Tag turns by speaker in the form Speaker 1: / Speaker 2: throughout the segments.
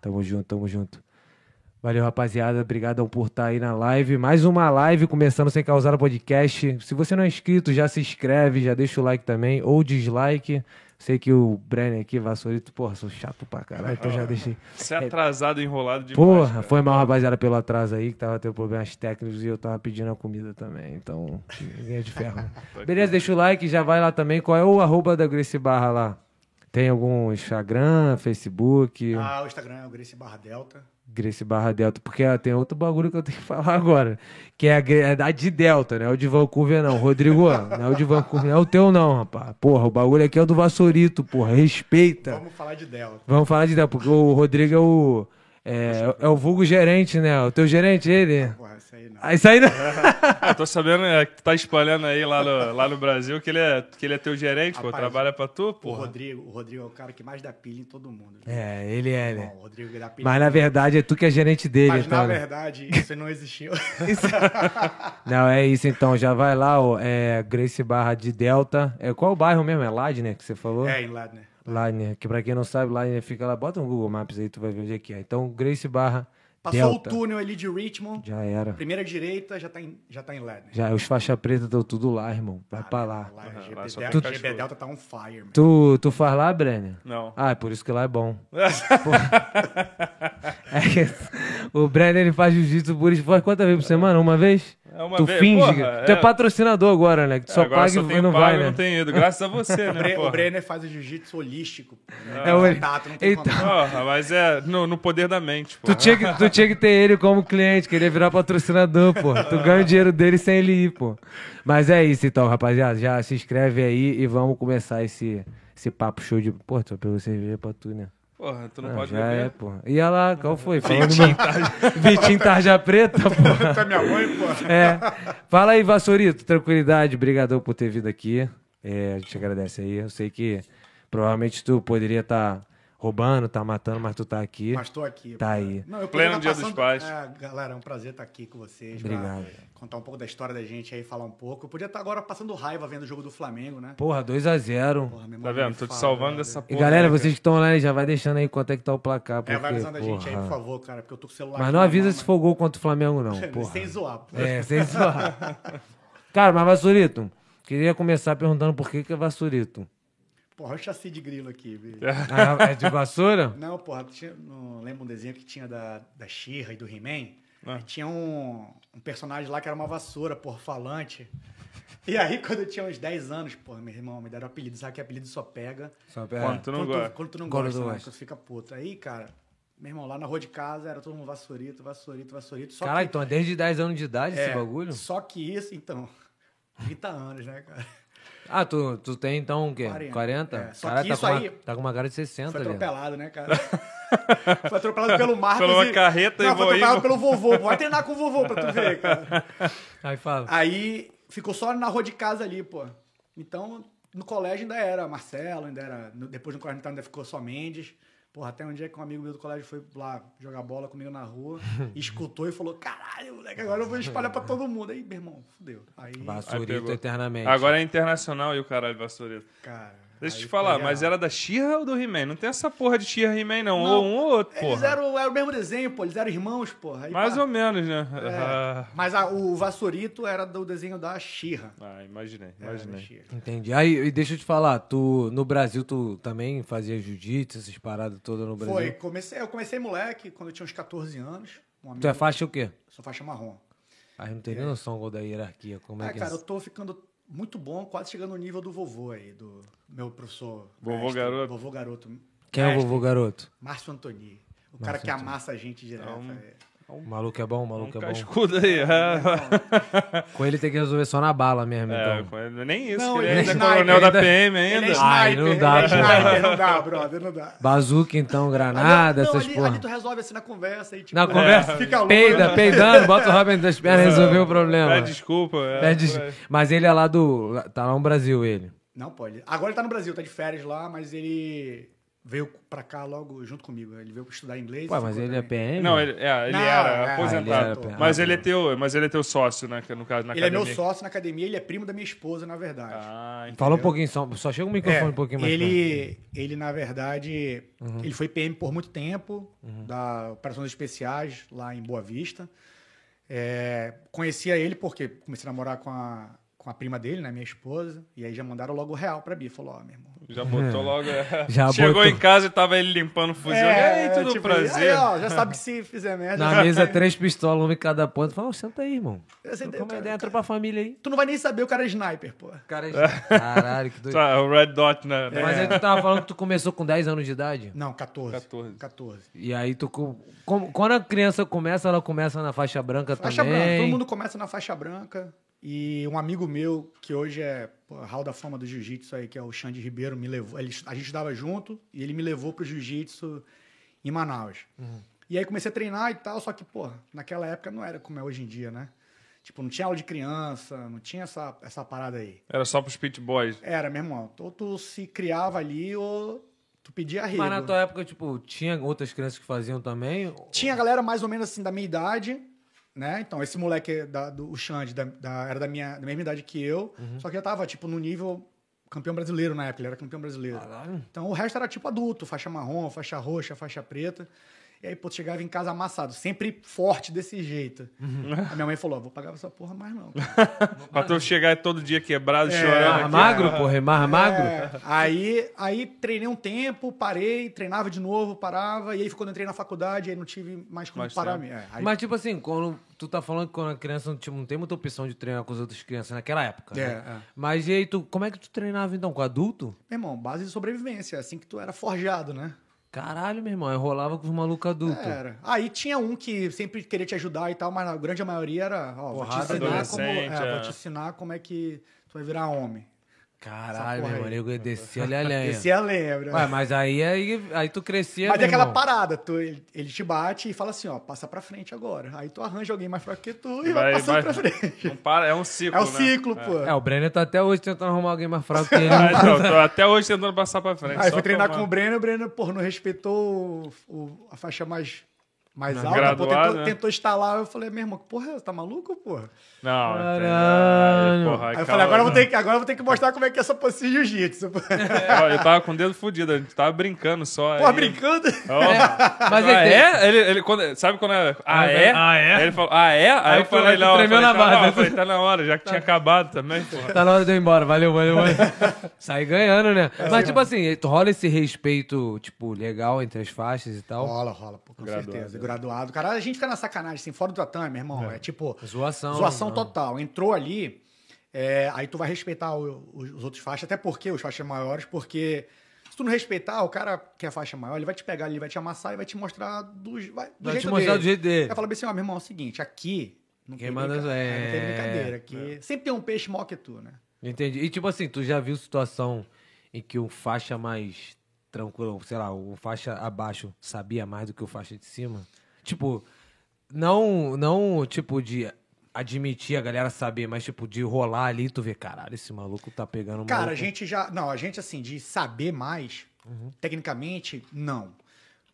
Speaker 1: Tamo junto, tamo junto. Valeu, rapaziada. Obrigadão por estar aí na live. Mais uma live começando sem causar o podcast. Se você não é inscrito, já se inscreve, já deixa o like também, ou dislike. Sei que o Brenner aqui, Vassourito, porra, sou chato pra caralho, então já deixei.
Speaker 2: Você é atrasado, enrolado demais. É,
Speaker 1: Porra,
Speaker 2: cara.
Speaker 1: foi mal, rapaziada, pelo atraso aí, que tava tendo problemas técnicos e eu tava pedindo a comida também. Então, ninguém é de ferro. Beleza, deixa o like, já vai lá também. Qual é o arroba da Grace Barra lá? Tem algum Instagram, Facebook?
Speaker 3: Ah, o Instagram é o Grace Barra Delta.
Speaker 1: Grace Barra Delta, porque ó, tem outro bagulho que eu tenho que falar agora, que é a, Gre- é da de Delta, não é o de Vancouver não, Rodrigo, não é o de Vancouver, não é o teu não, rapaz, porra, o bagulho aqui é o do Vassourito, porra, respeita,
Speaker 3: Vamos falar de Delta.
Speaker 1: vamos falar de Delta, porque o Rodrigo é o, é, é o vulgo gerente, né, o teu gerente, ele,
Speaker 3: Porra, isso aí não.
Speaker 1: ah, isso aí não,
Speaker 2: Ah, tô sabendo é, que tu tá espalhando aí lá no, lá no Brasil que ele, é, que ele é teu gerente, pô.
Speaker 3: Rapaz,
Speaker 2: Trabalha pra tu,
Speaker 3: O
Speaker 2: porra.
Speaker 3: Rodrigo, o Rodrigo é o cara que mais dá pilha em todo mundo. né?
Speaker 1: é, ele é, ele,
Speaker 3: Bom, o Rodrigo dá pilha.
Speaker 1: mas na verdade é tu que é gerente dele,
Speaker 3: Mas, na
Speaker 1: né?
Speaker 3: verdade, isso não existiu.
Speaker 1: Não, é isso então. Já vai lá, ó. É Grace Barra de Delta. É, qual o bairro mesmo? É Ladner que você falou?
Speaker 3: é, em Ladner.
Speaker 1: Ladner. Que pra quem não sabe, Ladner fica lá. Bota no Google Maps aí, tu vai ver onde é que é. Então, Grace Barra
Speaker 3: Passou
Speaker 1: Delta.
Speaker 3: o túnel ali de Richmond.
Speaker 1: Já era.
Speaker 3: Primeira direita já tá em, já tá em Ladner.
Speaker 1: Já, os faixa preta estão tudo lá, irmão. Vai pra lá.
Speaker 3: Lá,
Speaker 2: Aham,
Speaker 3: GB,
Speaker 2: lá só
Speaker 3: Delta,
Speaker 2: tem um
Speaker 3: GB
Speaker 2: cachorro.
Speaker 3: Delta tá on fire, mano.
Speaker 1: Tu, tu faz lá, Brenner?
Speaker 2: Não.
Speaker 1: Ah, é por isso que lá é bom. É que o Brenner ele faz jiu-jitsu por isso. Faz quantas vezes por semana? Uma vez?
Speaker 2: É uma
Speaker 1: tu
Speaker 2: vez,
Speaker 1: finge.
Speaker 2: porra,
Speaker 1: tu é...
Speaker 2: é.
Speaker 1: patrocinador agora, né? Que tu só
Speaker 2: Agora
Speaker 1: paga
Speaker 2: só
Speaker 1: e
Speaker 2: tenho
Speaker 1: não
Speaker 2: pago
Speaker 1: vai,
Speaker 2: e
Speaker 1: né?
Speaker 2: não tenho ido. Graças a você, né,
Speaker 3: Bre-
Speaker 2: porra?
Speaker 3: O Brenner faz o jiu-jitsu holístico. pô. Não
Speaker 1: É, o-
Speaker 3: tem contato, não tem
Speaker 1: Então-
Speaker 3: contato.
Speaker 2: Porra, mas é no, no poder da mente, pô.
Speaker 1: Tu tinha, que, tu tinha que ter ele como cliente, queria virar patrocinador, pô. Tu ganha o dinheiro dele sem ele ir, pô. Mas é isso então, rapaziada. Já se inscreve aí e vamos começar esse, esse papo show de. Pô, só pegou cerveja pra tu, né?
Speaker 2: Porra, tu não,
Speaker 1: Ah,
Speaker 2: pode
Speaker 1: já
Speaker 2: beber.
Speaker 1: é, pô. E olha lá, qual foi? Falando Vitinho, Vitinho Tarja Preta, pô.
Speaker 3: Tá minha mãe, pô.
Speaker 1: É. Fala aí, Vassourito. Tranquilidade, brigadão por ter vindo aqui. É, a gente agradece aí. Eu sei que provavelmente tu poderia estar roubando, tá matando, mas tu tá aqui.
Speaker 3: Mas tô aqui.
Speaker 1: Tá
Speaker 3: pô.
Speaker 1: aí.
Speaker 3: Não, eu
Speaker 2: Pleno
Speaker 3: podia
Speaker 2: Dia
Speaker 3: tá
Speaker 2: dos
Speaker 3: passando-
Speaker 2: Pais.
Speaker 3: É, galera, é um prazer estar aqui com vocês.
Speaker 1: Obrigado.
Speaker 3: Pra contar um pouco da história da gente aí, falar um pouco. Eu podia estar agora passando raiva vendo o jogo do Flamengo, né?
Speaker 1: Porra, 2x0.
Speaker 3: Porra, meu irmão,
Speaker 2: Tá vendo?
Speaker 3: me
Speaker 2: Tô te
Speaker 3: fala,
Speaker 2: salvando
Speaker 3: velho.
Speaker 2: dessa
Speaker 1: E
Speaker 2: porra.
Speaker 1: galera,
Speaker 2: né, cara?
Speaker 1: vocês que estão online, já vai deixando aí quanto é que tá o placar. Porque,
Speaker 3: É, vai avisando a gente aí,
Speaker 1: porra.
Speaker 3: por favor, cara, porque eu tô com o celular.
Speaker 1: Mas
Speaker 3: aqui
Speaker 1: não
Speaker 3: na
Speaker 1: avisa
Speaker 3: mão,
Speaker 1: se for gol contra o Flamengo, não.
Speaker 3: mas-
Speaker 1: Porra.
Speaker 3: Sem zoar, pô.
Speaker 1: É, sem zoar. Cara, mas Vassourito, queria começar perguntando por que, que é Vassourito.
Speaker 3: Porra, olha o chassi de grilo aqui, bicho.
Speaker 1: Ah, é de vassoura?
Speaker 3: Não, porra, tinha, não lembro um desenho que tinha da, da She-Ra e do He-Man.
Speaker 2: Ah.
Speaker 3: Aí Tinha um, um personagem lá que era uma vassoura, porra, falante. E aí, quando eu tinha uns 10 anos, porra, meu irmão, me deram apelido. Sabe que apelido só pega
Speaker 1: Só,
Speaker 2: Quando tu não
Speaker 3: quando,
Speaker 2: gosta.
Speaker 3: Tu, quando tu não
Speaker 1: Quando
Speaker 3: gosta,
Speaker 1: tu
Speaker 3: né?
Speaker 1: gosta.
Speaker 3: Quando tu fica puto. Aí, cara, meu irmão, lá na rua de casa era todo mundo vassourito, vassourito, vassourito. Só
Speaker 1: Caralho,
Speaker 3: que,
Speaker 1: então é desde 10 anos de idade
Speaker 3: é,
Speaker 1: esse bagulho?
Speaker 3: Só que isso, então, 30 anos, né, cara?
Speaker 1: Ah, tu, tu tem então o quê? 40?
Speaker 3: 40? É, só
Speaker 1: Caralho,
Speaker 3: que
Speaker 1: tá,
Speaker 3: isso
Speaker 1: com uma,
Speaker 3: aí-
Speaker 1: tá com uma cara de 60
Speaker 3: Foi
Speaker 1: ali.
Speaker 3: atropelado, né, cara? foi atropelado pelo Marcos.
Speaker 2: Pela uma
Speaker 3: e-
Speaker 2: carreta e
Speaker 3: Não, foi
Speaker 2: voou
Speaker 3: atropelado
Speaker 2: indo.
Speaker 3: pelo vovô. Vai treinar com o vovô pra tu ver, cara.
Speaker 1: Aí fala.
Speaker 3: Aí ficou só na rua de casa ali, pô. Então, no colégio ainda era Marcelo, ainda era. no- Depois no colégio militar ainda ficou só Mendes. Porra, até um dia que um amigo meu do colégio foi lá jogar bola comigo na rua, escutou e falou: caralho, moleque, agora eu vou espalhar pra todo mundo. Aí, meu irmão, fudeu. Aí,
Speaker 2: Aí
Speaker 1: Vassourito
Speaker 2: pegou.
Speaker 1: eternamente.
Speaker 2: Agora é internacional e o caralho, Vassourito.
Speaker 3: cara.
Speaker 2: Deixa eu
Speaker 3: aí
Speaker 2: te falar,
Speaker 3: foi
Speaker 2: mas
Speaker 3: real.
Speaker 2: era da Xirra ou do He-Man? Não tem essa porra de Xirra e He-Man, não.
Speaker 3: Não,
Speaker 2: Ou um ou outro,
Speaker 3: Eles
Speaker 2: porra.
Speaker 3: eram, era o mesmo desenho, pô, eles eram irmãos, porra. Aí,
Speaker 2: Mais
Speaker 3: pá,
Speaker 2: ou menos, né?
Speaker 3: É,
Speaker 2: Ah,
Speaker 3: Mas a- o Vassourito era do desenho da Xirra.
Speaker 2: Ah, imaginei,
Speaker 3: Era da
Speaker 2: imaginei.
Speaker 3: She-Ra.
Speaker 1: Entendi. Aí, e deixa eu te falar, tu no Brasil tu também fazia jiu-jitsu, essas paradas todas no Brasil?
Speaker 3: Foi, comecei, eu comecei moleque quando eu tinha uns 14 anos. Um amigo,
Speaker 1: Tu é faixa o quê?
Speaker 3: Sou faixa marrom.
Speaker 1: Aí não tem nem noção qual da hierarquia, como é,
Speaker 3: É. ah,
Speaker 1: que
Speaker 3: cara,
Speaker 1: é.
Speaker 3: eu tô ficando muito bom, quase chegando no nível do vovô aí, do meu professor.
Speaker 2: Vovô garoto.
Speaker 3: Vovô garoto.
Speaker 1: Quem é o vovô garoto?
Speaker 3: Márcio Antoni. O cara que amassa a gente direto.
Speaker 2: Então,
Speaker 3: é.
Speaker 1: O maluco é bom, o maluco
Speaker 2: Um
Speaker 1: é bom.
Speaker 2: cascudo aí. ah.
Speaker 1: Com ele tem que resolver só na bala mesmo,
Speaker 2: É,
Speaker 1: então.
Speaker 2: com ele- nem isso,
Speaker 3: Não,
Speaker 2: que ele,
Speaker 3: ele é
Speaker 2: ainda é
Speaker 3: sniper,
Speaker 2: coronel da
Speaker 1: ainda-
Speaker 2: PM
Speaker 3: Ele é
Speaker 2: ainda.
Speaker 1: Ai,
Speaker 3: sniper,
Speaker 1: não dá,
Speaker 3: ele é
Speaker 1: pô.
Speaker 3: sniper, não dá, brother, não dá.
Speaker 1: Bazuca então, granada,
Speaker 3: Ah, não,
Speaker 1: essas
Speaker 3: ali, ali
Speaker 1: porra.
Speaker 3: tu resolve assim na conversa aí, tipo,
Speaker 1: Na conversa,
Speaker 3: fica É, louco.
Speaker 1: peida, peidando, bota o Robin das pernas, Ah, resolveu o problema.
Speaker 2: Pede desculpa. é,
Speaker 1: Pede-
Speaker 2: por aí.
Speaker 1: Mas ele é lá do... lá- Tá lá no Brasil, ele.
Speaker 3: Não pode. Agora ele tá no Brasil, tá de férias lá, mas ele veio pra cá logo junto comigo. Ele veio estudar inglês.
Speaker 1: Pô,
Speaker 3: e
Speaker 1: mas
Speaker 3: ficou
Speaker 1: ele é
Speaker 3: também.
Speaker 1: PM?
Speaker 2: Não, ele, é, ele
Speaker 3: Não,
Speaker 2: era
Speaker 3: é,
Speaker 1: ele
Speaker 2: aposentado.
Speaker 1: era-
Speaker 2: mas, ele é teu, mas ele é teu sócio, né? que No caso, na
Speaker 3: Ele é meu
Speaker 2: academia.
Speaker 3: sócio na academia, ele é primo da minha esposa, na verdade.
Speaker 2: Ah, então.
Speaker 1: Fala um pouquinho só. Só chega o microfone
Speaker 3: É,
Speaker 1: um pouquinho mais Uhum.
Speaker 3: ele, ele, na verdade, ele foi PM por muito tempo, da Operações Especiais, lá em Boa Vista. É, conhecia ele porque comecei a namorar com a, com a prima dele, né, minha esposa, e aí já mandaram logo o real pra mim. Falou, ó, meu irmão.
Speaker 2: Já botou logo. é.
Speaker 1: Já
Speaker 2: Chegou
Speaker 1: botou.
Speaker 2: em casa e tava ele limpando o fuzil.
Speaker 3: É,
Speaker 2: Ei, tudo um
Speaker 3: tipo,
Speaker 2: prazer.
Speaker 3: aí, ó, já sabe que se fizer merda...
Speaker 1: Na mesa, três pistolas, uma em cada ponta. Fala, ô, senta aí, irmão.
Speaker 3: Eu sentei,
Speaker 1: Como é
Speaker 3: cara,
Speaker 1: ideia? Entra pra família aí.
Speaker 3: Tu não vai nem saber o é cara é sniper, pô.
Speaker 1: Cara, caralho, que doido.
Speaker 2: Tá, o Red Dot na. na-
Speaker 1: Mas aí tu tava falando que tu começou com 10 anos de idade.
Speaker 3: Não, 14.
Speaker 2: 14.
Speaker 3: 14.
Speaker 1: E aí tu. co- como- quando a criança começa, ela começa na faixa branca
Speaker 3: Faixa
Speaker 1: também.
Speaker 3: branca, todo mundo começa na faixa branca. E um amigo meu, que hoje é pô, hall da fama do jiu-jitsu aí, que é o Xande Ribeiro, me levou. ele- a gente estudava junto e ele me levou pro jiu-jitsu em Manaus. E aí comecei a treinar e tal, só que, pô, naquela época não era como é hoje em dia, né? Tipo, não tinha aula de criança, não tinha essa, essa parada aí.
Speaker 2: Era só pros Pit Boys.
Speaker 3: Era, meu irmão, ou tu se criava ali ou tu pedia arrego.
Speaker 1: Mas na tua época, tipo, tinha outras crianças que faziam também?
Speaker 3: Tinha a galera mais ou menos assim da minha idade, né? Então, esse moleque da, do o Xande da, da- era da, minha, da mesma idade que eu, só que já tava, tipo, no nível campeão brasileiro na época, ele era campeão brasileiro.
Speaker 1: Caralho.
Speaker 3: Então, o resto era tipo adulto, faixa marrom, faixa roxa, faixa preta. E aí, pô, tu chegava em casa amassado, sempre forte desse jeito. A minha mãe falou: "Ó, vou pagar essa porra mais não.
Speaker 2: Pra tu chegar todo dia quebrado, chorando.
Speaker 1: Marra
Speaker 2: aqui,
Speaker 1: magro, porra, é marra magro?
Speaker 3: É, aí, aí treinei um tempo, parei, treinava de novo, parava. E aí, quando eu entrei na faculdade, aí não tive mais como
Speaker 2: Mais
Speaker 3: parar.
Speaker 2: tempo.
Speaker 3: É, aí-
Speaker 1: Mas, tipo assim, quando tu tá falando que quando a criança tipo, não tem muita opção de treinar com as outras crianças naquela época.
Speaker 3: É,
Speaker 1: né?
Speaker 3: é.
Speaker 1: Mas e aí, tu, como é que tu treinava então? Com adulto?
Speaker 3: Meu irmão, base de sobrevivência, assim que tu era forjado, né?
Speaker 1: Caralho, meu irmão, eu rolava com os malucos adultos.
Speaker 3: Era. Aí tinha um que sempre queria te ajudar e tal, mas a grande maioria era, ó, vou te,
Speaker 1: Porrada,
Speaker 3: ensinar como,
Speaker 2: adolescente,
Speaker 3: é,
Speaker 2: é.
Speaker 3: vou te ensinar como é que tu vai virar homem.
Speaker 1: Caralho,
Speaker 3: Essa porra
Speaker 1: meu
Speaker 3: aí.
Speaker 1: irmão, nego descia ali a lenha.
Speaker 3: Esse é a lembra.
Speaker 1: Ué,
Speaker 3: Mas,
Speaker 1: mas aí, aí, aí tu crescia,
Speaker 3: é
Speaker 1: meu
Speaker 3: aquela
Speaker 1: irmão.
Speaker 3: parada, tu, ele, ele te bate e fala assim, ó, passa pra frente agora. Aí tu arranja alguém mais fraco que tu e vai, Ah, passando pra frente.
Speaker 2: Não para, é um ciclo.
Speaker 3: É o
Speaker 2: né?
Speaker 3: ciclo, pô.
Speaker 1: É, o Brenner tá até hoje tentando arrumar alguém mais fraco que ele.
Speaker 2: Ah, então, tô até hoje tentando passar pra frente.
Speaker 3: Aí
Speaker 2: só
Speaker 3: fui treinar
Speaker 2: tomar.
Speaker 3: com o Breno, o Breno, pô, não respeitou o- o- a faixa mais, mais alta, pô,
Speaker 2: graduada,
Speaker 3: tentou,
Speaker 2: né?
Speaker 3: tentou instalar, eu falei, meu irmão, que porra, é essa? tá maluco, porra?
Speaker 2: Não,
Speaker 1: Caralho.
Speaker 2: Caralho. Porra,
Speaker 3: Aí eu
Speaker 2: calma.
Speaker 3: falei, agora eu, vou ter que, agora eu vou ter que mostrar como é que é essa posição de jiu-jitsu. Porra,
Speaker 2: né? Ó, Eu tava com o dedo fudido, a gente tava brincando só. aí-
Speaker 3: brincando?
Speaker 2: Ó.
Speaker 1: Mas
Speaker 2: ah,
Speaker 1: aí,
Speaker 2: é? Ele, ele, quando, sabe quando é. Ah,
Speaker 1: Ah,
Speaker 2: é?
Speaker 1: é? Ah, é?
Speaker 2: Aí Ele falou, ah, é? Aí,
Speaker 1: Aí
Speaker 2: eu
Speaker 1: tu-
Speaker 2: falei,
Speaker 1: aí tu
Speaker 2: não, eu
Speaker 1: tremeu
Speaker 2: falei,
Speaker 1: na
Speaker 2: tá
Speaker 1: barra.
Speaker 2: hora, eu falei, tá na hora, já que tinha acabado também, porra.
Speaker 1: Tá na hora de eu ir embora. Valeu, valeu, valeu. Sai ganhando, né?
Speaker 3: É,
Speaker 1: Mas, tipo assim, rola esse respeito, tipo, legal entre as faixas e tal.
Speaker 3: Rola, rola, pô, com
Speaker 2: Graduado,
Speaker 3: certeza.
Speaker 2: é.
Speaker 3: Graduado. Cara, a gente fica na sacanagem, assim, fora do tatame, meu irmão. É, tipo,
Speaker 1: Zoação.
Speaker 3: zoação
Speaker 1: né?
Speaker 3: total. Entrou ali, é, aí tu vai respeitar o- os, os outros faixas, até porque os faixas maiores, porque se tu não respeitar, o cara que é faixa maior, ele vai te pegar, ele vai te amassar e vai te mostrar do, j- vai, do
Speaker 1: Vai
Speaker 3: jeito
Speaker 1: te mostrar
Speaker 3: dele.
Speaker 1: do jeito dele.
Speaker 3: Vai falar bem assim, ó, meu irmão, é o seguinte, aqui... Não
Speaker 1: Quem manda
Speaker 3: brinca-
Speaker 1: é-
Speaker 3: não tem brincadeira. Aqui. Sempre tem um peixe maior que tu, né?
Speaker 1: Entendi. E, tipo assim, tu já viu situação em que um faixa mais tranquilo, sei lá, o faixa abaixo sabia mais do que o faixa de cima? Tipo, não, não tipo, de admitir a galera saber, mas, tipo, de rolar ali e tu vê, caralho, esse maluco tá pegando... o
Speaker 3: Cara, a
Speaker 1: maluco. Uhum.
Speaker 3: gente já. Não, a gente, assim, de saber mais, tecnicamente, não.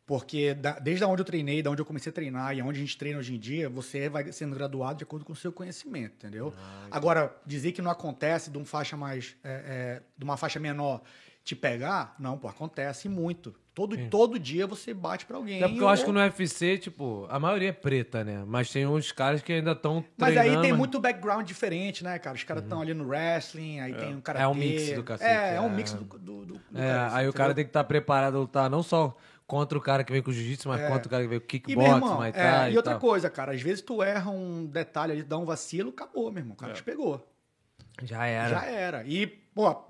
Speaker 3: Porque da- desde onde eu treinei, da onde eu comecei a treinar e onde a gente treina hoje em dia, você vai sendo graduado de acordo com o seu conhecimento, entendeu?
Speaker 1: Ah,
Speaker 3: Agora, dizer que não acontece de, um faixa mais, é, é, de uma faixa menor te pegar, não, pô, acontece muito. Todo, todo dia você bate pra alguém.
Speaker 1: Até É porque eu acho que
Speaker 3: ou-
Speaker 1: no UFC, tipo, a maioria é preta, né? Mas tem uns caras que ainda estão
Speaker 3: Mas
Speaker 1: treinando. né? Uhum.
Speaker 3: aí tem muito background diferente, né, cara? Os caras estão ali no wrestling, aí tem um cara
Speaker 1: É um mix do cacete,
Speaker 3: É, é um
Speaker 1: é.
Speaker 3: mix do, do, do- do
Speaker 1: É,
Speaker 3: cacete,
Speaker 1: aí o cara
Speaker 3: entendeu?
Speaker 1: tem que estar preparado a lutar não só contra o cara que vem com jiu-jitsu, mas contra o cara que vem com
Speaker 3: É. E,
Speaker 1: kickbox,
Speaker 3: meu irmão,
Speaker 1: muay
Speaker 3: é,
Speaker 1: thai
Speaker 3: e outra
Speaker 1: tal.
Speaker 3: coisa, cara, às vezes tu erra um detalhe ali, dá um vacilo, acabou, meu irmão. O cara te pegou.
Speaker 1: Já É. era.
Speaker 3: Já era. E, pô,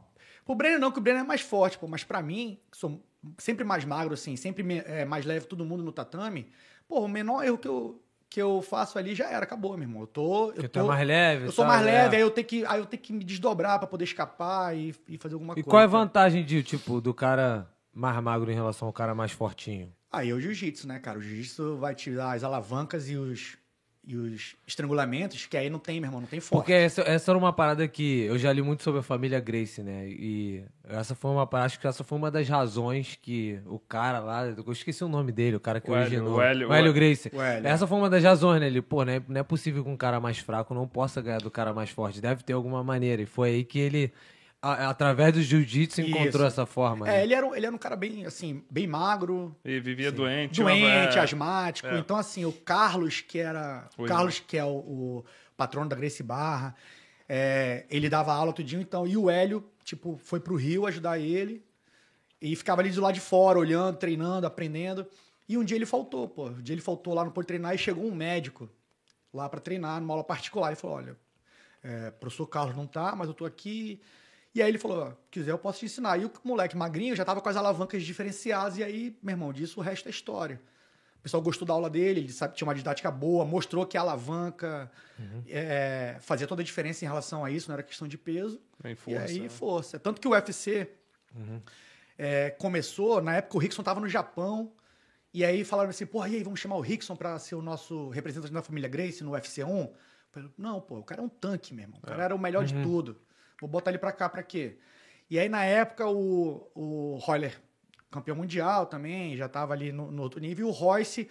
Speaker 3: pro Breno não, que o Breno é mais forte, pô, mas pra mim, que sou sempre mais magro, assim, sempre me- é, mais leve todo mundo no tatame, pô, o menor erro que eu, que eu faço ali já era, acabou, meu irmão. Eu tô. Eu,
Speaker 1: Porque tu é
Speaker 3: tô,
Speaker 1: mais leve.
Speaker 3: eu
Speaker 1: e
Speaker 3: sou
Speaker 1: tal,
Speaker 3: mais
Speaker 1: é.
Speaker 3: leve, aí eu tenho que, aí eu tenho que me desdobrar pra poder escapar e, e fazer
Speaker 1: E
Speaker 3: alguma coisa.
Speaker 1: qual é a vantagem de, tipo, do cara mais magro em relação ao cara mais fortinho?
Speaker 3: Aí é o jiu-jitsu, né, cara? O jiu-jitsu vai te dar as alavancas e os, e os estrangulamentos, que aí não tem, meu irmão, não tem forte.
Speaker 1: Porque essa, essa era uma parada que eu já li muito sobre a família Grace, né? E essa foi uma parada, acho que essa foi uma das razões que o cara lá, eu esqueci o nome dele, o cara que
Speaker 2: O Hélio,
Speaker 1: originou.
Speaker 2: o Hélio,
Speaker 1: o Hélio
Speaker 2: o-
Speaker 1: Grace.
Speaker 3: o Hélio.
Speaker 1: Essa foi uma das razões, né? Ele, pô, né, não é possível que um cara mais fraco não possa ganhar do cara mais forte. Deve ter alguma maneira. E foi aí que ele, a- através do jiu-jitsu, encontrou
Speaker 3: Isso.
Speaker 1: essa forma.
Speaker 3: É,
Speaker 1: né?
Speaker 3: ele era, um- ele era um cara bem, assim, bem magro,
Speaker 2: E vivia doente.
Speaker 3: doente,
Speaker 2: uma-
Speaker 3: asmático.
Speaker 2: É.
Speaker 3: Então, assim, o Carlos, que era. O
Speaker 2: Oi,
Speaker 3: Carlos, que é o, o patrono da Grace Barra, é, ele dava aula tudinho, então. E o Hélio, tipo, foi pro Rio ajudar ele. E ficava ali do lado de fora, olhando, treinando, aprendendo. E um dia ele faltou, pô. Um dia ele faltou lá, não pôde treinar, e chegou um médico lá pra treinar, numa aula particular. Ele falou: olha, é, professor Carlos não tá, mas eu tô aqui. E aí ele falou, ó, quiser eu posso te ensinar. E o moleque magrinho já tava com as alavancas diferenciadas, e aí, meu irmão, disso o resto é história. O pessoal gostou da aula dele, ele sabe, tinha uma didática boa, mostrou que a alavanca é, fazia toda a diferença em relação a isso, não era questão de peso.
Speaker 2: Em força,
Speaker 3: e aí,
Speaker 2: né?
Speaker 3: força. Tanto que o UFC é, começou, na época o Rickson tava no Japão, e aí falaram assim, porra, e aí, vamos chamar o Rickson pra ser o nosso representante da família Grace no UFC 1? Eu falei, não, pô, o cara é um tanque, meu irmão. O cara era o melhor
Speaker 2: Uhum.
Speaker 3: de tudo. Vou botar ele pra cá, pra quê? E aí, na época, o, o Roller, campeão mundial também, já tava ali no, no outro nível, e o Royce,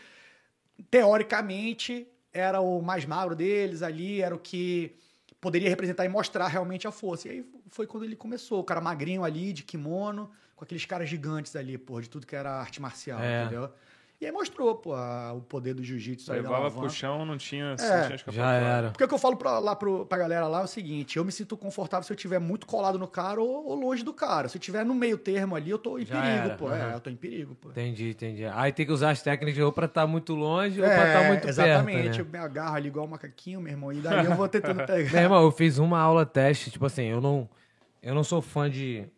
Speaker 3: teoricamente, era o mais magro deles ali, era o que poderia representar e mostrar realmente a força. E aí foi quando ele começou, o cara magrinho ali, de kimono, com aqueles caras gigantes ali, pô, de tudo que era arte marcial,
Speaker 1: É.
Speaker 3: entendeu? E aí mostrou, pô, a- o poder do jiu-jitsu. aí da
Speaker 2: Levava
Speaker 3: alavanca.
Speaker 2: pro chão, não tinha, não
Speaker 3: É,
Speaker 2: tinha escapatória.
Speaker 1: Já era.
Speaker 3: Porque o que eu falo pra, lá pro, pra galera lá é o seguinte: eu me sinto confortável se eu estiver muito colado no cara ou, ou longe do cara. Se eu estiver no meio termo ali, eu tô em
Speaker 1: Já
Speaker 3: perigo,
Speaker 1: era,
Speaker 3: pô.
Speaker 1: aham.
Speaker 3: É, eu tô em perigo, pô.
Speaker 1: Entendi, entendi. Aí tem que usar as técnicas ou pra estar muito longe ou pra estar muito
Speaker 3: É, exatamente.
Speaker 1: perto, né?
Speaker 3: Eu me agarro ali igual um macaquinho, meu irmão, e daí eu vou tentando pegar.
Speaker 1: Meu irmão, eu fiz uma aula teste, tipo assim, eu não, eu não sou fã de,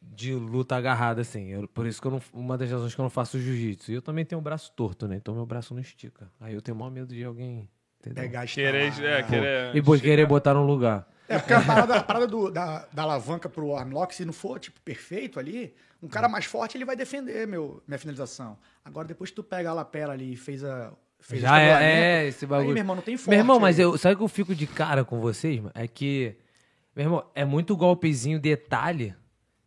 Speaker 1: de luta agarrada, assim. Eu- por isso que eu não. Uma das razões que eu não faço jiu-jitsu. E eu também tenho um braço torto, né? Então meu braço não estica. Aí eu tenho o maior medo de alguém. Entendeu?
Speaker 3: Pegar esta-
Speaker 2: Querer, é,
Speaker 1: Pô,
Speaker 2: querer...
Speaker 1: e por querer botar no lugar.
Speaker 3: É, porque a parada, a parada do- da, da alavanca pro armlock, se não for, tipo, perfeito ali, um cara mais forte, ele vai defender meu, minha finalização. Agora, depois que tu pega a lapela ali e fez a... Fez o
Speaker 1: Já é,
Speaker 3: estrangulamento,
Speaker 1: é esse bagulho.
Speaker 3: Aí, meu irmão, não tem forte. né?
Speaker 1: Meu irmão,
Speaker 3: aí.
Speaker 1: mas eu, sabe o que eu fico de cara com vocês, mano? É que, meu irmão, é muito golpezinho, detalhe,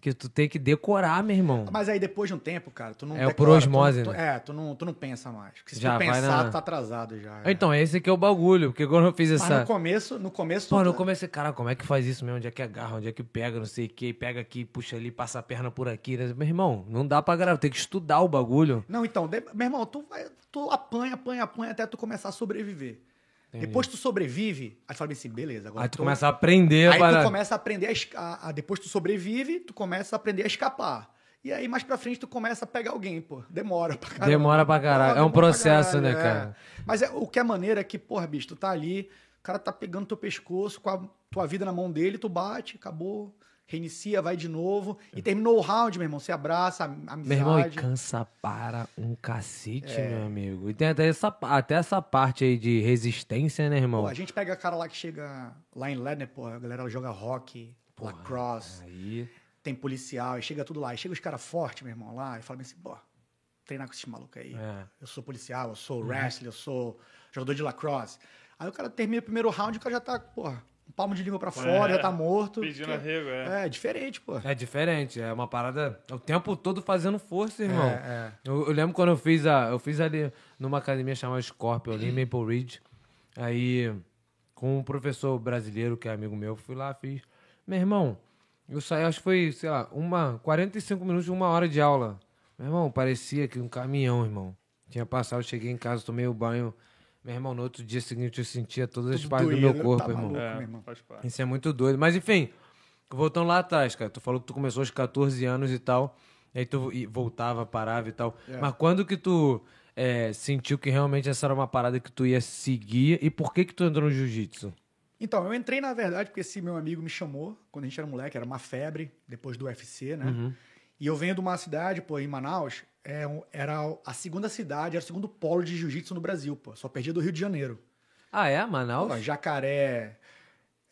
Speaker 1: que tu tem que decorar, meu irmão.
Speaker 3: Mas aí depois de um tempo, cara, tu não
Speaker 1: É, o por
Speaker 3: tu não-
Speaker 1: osmose,
Speaker 3: tu-
Speaker 1: né?
Speaker 3: É, tu não, tu não pensa mais. Porque se
Speaker 1: Já
Speaker 3: tu
Speaker 1: vai
Speaker 3: pensar,
Speaker 1: na-
Speaker 3: tu tá atrasado já. é.
Speaker 1: Então, esse que é o bagulho, porque quando eu fiz
Speaker 3: Mas
Speaker 1: essa...
Speaker 3: no começo, no começo...
Speaker 1: Pô,
Speaker 3: tu-
Speaker 1: no começo, cara, como é que faz isso mesmo? Onde é que agarra? Onde é que pega? Não sei o que. Pega aqui, puxa ali, passa a perna por aqui. Né? Meu irmão, não dá pra gravar. Tem que estudar o bagulho.
Speaker 3: Não, então, de- meu irmão, tu, vai, tu apanha, apanha, apanha até tu começar a sobreviver. Depois que tu sobrevive, aí tu fala assim, beleza, agora
Speaker 1: Aí tu
Speaker 3: tô-
Speaker 1: começa a aprender a
Speaker 3: Aí
Speaker 1: parada.
Speaker 3: tu começa a aprender a, esca- a- a- Depois tu sobrevive, tu começa a aprender a escapar. E aí, mais pra frente, tu começa a pegar alguém, pô. Demora pra caralho.
Speaker 1: Demora pra caralho. É um processo, né, cara?
Speaker 3: Mas é- o que é maneiro é que, porra, bicho, tu tá ali, o cara tá pegando teu pescoço, com a tua vida na mão dele, tu bate, acabou, reinicia, vai de novo. E terminou o round, meu irmão. Você abraça, am- amizade. É.
Speaker 1: Meu irmão, e cansa para um cacete, meu amigo. E tem até essa, até essa parte aí de resistência, né, irmão?
Speaker 3: Pô, a gente pega a cara lá que chega lá em Ledner, porra, a galera joga rock, lacrosse.
Speaker 1: Aí...
Speaker 3: tem policial, e chega tudo lá. E chega os caras fortes, meu irmão, lá, e fala assim, pô, treinar com esses malucos aí.
Speaker 1: É. Uhum.
Speaker 3: Eu sou policial, eu sou wrestler, eu sou jogador de lacrosse. Aí o cara termina o primeiro round e o cara já tá, porra, um palmo de língua pra fora, já tá morto.
Speaker 2: Pedindo
Speaker 3: Porque-
Speaker 2: arrego, é.
Speaker 3: É, diferente, pô.
Speaker 1: É diferente, é uma parada é o tempo todo fazendo força, irmão.
Speaker 3: É,
Speaker 1: Eu, eu lembro quando eu fiz a. Eu fiz ali numa academia chamada Scorpio ali, em
Speaker 3: Uhum.
Speaker 1: Maple Ridge. Aí, com um professor brasileiro que é amigo meu, fui lá, fiz. Meu irmão, eu saí, acho que foi, sei lá, uma, 45 minutos, uma hora de aula. Meu irmão, parecia que um caminhão, irmão. Tinha passado, cheguei em casa, tomei o banho. Meu irmão, no outro dia seguinte eu sentia todas as
Speaker 3: Tudo
Speaker 1: partes do
Speaker 3: doído,
Speaker 1: meu corpo,
Speaker 3: tá
Speaker 1: irmão.
Speaker 3: maluco,
Speaker 2: É,
Speaker 3: meu irmão.
Speaker 2: faz parte.
Speaker 1: Isso é muito doido. Mas enfim, voltando lá atrás, cara, tu falou que tu começou aos 14 anos e tal, aí tu e voltava, parava e tal.
Speaker 3: É.
Speaker 1: Mas quando que tu é, sentiu que realmente essa era uma parada que tu ia seguir e por que que tu entrou no jiu-jitsu?
Speaker 3: Então, eu entrei, na verdade, porque esse meu amigo me chamou quando a gente era moleque, era uma febre, depois do UFC,
Speaker 4: Uhum.
Speaker 3: né? E eu venho de uma cidade, pô, em Manaus, é um- era a segunda cidade, era o segundo polo de jiu-jitsu no Brasil, pô. Só perdia do Rio de Janeiro.
Speaker 1: Ah, é? Manaus?
Speaker 3: Pô, jacaré,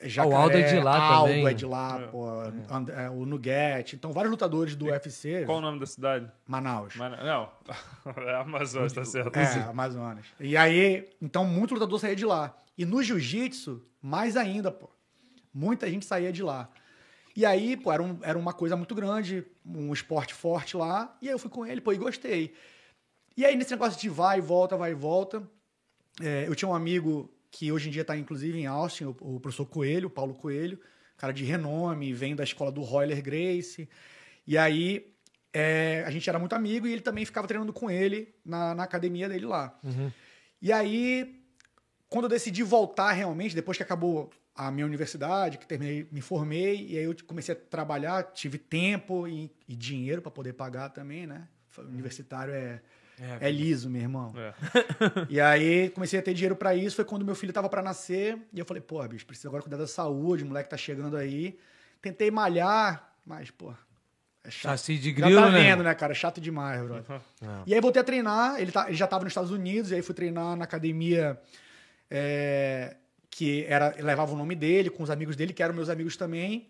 Speaker 3: Jacaré,
Speaker 4: o Aldo é de lá
Speaker 3: Aldo
Speaker 4: também.
Speaker 3: é de lá, pô, And- é, o Nuguete. Então, vários lutadores do UFC,
Speaker 2: Qual o nome da cidade?
Speaker 3: Manaus.
Speaker 2: Mana- Não, é Amazonas, tá certo.
Speaker 3: É, Amazonas. E aí, então, muito lutador saía de lá. E no jiu-jitsu, mais ainda, pô. Muita gente saía de lá. E aí, pô, era, um- era uma coisa muito grande, um esporte forte lá. E aí eu fui com ele, pô, e gostei. E aí, nesse negócio de vai e volta, vai e volta, é, eu tinha um amigo que hoje em dia está, inclusive, em Austin, o, o professor Coelho, o Paulo Coelho, cara de renome, vem da escola do Royler Grace. E aí, é, a gente era muito amigo e ele também ficava treinando com ele na, na academia dele lá. E aí, quando eu decidi voltar realmente, depois que acabou a minha universidade, que terminei, me formei, e aí eu comecei a trabalhar, tive tempo e, e dinheiro para poder pagar também, né? Universitário é, é liso, meu irmão.
Speaker 2: É.
Speaker 3: E aí comecei a ter dinheiro pra isso, foi quando meu filho tava pra nascer, e eu falei, pô, bicho, preciso agora cuidar da saúde, o moleque tá chegando aí. Tentei malhar, mas, pô, é chato.
Speaker 1: Saci de
Speaker 3: já
Speaker 1: grilo,
Speaker 3: tá
Speaker 1: né?
Speaker 3: vendo, né, cara? Chato demais, brother. E aí voltei a treinar, ele, tá- ele já tava nos Estados Unidos, e aí fui treinar na academia é, que era, levava o nome dele, com os amigos dele, que eram meus amigos também.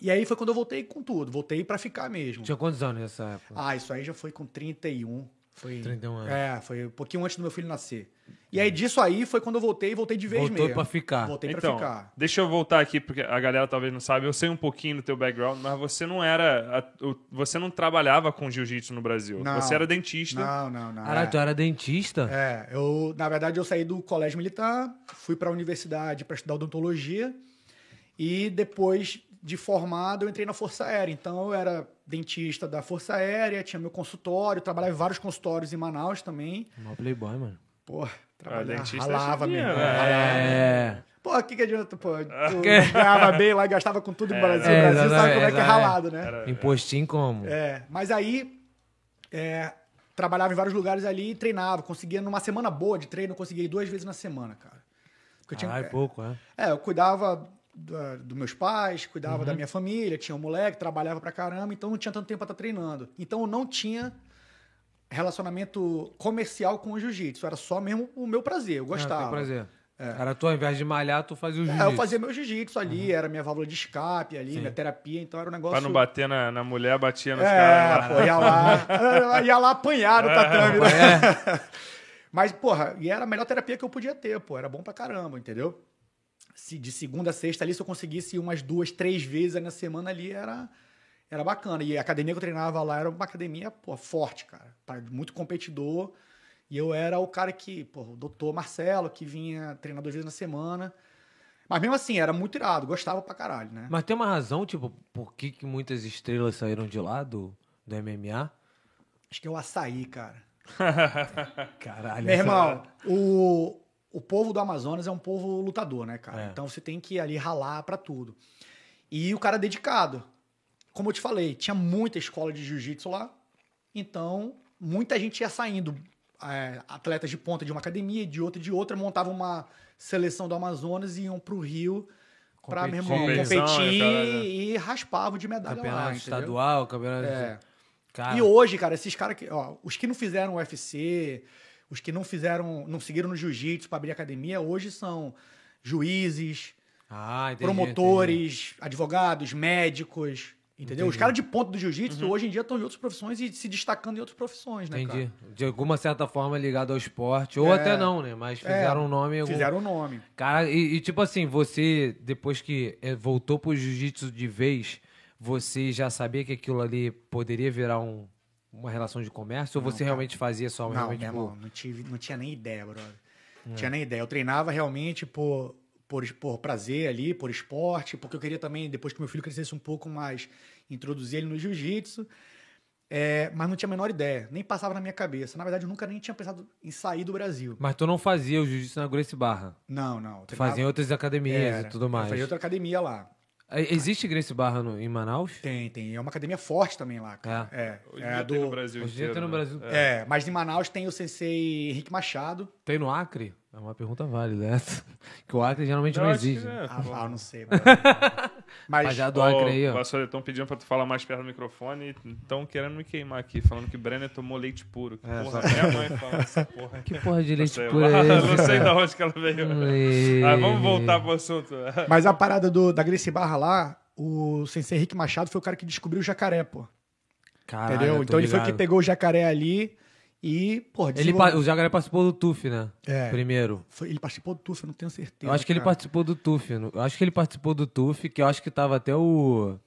Speaker 3: E aí foi quando eu voltei com tudo, voltei pra ficar mesmo.
Speaker 1: Tinha um- quantos anos nessa época?
Speaker 3: né? Ah, isso aí já foi com 31. Foi,
Speaker 1: 31 anos.
Speaker 3: É, foi um pouquinho antes do meu filho nascer. E aí disso aí foi quando eu voltei, voltei de vez
Speaker 1: Voltou
Speaker 3: mesmo.
Speaker 1: pra ficar.
Speaker 3: Voltei
Speaker 2: então,
Speaker 3: pra ficar.
Speaker 2: deixa eu voltar aqui, porque a galera talvez não sabe. Eu sei um pouquinho do teu background, mas você não era. a- o- você não trabalhava com jiu-jitsu no Brasil.
Speaker 3: Não.
Speaker 2: Você era dentista.
Speaker 3: Não, não, é. não.
Speaker 1: Caralho, tu era dentista?
Speaker 3: É, eu, na verdade, eu saí do colégio militar, fui pra universidade pra estudar odontologia e depois de formado eu entrei na Força Aérea. Então eu era dentista da Força Aérea, tinha meu consultório, trabalhava em vários consultórios em Manaus também.
Speaker 1: Mó playboy, mano.
Speaker 3: Pô, trabalhava,
Speaker 2: dentista é
Speaker 3: ralava
Speaker 2: dinheiro,
Speaker 3: mesmo.
Speaker 2: né?
Speaker 3: ralava.
Speaker 1: É.
Speaker 3: Pô, o que, que adianta, pô? Tu ganhava bem lá, gastava com tudo no Brasil.
Speaker 1: é,
Speaker 3: o Brasil sabe como é que é
Speaker 1: exatamente,
Speaker 3: ralado, né?
Speaker 1: Impostinho como?
Speaker 3: É, mas aí é, trabalhava em vários lugares ali e treinava. Conseguia, numa semana boa de treino, eu conseguia ir duas vezes na semana, cara. Porque eu tinha-
Speaker 1: Caralho, pouco, é.
Speaker 3: é, eu cuidava da- dos meus pais, cuidava
Speaker 1: Uhum.
Speaker 3: da minha família, tinha um moleque, trabalhava pra caramba, então não tinha tanto tempo pra estar treinando. Então eu não tinha relacionamento comercial com o jiu-jitsu, era só mesmo o meu prazer, eu
Speaker 1: Ah,
Speaker 3: gostava.
Speaker 1: tem prazer. Era tu, ao invés de malhar, tu fazia o
Speaker 3: É,
Speaker 1: jiu
Speaker 3: eu fazia meu jiu-jitsu ali,
Speaker 1: Uhum.
Speaker 3: era minha válvula de escape ali, minha terapia, então era um negócio.
Speaker 2: Pra não bater na, na mulher, batia nos
Speaker 3: É,
Speaker 2: caras.
Speaker 3: pô, ia lá, ia lá apanhar no tatame, né? Mas, porra, e era a melhor terapia que eu podia ter, pô. Era bom pra caramba, entendeu? Se de segunda a sexta ali, se eu conseguisse umas duas, três vezes na semana ali, era, era bacana. E a academia que eu treinava lá era uma academia, pô, forte, cara. Pra- Muito competidor. E eu era o cara que, pô, o doutor Marcelo, que vinha treinar duas vezes na semana. Mas mesmo assim, era muito irado, gostava pra caralho, né?
Speaker 1: Mas tem uma razão, tipo, por que, que muitas estrelas saíram de lá do, do MMA?
Speaker 3: Acho que é o açaí, cara.
Speaker 1: Caralho.
Speaker 3: Meu
Speaker 1: essa-
Speaker 3: irmão, o, o povo do Amazonas é um povo lutador, né, cara?
Speaker 1: É.
Speaker 3: Então você tem que ali ralar pra tudo. E o cara é dedicado. Como eu te falei, tinha muita escola de jiu-jitsu lá. Então, muita gente ia saindo. é, atletas de ponta de uma academia, de outra, de outra, montava uma seleção do Amazonas e iam pro Rio pra
Speaker 1: Competir.
Speaker 3: meu irmão, competir
Speaker 2: Competição, né,
Speaker 3: e raspavam de medalha
Speaker 1: Campeonato
Speaker 3: lá, entendeu?
Speaker 1: estadual, campeonato.
Speaker 3: É.
Speaker 1: Cara,
Speaker 3: E hoje, cara, esses caras que, ó, os que não fizeram UFC, os que não fizeram, não seguiram no jiu-jitsu pra abrir academia, hoje são juízes,
Speaker 1: Ah, entendi, entendi.
Speaker 3: promotores, advogados, médicos, entendeu? Os caras de ponto do jiu-jitsu hoje em dia estão em outras profissões e se destacando em outras profissões, né,
Speaker 1: Uhum. Entendi.
Speaker 3: cara?
Speaker 1: De alguma certa forma ligado ao esporte, ou
Speaker 3: É.
Speaker 1: até não, né? Mas fizeram um nome. em algum-
Speaker 3: Fizeram o nome.
Speaker 1: Cara, e, e tipo assim, você, depois que eh, voltou pro jiu-jitsu de vez, você já sabia que aquilo ali poderia virar um- uma relação de comércio? ou você realmente fazia só
Speaker 3: Não,
Speaker 1: realmente tipo, É.
Speaker 3: meu
Speaker 1: por-
Speaker 3: irmão, não, tive, não tinha nem ideia, brother. Não tinha nem ideia. Eu treinava realmente por, por, por prazer ali, por esporte, porque eu queria também, depois que meu filho crescesse um pouco mais, introduzir ele no jiu-jitsu. É, mas não tinha a menor ideia, nem passava na minha cabeça. Na verdade, eu nunca nem tinha pensado em sair do Brasil.
Speaker 1: Mas tu não fazia o jiu-jitsu na Gracie Barra.
Speaker 3: Não, não. eu
Speaker 1: Tu
Speaker 3: treinava-
Speaker 1: fazia em outras academias
Speaker 3: Era.
Speaker 1: e tudo mais.
Speaker 3: Eu fazia outra academia lá.
Speaker 1: E- Existe Gracie Barra no- em Manaus?
Speaker 3: Tem, tem. É uma academia forte também lá, cara. É.
Speaker 2: Hoje em
Speaker 3: é
Speaker 2: dia
Speaker 3: a
Speaker 2: tem no
Speaker 3: do...
Speaker 2: Brasil
Speaker 1: Hoje em dia tem
Speaker 2: inteiro,
Speaker 1: no
Speaker 2: né?
Speaker 1: Brasil.
Speaker 3: É, mas em Manaus tem o sensei Henrique Machado.
Speaker 1: Tem no Acre? É uma pergunta válida essa. Que o Acre geralmente não,
Speaker 2: Eu acho que
Speaker 1: exige.
Speaker 2: é,
Speaker 3: Ah,
Speaker 2: pô.
Speaker 3: ah, não sei. mano. Mas-
Speaker 1: Rapaziada do Acre aí, ó.
Speaker 2: estão pedindo pra tu falar mais perto do microfone e estão querendo me queimar aqui, falando que Brenner tomou leite puro. Que
Speaker 3: É,
Speaker 2: porra, minha mãe fala essa porra.
Speaker 1: Que porra de leite é
Speaker 2: Sei
Speaker 1: pura
Speaker 2: lá,
Speaker 1: é esse?
Speaker 2: Não sei
Speaker 1: cara?
Speaker 2: de onde que ela veio.
Speaker 1: Ei.
Speaker 2: Ah, vamos voltar pro assunto.
Speaker 3: Mas a parada do, da Gracie Barra lá, o Sensei Henrique Machado foi o cara que descobriu o jacaré, pô.
Speaker 1: Caralho,
Speaker 3: Entendeu?
Speaker 1: Ah, eu tô
Speaker 3: então ele foi o que
Speaker 1: ligado.
Speaker 3: pegou o jacaré ali e, pô,
Speaker 1: Ele,
Speaker 3: desenvolveu-
Speaker 1: pa- o Jacaré participou do TUF, né?
Speaker 3: É.
Speaker 1: Primeiro.
Speaker 3: foi- ele participou do TUF, eu não tenho certeza.
Speaker 1: Eu acho que ele
Speaker 3: cara.
Speaker 1: participou do TUF. no- Eu acho que ele participou do TUF, que eu acho que tava até o.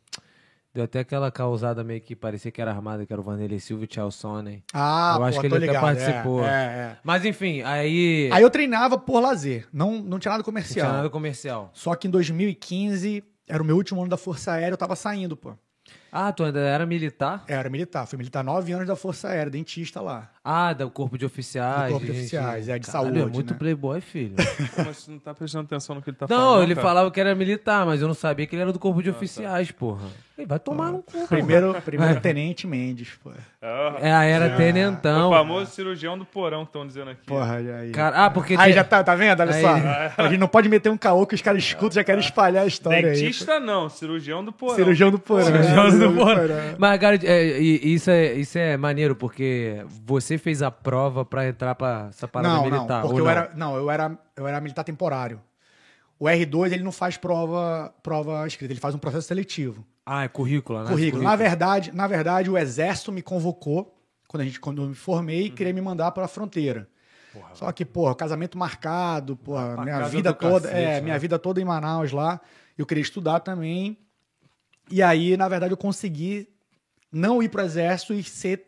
Speaker 1: Deu até aquela causada meio que parecia que era armada, que era o Vanderlei Silva e o Charles Sonnen.
Speaker 3: Ah,
Speaker 1: Eu
Speaker 3: pô,
Speaker 1: acho que
Speaker 3: tô
Speaker 1: ele até
Speaker 3: ligado, é,
Speaker 1: participou.
Speaker 3: é,
Speaker 1: Mas enfim, aí.
Speaker 3: é. Aí eu treinava por lazer, não, não tinha nada
Speaker 1: não tinha
Speaker 3: comercial.
Speaker 1: nada comercial.
Speaker 3: Só que em 2015, era o meu último ano da Força Aérea, eu tava saindo, pô. É,
Speaker 1: Ah, tu ainda era militar?
Speaker 3: Era militar, fui militar nove anos da Força Aérea, dentista lá.
Speaker 1: Ah, do Corpo de Oficiais.
Speaker 3: Do Corpo de
Speaker 1: gente.
Speaker 3: Oficiais, é, de
Speaker 1: Caralho,
Speaker 3: saúde,
Speaker 1: É muito
Speaker 3: né?
Speaker 1: playboy, filho.
Speaker 2: Mas você não tá prestando atenção no que ele tá falando.
Speaker 1: não, ele
Speaker 2: cara?
Speaker 1: falava que era militar, mas eu não sabia que ele era do
Speaker 3: Ah,
Speaker 1: Corpo de
Speaker 3: tá.
Speaker 1: Oficiais, porra. Ele vai tomar no cu.
Speaker 3: Primeiro, primeiro Tenente Mendes, pô.
Speaker 2: Ah,
Speaker 1: É, aí era
Speaker 2: o
Speaker 1: tenentão.
Speaker 2: famoso cirurgião do porão que estão dizendo aqui.
Speaker 3: Porra, olha aí.
Speaker 1: Cara, ah, porque.
Speaker 3: Aí
Speaker 1: tem-
Speaker 3: já tá, tá vendo? Olha
Speaker 1: Aí.
Speaker 3: só. A gente não pode meter um caô que os caras escutam e já querem espalhar a história aí. pô.
Speaker 2: Dentista não, cirurgião do porão.
Speaker 3: Cirurgião do porão.
Speaker 1: Cirurgião do Porão.
Speaker 3: porão.
Speaker 1: Mas, cara, é, e- isso, é, isso é maneiro, porque você fez a prova pra entrar pra essa parada
Speaker 3: Não, não,
Speaker 1: militar.
Speaker 3: porque
Speaker 1: ou
Speaker 3: eu
Speaker 1: não?
Speaker 3: era, não, eu era, eu era militar temporário. O R2 ele não faz prova, prova escrita, ele faz um processo seletivo.
Speaker 1: Ah, é currículo, né?
Speaker 3: Currículo. Na verdade, na verdade, o exército me convocou quando a gente quando eu me formei e
Speaker 1: Hum.
Speaker 3: queria me mandar pra fronteira. Só que, porra, casamento marcado, porra,
Speaker 1: pra
Speaker 3: minha
Speaker 1: casa
Speaker 3: vida
Speaker 1: do
Speaker 3: toda,
Speaker 1: cacete,
Speaker 3: é,
Speaker 1: né?
Speaker 3: minha vida toda em Manaus lá. Eu queria estudar também. E aí, na verdade, eu consegui não ir pro exército e ser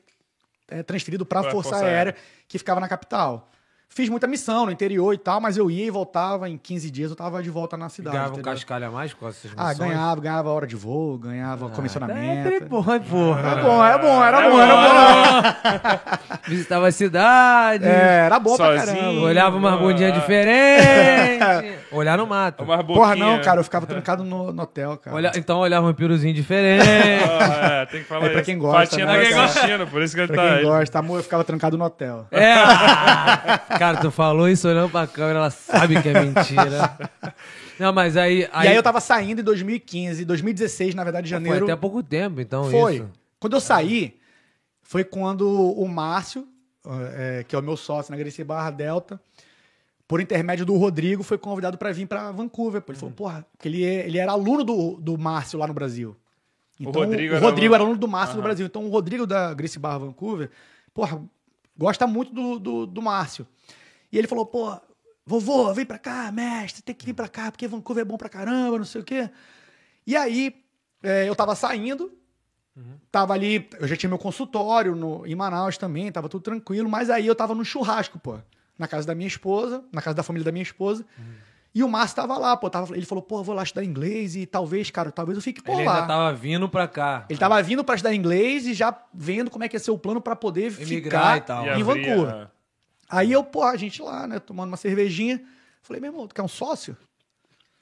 Speaker 3: é, transferido pra
Speaker 2: Pra
Speaker 3: Força,
Speaker 2: Força
Speaker 3: Aérea, que ficava na capital. Fiz muita missão no interior e tal, mas eu ia e voltava. Em 15 dias eu tava de volta na cidade.
Speaker 1: Ganhava um
Speaker 3: entendeu?
Speaker 1: cascalho a mais com essas
Speaker 3: Ah,
Speaker 1: missões?
Speaker 3: ganhava, ganhava hora de voo, ganhava comissionamento.
Speaker 1: Ah, É playboy, porra.
Speaker 3: Era bom, era bom, era
Speaker 2: É
Speaker 3: bom, era bom.
Speaker 1: Visitava a cidade,
Speaker 3: É, era bom pra
Speaker 2: Sozinho.
Speaker 3: caramba.
Speaker 1: olhava uma bundinha diferente. Olhar no mato.
Speaker 2: é Uma
Speaker 3: Porra,
Speaker 2: boquinha.
Speaker 3: não, cara, eu ficava trancado no, no hotel, cara.
Speaker 1: Olha, então olhava um piruzinho diferente.
Speaker 2: Ah, é, tem que falar
Speaker 3: É pra
Speaker 2: isso.
Speaker 3: quem gosta,
Speaker 2: Fatinha
Speaker 3: né,
Speaker 2: da
Speaker 3: cara?
Speaker 2: Gagostina, por isso que ele
Speaker 3: pra
Speaker 2: tá
Speaker 3: quem
Speaker 2: aí.
Speaker 3: gosta, amor, eu ficava trancado no hotel.
Speaker 1: É! Cara, tu falou isso olhando pra câmera, ela sabe que é mentira. Não, mas aí.
Speaker 3: E aí eu tava saindo em 2015, 2016, na verdade, janeiro.
Speaker 1: Foi até pouco tempo, então
Speaker 3: Foi.
Speaker 1: isso.
Speaker 3: Quando eu saí, foi quando o Márcio, eh, que é o meu sócio na Gracie Barra Delta, por intermédio do Rodrigo, foi convidado pra vir pra Vancouver. pô. Ele
Speaker 1: Uhum.
Speaker 3: falou, porra, porque ele, é- ele era aluno do, do Márcio lá no Brasil.
Speaker 2: O
Speaker 3: Então,
Speaker 2: Rodrigo
Speaker 3: o
Speaker 2: era
Speaker 3: Rodrigo
Speaker 2: aluno-
Speaker 3: era aluno do Márcio no
Speaker 2: Aham.
Speaker 3: Brasil. Então, o Rodrigo da Gracie Barra Vancouver, porra, gosta muito do, do, do Márcio. E ele falou, pô, vovô, vem pra cá, mestre, tem que vir pra cá, porque Vancouver é bom pra caramba, não sei o quê. E aí, eh, eu tava saindo, tava ali, eu já tinha meu consultório no, em Manaus também, tava tudo tranquilo, mas aí eu tava num churrasco, pô, na casa da minha esposa, na casa da família da minha esposa. E o Márcio tava lá, pô, tava, ele falou, pô, eu vou lá estudar inglês e talvez, cara, talvez eu fique por
Speaker 1: ele
Speaker 3: lá.
Speaker 1: ainda tava vindo pra cá.
Speaker 3: Ele tava vindo pra estudar inglês e já vendo como é que ia ser o plano pra poder
Speaker 1: Emigrar
Speaker 3: ficar
Speaker 1: e tal.
Speaker 2: E é.
Speaker 3: em
Speaker 2: abria-
Speaker 3: Vancouver. Aí eu, pô, a gente lá, né, tomando uma cervejinha. Falei, meu irmão, tu quer um sócio?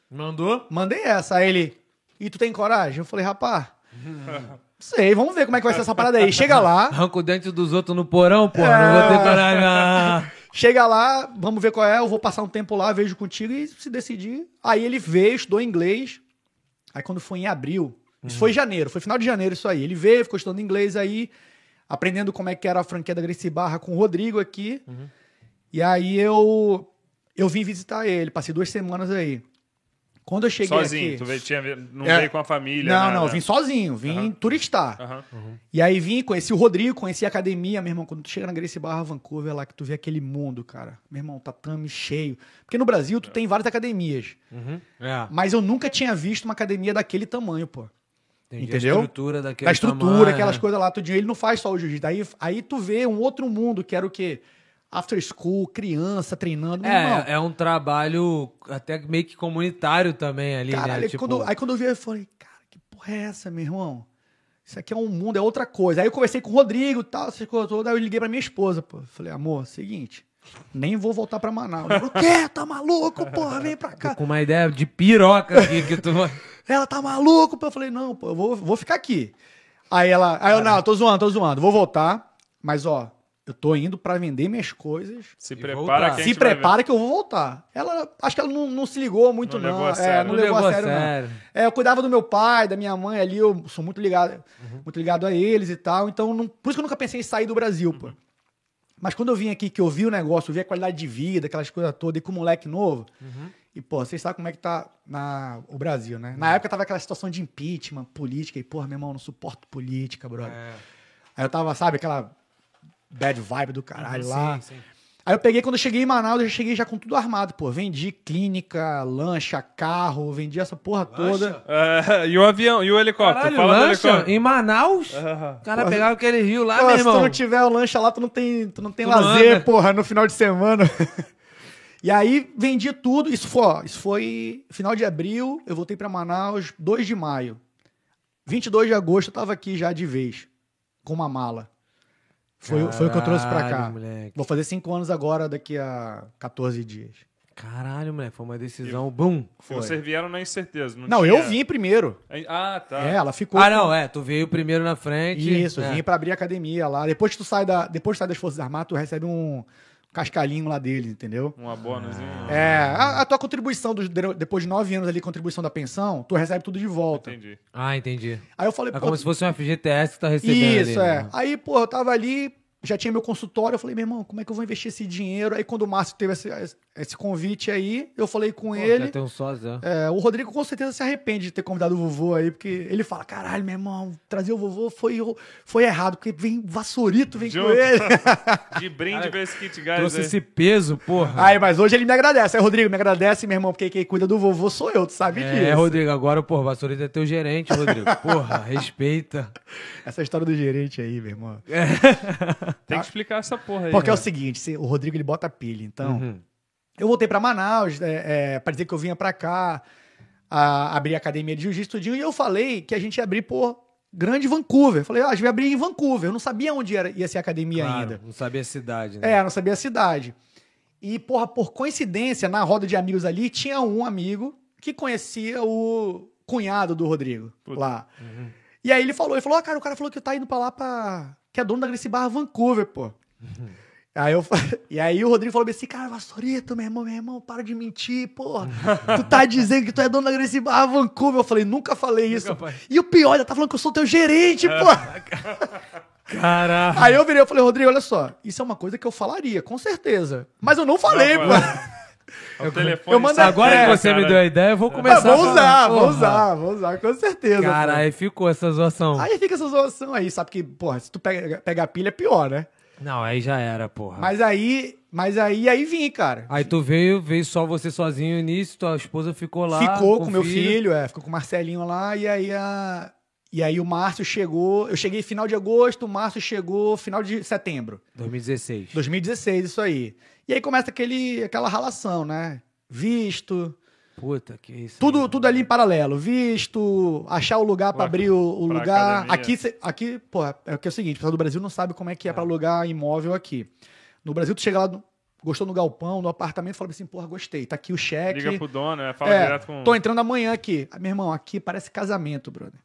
Speaker 1: Mandou?
Speaker 3: Mandei essa. Aí ele, e tu tem coragem? Eu falei, rapá, sei, vamos ver como é que vai ser essa parada aí. Chega lá,
Speaker 1: Arranca o dente dos outros no porão, porra.
Speaker 3: É.
Speaker 1: Não vou ter coragem. Ah.
Speaker 3: chega lá, vamos ver qual é, eu vou passar um tempo lá, vejo contigo e se decidir. Aí ele veio, estudou inglês. Aí quando foi em abril,
Speaker 2: Uhum.
Speaker 3: isso foi em janeiro, foi final de janeiro isso aí. Ele veio, ficou estudando inglês aí, aprendendo como é que era a franquia da Gracie Barra com o Rodrigo aqui.
Speaker 2: Uhum.
Speaker 3: E aí eu eu vim visitar ele, passei duas semanas aí. Quando eu cheguei
Speaker 2: Sozinho,
Speaker 3: aqui,
Speaker 2: tu veio- tinha, não
Speaker 3: É.
Speaker 2: veio com a família.
Speaker 3: Não,
Speaker 2: nada.
Speaker 3: não, eu vim sozinho, vim
Speaker 2: né? Aham.
Speaker 3: turistar.
Speaker 2: Aham.
Speaker 3: E aí vim, conheci o Rodrigo, conheci a academia, meu irmão. Quando tu chega na Gracie Barra Vancouver, lá que tu vê aquele mundo, cara. Meu irmão, tatame cheio. Porque no Brasil tu tem várias academias.
Speaker 1: É,
Speaker 3: Mas eu nunca tinha visto uma academia daquele tamanho, pô.
Speaker 1: entendi
Speaker 3: Entendeu?
Speaker 1: A estrutura daquele
Speaker 3: da estrutura,
Speaker 1: tamanho,
Speaker 3: aquelas
Speaker 1: né?
Speaker 3: coisas lá, tudinho. Ele não faz só o jiu-jitsu. Daí, aí tu vê um outro mundo, que era o quê? After school, criança treinando. Meu irmão,
Speaker 1: É, é um trabalho até meio que comunitário também ali,
Speaker 3: Caralho,
Speaker 1: né?
Speaker 3: aí quando- aí quando eu vi, eu falei, cara, que porra é essa, meu irmão? Isso aqui é um mundo, é outra coisa. Aí eu conversei com o Rodrigo e tal, essas coisas todas. Aí eu liguei pra minha esposa, pô. Falei, amor, seguinte, nem vou voltar pra Manaus. Ela falou, o quê? Tá maluco, porra? Vem pra
Speaker 1: Tô
Speaker 3: cá.
Speaker 1: com uma ideia de piroca aqui que tu.
Speaker 3: Ela tá maluco, pô. Eu falei, não, pô, eu vou, vou ficar aqui. Aí ela, aí eu, não, tô zoando, tô zoando, vou voltar. Mas, ó, eu tô indo pra vender minhas coisas.
Speaker 2: Se
Speaker 5: E
Speaker 2: prepara
Speaker 5: voltar.
Speaker 2: que a
Speaker 5: a
Speaker 3: se
Speaker 2: gente vai ver.
Speaker 3: prepara que eu vou voltar. Ela, acho que ela não, não se ligou muito,
Speaker 2: Não
Speaker 3: não.
Speaker 2: levou a
Speaker 3: É,
Speaker 2: sério.
Speaker 3: não levou, a sério, não.
Speaker 1: sério.
Speaker 3: É, eu cuidava do meu pai, da minha mãe ali, eu sou muito ligado,
Speaker 1: Uhum.
Speaker 3: muito ligado a eles e tal. Então, não- por isso que eu nunca pensei em sair do Brasil,
Speaker 1: Uhum.
Speaker 3: pô. Mas quando eu vim aqui, que eu vi o negócio, eu vi a qualidade de vida, aquelas coisas todas, e com o moleque novo.
Speaker 1: Uhum.
Speaker 3: E, pô, vocês sabem como é que tá na, o Brasil, né?
Speaker 1: Uhum.
Speaker 3: Na época tava aquela situação de impeachment, política, e, porra, meu irmão, eu não suporto política, brother.
Speaker 5: É.
Speaker 3: Aí eu tava, sabe, aquela bad vibe do caralho lá.
Speaker 1: Uhum, Sim, sim.
Speaker 3: Aí eu peguei, quando eu cheguei em Manaus, eu já cheguei já com tudo armado, pô. Vendi clínica, lancha, carro, vendi essa porra toda.
Speaker 2: É, e o avião, e o helicóptero?
Speaker 1: Caralho,
Speaker 2: Fala do
Speaker 1: lancha
Speaker 2: helicóptero.
Speaker 1: em Manaus?
Speaker 2: Aham.
Speaker 1: O cara pegava aquele rio lá,
Speaker 3: Pô,
Speaker 1: Tá, meu
Speaker 3: se tu
Speaker 1: irmão.
Speaker 3: não tiver o lancha lá, tu não tem, tu não tem
Speaker 1: Tu não
Speaker 3: lazer,
Speaker 1: anda.
Speaker 3: porra, no final de semana. e aí vendi tudo. Isso foi, ó, isso foi final de abril, eu voltei pra Manaus, 2 de maio. 22 de agosto eu tava aqui já de vez, com uma mala. Foi, foi o que eu trouxe pra cá.
Speaker 1: Caralho, moleque.
Speaker 3: Vou fazer 5 anos agora, daqui a 14 dias.
Speaker 1: Caralho, moleque, foi uma decisão. Bum.
Speaker 3: Foi.
Speaker 2: Vocês vieram na incerteza. Não,
Speaker 3: Não,
Speaker 2: tinha-
Speaker 3: eu vim primeiro.
Speaker 2: Ah, tá.
Speaker 3: É, ela ficou.
Speaker 1: Ah, não, é. Tu veio primeiro na frente.
Speaker 3: Isso,
Speaker 1: é.
Speaker 3: vim pra abrir a academia lá. Depois que tu sai da, depois que tu sai das Forças Armadas, tu recebe um cascalhinho lá deles, entendeu?
Speaker 2: Um abonozinho.
Speaker 3: É, a, a tua contribuição, dos- de- depois de nove anos ali, contribuição da pensão, tu recebe tudo de volta.
Speaker 2: Entendi.
Speaker 1: Ah, entendi.
Speaker 3: Aí eu falei,
Speaker 1: É
Speaker 3: pô,
Speaker 1: como se fosse um FGTS que tá recebendo.
Speaker 3: isso,
Speaker 1: ali,
Speaker 3: é.
Speaker 1: né?
Speaker 3: Aí, pô, eu tava ali, já tinha meu consultório, eu falei, meu irmão, como é que eu vou investir esse dinheiro? Aí quando o Márcio teve esse, esse convite aí, eu falei com
Speaker 1: Pô,
Speaker 3: ele.
Speaker 1: Já tem um sósia.
Speaker 3: É, o Rodrigo com certeza se arrepende de ter convidado o vovô aí, porque ele fala: caralho, meu irmão, trazer o vovô foi, foi errado, porque vem vassourito, vem
Speaker 2: Junto.
Speaker 3: com ele.
Speaker 2: De brinde pra esse kit gás
Speaker 1: Trouxe
Speaker 2: aí.
Speaker 1: esse peso, porra.
Speaker 3: Aí, mas hoje ele me agradece. Aí, Rodrigo, me agradece, meu irmão, porque quem cuida do vovô sou eu, tu sabe disso.
Speaker 1: É, Rodrigo, agora, porra, Vassourita é teu gerente, Rodrigo. Porra, respeita.
Speaker 3: Essa é história do gerente aí, meu irmão.
Speaker 2: Tem que explicar essa porra aí.
Speaker 3: Ah. Porque é o
Speaker 2: né?
Speaker 3: seguinte: se- o Rodrigo ele bota pilha, então.
Speaker 1: Uhum.
Speaker 3: Eu voltei pra Manaus é, é, pra dizer que eu vinha pra cá, a, abrir a academia de jiu-jitsu tudinho, e eu falei que a gente ia abrir por Grande Vancouver. Falei, ó, a gente vai abrir em Vancouver. Eu não sabia onde era- ia ser a academia
Speaker 1: Claro,
Speaker 3: ainda.
Speaker 1: Não sabia a cidade, né?
Speaker 3: É, eu não sabia a cidade. E, porra, por coincidência, na roda de amigos ali, tinha um amigo que conhecia o cunhado do Rodrigo
Speaker 2: Puta.
Speaker 3: lá.
Speaker 1: Uhum.
Speaker 3: E aí ele falou, ele falou, ah, cara, o cara falou que tá indo pra lá pra... que é dono da Gracie Barra Vancouver, pô.
Speaker 1: Uhum.
Speaker 3: Aí eu, fa- e aí o Rodrigo falou assim, cara, Vassourito, meu irmão, meu irmão, para de mentir, porra. Tu tá dizendo que tu é dono da Gracie Barra Vancouver. Eu falei, nunca falei isso.
Speaker 1: falei. É.
Speaker 3: E o pior, ainda tá falando que eu sou teu gerente, pô.
Speaker 1: Caralho.
Speaker 3: Aí eu virei e falei, Rodrigo, olha só, isso é uma coisa que eu falaria, com certeza. Mas eu não falei,
Speaker 2: Não,
Speaker 3: pô.
Speaker 2: O telefone
Speaker 3: eu mando-
Speaker 2: sabe
Speaker 1: Agora
Speaker 2: tudo,
Speaker 1: que você
Speaker 2: cara.
Speaker 1: me deu a ideia, eu vou
Speaker 3: é Ah,
Speaker 1: começar a
Speaker 3: vou
Speaker 1: falar.
Speaker 3: usar, vou
Speaker 1: Porra.
Speaker 3: usar, vou usar, com certeza. pô.
Speaker 1: Cara, aí ficou essa zoação.
Speaker 3: Aí fica essa zoação aí, sabe que, porra, se tu pega, pega a pilha é pior, né?
Speaker 1: Não, aí já era, porra.
Speaker 3: Mas aí, mas aí, aí vim, cara.
Speaker 1: Aí tu veio, veio só você sozinho no início, tua esposa ficou lá.
Speaker 3: Ficou com, meu filho, é, ficou com o Marcelinho lá, e aí a... E aí o Márcio chegou, eu cheguei final de agosto, o Márcio chegou final de setembro.
Speaker 1: 2016.
Speaker 3: 2016, isso aí. E aí começa aquele, aquela relação, né? Visto,
Speaker 1: Puta que isso.
Speaker 3: Tudo, tudo ali em paralelo. Visto, achar o lugar pra
Speaker 2: Pra-
Speaker 3: abrir o, o
Speaker 2: pra
Speaker 3: lugar.
Speaker 2: academia.
Speaker 3: Aqui, cê- aqui, porra, é que é o seguinte, o pessoal do Brasil não sabe como é que é, pra alugar imóvel aqui. No Brasil, tu chega lá, no- gostou no galpão, no apartamento, fala assim, porra, gostei, tá aqui o cheque.
Speaker 2: Liga pro dono, né? fala
Speaker 3: É,
Speaker 2: direto com.
Speaker 3: Tô entrando amanhã aqui. Ah, meu irmão, aqui parece casamento, brother.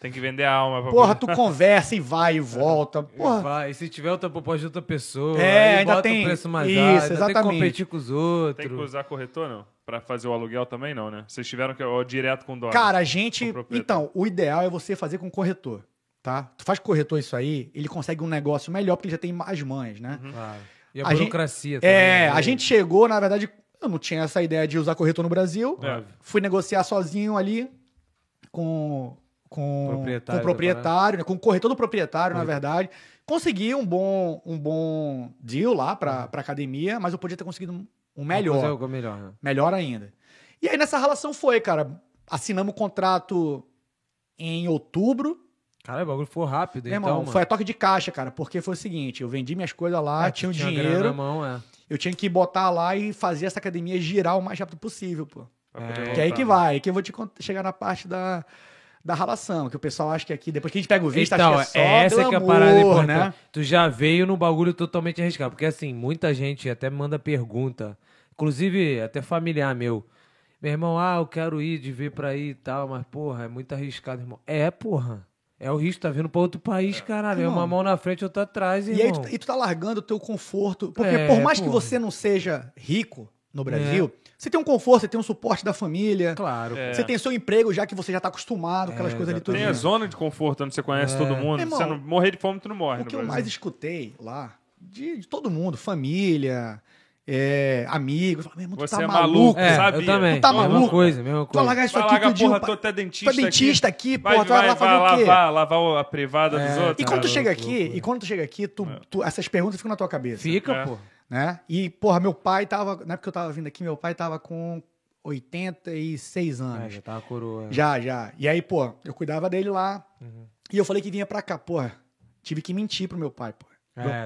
Speaker 2: Tem que vender a alma pra
Speaker 3: Porra, tu conversa e vai e
Speaker 2: É.
Speaker 3: volta. Porra,
Speaker 1: Vai, e se tiver outra proposta de outra pessoa,
Speaker 3: É,
Speaker 1: aí
Speaker 3: ainda
Speaker 1: bota
Speaker 3: tem-
Speaker 1: o preço mais
Speaker 3: isso,
Speaker 1: alto, ainda tem que
Speaker 3: exatamente.
Speaker 1: competir com os outros.
Speaker 2: Tem que usar corretor, não? Pra fazer o aluguel também, não, né? Vocês tiveram que. Ou direto com o dono.
Speaker 3: Cara, a
Speaker 2: com
Speaker 3: gente.
Speaker 2: o proprietário.
Speaker 3: Então, o ideal é você fazer com corretor, tá? Tu faz com corretor isso aí, ele consegue um negócio melhor, porque ele já tem as mães,
Speaker 2: Uhum.
Speaker 3: né?
Speaker 1: Claro. E a,
Speaker 3: A gente-
Speaker 1: burocracia também.
Speaker 3: É,
Speaker 1: né?
Speaker 3: a gente chegou, na verdade, eu não tinha essa ideia de usar corretor no Brasil.
Speaker 2: É.
Speaker 3: Fui negociar sozinho ali com com
Speaker 1: Proprietário
Speaker 3: com o proprietário, né, com o corretor do proprietário, na
Speaker 1: Corretor.
Speaker 3: verdade. Consegui um bom um bom deal lá pra, pra academia, mas eu podia ter conseguido um- um
Speaker 1: Uma coisa
Speaker 3: melhor,
Speaker 1: é o melhor, né?
Speaker 3: melhor ainda. E aí nessa relação foi, cara, assinamos o contrato em outubro.
Speaker 1: Cara, o bagulho foi rápido,
Speaker 3: Meu
Speaker 1: então,
Speaker 3: irmão,
Speaker 1: mano.
Speaker 3: foi a toque de caixa, cara, porque foi o seguinte, eu vendi minhas coisas lá,
Speaker 1: É,
Speaker 3: tinha o
Speaker 1: a grana
Speaker 3: dinheiro,
Speaker 1: na mão, é.
Speaker 3: eu tinha que botar lá e fazer essa academia girar o mais rápido possível, pô.
Speaker 2: Pra poder
Speaker 1: É.
Speaker 2: voltar,
Speaker 3: Que é aí que
Speaker 2: né?
Speaker 3: vai, aí que eu vou te cont- chegar na parte da, da relação, que o pessoal acha que aqui, depois que a gente pega o visto,
Speaker 1: Então, é
Speaker 3: acha que é só
Speaker 1: essa que é a
Speaker 3: glamour,
Speaker 1: parada importante.
Speaker 3: né?
Speaker 1: Tu já veio num bagulho totalmente arriscado. Porque, assim, muita gente até me manda pergunta. Inclusive, até familiar meu. Meu irmão, ah, eu quero ir de vir pra aí e tal, mas, porra, é muito arriscado, irmão. É, porra. É o risco, tá vindo pra outro país, caralho. É
Speaker 3: Irmão.
Speaker 1: uma mão na frente, outra atrás,
Speaker 3: E aí
Speaker 1: irmão.
Speaker 3: tu, e tu tá largando o teu conforto. Porque
Speaker 1: É,
Speaker 3: por mais que
Speaker 1: porra.
Speaker 3: você não seja rico no Brasil, você tem um conforto, você tem um suporte da família.
Speaker 1: É Claro. pô.
Speaker 3: Você tem seu emprego já que você já tá acostumado, aquelas
Speaker 1: É,
Speaker 3: coisas ali tudo. É.
Speaker 2: Tem a zona de conforto onde você conhece todo mundo.
Speaker 3: Irmão,
Speaker 2: você não morrer de fome, tu não morre
Speaker 3: O
Speaker 2: no
Speaker 3: que eu
Speaker 2: Brasil.
Speaker 3: mais escutei lá, de, de todo mundo, família, é, amigos, fala, meu irmão, tu
Speaker 2: Você
Speaker 3: tá
Speaker 2: é
Speaker 3: maluco.
Speaker 2: maluco,
Speaker 1: É,
Speaker 2: Sabia.
Speaker 1: eu também.
Speaker 3: Tu tá maluco?
Speaker 1: Mesma coisa, mesma
Speaker 3: Tu vai
Speaker 1: coisa.
Speaker 3: largar isso
Speaker 2: Vai
Speaker 3: aqui
Speaker 2: largar a
Speaker 3: todo dia.
Speaker 2: porra,
Speaker 3: pra-
Speaker 2: tô até dentista
Speaker 3: Tu é dentista aqui,
Speaker 2: Vai,
Speaker 3: porra, tu vai
Speaker 2: vai,
Speaker 3: lá
Speaker 2: vai
Speaker 3: fazer o quê? É.
Speaker 2: lavar, lavar a privada dos outros.
Speaker 3: E quando tu
Speaker 1: Cara,
Speaker 3: chega
Speaker 1: louco,
Speaker 3: aqui,
Speaker 1: louco,
Speaker 3: e quando tu chega aqui, tu, tu- essas perguntas ficam na tua cabeça.
Speaker 1: Fica,
Speaker 2: É.
Speaker 1: pô.
Speaker 3: Né? E, porra, meu pai tava. Na época que eu tava vindo aqui, meu pai tava com 86
Speaker 1: É,
Speaker 3: anos.
Speaker 1: já tá uma
Speaker 2: Ah,
Speaker 1: coroa.
Speaker 3: Ah, Já, já. E aí, pô, eu cuidava dele lá.
Speaker 2: Uhum.
Speaker 3: E eu falei que vinha pra cá, porra. Tive que mentir pro meu pai, porra.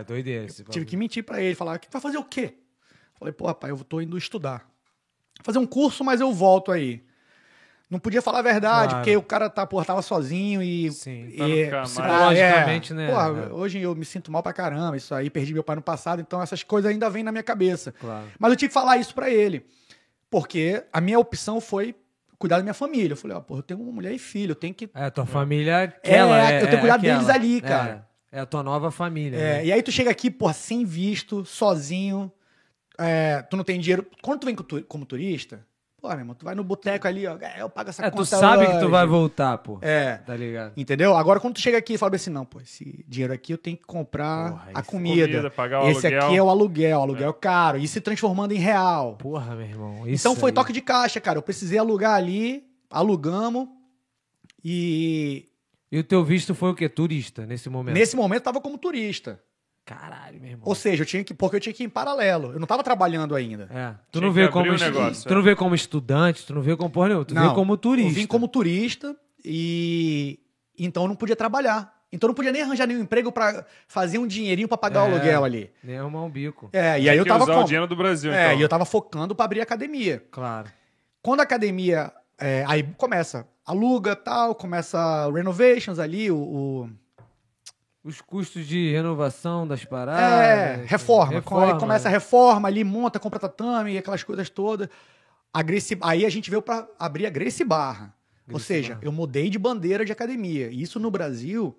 Speaker 1: É, doideira. esse
Speaker 3: Tive
Speaker 1: bagulho.
Speaker 3: que mentir pra ele, falar, "Que tu vai fazer o quê? Falei, pô, pai, eu tô indo estudar. Fazer um curso, mas eu volto aí. Não podia falar a verdade,
Speaker 1: Claro.
Speaker 3: porque o cara tá, porra, tava sozinho e.
Speaker 1: Sim,
Speaker 2: pra não
Speaker 3: e-
Speaker 2: ficar mal.
Speaker 1: Psicologicamente, né?
Speaker 3: Porra,
Speaker 1: É.
Speaker 3: hoje eu me sinto mal pra caramba, isso aí, perdi meu pai no passado, então essas coisas ainda vêm na minha cabeça.
Speaker 1: Claro.
Speaker 3: Mas eu tive que falar isso pra ele. Porque a minha opção foi cuidar da minha família. Eu falei, ó, porra, eu tenho uma mulher e filho, eu tenho que.
Speaker 1: É, tua família é aquela.
Speaker 3: É, eu tenho que cuidar
Speaker 1: aquela.
Speaker 3: deles ali, cara.
Speaker 1: É, é a tua nova família.
Speaker 3: É,
Speaker 1: né?
Speaker 3: e aí tu chega aqui, porra, sem visto, sozinho, é, tu não tem dinheiro. Quando tu vem com tu- como turista, pô, meu irmão, tu vai no boteco ali, ó, é, eu pago essa
Speaker 1: É,
Speaker 3: conta
Speaker 1: tu sabe que tu
Speaker 3: hoje.
Speaker 1: vai voltar, pô.
Speaker 3: É,
Speaker 1: Tá ligado?
Speaker 3: entendeu? Agora quando tu chega aqui e fala assim, não, pô, esse dinheiro aqui eu tenho que comprar
Speaker 1: Porra,
Speaker 3: a
Speaker 1: isso. é
Speaker 3: comida.
Speaker 2: pagar o
Speaker 3: esse
Speaker 2: aluguel.
Speaker 3: aqui é o aluguel, o aluguel caro, e se transformando em real.
Speaker 1: Porra, meu irmão. Isso
Speaker 3: Então foi
Speaker 1: aí.
Speaker 3: toque de caixa, cara, eu precisei alugar ali, alugamos, e
Speaker 1: E o teu visto foi o quê? Turista, nesse momento?
Speaker 3: nesse momento eu tava como turista.
Speaker 1: Caralho, meu irmão.
Speaker 3: Ou seja, eu tinha que, porque eu tinha que ir em paralelo, eu não tava trabalhando ainda.
Speaker 1: É. Tu
Speaker 2: Tinha
Speaker 1: não
Speaker 2: que
Speaker 1: vê
Speaker 2: abrir
Speaker 1: como
Speaker 2: o
Speaker 1: estu-
Speaker 2: negócio,
Speaker 1: Tu
Speaker 2: é.
Speaker 1: não vê como estudante, tu não vê como porra nenhuma, tu vê como turista.
Speaker 3: Eu vim como turista e então eu não podia trabalhar. Então eu não podia nem arranjar nenhum emprego pra fazer um dinheirinho pra pagar o
Speaker 1: É.
Speaker 3: aluguel ali.
Speaker 1: Nem arrumar um bico.
Speaker 3: É, e aí
Speaker 2: Tinha
Speaker 3: eu
Speaker 2: que
Speaker 3: tava
Speaker 2: usar o
Speaker 3: como?
Speaker 2: dinheiro do Brasil,
Speaker 3: É,
Speaker 2: então.
Speaker 3: e eu tava focando pra abrir a academia.
Speaker 1: Claro.
Speaker 3: Quando a academia é, aí começa aluga tal, começa renovations ali, o, o-
Speaker 1: Os custos de renovação das
Speaker 3: é,
Speaker 1: paradas. né?
Speaker 3: reforma.
Speaker 1: é.
Speaker 3: Aí começa a reforma ali, monta, compra tatame, aquelas coisas todas. A Grace- aí a gente veio pra abrir a Grace Barra. Ou
Speaker 1: Gracie
Speaker 3: seja,
Speaker 1: Barra.
Speaker 3: eu mudei de bandeira de academia. E Isso no Brasil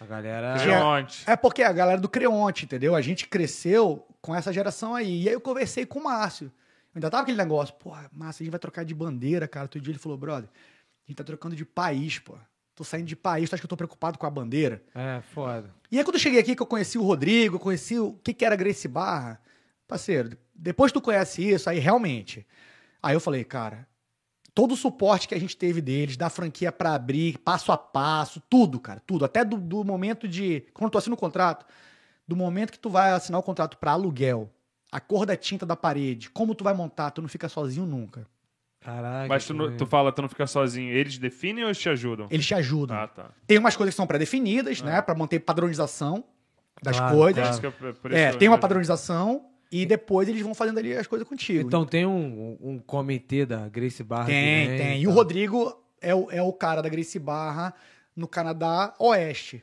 Speaker 1: A galera.
Speaker 2: Ah,
Speaker 3: Já-
Speaker 2: Creonte.
Speaker 3: É porque a galera do Creonte, entendeu? A gente cresceu com essa geração aí. E aí eu conversei com o Márcio. Eu ainda tava aquele negócio, porra, Márcio, a gente vai trocar de bandeira, cara. Outro dia ele falou, brother, a gente tá trocando de país, pô. Tô saindo de país, tu acha que eu tô preocupado com a bandeira?
Speaker 1: É, foda.
Speaker 3: E aí quando eu cheguei aqui, que eu conheci o Rodrigo, eu conheci o que que era Grace Barra. Parceiro, depois que tu conhece isso, aí realmente. Aí eu falei, cara, todo o suporte que a gente teve deles, da franquia pra abrir, passo a passo, tudo, cara, tudo. Até do, do momento de. Quando tu assina o contrato, do momento que tu vai assinar o contrato pra aluguel, a cor da tinta da parede, como tu vai montar, tu não fica sozinho nunca. Ah,
Speaker 1: Caralho.
Speaker 2: Mas tu, não-
Speaker 1: que
Speaker 2: tu fala, tu não fica sozinho. Eles definem ou eles te ajudam?
Speaker 3: Eles te ajudam.
Speaker 2: Ah, tá.
Speaker 3: Tem umas coisas que são pré-definidas, né, Pra manter padronização das
Speaker 1: É. Claro,
Speaker 3: coisas.
Speaker 2: Por
Speaker 1: claro.
Speaker 2: isso que eu- por isso
Speaker 3: É,
Speaker 2: que eu
Speaker 3: tem uma
Speaker 2: imagino.
Speaker 3: padronização e depois eles vão fazendo ali as coisas contigo.
Speaker 1: Então tá, tem um, um comitê da Grace Barra. então, que
Speaker 3: tem,
Speaker 1: vem
Speaker 3: tem.
Speaker 1: e
Speaker 3: E o
Speaker 1: tal.
Speaker 3: Rodrigo é o, é o cara da Grace Barra no Canadá Oeste.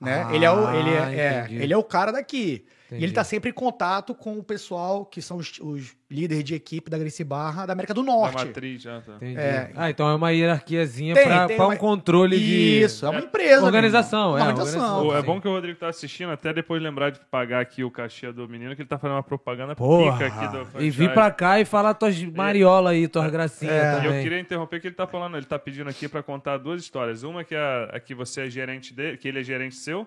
Speaker 3: Né?
Speaker 1: Ah,
Speaker 3: ele, é o, ele, é, é,
Speaker 1: entendi.
Speaker 3: ele é o cara daqui. E ele
Speaker 1: Entendi.
Speaker 3: tá sempre em contato com o pessoal que são os, os líderes de equipe da Grace Barra da América do
Speaker 2: Da
Speaker 3: Norte.
Speaker 2: matriz, ah, tá.
Speaker 1: Entendi.
Speaker 3: É.
Speaker 1: Ah, então é uma hierarquiazinha
Speaker 3: Tem,
Speaker 1: pra,
Speaker 3: tem
Speaker 1: pra
Speaker 3: uma-
Speaker 1: um controle de.
Speaker 3: Isso, é uma empresa.
Speaker 1: Organização,
Speaker 3: meu irmão.
Speaker 1: é,
Speaker 3: Uma organização.
Speaker 1: organização.
Speaker 2: Pô, é
Speaker 1: Sim.
Speaker 2: bom que o Rodrigo tá assistindo, até depois lembrar de pagar aqui o cachê do menino, que ele tá fazendo uma propaganda pica
Speaker 1: Porra.
Speaker 2: aqui do
Speaker 1: e vir
Speaker 2: franchise. É,
Speaker 1: pra cá e falar tuas mariola aí, tuas gracinhas
Speaker 3: É.
Speaker 2: E eu
Speaker 1: também.
Speaker 2: queria interromper que ele tá falando, ele tá pedindo aqui pra contar duas histórias. Uma que é a que você é gerente dele, que ele é gerente seu,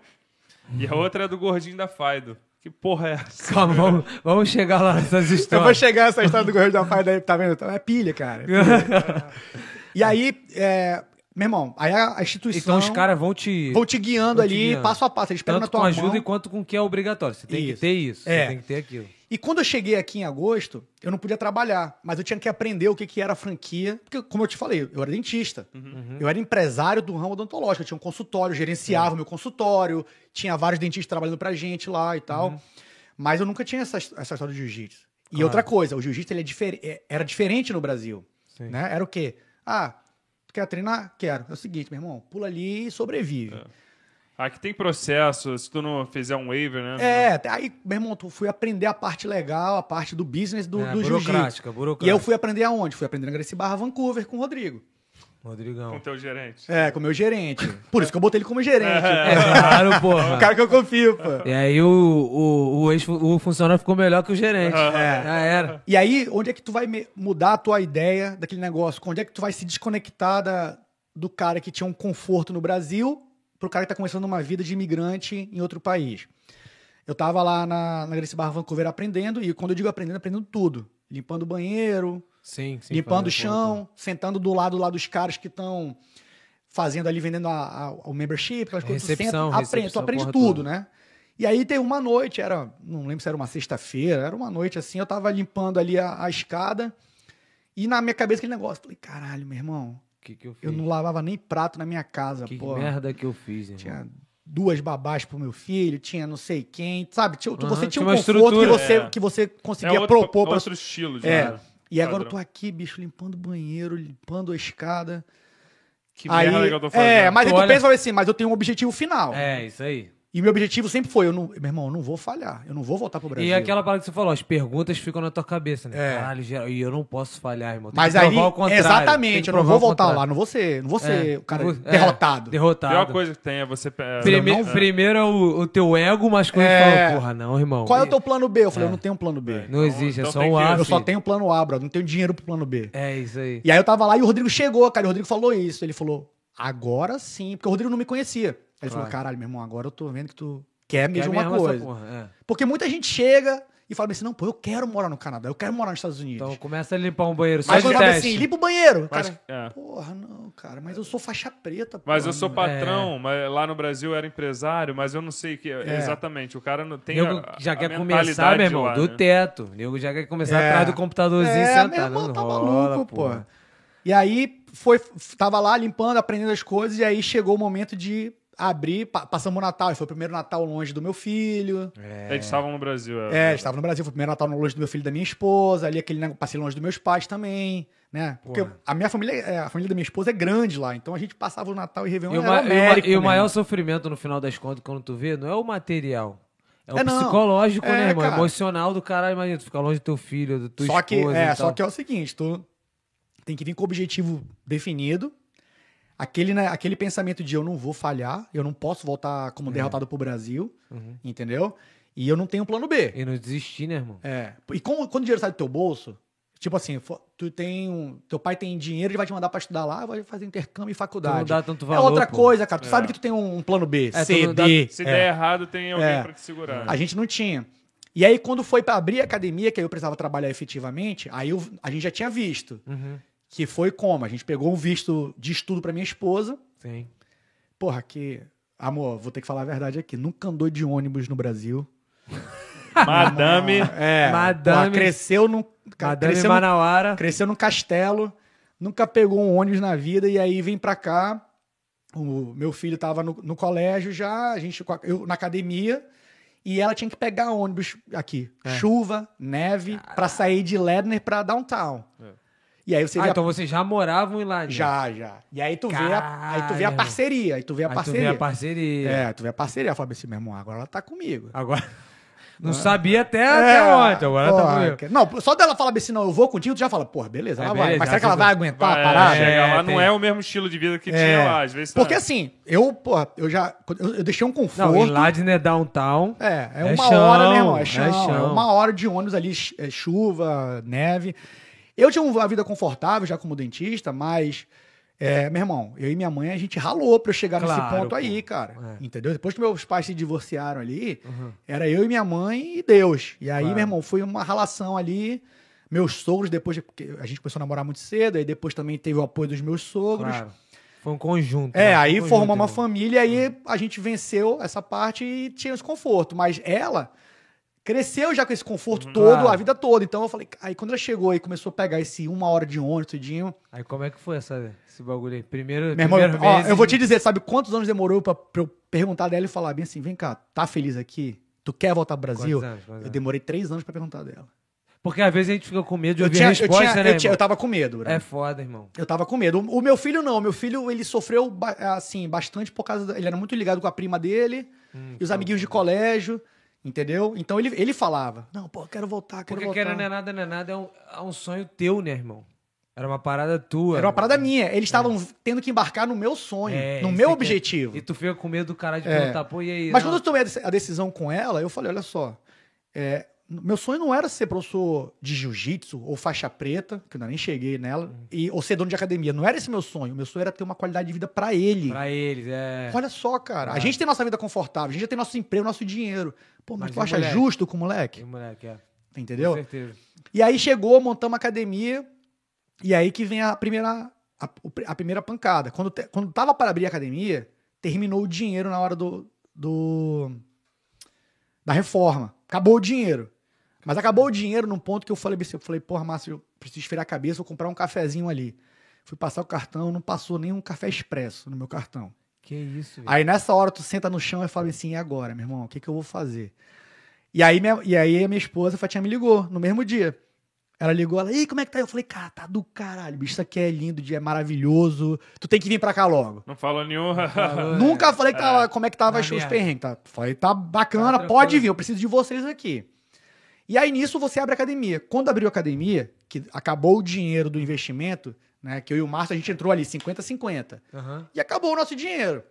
Speaker 2: e a
Speaker 3: Uhum.
Speaker 2: outra é do gordinho da Faido. Que porra é essa?
Speaker 1: Calma, vamos, vamos chegar lá nessas
Speaker 3: Eu vou
Speaker 1: histórias.
Speaker 3: chegar nessa história do governo da Faz daí, tá vendo? Então, É pilha, cara. É pilha. e aí, é, meu irmão, aí a a
Speaker 1: então
Speaker 3: instituição
Speaker 1: os caras vão te.
Speaker 3: vão te guiando
Speaker 1: vão te
Speaker 3: ali,
Speaker 1: guiando.
Speaker 3: passo a passo. Eles pegam na
Speaker 1: tanto
Speaker 3: tua
Speaker 1: com
Speaker 3: mão.
Speaker 1: ajuda e quanto com o que é obrigatório. Você tem
Speaker 3: Isso.
Speaker 1: que ter isso.
Speaker 3: É.
Speaker 1: Você tem que ter aquilo.
Speaker 3: E quando eu cheguei aqui em agosto, eu não podia trabalhar, mas eu tinha que aprender o que, que era a franquia. Porque, como eu te falei, eu era dentista.
Speaker 1: Uhum.
Speaker 3: Eu era empresário do ramo odontológico. Eu tinha um consultório, eu gerenciava meu consultório, tinha vários dentistas trabalhando pra gente lá e tal. Mas eu nunca tinha essa, essa história de jiu-jitsu. E
Speaker 1: Uhum. Claro.
Speaker 3: outra coisa, o jiu-jitsu ele é difer- é- era diferente no Brasil.
Speaker 1: Sim.
Speaker 3: né? Era o quê? Ah, tu quer treinar? Quero. É o seguinte, meu irmão, pula ali e
Speaker 1: É.
Speaker 3: sobrevive.
Speaker 2: Aqui tem processo, se tu não fizer um waiver, né?
Speaker 3: É, até aí, meu irmão, tu fui aprender a parte legal, a parte do business do,
Speaker 1: É,
Speaker 3: do jiu-jitsu.
Speaker 1: burocrática,
Speaker 3: E eu
Speaker 1: burocrática.
Speaker 3: fui aprender aonde? Fui aprender na Gracie Barra Vancouver com o Rodrigo.
Speaker 2: com
Speaker 1: Rodrigão.
Speaker 2: teu gerente.
Speaker 3: É, com o meu gerente. Por isso que eu botei ele como gerente.
Speaker 1: É claro, porra.
Speaker 3: O cara que eu confio, pô.
Speaker 1: E aí o, o, o, ex, o funcionário ficou melhor que o gerente.
Speaker 3: É.
Speaker 1: Já era.
Speaker 3: E aí, onde é que tu vai me- mudar a tua ideia daquele negócio? Onde é que tu vai se desconectar da- do cara que tinha um conforto no Brasil pro cara que tá começando uma vida de imigrante em outro país? Eu tava lá na, na Gracie Barra Vancouver aprendendo, e quando eu digo aprendendo, aprendendo tudo. Limpando o banheiro,
Speaker 1: Sim, sim. fazendo
Speaker 3: limpando
Speaker 1: né?
Speaker 3: o chão, sentando do lado lá dos caras que estão fazendo ali, vendendo a- a- o membership, aquelas coisas. tu
Speaker 1: Recepção,
Speaker 3: senta, aprende, tu
Speaker 1: recepção,
Speaker 3: aprende
Speaker 1: porra
Speaker 3: tudo,
Speaker 1: toda.
Speaker 3: né? E aí tem uma noite, era, não lembro se era uma sexta-feira, era uma noite assim, eu tava limpando ali a, a escada e na minha cabeça aquele negócio, falei, caralho, meu irmão,
Speaker 1: Que que eu fiz?
Speaker 3: eu não lavava nem prato na minha casa,
Speaker 1: que
Speaker 3: porra.
Speaker 1: merda que eu fiz, irmão.
Speaker 3: Tinha duas babás pro meu filho, tinha não sei quem, sabe? Tinha- tu-
Speaker 1: Aham,
Speaker 3: você
Speaker 1: tinha
Speaker 3: tinha
Speaker 1: uma
Speaker 3: um conforto que
Speaker 1: estrutura,
Speaker 3: você,
Speaker 2: é.
Speaker 3: que você
Speaker 2: É
Speaker 3: conseguia
Speaker 2: outro,
Speaker 3: propor pra
Speaker 2: outro estilo de
Speaker 3: É.
Speaker 2: vida.
Speaker 3: e agora eu
Speaker 2: Padrão.
Speaker 3: tô aqui, bicho, limpando o banheiro, limpando a escada.
Speaker 2: Que merda que eu tô fazendo.
Speaker 3: É, mas aí
Speaker 1: Tu
Speaker 3: tu
Speaker 1: olha-
Speaker 3: pensa assim, mas eu tenho um objetivo final.
Speaker 1: É, isso aí.
Speaker 3: E meu objetivo sempre foi, eu não, meu irmão, eu não vou falhar, eu não vou voltar pro Brasil.
Speaker 1: E aquela parada que você falou, as perguntas ficam na tua cabeça, né?
Speaker 3: É.
Speaker 1: Caralho, geral. E eu não posso falhar, irmão. Tem
Speaker 3: Mas
Speaker 1: que
Speaker 3: aí,
Speaker 1: provar o contrário. Tem
Speaker 3: exatamente,
Speaker 1: que
Speaker 3: eu não
Speaker 1: provar
Speaker 3: vou
Speaker 1: o
Speaker 3: voltar
Speaker 1: contrário.
Speaker 3: lá, não vou ser, não vou ser
Speaker 1: É,
Speaker 3: o cara
Speaker 1: não vou- é,
Speaker 3: derrotado.
Speaker 2: A
Speaker 1: derrotado.
Speaker 2: pior coisa que tem é você... é,
Speaker 1: Prime-
Speaker 3: não-
Speaker 1: Primeiro é o, o teu ego masculino
Speaker 3: É.
Speaker 1: falando, porra, não, irmão.
Speaker 3: Qual é o teu plano B? Eu falei, eu não tenho plano B.
Speaker 1: Não existe,
Speaker 2: Então
Speaker 1: é só
Speaker 2: tem
Speaker 1: um
Speaker 2: que-
Speaker 1: A.
Speaker 3: Eu só
Speaker 1: filho.
Speaker 3: tenho plano A, brother, não tenho dinheiro pro plano B.
Speaker 1: É isso aí.
Speaker 3: E aí eu tava lá e o Rodrigo chegou, cara. E o Rodrigo falou isso. Ele falou, agora sim. Porque o Rodrigo não me conhecia. Ele falou, caralho, meu irmão, agora eu tô vendo que tu
Speaker 1: Que
Speaker 3: quer
Speaker 1: é
Speaker 3: mesmo uma
Speaker 1: mesmo essa
Speaker 3: coisa.
Speaker 1: porra, é.
Speaker 3: Porque muita gente chega e fala assim, não, pô, eu quero morar no Canadá, eu quero morar nos Estados Unidos.
Speaker 1: Então começa a limpar um banheiro só
Speaker 3: Mas
Speaker 1: de
Speaker 3: quando fala
Speaker 1: teste.
Speaker 3: assim, limpa o banheiro.
Speaker 2: Mas,
Speaker 3: cara,
Speaker 2: é.
Speaker 3: porra, não, cara, mas eu sou faixa preta, porra,
Speaker 2: Mas eu sou
Speaker 3: não.
Speaker 2: patrão, mas lá no Brasil eu era empresário, mas eu não sei o que. Exatamente, o cara não tem.
Speaker 1: Nego
Speaker 2: a-
Speaker 1: já
Speaker 2: a
Speaker 1: quer
Speaker 2: mentalidade
Speaker 1: começar, meu irmão,
Speaker 2: lá,
Speaker 1: do
Speaker 2: né?
Speaker 1: teto. Nego já quer começar
Speaker 3: É.
Speaker 1: atrás do computadorzinho
Speaker 3: É,
Speaker 1: sentado.
Speaker 3: meu irmão,
Speaker 1: Não
Speaker 3: tá
Speaker 1: rola,
Speaker 3: maluco, pô.
Speaker 1: porra.
Speaker 3: E aí, foi, f- tava lá limpando, aprendendo as coisas, e aí chegou o momento de abrir, pa- passamos o Natal, e foi o primeiro Natal longe do meu filho.
Speaker 2: A gente estava no Brasil.
Speaker 3: É, estava no Brasil, foi o primeiro Natal longe do meu filho e da minha esposa, ali aquele negócio, passei longe dos meus pais também, né? Porque
Speaker 1: Porra.
Speaker 3: a minha família, é, a família da minha esposa é grande lá, então a gente passava o Natal e Réveillon
Speaker 1: E o,
Speaker 3: era
Speaker 1: ma- e o ma-
Speaker 3: homérico
Speaker 1: e o maior
Speaker 3: mesmo.
Speaker 1: sofrimento no final das contas, quando tu vê, não é o material. É o
Speaker 3: É, não.
Speaker 1: psicológico,
Speaker 3: É,
Speaker 1: né, irmão?
Speaker 3: cara.
Speaker 1: Emocional do caralho. Imagina, tu ficar longe do teu filho, do tua
Speaker 3: Só que,
Speaker 1: esposa
Speaker 3: é,
Speaker 1: e
Speaker 3: só
Speaker 1: tal.
Speaker 3: que é o seguinte, tu tem que vir com o objetivo definido, aquele, né, aquele pensamento de eu não vou falhar, eu não posso voltar como derrotado pro Brasil,
Speaker 1: É. Uhum.
Speaker 3: entendeu? E eu não tenho plano B.
Speaker 1: E não desistir, né, irmão?
Speaker 3: É. E com- quando o dinheiro sai do teu bolso, tipo assim, fo- tu tem um, teu pai tem dinheiro, ele vai te mandar pra estudar lá, vai fazer intercâmbio e
Speaker 1: Tu não
Speaker 3: faculdade.
Speaker 1: dá tanto
Speaker 3: é
Speaker 1: valor.
Speaker 3: outra
Speaker 1: pô.
Speaker 3: coisa, cara. Tu
Speaker 2: É.
Speaker 3: sabe que tu tem um, um plano B,
Speaker 1: É, tu
Speaker 3: C,
Speaker 1: não
Speaker 3: D.
Speaker 1: dá-
Speaker 2: Se
Speaker 3: É.
Speaker 2: der errado, tem alguém
Speaker 3: É.
Speaker 2: pra te segurar.
Speaker 3: A gente não tinha. E aí, quando foi pra abrir a academia, que aí eu precisava trabalhar efetivamente, aí eu- a gente já tinha visto.
Speaker 1: Uhum.
Speaker 3: Que foi como? A gente pegou um visto de estudo pra minha esposa.
Speaker 1: Sim.
Speaker 3: Porra, que. Amor, vou ter que falar a verdade aqui. Nunca andou de ônibus no Brasil.
Speaker 2: Madame.
Speaker 3: É.
Speaker 1: Madame-
Speaker 3: Porra, cresceu num.
Speaker 1: Madame
Speaker 3: cresceu num
Speaker 1: Manauara.
Speaker 3: Cresceu num castelo, nunca pegou um ônibus na vida, e aí vem pra cá. O meu filho tava no, no colégio já, a gente com a- eu, na academia, e ela tinha que pegar ônibus aqui.
Speaker 1: É.
Speaker 3: Chuva, neve, pra sair de Ledner pra downtown.
Speaker 2: É.
Speaker 3: E aí você
Speaker 1: Ah,
Speaker 3: vê. a-
Speaker 1: então vocês já moravam lá, né?
Speaker 3: Já, já. E aí tu, vê a, aí tu vê a
Speaker 1: Caralho.
Speaker 3: parceria. Aí tu vê a
Speaker 1: Aí tu vê
Speaker 3: parceria.
Speaker 1: a parceria.
Speaker 3: É, tu vê a parceria. Fala assim, meu irmão, agora ela tá comigo.
Speaker 1: Agora. Não sabia até, Ah,
Speaker 3: É.
Speaker 1: até ontem, agora
Speaker 3: porra,
Speaker 1: tá comigo.
Speaker 3: que- Não, só dela falar assim, não, eu vou contigo, tu já fala, porra, beleza,
Speaker 1: É,
Speaker 3: ela vai.
Speaker 1: beleza,
Speaker 3: Mas será que ela
Speaker 1: ajuda.
Speaker 3: vai aguentar
Speaker 2: vai,
Speaker 3: a parada?
Speaker 2: Chega
Speaker 1: É,
Speaker 2: lá,
Speaker 1: tem-
Speaker 2: não é o mesmo estilo de vida que tinha lá. Às vezes
Speaker 3: Porque
Speaker 2: tá-
Speaker 3: assim, eu, porra, eu já. Eu, eu deixei um conforto.
Speaker 1: Não, e Ladner é downtown.
Speaker 3: É, é
Speaker 1: É
Speaker 3: uma
Speaker 1: chão,
Speaker 3: hora, né, irmão?
Speaker 1: é
Speaker 3: É chão,
Speaker 1: chão.
Speaker 3: É uma hora de ônibus ali, ch- é chuva, neve. Eu tinha uma vida confortável já como dentista, mas. é, meu irmão, eu e minha mãe, a gente ralou pra eu chegar
Speaker 1: Claro,
Speaker 3: nesse ponto
Speaker 1: pô.
Speaker 3: aí, cara.
Speaker 1: É.
Speaker 3: Entendeu? Depois que meus pais se divorciaram ali,
Speaker 1: Uhum.
Speaker 3: era eu e minha mãe e Deus. E aí,
Speaker 1: Claro.
Speaker 3: meu irmão, foi uma relação ali. Meus sogros, depois. de- Porque a gente começou a namorar muito cedo, aí depois também teve o apoio dos meus sogros.
Speaker 1: Claro. Foi um conjunto.
Speaker 3: tipo. É,
Speaker 1: né?
Speaker 3: aí
Speaker 1: Foi um
Speaker 3: formou
Speaker 1: conjunto,
Speaker 3: uma
Speaker 1: irmão.
Speaker 3: família, aí a gente venceu essa parte e tinha esse conforto. Mas ela cresceu já com esse conforto todo,
Speaker 1: Uhum. Claro.
Speaker 3: a vida toda. Então eu falei, aí quando ela chegou e começou a pegar esse uma hora de ônibus, tudinho.
Speaker 1: Aí como é que foi essa, esse bagulho aí? Primeiro,
Speaker 3: Meu irmão,
Speaker 1: primeiro
Speaker 3: ó,
Speaker 1: mês
Speaker 3: eu vou te dizer, sabe quantos anos demorou pra, pra eu perguntar dela e falar bem assim: vem cá, tá feliz aqui? Tu quer voltar pro
Speaker 1: Quantos
Speaker 3: Brasil?
Speaker 1: anos, quantos
Speaker 3: Eu
Speaker 1: anos?
Speaker 3: demorei três anos pra perguntar dela.
Speaker 1: Porque às vezes a gente fica com medo de
Speaker 3: Eu
Speaker 1: ouvir
Speaker 3: tinha,
Speaker 1: a
Speaker 3: eu,
Speaker 1: resposta,
Speaker 3: tinha,
Speaker 1: né?
Speaker 3: eu, tinha, eu
Speaker 1: irmão?
Speaker 3: tava com medo, né?
Speaker 1: É foda, irmão.
Speaker 3: Eu tava com medo. O o meu filho não. O meu filho, ele sofreu, ba- assim, bastante por causa... da- Ele era muito ligado com a prima dele
Speaker 1: Hum,
Speaker 3: e os amiguinhos de colégio, entendeu? Então ele, ele falava, não, pô, eu quero voltar, quero
Speaker 1: Porque
Speaker 3: voltar.
Speaker 1: querendo é nada, não é nada, é um, é um sonho teu, né, irmão? Era uma parada tua.
Speaker 3: Era uma parada minha. Eles estavam tendo que embarcar no meu sonho,
Speaker 1: É,
Speaker 3: no
Speaker 1: isso
Speaker 3: meu
Speaker 1: aqui é-
Speaker 3: objetivo.
Speaker 1: E tu fica com medo do caralho de
Speaker 3: É.
Speaker 1: perguntar, pô, e aí?
Speaker 3: Mas
Speaker 1: não?
Speaker 3: quando eu tomei a dec- a decisão com ela, eu falei, olha só, é, meu sonho não era ser professor de jiu-jitsu ou faixa preta, que eu ainda nem cheguei nela,
Speaker 1: Hum.
Speaker 3: e, ou ser dono de academia. Não era esse meu sonho. Meu sonho era ter uma qualidade de vida pra ele.
Speaker 1: Pra eles, é.
Speaker 3: Olha só, cara. A
Speaker 1: É.
Speaker 3: gente tem nossa vida confortável, a gente já tem nosso emprego, nosso dinheiro. Pô, mas,
Speaker 1: Mas
Speaker 3: tu
Speaker 1: e
Speaker 3: acha
Speaker 1: moleque?
Speaker 3: justo com o moleque?
Speaker 1: E, moleque, é.
Speaker 3: Entendeu?
Speaker 1: Com certeza.
Speaker 3: E aí chegou, montamos uma academia, e aí que vem a primeira, a, o pri- a primeira pancada. Quando, te- quando tava para abrir a academia, terminou o dinheiro na hora do, do da reforma. Acabou o dinheiro. Mas acabou o dinheiro num ponto que eu falei, pra você, eu falei, porra, Márcio, eu preciso esfriar a cabeça, vou comprar um cafezinho ali. Fui passar o cartão, não passou nenhum café expresso no meu cartão.
Speaker 1: Que isso, velho.
Speaker 3: Aí nessa hora tu senta no chão e fala assim, e agora, meu irmão, o que, que eu vou fazer? E aí, minha, e aí a minha esposa, a Fatinha, me ligou no mesmo dia. Ela ligou, ela, ei, como é que tá? Eu falei, cara, tá do caralho, bicho, isso aqui é lindo, é maravilhoso, tu tem que vir pra cá logo.
Speaker 2: Não fala nenhum.
Speaker 1: Falou,
Speaker 3: Nunca falei que tava, como é que tava
Speaker 1: É, Na
Speaker 3: os os
Speaker 1: merda.
Speaker 3: perrengues, tá? Falei, tá
Speaker 1: Tá
Speaker 3: bacana,
Speaker 1: tranquilo.
Speaker 3: pode vir, eu preciso de vocês aqui. E aí nisso você abre a academia. Quando abriu a academia, que acabou o dinheiro do investimento, né, que eu e o Márcio, a gente entrou ali 50-50
Speaker 1: é. Aham.
Speaker 3: e acabou o nosso dinheiro.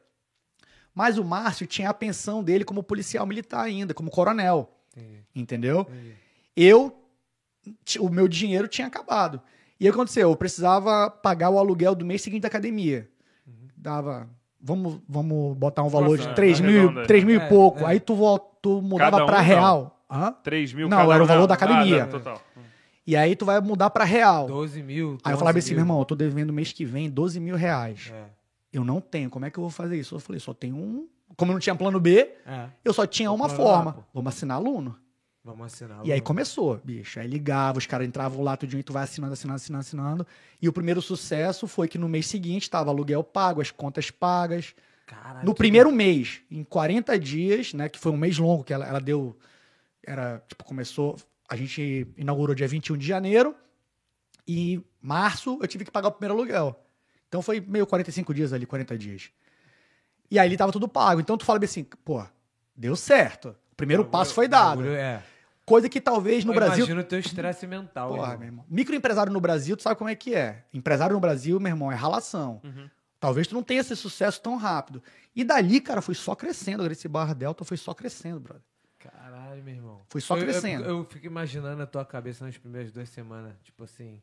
Speaker 3: Mas o Márcio tinha a pensão dele como policial militar ainda, como coronel,
Speaker 1: Entendi,
Speaker 3: entendeu?
Speaker 1: entendi.
Speaker 3: Eu, ti- o meu dinheiro tinha acabado. E aí o que aconteceu? Eu precisava pagar o aluguel do mês seguinte da academia.
Speaker 1: Uhum.
Speaker 3: Dava, vamos, vamos botar um valor
Speaker 2: Nossa,
Speaker 3: de 3
Speaker 2: arredonda
Speaker 3: mil,
Speaker 2: aí.
Speaker 3: 3 mil
Speaker 1: É,
Speaker 3: e pouco.
Speaker 1: é.
Speaker 3: Aí tu, vol- tu mudava
Speaker 2: Cada um,
Speaker 3: pra
Speaker 2: não.
Speaker 3: real. Hã?
Speaker 2: 3 mil
Speaker 3: Não,
Speaker 2: cada
Speaker 3: era o
Speaker 2: um,
Speaker 3: valor da academia.
Speaker 2: Ah, não, total.
Speaker 3: E aí tu vai mudar pra real.
Speaker 1: 12 mil.
Speaker 3: Aí eu
Speaker 1: 11
Speaker 3: falava assim,
Speaker 1: mil.
Speaker 3: meu irmão, eu tô devendo mês que vem 12 mil reais.
Speaker 1: É.
Speaker 3: Eu não tenho, como é que eu vou fazer isso? Eu falei, só tem um. Como eu não tinha plano B,
Speaker 1: É.
Speaker 3: Eu só tinha
Speaker 1: Vou
Speaker 3: uma
Speaker 1: parar,
Speaker 3: forma.
Speaker 1: pô.
Speaker 3: Vamos assinar aluno.
Speaker 1: Vamos assinar.
Speaker 3: E aí
Speaker 1: logo.
Speaker 3: começou, bicho. Aí ligava, os caras entravam lá, tudinho, e tu vai assinando, assinando, assinando, assinando. E o primeiro sucesso foi que no mês seguinte tava aluguel pago, as contas pagas.
Speaker 1: Caralho,
Speaker 3: No
Speaker 1: Ah, que
Speaker 3: primeiro mês, em 40 dias, né? Que foi um mês longo, que ela, ela deu. Era, tipo, começou. A gente inaugurou dia 21 de janeiro. E em março eu tive que pagar o primeiro aluguel. Então foi meio 45 dias ali, 40 dias. E aí ele tava tudo pago. Então tu fala bem assim, pô, deu certo. O primeiro
Speaker 1: bagulho-
Speaker 3: passo foi dado.
Speaker 1: bagulho, É.
Speaker 3: Coisa que talvez no
Speaker 1: Eu
Speaker 3: Brasil.
Speaker 1: Imagina o teu estresse mental.
Speaker 3: Porra,
Speaker 1: irmão.
Speaker 3: meu irmão. Microempresário no Brasil, tu sabe como é que é. Empresário no Brasil, meu irmão, é ralação.
Speaker 2: Uhum.
Speaker 3: Talvez tu não tenha esse sucesso tão rápido. E dali, cara, foi só crescendo. Esse Barra Delta foi só crescendo, brother.
Speaker 1: Caralho, meu irmão.
Speaker 3: Foi só
Speaker 1: Eu- eu-
Speaker 3: crescendo.
Speaker 1: Eu, fico imaginando a tua cabeça nas primeiras duas semanas. Tipo assim,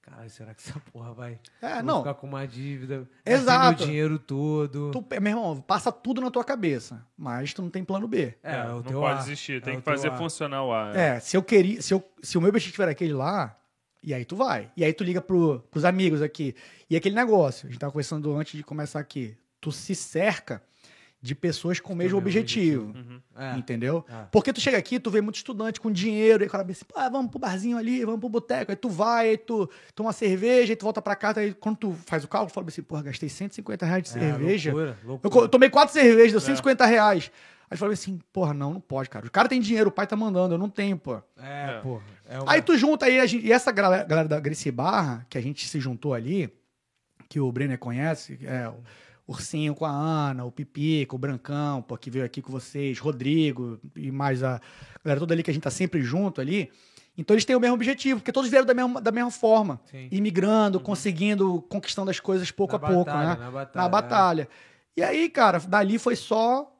Speaker 1: caralho, será que essa porra vai
Speaker 3: É,
Speaker 1: vou
Speaker 3: não.
Speaker 1: ficar com uma dívida?
Speaker 3: Exato.
Speaker 1: O dinheiro todo.
Speaker 3: Tu, é, meu irmão, passa tudo na tua cabeça, mas tu não tem plano B.
Speaker 1: É, é o
Speaker 2: não
Speaker 1: teu
Speaker 2: pode
Speaker 1: ar.
Speaker 2: desistir,
Speaker 1: É
Speaker 2: tem
Speaker 1: o
Speaker 2: que fazer
Speaker 1: teu ar.
Speaker 2: funcionar o ar.
Speaker 3: É, se eu queria, se, eu, se o meu objetivo era aquele lá, e aí tu vai. E aí tu liga pro, pros amigos aqui. E aquele negócio, a gente tava conversando antes de começar aqui. Tu se cerca de pessoas com o
Speaker 1: mesmo
Speaker 3: mesmo objetivo,
Speaker 2: Uhum.
Speaker 1: É.
Speaker 3: entendeu?
Speaker 1: Ah.
Speaker 3: Porque tu chega aqui, tu vê muito estudante com dinheiro, e o cara pensa, assim, "Pô, vamos pro barzinho ali, vamos pro boteco. Aí tu vai, aí tu toma cerveja, aí tu volta pra casa, aí quando tu faz o cálculo, tu fala assim, porra, gastei 150 reais de
Speaker 1: É,
Speaker 3: cerveja.
Speaker 1: loucura,
Speaker 3: Eu
Speaker 1: loucura.
Speaker 3: co- tomei quatro cervejas, deu
Speaker 2: É.
Speaker 3: 150 reais. Aí eu falei assim, porra, não, não pode, cara. O cara tem dinheiro, o pai tá mandando, eu não tenho, pô.
Speaker 1: É,
Speaker 2: É.
Speaker 1: porra. É uma-
Speaker 3: Aí tu junta aí, a gente- e essa galera, galera da Gracie Barra, que a gente se juntou ali, que o Brenner conhece, é o Ursinho com a Ana, o Pipico, o Brancão, pô, que veio aqui com vocês, Rodrigo e mais a galera toda ali que a gente tá sempre junto ali. Então eles têm o mesmo objetivo, porque todos vieram da mesma, da mesma forma.
Speaker 1: Sim. Uhum.
Speaker 3: Imigrando, conseguindo, conquistando as coisas pouco
Speaker 1: Na
Speaker 3: a pouco,
Speaker 1: batalha,
Speaker 3: né?
Speaker 1: Na batalha. é.
Speaker 3: na batalha. E aí, cara, dali foi só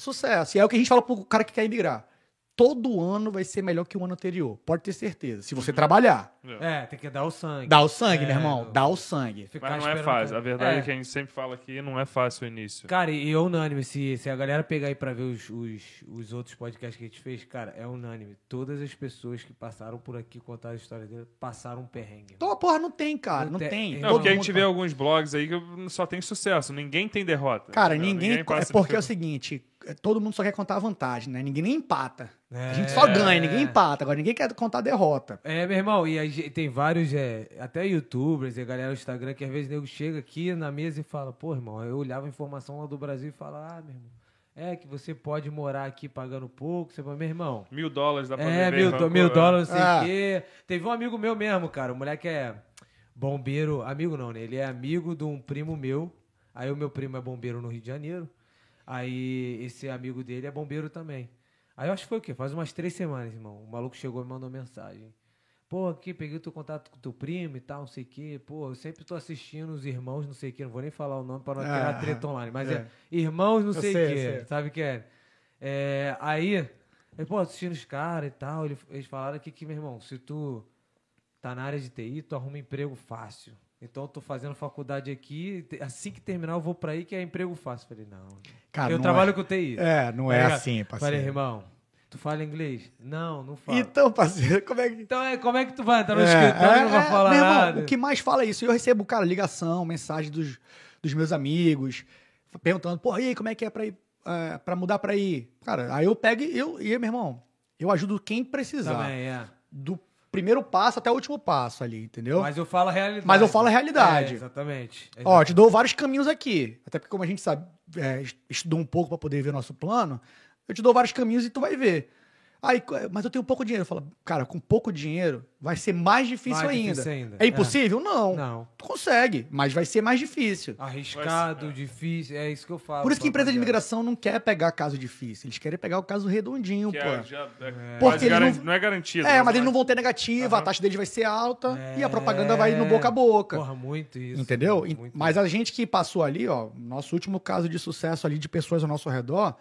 Speaker 3: sucesso. E é o que a gente fala pro cara que quer emigrar. Todo ano vai ser melhor que o ano anterior. Pode ter certeza. Se você trabalhar.
Speaker 1: É, tem que dar o sangue.
Speaker 3: Dá o sangue,
Speaker 1: É,
Speaker 3: meu irmão.
Speaker 1: não.
Speaker 3: Dá o sangue.
Speaker 1: Ficar
Speaker 2: Mas não é
Speaker 1: esperando
Speaker 2: fácil.
Speaker 1: que-
Speaker 2: A verdade é.
Speaker 1: É.
Speaker 2: que a gente sempre fala aqui, não é fácil o início.
Speaker 1: Cara, e e é unânime. Se, se a galera pegar aí pra ver os, os, os outros podcasts que a gente fez, cara, é unânime. Todas as pessoas que passaram por aqui, contaram a história dele, passaram um perrengue.
Speaker 3: Então, porra, não tem, cara.
Speaker 1: Não
Speaker 3: Não
Speaker 1: tem- É,
Speaker 3: tem.
Speaker 1: Não,
Speaker 2: Não,
Speaker 3: Todo
Speaker 2: porque a
Speaker 3: mundo
Speaker 2: gente vê
Speaker 3: tá-
Speaker 2: alguns blogs aí que só tem sucesso, ninguém tem derrota.
Speaker 3: Cara,
Speaker 2: entendeu?
Speaker 3: ninguém. é
Speaker 2: passa
Speaker 3: porque é o
Speaker 2: dificuldade.
Speaker 3: seguinte: é, todo mundo só quer contar a vantagem, né? Ninguém nem empata. A gente
Speaker 1: É.
Speaker 3: só ganha, ninguém empata. Agora, ninguém quer contar a derrota.
Speaker 1: É, meu irmão, e a gente- tem vários, é, até youtubers e galera do Instagram, que às vezes o nego chega aqui na mesa e fala, pô, irmão, eu olhava a informação lá do Brasil e falava, ah, meu irmão, é que você pode morar aqui pagando pouco, você fala, meu irmão,
Speaker 2: Mil dólares dá pra
Speaker 1: É,
Speaker 2: viver em
Speaker 1: mil, do-
Speaker 2: Vancouver.
Speaker 1: mil dólares, não sei
Speaker 3: Ah.
Speaker 1: o quê. Teve um amigo meu mesmo, cara. O moleque é bombeiro. Amigo não, né? Ele é amigo de um primo meu. Aí o meu primo é bombeiro no Rio de Janeiro. Aí esse amigo dele é bombeiro também. Aí eu acho que foi o quê? Faz umas três semanas, irmão. O maluco chegou e me mandou mensagem. Pô, aqui peguei o teu contato com teu primo e tal, não sei o quê. Pô, eu sempre tô assistindo os irmãos, não sei o quê. Não vou nem falar o nome pra não
Speaker 6: Ah,
Speaker 1: criar treta online. Mas é,
Speaker 6: é.
Speaker 1: irmãos, não
Speaker 6: Eu
Speaker 1: sei o
Speaker 6: sei, eu
Speaker 1: quê.
Speaker 6: sei.
Speaker 1: Sabe o que é? É, Aí, eu, pô, assistindo os caras e tal. ele- Eles falaram aqui que, meu irmão, se tu tá na área de TI, tu arruma emprego fácil. Então, eu tô fazendo faculdade aqui. te- Assim que terminar, eu vou pra aí, que é emprego fácil. Falei, não.
Speaker 3: Cara,
Speaker 1: eu
Speaker 3: não
Speaker 1: trabalho
Speaker 3: é.
Speaker 1: com TI.
Speaker 3: É, não
Speaker 1: Tá
Speaker 3: é
Speaker 1: ligado?
Speaker 3: assim, parceiro.
Speaker 1: Falei, irmão, tu fala inglês? Não, não falo.
Speaker 3: Então, parceiro, como é que.
Speaker 1: Então, é, como é que tu vai entrar no
Speaker 3: É,
Speaker 1: escritório e
Speaker 3: é,
Speaker 1: não vai
Speaker 3: é,
Speaker 1: falar
Speaker 3: meu irmão,
Speaker 1: nada?
Speaker 3: O que mais fala é isso. Eu recebo, cara, ligação, mensagem dos, dos meus amigos, perguntando, pô, e aí, como é que é pra, ir, é, pra mudar pra ir? Cara, aí eu pego e eu, e, meu irmão, eu ajudo quem precisar.
Speaker 1: Também, é.
Speaker 3: Do primeiro passo até o último passo ali, entendeu?
Speaker 1: Mas eu falo a realidade.
Speaker 3: Mas eu falo a realidade.
Speaker 1: É, exatamente. É
Speaker 3: Ó, te dou vários caminhos aqui. Até porque, como a gente sabe, é, est- estudou um pouco pra poder ver nosso plano, eu te dou vários caminhos e tu vai ver. Aí, co- mas eu tenho pouco dinheiro. Eu falo, cara, com pouco dinheiro vai ser mais difícil,
Speaker 1: Mais
Speaker 3: ainda.
Speaker 1: difícil ainda.
Speaker 3: É impossível? Não.
Speaker 1: Não.
Speaker 3: Tu consegue, mas vai ser mais difícil.
Speaker 1: Ah, Arriscado, difícil, é isso que eu falo.
Speaker 3: Por isso que a empresa de
Speaker 1: rapaziada.
Speaker 3: imigração não quer pegar caso difícil. Eles querem pegar o caso redondinho,
Speaker 2: Que
Speaker 3: pô.
Speaker 2: é, já, é,
Speaker 3: Porque
Speaker 2: quase
Speaker 3: eles
Speaker 2: garan-
Speaker 3: não-
Speaker 2: não é garantido.
Speaker 3: É,
Speaker 2: né?
Speaker 3: mas eles não vão ter negativa, a
Speaker 2: Aham.
Speaker 3: taxa deles vai ser alta e
Speaker 1: É.
Speaker 3: a propaganda vai no boca a boca.
Speaker 1: Porra, muito isso. é
Speaker 3: Entendeu? E-
Speaker 1: Muito
Speaker 3: Mas a gente que passou ali, ó, nosso último caso de sucesso ali de pessoas ao nosso redor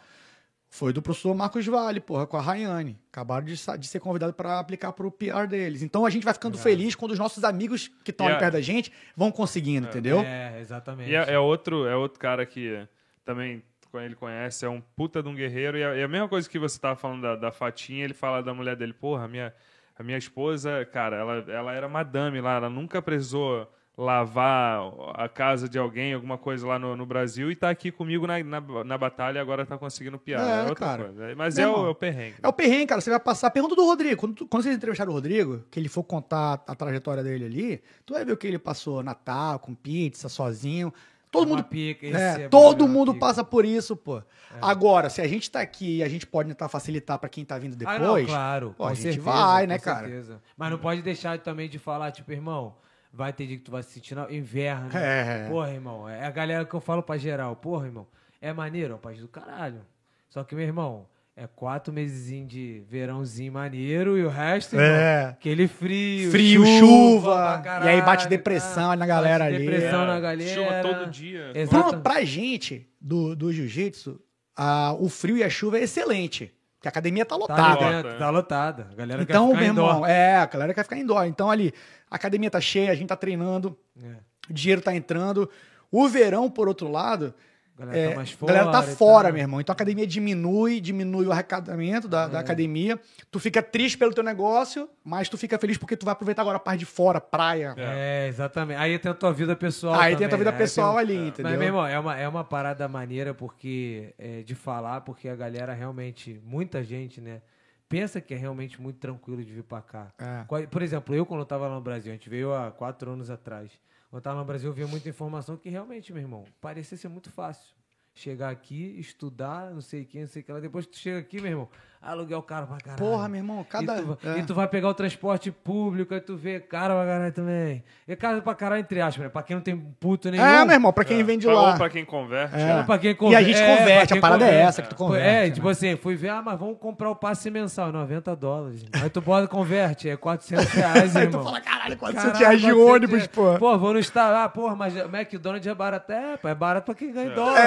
Speaker 3: foi do professor Marcos Vale, porra, com a Rayane. Acabaram de, sa- de ser convidado para aplicar pro PR deles. Então a gente vai ficando feliz quando os nossos amigos que estão
Speaker 2: E
Speaker 3: ali
Speaker 2: a-
Speaker 3: perto da gente vão conseguindo, entendeu?
Speaker 1: É, exatamente.
Speaker 2: E é, é outro, é outro cara que também co- ele conhece, é um puta de um guerreiro. E é, é a mesma coisa que você tava falando da, da Fatinha, ele fala da mulher dele, porra, a minha, a minha esposa, cara, ela, ela era madame lá, ela nunca precisou lavar a casa de alguém, alguma coisa lá no, no Brasil, e tá aqui comigo na, na, na batalha e agora tá conseguindo piar.
Speaker 3: É,
Speaker 2: É, outra
Speaker 3: cara.
Speaker 2: coisa. Mas
Speaker 3: Meu
Speaker 2: é o,
Speaker 3: irmão,
Speaker 2: é o perrengue.
Speaker 3: É o perrengue, cara. Você vai passar. Pergunta do Rodrigo. Quando, tu- quando vocês entrevistaram o Rodrigo, que ele for contar a trajetória dele ali, tu vai ver o que ele passou Natal, com pizza, sozinho. Todo
Speaker 1: Uma É.
Speaker 3: mundo
Speaker 1: pica, esse
Speaker 3: É,
Speaker 1: é
Speaker 3: todo
Speaker 1: bom,
Speaker 3: mundo
Speaker 1: pica.
Speaker 3: passa por isso, pô. Agora, se a gente tá aqui e a gente pode tentar facilitar pra quem tá vindo
Speaker 1: Ah,
Speaker 3: depois,
Speaker 1: não, claro.
Speaker 3: pô,
Speaker 1: com
Speaker 3: a gente
Speaker 1: certeza,
Speaker 3: vai,
Speaker 1: com
Speaker 3: né, cara?
Speaker 1: certeza. Mas não pode deixar também de falar, tipo, irmão, vai ter dia que tu vai se sentir na- inverno.
Speaker 3: É.
Speaker 1: Porra, irmão, é a galera que eu falo pra geral. Porra, irmão, é maneiro, é o país do caralho. Só que, meu irmão, é quatro meses de verãozinho maneiro e o resto, irmão,
Speaker 3: É.
Speaker 1: aquele frio.
Speaker 3: Frio, chuva,
Speaker 1: pra
Speaker 3: e aí bate
Speaker 1: tá?
Speaker 3: depressão na galera
Speaker 1: bate
Speaker 3: ali.
Speaker 1: Depressão
Speaker 2: É,
Speaker 1: na galera.
Speaker 2: Chuva todo dia.
Speaker 1: Exato.
Speaker 3: Pra, pra gente, do, do jiu-jitsu, ah, o frio e a chuva é excelente. Porque a academia tá
Speaker 1: Tá,
Speaker 3: lotada.
Speaker 2: ligado.
Speaker 1: lotada. Tá lotada. A galera
Speaker 3: então,
Speaker 1: quer
Speaker 3: meu
Speaker 1: ficar indoor.
Speaker 3: irmão, é, a galera quer ficar indoor. Então, ali, a academia tá cheia, a gente tá treinando,
Speaker 1: É.
Speaker 3: o dinheiro tá entrando. O verão, por outro lado,
Speaker 1: A galera
Speaker 3: É,
Speaker 1: tá mais
Speaker 3: a
Speaker 1: fora.
Speaker 3: galera tá
Speaker 1: e
Speaker 3: fora,
Speaker 1: tal.
Speaker 3: meu irmão. Então a academia diminui, diminui o arrecadamento da,
Speaker 1: É.
Speaker 3: da academia. Tu fica triste pelo teu negócio, mas tu fica feliz porque tu vai aproveitar agora a parte de fora, praia.
Speaker 1: É, exatamente. Aí tem a tua vida pessoal.
Speaker 3: Aí
Speaker 1: também,
Speaker 3: tem a tua vida
Speaker 1: né?
Speaker 3: pessoal
Speaker 1: Tem-
Speaker 3: ali, entendeu?
Speaker 1: Mas, meu irmão, é uma, é uma parada maneira porque é, de falar, porque a galera realmente, muita gente, né, pensa que é realmente muito tranquilo de vir pra cá.
Speaker 3: É.
Speaker 1: Qua- Por exemplo, eu quando eu tava lá no Brasil, a gente veio há quatro anos atrás. Quando eu tava no Brasil, eu via muita informação que realmente, meu irmão, parecia ser muito fácil. Chegar aqui, estudar, não sei quem, não sei o que lá. Depois que tu chega aqui, meu irmão, aluguel é caro pra caralho.
Speaker 3: Porra, meu irmão, cada.
Speaker 1: E tu,
Speaker 3: é.
Speaker 1: e tu vai pegar o transporte público, aí tu vê é caro pra caralho também. É caro pra caralho, entre aspas, né? Pra quem não tem puto nenhum.
Speaker 3: É, meu irmão, pra quem vem de
Speaker 2: Pra-
Speaker 3: lá.
Speaker 2: Ou um pra quem converte.
Speaker 3: É.
Speaker 2: né?
Speaker 1: Pra quem
Speaker 3: E a gente
Speaker 1: é, pra
Speaker 3: converte,
Speaker 1: quem
Speaker 3: a parada é
Speaker 1: converte.
Speaker 3: essa que tu
Speaker 1: Foi-
Speaker 3: converte.
Speaker 1: É,
Speaker 3: né?
Speaker 1: tipo assim, fui ver, ah, mas vamos comprar o passe mensal, 90 dólares. Aí tu bota, converte, é 400 reais,
Speaker 3: Aí
Speaker 1: irmão.
Speaker 3: tu fala, caralho, 400
Speaker 1: Caralho,
Speaker 3: reais de
Speaker 1: 400
Speaker 3: ônibus,
Speaker 1: reais.
Speaker 3: pô.
Speaker 1: Pô, vou no estado. Ah, porra, mas McDonald's é barato. É, pô, é barato pra quem ganha em dólar.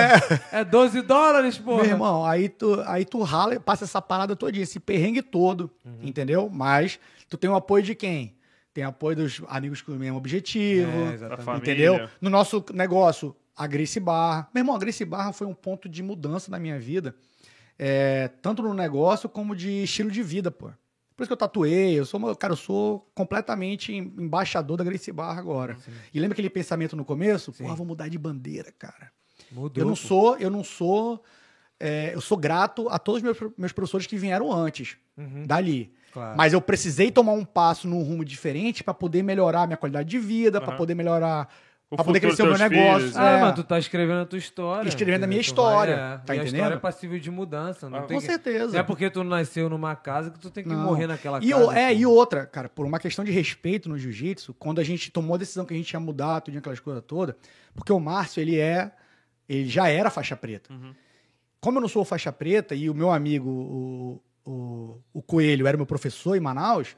Speaker 1: É. 12 dólares, porra.
Speaker 3: Meu irmão, aí tu, aí tu rala e passa essa parada toda, esse perrengue todo,
Speaker 1: Uhum.
Speaker 3: entendeu? Mas tu tem o apoio de quem? Tem apoio dos amigos com o mesmo objetivo.
Speaker 1: É,
Speaker 2: Da
Speaker 1: exatamente.
Speaker 2: família.
Speaker 3: Entendeu? No nosso negócio, a Grace Barra. Meu irmão, a Grace Barra foi um ponto de mudança na minha vida. é, tanto no negócio como de estilo de vida, pô. Por isso que eu tatuei, eu sou, uma- cara, eu sou completamente em- embaixador da Grace Barra agora. E lembra aquele pensamento no começo?
Speaker 1: Sim.
Speaker 3: Porra, vou mudar de bandeira, cara.
Speaker 1: Mudou.
Speaker 3: Eu não
Speaker 1: pô.
Speaker 3: sou, eu não sou. é, eu sou grato a todos os meus, meus professores que vieram antes
Speaker 1: Uhum,
Speaker 3: dali.
Speaker 1: claro.
Speaker 3: Mas eu precisei tomar um passo num rumo diferente pra poder melhorar a minha qualidade de vida, pra
Speaker 2: Aham.
Speaker 3: poder melhorar.
Speaker 2: O
Speaker 3: pra poder
Speaker 2: futuro
Speaker 3: crescer o meu
Speaker 2: dos teus
Speaker 3: negócio.
Speaker 2: filhos,
Speaker 1: Ah,
Speaker 3: É.
Speaker 1: mas tu tá escrevendo a tua história.
Speaker 3: Escrevendo a minha
Speaker 1: Tu vai-
Speaker 3: história,
Speaker 1: é.
Speaker 3: tá
Speaker 1: e a
Speaker 3: entendendo?
Speaker 1: história é passível de mudança. Não
Speaker 2: Ah,
Speaker 1: tem
Speaker 3: Com
Speaker 1: que-
Speaker 3: certeza.
Speaker 1: Não é porque tu nasceu numa casa que tu tem que
Speaker 3: Não.
Speaker 1: morrer naquela
Speaker 3: E,
Speaker 1: casa. assim.
Speaker 3: o- é,
Speaker 1: pô.
Speaker 3: e outra, cara, por uma questão de respeito no jiu-jitsu, quando a gente tomou a decisão que a gente ia mudar tudo aquelas coisas todas, porque o Márcio, ele é. Ele já era faixa preta.
Speaker 2: Uhum.
Speaker 3: Como eu não sou faixa preta e o meu amigo, o, o, o Coelho, era meu professor em Manaus,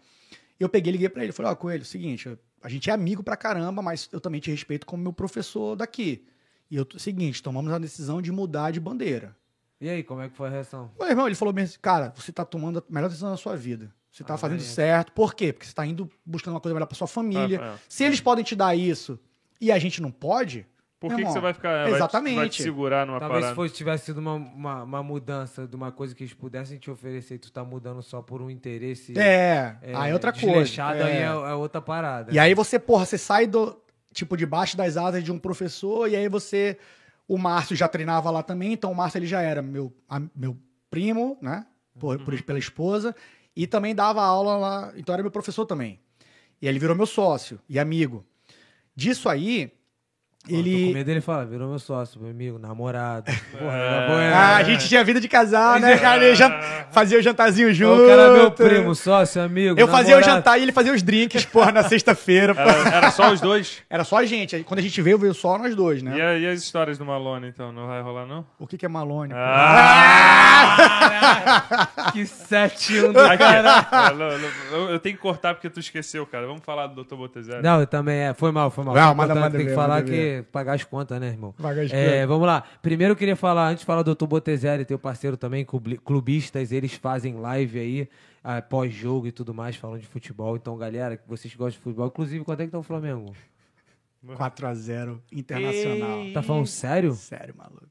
Speaker 3: E eu peguei, liguei pra ele, falei, ó, Coelho, seguinte, eu- a gente é amigo pra caramba, mas eu também te respeito como meu professor daqui. E eu, seguinte, tomamos a decisão de mudar de bandeira.
Speaker 1: E aí, como é que foi a reação?
Speaker 3: Meu irmão, ele falou mesmo assim, cara, você tá tomando a melhor decisão da sua vida. Você tá
Speaker 1: Ah,
Speaker 3: fazendo
Speaker 1: é.
Speaker 3: certo. Por quê? Porque você tá indo buscando uma coisa melhor pra sua família.
Speaker 2: Ah, é.
Speaker 3: Se eles podem te dar isso e a gente não pode,
Speaker 2: Por
Speaker 3: Meu
Speaker 2: que, que
Speaker 3: irmão,
Speaker 2: você vai ficar. vai te-
Speaker 3: exatamente.
Speaker 2: Vai te segurar numa
Speaker 1: Talvez se
Speaker 2: parada.
Speaker 1: fosse, tivesse sido uma, uma, uma mudança de uma coisa que eles pudessem te oferecer e tu tá mudando só por um interesse.
Speaker 3: é, aí é outra coisa.
Speaker 1: desleixado,
Speaker 3: É.
Speaker 1: aí é, é outra parada.
Speaker 3: E aí você, porra, você sai do, tipo, debaixo das asas de um professor, e aí você. O Márcio já treinava lá também, então o Márcio ele já era meu, a- meu primo, né? Por,
Speaker 1: Uhum.
Speaker 3: por- pela esposa, e também dava aula lá, então era meu professor também. E ele virou meu sócio e amigo. Disso aí,
Speaker 1: Pô, Tô com
Speaker 3: ele.
Speaker 1: medo dele fala, virou meu sócio, meu amigo, namorado. Porra,
Speaker 2: É.
Speaker 1: boa, é-
Speaker 3: Ah, a gente tinha vida de casal, né, cara? Ele já fazia o jantarzinho
Speaker 1: É
Speaker 3: junto.
Speaker 1: O cara é meu primo, sócio, amigo.
Speaker 3: Eu fazia o
Speaker 1: namorado. É.
Speaker 3: jantar e ele fazia os drinks, porra, na sexta-feira. pô.
Speaker 2: Era, era só os dois?
Speaker 3: Era só a gente. Aí, Quando a gente veio, veio só nós dois, né?
Speaker 2: E, a- e as histórias do Malone, então? Não vai rolar, não?
Speaker 3: O que, que é Malone? pô?
Speaker 2: Ah.
Speaker 1: Que um, 7 1 do
Speaker 2: Aqui,
Speaker 1: caralho.
Speaker 2: É, eu, eu- eu tenho que cortar porque tu esqueceu, cara. Vamos falar do Dr. Botezero.
Speaker 1: Não, eu também é. Foi mal, foi mal.
Speaker 3: Não,
Speaker 1: Foi
Speaker 3: manda-
Speaker 1: importante,
Speaker 3: manda
Speaker 1: Tem que
Speaker 3: ver,
Speaker 1: falar
Speaker 3: manda
Speaker 1: que pagar as contas, né, irmão?
Speaker 3: Pagar as
Speaker 1: É,
Speaker 3: contas.
Speaker 1: vamos lá. Primeiro eu queria falar, antes de falar do Dr. Botezeri, teu parceiro também, clubi- clubistas, eles fazem live aí, ah, pós-jogo e tudo mais, falando de futebol. Então, galera, que vocês gostam de futebol, inclusive, quanto é que tá o Flamengo?
Speaker 3: 4x0 internacional.
Speaker 1: Tá falando sério?
Speaker 3: Sério, maluco.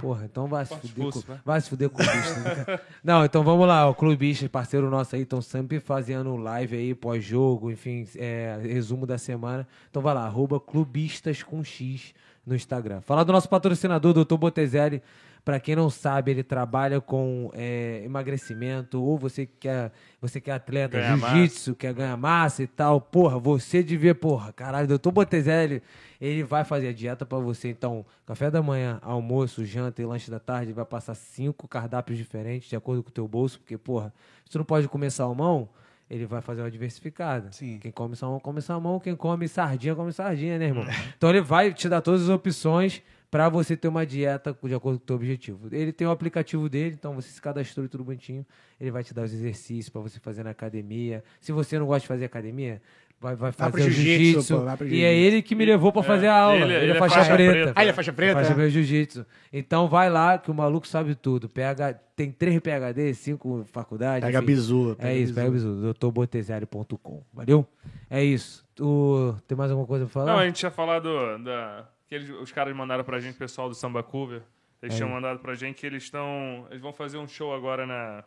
Speaker 1: Porra, então vai se
Speaker 2: Forte
Speaker 1: fuder.
Speaker 2: pulso,
Speaker 1: cu-
Speaker 2: vai.
Speaker 1: Vai se fuder com o bicho. né? Não, então vamos lá, o Clubista, parceiro nosso aí, estão sempre fazendo live aí, pós-jogo, enfim, é, resumo da semana. Então vai lá, arroba Clubistas com X no Instagram. Falar do nosso patrocinador, Dr. Botezelli. Pra quem não sabe, ele trabalha com é, emagrecimento, ou você que quer, você que é atleta,
Speaker 2: Ganhar
Speaker 1: jiu-jitsu, quer ganhar massa e tal. Porra, você devia, porra, caralho, doutor Botezelli, ele vai fazer a dieta pra você. Então, café da manhã, almoço, janta e lanche da tarde, vai passar cinco cardápios diferentes, de acordo com o teu bolso, porque, porra, se tu não pode comer salmão, ele vai fazer uma diversificada.
Speaker 3: Sim.
Speaker 1: Quem come salmão, come salmão. Quem come sardinha, come sardinha, né,
Speaker 3: Uhum.
Speaker 1: irmão? então ele vai te dar todas as opções pra você ter uma dieta de acordo com o teu objetivo. Ele tem o aplicativo dele, então você se cadastrou e tudo bonitinho. Ele vai te dar os exercícios pra você fazer na academia. Se você não gosta de fazer academia, vai, vai
Speaker 3: Vai
Speaker 1: fazer
Speaker 3: pro
Speaker 1: o
Speaker 3: jiu-jitsu,
Speaker 1: jiu-jitsu.
Speaker 3: pô, vai pro
Speaker 1: e é ele que me levou pra fazer a aula.
Speaker 2: ele-
Speaker 1: Ele,
Speaker 2: ele
Speaker 1: é faixa, preta.
Speaker 3: Ah, ele é faixa preta?
Speaker 1: Faixa preta jiu-jitsu. Então vai lá que o maluco sabe tudo. PH, tem três PHD, cinco faculdades.
Speaker 3: Pega
Speaker 1: enfim.
Speaker 3: bizu.
Speaker 1: É isso, pega o bisu, doutorbotezari.com, valeu? É isso. Tu tem mais alguma coisa pra falar?
Speaker 2: Não, a gente tinha falado da. Que eles- os caras mandaram pra gente, o pessoal do Samba Cover.
Speaker 3: É
Speaker 2: Eles tinham mandado pra gente que eles estão. Eles vão fazer um show agora na.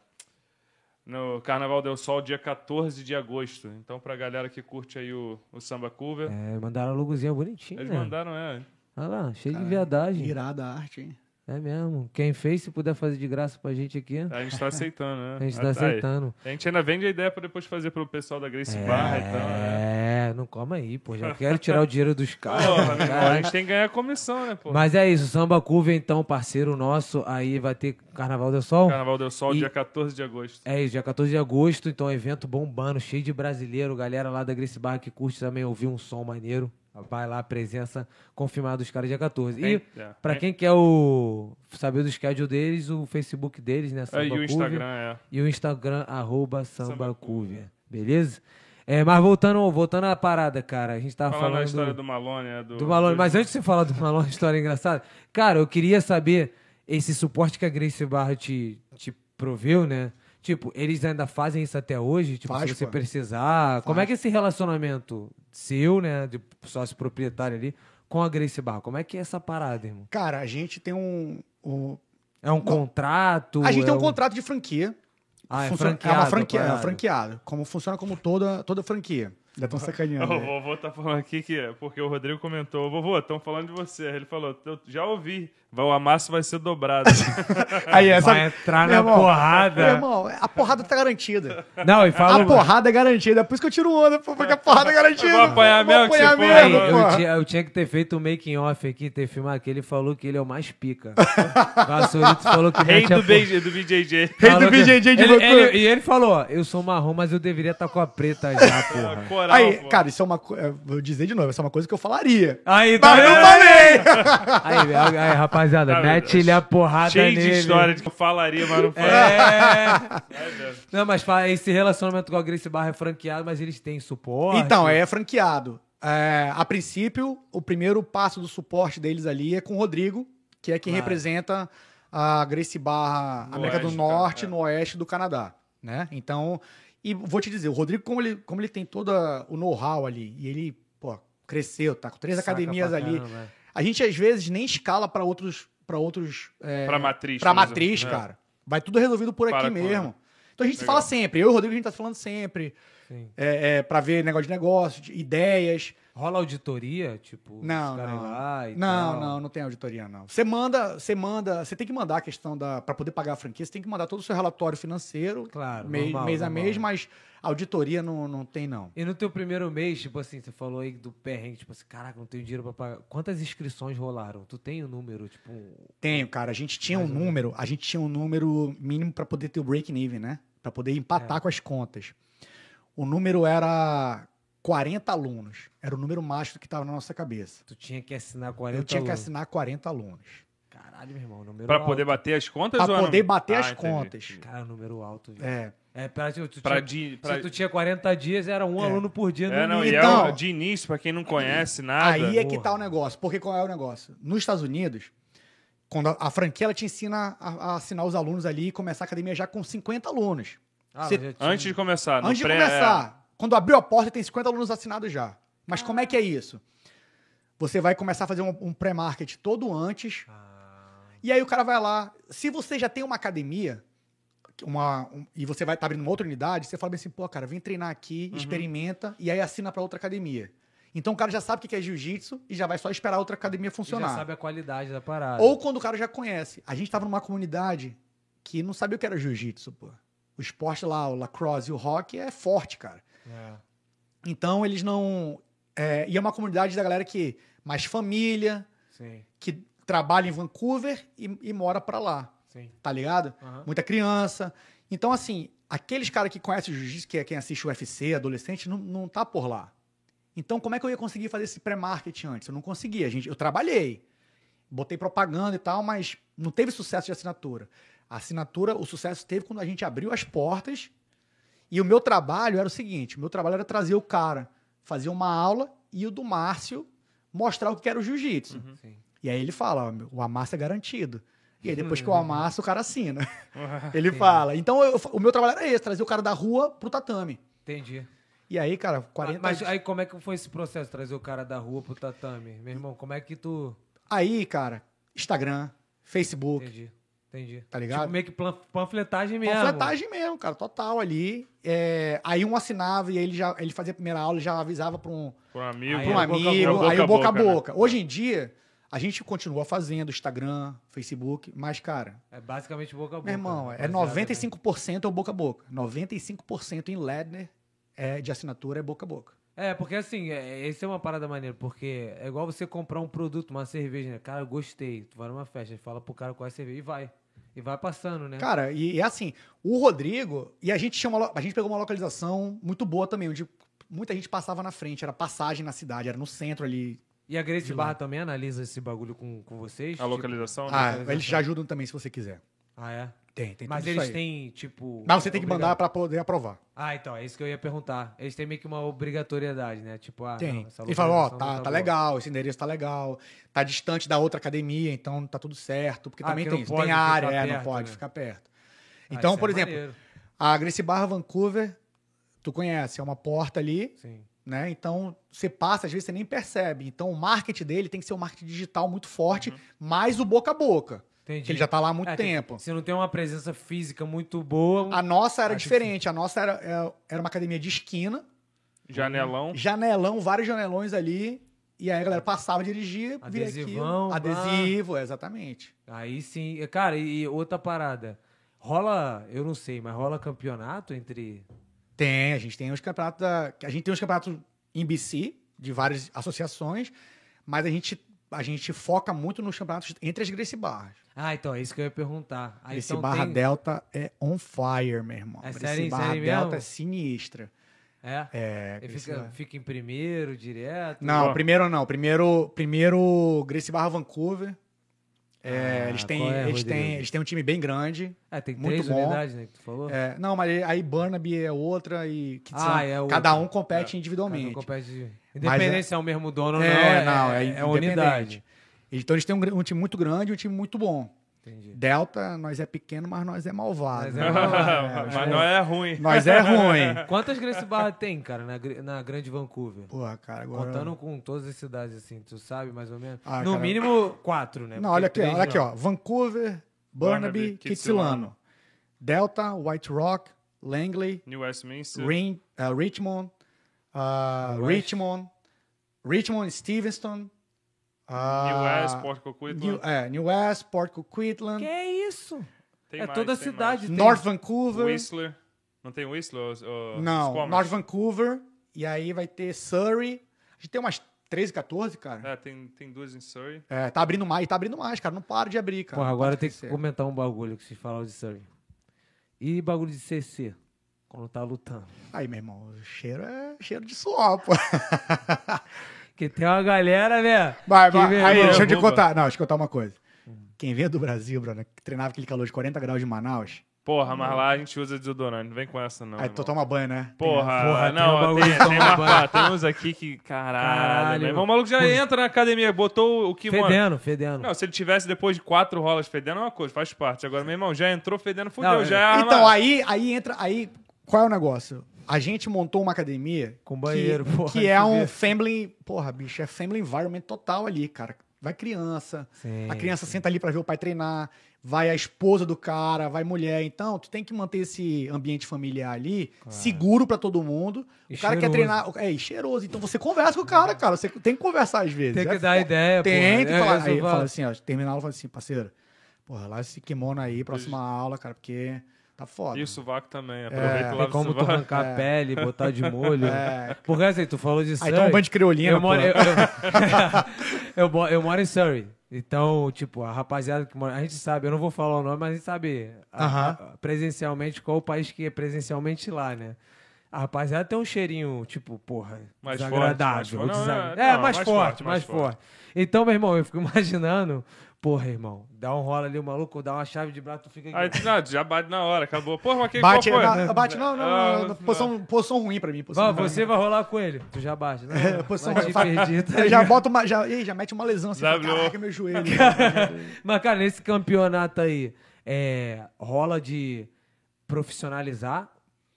Speaker 2: No Carnaval Del Sol, dia 14 de agosto. Então, pra galera que curte aí o, o Samba Cover,
Speaker 1: É, mandaram a logozinha bonitinha.
Speaker 2: eles
Speaker 1: né?
Speaker 2: mandaram, é.
Speaker 1: Olha lá, cheio de viadagem.
Speaker 3: Irada a arte, hein?
Speaker 1: É mesmo. Quem fez, se puder fazer de graça pra gente aqui,
Speaker 2: A gente tá aceitando, né?
Speaker 1: a gente
Speaker 2: Ah,
Speaker 1: tá
Speaker 2: aí.
Speaker 1: aceitando.
Speaker 2: A gente ainda vende a ideia pra depois fazer pro pessoal da Grace
Speaker 1: É,
Speaker 2: Barra e tal, né?
Speaker 1: não coma aí, pô. Já quero tirar o dinheiro dos caras.
Speaker 2: Porra, meu irmão,
Speaker 1: caralho.
Speaker 2: a gente tem que ganhar comissão, né, pô?
Speaker 1: Mas é isso, Samba Curva, então, parceiro nosso, aí vai ter Carnaval do Sol.
Speaker 2: Carnaval Del Sol,
Speaker 1: E-
Speaker 2: dia 14 de agosto.
Speaker 1: É isso, dia 14 de agosto, então evento bombando, cheio de brasileiro, galera lá da Grace Barra que curte também ouvir um som maneiro. Vai lá, presença confirmada dos caras dia 14. E
Speaker 2: Tem- é.
Speaker 1: pra quem quer o saber do schedule deles, o Facebook deles, né,
Speaker 2: É,
Speaker 1: Samba
Speaker 2: e o
Speaker 1: Cover,
Speaker 2: Instagram, é.
Speaker 1: e o Instagram arroba
Speaker 2: Samba
Speaker 1: sambacuver, beleza? É, mas voltando, voltando à parada, cara, a gente tava
Speaker 2: Falando a
Speaker 1: falando,
Speaker 2: história do Malone, é, do...
Speaker 1: do Malone. Mas antes de você falar do Malone, história engraçada. Cara, eu queria saber esse suporte que a Grace Barra te, te proveu, né? Tipo, eles ainda fazem isso até hoje? Tipo,
Speaker 3: Faz,
Speaker 1: se você
Speaker 3: pô.
Speaker 1: precisar. Como é que é esse relacionamento seu, né? De sócio proprietário ali, com a Grace Barra? Como é que é essa parada, irmão?
Speaker 3: Cara, a gente tem um. um-
Speaker 1: É um contrato?
Speaker 3: A gente
Speaker 1: é
Speaker 3: tem um contrato de franquia.
Speaker 1: Ah, é
Speaker 3: Funciona-
Speaker 1: franqueado.
Speaker 3: uma franquia,
Speaker 1: a
Speaker 3: é
Speaker 1: parada.
Speaker 3: uma franqueada. Como funciona como toda, toda franquia. Ainda tão
Speaker 2: O
Speaker 3: sacaneando. né?
Speaker 2: vovô tá falando aqui que é porque o Rodrigo comentou, vovô, estão falando de você. Ele falou, eu já ouvi, vai- o amasso vai ser dobrado.
Speaker 3: Aí, essa.
Speaker 1: Vai entrar
Speaker 3: Meu
Speaker 1: na
Speaker 3: irmão, Meu
Speaker 1: porrada.
Speaker 3: irmão, a porrada tá garantida.
Speaker 1: Não, e
Speaker 3: A
Speaker 1: fala...
Speaker 3: porrada é garantida. É por isso que eu tiro onda, pô, porque a porrada é garantida.
Speaker 2: Eu vou apanhar
Speaker 3: Vou
Speaker 2: mesmo, que
Speaker 3: apanhar
Speaker 2: se for,
Speaker 1: Aí,
Speaker 3: mesmo,
Speaker 2: Mano,
Speaker 1: eu,
Speaker 3: Ah, porra.
Speaker 1: tinha, eu tinha que ter feito um making off aqui, ter filmado que ele falou que ele é o mais pica. Vassourito falou que
Speaker 2: Rei
Speaker 1: mete a
Speaker 2: do,
Speaker 1: po-
Speaker 2: BJ do BJJ.
Speaker 3: Rei
Speaker 1: falou
Speaker 3: do
Speaker 1: que-
Speaker 3: BJJ de
Speaker 1: ele,
Speaker 3: Bocu.
Speaker 1: ele- E ele falou, ó, eu sou marrom, mas eu deveria estar com a tá preta já, porra.
Speaker 2: Qual moral,
Speaker 3: Aí,
Speaker 2: pô.
Speaker 3: cara, isso é uma coisa. Vou dizer de novo, isso é uma coisa que eu falaria.
Speaker 1: Aí, tá
Speaker 3: Mas eu
Speaker 1: vendo?
Speaker 3: não falei!
Speaker 1: Aí, aí, aí, rapaziada,
Speaker 2: Tá vendo?
Speaker 1: mete ele a porrada
Speaker 2: Cheio
Speaker 1: nele.
Speaker 2: de história de que eu falaria, mas não faria.
Speaker 1: É.
Speaker 2: Ai, Deus.
Speaker 1: Não, mas fala, esse relacionamento com a Grace Barra é franqueado, mas eles têm suporte.
Speaker 3: Então, é franqueado. É, a princípio, o primeiro passo do suporte deles ali é com o Rodrigo, que é quem
Speaker 1: Claro.
Speaker 3: representa a Grace Barra
Speaker 2: Ah. No
Speaker 3: América
Speaker 2: oeste,
Speaker 3: do Norte,
Speaker 2: cara, é.
Speaker 3: no oeste do Canadá, né? Então, e vou te dizer, o Rodrigo, como ele, como ele tem todo o know-how ali, e ele, pô, cresceu, tá com três
Speaker 1: Saca
Speaker 3: academias
Speaker 1: pra
Speaker 3: ali.
Speaker 1: caramba. é,
Speaker 3: A gente, às vezes, nem escala para outros, pra outros é,
Speaker 2: Pra matriz.
Speaker 3: pra
Speaker 2: por exemplo.
Speaker 3: matriz,
Speaker 2: É.
Speaker 3: cara. Vai tudo resolvido por
Speaker 2: Para
Speaker 3: aqui
Speaker 2: com-
Speaker 3: mesmo. Então a gente se
Speaker 2: Legal.
Speaker 3: fala sempre. Eu e o Rodrigo, a gente tá se falando sempre.
Speaker 1: Sim.
Speaker 3: É, é, pra ver negócio de negócio, de ideias.
Speaker 1: Rola auditoria, tipo, os
Speaker 3: Não,
Speaker 1: caras
Speaker 3: não.
Speaker 1: lá e
Speaker 3: não,
Speaker 1: tal.
Speaker 3: não, não tem auditoria, não. Você manda, você manda, você tem que mandar a questão da. Pra poder pagar a franquia, você tem que mandar todo o seu relatório financeiro.
Speaker 1: Claro,
Speaker 3: mês,
Speaker 1: normal,
Speaker 3: mês a
Speaker 1: normal.
Speaker 3: mês, mas auditoria não, não tem, não.
Speaker 1: E no teu primeiro mês, tipo assim, você falou aí do perrengue, tipo assim, caraca, não tenho dinheiro pra pagar. Quantas inscrições rolaram? Tu tem o número, tipo, um-
Speaker 3: Tenho, cara. A gente tinha
Speaker 1: Mais
Speaker 3: um
Speaker 1: ou menos.
Speaker 3: número, a gente tinha um número mínimo pra poder ter o break even, né? Pra poder
Speaker 1: É.
Speaker 3: empatar com as contas. O número era 40 alunos. Era o número mágico que tava na nossa cabeça.
Speaker 1: tu tinha que assinar
Speaker 3: Eu
Speaker 1: 40
Speaker 3: tinha que
Speaker 1: alunos.
Speaker 3: assinar 40 alunos.
Speaker 1: Caralho, meu irmão, número
Speaker 2: Pra
Speaker 1: alto.
Speaker 2: poder bater as contas?
Speaker 3: Pra
Speaker 2: ou era-
Speaker 3: poder bater
Speaker 2: Ah,
Speaker 3: as
Speaker 2: entendi.
Speaker 3: contas.
Speaker 1: Cara, número alto. viu?
Speaker 3: É.
Speaker 1: É, pra, tu, tu
Speaker 2: Pra,
Speaker 1: tinha,
Speaker 2: de, pra...
Speaker 1: Se tu tinha 40 dias, era um
Speaker 3: É.
Speaker 1: aluno por dia no
Speaker 2: É, não, e é
Speaker 3: Então-
Speaker 2: o- de início, pra quem não conhece nada.
Speaker 3: Aí é que
Speaker 1: porra.
Speaker 3: tá o negócio. Porque qual é o negócio? Nos Estados Unidos, quando a, a franquia ela te ensina a, a assinar os alunos ali e começar a academia já com 50 alunos.
Speaker 1: Ah,
Speaker 3: Cê-
Speaker 1: mas já tinha-
Speaker 2: Antes de começar. Ah, no
Speaker 3: Antes de
Speaker 2: pré- é.
Speaker 3: começar, quando abriu a porta, tem 50 alunos assinados já. Mas como é que é isso? Você vai começar a fazer um, um pré-market todo antes,
Speaker 1: Ah,
Speaker 3: e aí o cara vai lá. Se você já tem uma academia, uma, um- e você vai estar abrindo uma outra unidade, você fala bem assim, pô, cara, vem treinar aqui,
Speaker 1: Uhum.
Speaker 3: experimenta, e aí assina pra outra academia. Então o cara já sabe o que que é jiu-jitsu e já vai só esperar a outra academia
Speaker 1: e já
Speaker 3: funcionar.
Speaker 1: sabe a qualidade da parada.
Speaker 3: Ou quando o cara já conhece. A gente tava numa comunidade que não sabia o que era jiu-jitsu, pô. O esporte lá, o lacrosse e o rock é forte, cara.
Speaker 1: É.
Speaker 3: Então eles não. é, e é uma comunidade da galera que. Mais família,
Speaker 1: Sim,
Speaker 3: que trabalha em Vancouver e, e mora pra lá,
Speaker 1: sim.
Speaker 3: tá ligado?
Speaker 1: Aham.
Speaker 3: Muita criança. Então, assim, aqueles caras que conhecem o jiu-jitsu, que é quem assiste o UFC, adolescente, não, não tá por lá. Então, como é que eu ia conseguir fazer esse pré-marketing antes? Eu não conseguia, gente. Eu trabalhei. Botei propaganda e tal, mas não teve sucesso de assinatura. A assinatura, o sucesso teve quando a gente abriu as portas. E o meu trabalho era o seguinte: o meu trabalho era trazer o cara, fazer uma aula e o do Márcio mostrar o que era o jiu-jitsu.
Speaker 2: Uhum.
Speaker 1: sim.
Speaker 3: E aí ele fala: ó, meu, o amasso é garantido. E aí depois que
Speaker 1: Uhum.
Speaker 3: eu amasso, o cara assina. Ele
Speaker 1: Entendi.
Speaker 3: fala. Então eu- o meu trabalho era esse, trazer o cara da rua pro tatame.
Speaker 1: Entendi.
Speaker 3: E aí, cara, 40
Speaker 1: Ah, Mas aí como é que foi esse processo? Trazer o cara da rua pro tatame? Meu irmão, como é que tu...
Speaker 3: Aí, cara, Instagram, Facebook,
Speaker 1: Entendi, entendi.
Speaker 3: Tá ligado?
Speaker 1: Tipo, meio que plan- panfletagem mesmo.
Speaker 3: panfletagem mesmo, cara, total ali. É, aí um assinava e aí ele já ele fazia a primeira aula e já avisava pra um,
Speaker 2: Pra um amigo.
Speaker 1: Aí
Speaker 3: pra um
Speaker 1: é o boca
Speaker 3: amigo,
Speaker 1: a
Speaker 3: aí o boca, a boca,
Speaker 2: né?
Speaker 3: Hoje em dia, a gente continua fazendo Instagram, Facebook, mas, cara,
Speaker 1: É basicamente boca a boca.
Speaker 3: meu irmão, é
Speaker 1: rapaziada, né?
Speaker 3: 95% é o boca a boca. 95% em Ledner é, de assinatura é boca a boca.
Speaker 1: né? É, porque assim, é, esse é uma parada maneira, porque é igual você comprar um produto, uma cerveja, né? Cara, eu gostei. Tu vai numa festa, fala pro cara qual é a cerveja e vai. E vai passando, né?
Speaker 3: Cara, e, e assim, o Rodrigo, e a gente tinha uma, lo- a gente pegou uma localização muito boa também, onde muita gente passava na frente, era passagem na cidade, era no centro ali.
Speaker 1: E a Grace
Speaker 3: de lá.
Speaker 1: Barra também analisa esse bagulho com, com vocês?
Speaker 2: A localização, né?
Speaker 3: Ah,
Speaker 1: localização.
Speaker 3: eles te ajudam também se você quiser.
Speaker 1: Tipo... Ah, é?
Speaker 3: Tem, tem
Speaker 1: Mas
Speaker 3: tudo isso
Speaker 1: eles
Speaker 3: aí.
Speaker 1: têm, tipo...
Speaker 3: Mas você tem que
Speaker 1: obrigado.
Speaker 3: mandar pra poder aprovar.
Speaker 1: Ah, então, é isso que eu ia perguntar. Eles têm meio que uma obrigatoriedade, né? Tipo, ah,
Speaker 3: tem.
Speaker 1: não, essa
Speaker 3: Ele fala, ó,
Speaker 1: localização
Speaker 3: tá,
Speaker 1: não
Speaker 3: tá
Speaker 1: boa.
Speaker 3: legal, esse endereço tá legal, tá distante da outra academia, então tá tudo certo, porque
Speaker 1: Ah,
Speaker 3: também
Speaker 1: que
Speaker 3: tem
Speaker 1: não
Speaker 3: isso,
Speaker 1: pode
Speaker 3: tem área,
Speaker 1: ficar
Speaker 3: é, não
Speaker 1: perto,
Speaker 3: pode
Speaker 1: né?
Speaker 3: ficar perto.
Speaker 1: Ah,
Speaker 3: Então,
Speaker 1: isso
Speaker 3: por
Speaker 1: é
Speaker 3: exemplo,
Speaker 1: maneiro.
Speaker 3: a Gracie Barra Vancouver, tu conhece, é uma porta ali,
Speaker 1: Sim.
Speaker 3: né? Então, você passa, às vezes você nem percebe. Então, o marketing dele tem que ser um marketing digital muito forte, mais o boca a boca,
Speaker 1: Entendi.
Speaker 3: que ele já tá lá há muito
Speaker 1: Uhum. É, tem- um
Speaker 3: tempo.
Speaker 1: se não tem uma presença física muito boa,
Speaker 3: A nossa era
Speaker 1: Acho que
Speaker 3: diferente, a nossa era, é- era uma academia de esquina,
Speaker 2: Janelão.
Speaker 3: janelão, vários janelões ali, e aí a galera passava, dirigia, via
Speaker 1: Adesivão,
Speaker 3: aquilo. Adesivo, é, exatamente.
Speaker 1: aí sim. E, Cara, e outra parada. Rola, eu não sei, mas rola campeonato entre.
Speaker 3: Tem, a gente tem os campeonatos da, a gente tem os campeonatos em BC de várias associações, mas a gente a gente foca muito nos campeonatos entre as Gracie Barras.
Speaker 1: Ah, então, é isso que eu ia perguntar. Aí,
Speaker 3: Esse
Speaker 1: então,
Speaker 3: Barra
Speaker 1: tem-
Speaker 3: Delta é on fire, meu irmão.
Speaker 1: É
Speaker 3: Esse
Speaker 1: sério,
Speaker 3: Barra
Speaker 1: sério
Speaker 3: Delta
Speaker 1: mesmo?
Speaker 3: é sinistra.
Speaker 1: É?
Speaker 3: É,
Speaker 1: Ele
Speaker 3: Gracie
Speaker 1: fica,
Speaker 3: Barra.
Speaker 1: fica em primeiro, direto.
Speaker 3: Não,
Speaker 2: Ó.
Speaker 3: primeiro não. Primeiro, primeiro Gracie Barra Vancouver. É,
Speaker 1: Ah,
Speaker 3: eles, têm,
Speaker 1: qual é,
Speaker 3: eles, têm,
Speaker 1: Rodrigo?
Speaker 3: eles têm um time bem grande.
Speaker 1: Ah, tem
Speaker 3: Muito
Speaker 1: três
Speaker 3: bom.
Speaker 1: unidades, né, que tu falou?
Speaker 3: É, não, mas aí Burnaby é outra e Kitsan.
Speaker 1: Ah, é outra.
Speaker 3: cada um compete
Speaker 1: Cada um
Speaker 3: individualmente.
Speaker 1: compete de- Independente
Speaker 3: é-
Speaker 1: se é o mesmo dono ou não,
Speaker 3: É,
Speaker 1: é,
Speaker 3: não, é,
Speaker 1: é
Speaker 3: independente.
Speaker 1: unidade.
Speaker 3: Então eles têm um, gr- um time muito grande e um time muito bom.
Speaker 1: Entendi.
Speaker 3: Delta, nós é pequeno, mas nós é malvado.
Speaker 1: Mas
Speaker 3: né?
Speaker 1: é malvado,
Speaker 3: É,
Speaker 2: Mas não é ruim.
Speaker 3: Nós é ruim.
Speaker 1: Quantas Grace Barra tem, cara, na, gr- na Grande Vancouver?
Speaker 3: Porra, cara, agora.
Speaker 1: Contando um com todas as cidades, assim, tu sabe mais ou menos?
Speaker 3: Ah,
Speaker 1: no
Speaker 3: cara.
Speaker 1: mínimo quatro, né?
Speaker 3: Não,
Speaker 1: Porque
Speaker 3: olha aqui, ó,
Speaker 1: três
Speaker 3: olha aqui,
Speaker 1: não.
Speaker 3: ó. Vancouver, Burnaby,
Speaker 2: Burnaby,
Speaker 3: Kitsilano. Delta, White Rock, Langley,
Speaker 2: New Westminster.
Speaker 3: Rin- ah, Richmond, ah,
Speaker 1: West.
Speaker 3: Richmond, Richmond, Stevenson,
Speaker 2: New
Speaker 3: ah,
Speaker 2: West, Port Coquitlam.
Speaker 3: New, é, New West, Port Coquitlam,
Speaker 1: Que é isso?
Speaker 2: Tem
Speaker 1: é
Speaker 2: mais,
Speaker 1: toda a
Speaker 2: tem
Speaker 1: cidade. Tem...
Speaker 3: North Vancouver,
Speaker 2: mais. Whistler. Não tem Whistler? Ou, ou
Speaker 3: não,
Speaker 2: Squamish?
Speaker 3: North Vancouver, e aí vai ter Surrey, a gente tem umas 13, 14, cara.
Speaker 2: É, tem, tem duas em Surrey.
Speaker 3: É, tá abrindo mais, e tá abrindo mais, cara, não para de abrir, cara.
Speaker 1: Porra,
Speaker 3: não
Speaker 1: agora
Speaker 3: para
Speaker 1: tem
Speaker 3: de
Speaker 1: que
Speaker 3: crescer.
Speaker 1: comentar um bagulho que vocês falaram de Surrey. E bagulho de CC, quando tá lutando.
Speaker 3: Aí, meu irmão, o cheiro é cheiro de suor, pô.
Speaker 1: Porque tem uma galera, né?
Speaker 3: Vai,
Speaker 1: que,
Speaker 3: vai.
Speaker 1: meu
Speaker 3: Aí,
Speaker 1: irmão,
Speaker 3: deixa eu te
Speaker 2: derruba.
Speaker 3: contar. Não, deixa eu contar uma coisa. Quem veio do Brasil, Bruno, que treinava aquele calor de 40 graus de Manaus,
Speaker 2: Porra, mas lá a gente usa desodorante. Não vem com essa, não.
Speaker 3: aí tu
Speaker 2: irmão.
Speaker 3: toma banho, né?
Speaker 2: Porra,
Speaker 1: Porra, tem um
Speaker 2: não,
Speaker 1: bagulho
Speaker 2: tem,
Speaker 1: de
Speaker 2: tem,
Speaker 1: tomar
Speaker 2: uma-
Speaker 1: banho.
Speaker 2: tem uns aqui que. Caralho,
Speaker 1: Caralho.
Speaker 2: meu irmão. O maluco já entra na academia, botou o kimono.
Speaker 1: Fedendo, fedendo.
Speaker 2: Não, se ele tivesse depois de quatro rolas fedendo, é uma coisa, faz parte. Agora, meu irmão, já entrou fedendo, fudeu,
Speaker 1: Não,
Speaker 2: já é
Speaker 3: Então,
Speaker 2: arma-
Speaker 3: aí, aí entra. Aí, qual é o negócio? A gente montou uma academia.
Speaker 1: Com
Speaker 3: que-
Speaker 1: banheiro,
Speaker 3: que,
Speaker 1: porra,
Speaker 3: é
Speaker 1: isso
Speaker 3: um
Speaker 1: mesmo.
Speaker 3: family. Porra, bicho, é family environment total ali, cara. Vai criança.
Speaker 1: É, Sim,
Speaker 3: a criança senta ali pra ver o pai treinar. Vai a esposa do cara, vai mulher. Então, tu tem que manter esse ambiente familiar ali seguro pra todo mundo.
Speaker 1: E
Speaker 3: o cara quer
Speaker 1: cheiroso.
Speaker 3: treinar. É, e cheiroso. Então você conversa com o cara, cara. Você tem que conversar às vezes.
Speaker 1: Tem que
Speaker 3: É
Speaker 1: dar
Speaker 3: fo-
Speaker 1: ideia,
Speaker 3: Tem,
Speaker 1: porra.
Speaker 3: tem que
Speaker 1: É,
Speaker 3: falar.
Speaker 1: isso
Speaker 3: Aí
Speaker 1: eu
Speaker 3: fala
Speaker 1: falo.
Speaker 3: assim, ó, terminar ela fala assim, parceiro, porra, lá esse kimono aí, próxima aula, cara, porque tá foda.
Speaker 2: E o sovaco também.
Speaker 3: É.
Speaker 2: Aproveita lá
Speaker 1: É, Tem
Speaker 2: o
Speaker 1: como tu
Speaker 2: sovaco.
Speaker 1: arrancar a pele, botar de molho. Porque assim, tu falou de
Speaker 3: Aí
Speaker 1: Surrey.
Speaker 3: dá É. um banho de creolina,
Speaker 1: eu moro,
Speaker 3: pô.
Speaker 1: eu, eu- eu mo- eu moro em Surrey. Então, tipo, a rapaziada que mora. A gente sabe, eu não vou falar o nome, mas a gente sabe a-
Speaker 3: Aham.
Speaker 1: a- presencialmente qual o país que é presencialmente lá, né? A rapaziada tem um cheirinho, tipo, porra,
Speaker 2: Mais forte, mais
Speaker 1: desagradável.
Speaker 2: forte. Não,
Speaker 1: desagra-
Speaker 2: não, não,
Speaker 1: é,
Speaker 2: não,
Speaker 1: mais, forte, mais forte. Então, meu irmão, eu fico imaginando, porra, irmão, dá um rola ali, o maluco dá uma chave de braço, tu fica aqui.
Speaker 2: Aí, tu- não, tu já bate na hora, acabou. Porra, mas que
Speaker 3: Bate,
Speaker 2: qual foi?
Speaker 3: na- bate, não, não, não, não,
Speaker 2: Ah,
Speaker 3: posição, posição ruim pra mim. Posição
Speaker 1: Vá,
Speaker 3: ruim.
Speaker 1: você vai rolar com ele. Tu já baixa. Não,
Speaker 3: É, posição
Speaker 1: vai te
Speaker 3: ruim.
Speaker 1: perder, tá
Speaker 3: Aí já
Speaker 1: ligado?
Speaker 3: bota uma, já, ei, já mete uma lesão assim, fala,
Speaker 2: W.O.
Speaker 3: caraca, meu joelho.
Speaker 1: Mas, cara, nesse campeonato aí, é, rola de profissionalizar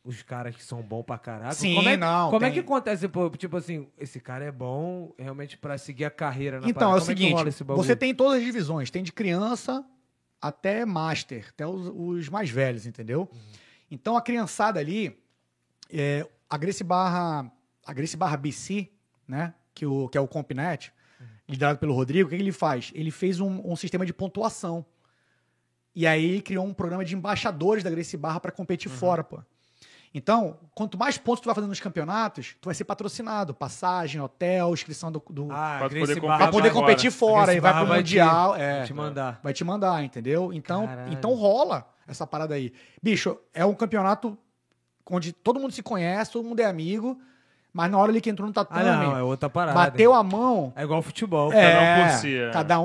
Speaker 1: os caras que são bons pra caraca.
Speaker 3: Sim,
Speaker 1: como é, que-
Speaker 3: não,
Speaker 1: Como é
Speaker 3: tem.
Speaker 1: que acontece, pô, tipo assim, esse cara é bom realmente pra seguir a carreira na
Speaker 3: Então, é o
Speaker 1: parada? Como que
Speaker 3: seguinte,
Speaker 1: rola esse bagulho?
Speaker 3: você tem todas as divisões, tem de criança até master, até os, os mais velhos, entendeu?
Speaker 1: Uhum.
Speaker 3: Então a criançada ali, é, a Grace Barra, a Grace Barra BC, né, que, o, que é o Compinet,
Speaker 1: Uhum.
Speaker 3: liderado pelo Rodrigo, o que, que ele faz? Ele fez um, um sistema de pontuação. E aí ele criou um programa de embaixadores da Grace Barra pra competir
Speaker 1: Uhum.
Speaker 3: fora, pô. Então, quanto mais pontos tu vai fazendo nos campeonatos, tu vai ser patrocinado. Passagem, hotel, inscrição do, do,
Speaker 1: Ah,
Speaker 2: Pra
Speaker 1: a
Speaker 2: poder
Speaker 1: Gracie
Speaker 2: competir.
Speaker 1: Barra
Speaker 3: Pra
Speaker 2: Vai
Speaker 3: poder
Speaker 1: vai-
Speaker 2: embora.
Speaker 3: competir fora
Speaker 1: Esse
Speaker 3: e vai
Speaker 1: barra
Speaker 3: pro
Speaker 1: vai te-
Speaker 3: Mundial.
Speaker 1: vai
Speaker 3: é,
Speaker 1: te mandar.
Speaker 3: Vai te mandar, entendeu? Então,
Speaker 1: Caralho.
Speaker 3: então rola essa parada aí. Bicho, é um campeonato onde todo mundo se conhece, todo mundo é amigo, mas na hora ali que entrou no
Speaker 1: Ah,
Speaker 3: tatame,
Speaker 1: não, é outra parada.
Speaker 3: Então, bateu a mão.
Speaker 1: É igual futebol.
Speaker 3: É,
Speaker 1: cara.
Speaker 2: um
Speaker 3: cada um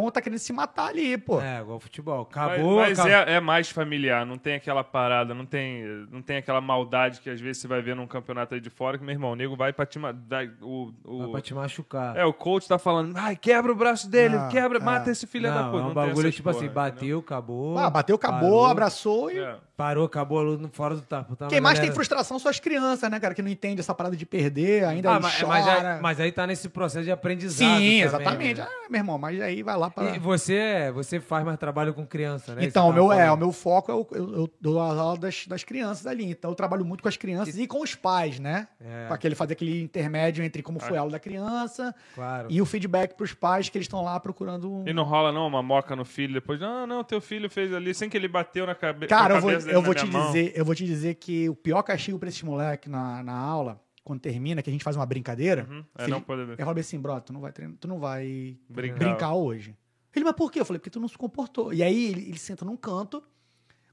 Speaker 2: por si, é.
Speaker 3: tá querendo se matar ali, pô.
Speaker 1: É, igual futebol.
Speaker 2: Mas-
Speaker 1: Acabou,
Speaker 2: mas
Speaker 1: acabou.
Speaker 2: é, é mais familiar, não tem aquela parada, não tem, não tem aquela maldade que às vezes você vai ver num campeonato aí de fora que, meu irmão, o nego vai pra te ma- dá- o, o-
Speaker 1: Vai pra te machucar.
Speaker 2: É, o coach tá falando, ai, quebra o braço dele,
Speaker 3: Não,
Speaker 2: quebra,
Speaker 3: é.
Speaker 2: mata esse filho da
Speaker 1: não,
Speaker 2: puta.
Speaker 1: é um
Speaker 2: Não tem
Speaker 1: bagulho
Speaker 2: essas
Speaker 1: tipo
Speaker 2: porra,
Speaker 1: assim,
Speaker 2: entendeu?
Speaker 1: bateu, acabou.
Speaker 3: Ah, bateu, acabou,
Speaker 1: parou.
Speaker 3: abraçou e.
Speaker 2: É.
Speaker 1: Parou, acabou o aluno fora do tapa. Tá,
Speaker 3: Quem mais tem
Speaker 1: galera-
Speaker 3: frustração são as crianças, né, cara? Que não entende essa parada de perder, ainda
Speaker 1: Ah,
Speaker 3: aí
Speaker 1: mas,
Speaker 3: chora.
Speaker 1: mas aí, mas aí tá nesse processo de aprendizado.
Speaker 3: Sim,
Speaker 1: também,
Speaker 3: exatamente.
Speaker 1: né?
Speaker 3: Ah, meu irmão, mas aí vai lá pra.
Speaker 1: E você, você faz mais trabalho com criança, né?
Speaker 3: Então, o
Speaker 1: Isso que
Speaker 3: meu,
Speaker 1: tava
Speaker 3: é, o
Speaker 1: falando.
Speaker 3: meu foco é o, eu, eu dou as aulas das, das crianças ali. Então, eu trabalho muito com as crianças e com os pais, né?
Speaker 1: É.
Speaker 3: Pra aquele, fazer aquele intermédio entre como foi a aula da criança
Speaker 1: Claro.
Speaker 3: e o feedback pros pais que eles estão lá procurando um.
Speaker 2: E não rola não uma moca no filho depois, não, não, teu filho fez ali, sem que ele bateu na, cabe
Speaker 3: Cara,
Speaker 2: na
Speaker 3: eu vou,
Speaker 2: cabeça dele
Speaker 3: eu
Speaker 2: na
Speaker 3: vou te
Speaker 2: minha mão.
Speaker 3: dizer, eu vou te dizer que o pior castigo pra esses moleque na, na aula, quando termina, que a gente faz uma brincadeira,
Speaker 2: Uhum,
Speaker 3: se
Speaker 2: É, não
Speaker 3: ele-
Speaker 2: pode
Speaker 3: eu falo assim, bro, tu não vai treinar, tu não vai
Speaker 2: brincar.
Speaker 3: brincar hoje. Ele, mas por quê? Eu falei, porque tu não se comportou. E aí ele, ele senta num canto,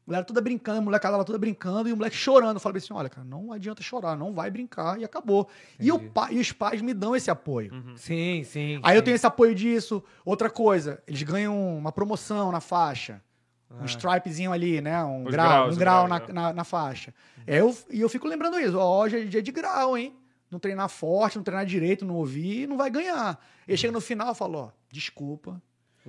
Speaker 3: Galera toda brincando, a molecada lá toda brincando e o moleque chorando. Eu falei assim: olha, cara, não adianta chorar, não vai brincar e acabou. E, o
Speaker 1: Entendi.
Speaker 3: pa- e os pais me dão esse apoio.
Speaker 1: Sim, sim.
Speaker 3: Aí eu
Speaker 1: sim.
Speaker 3: tenho esse apoio disso. Outra coisa, eles ganham uma promoção na faixa. Um
Speaker 1: Ah.
Speaker 3: stripezinho ali, né? Um
Speaker 2: Os
Speaker 3: grau,
Speaker 2: graus,
Speaker 3: um
Speaker 2: os
Speaker 3: grau
Speaker 2: graus,
Speaker 3: na,
Speaker 2: né?
Speaker 3: na- na faixa. É, eu, e eu fico lembrando isso. Ó, hoje é dia de grau, hein? Não treinar forte, não treinar direito, não ouvir, não vai ganhar. Ele chega no final e fala, ó, desculpa.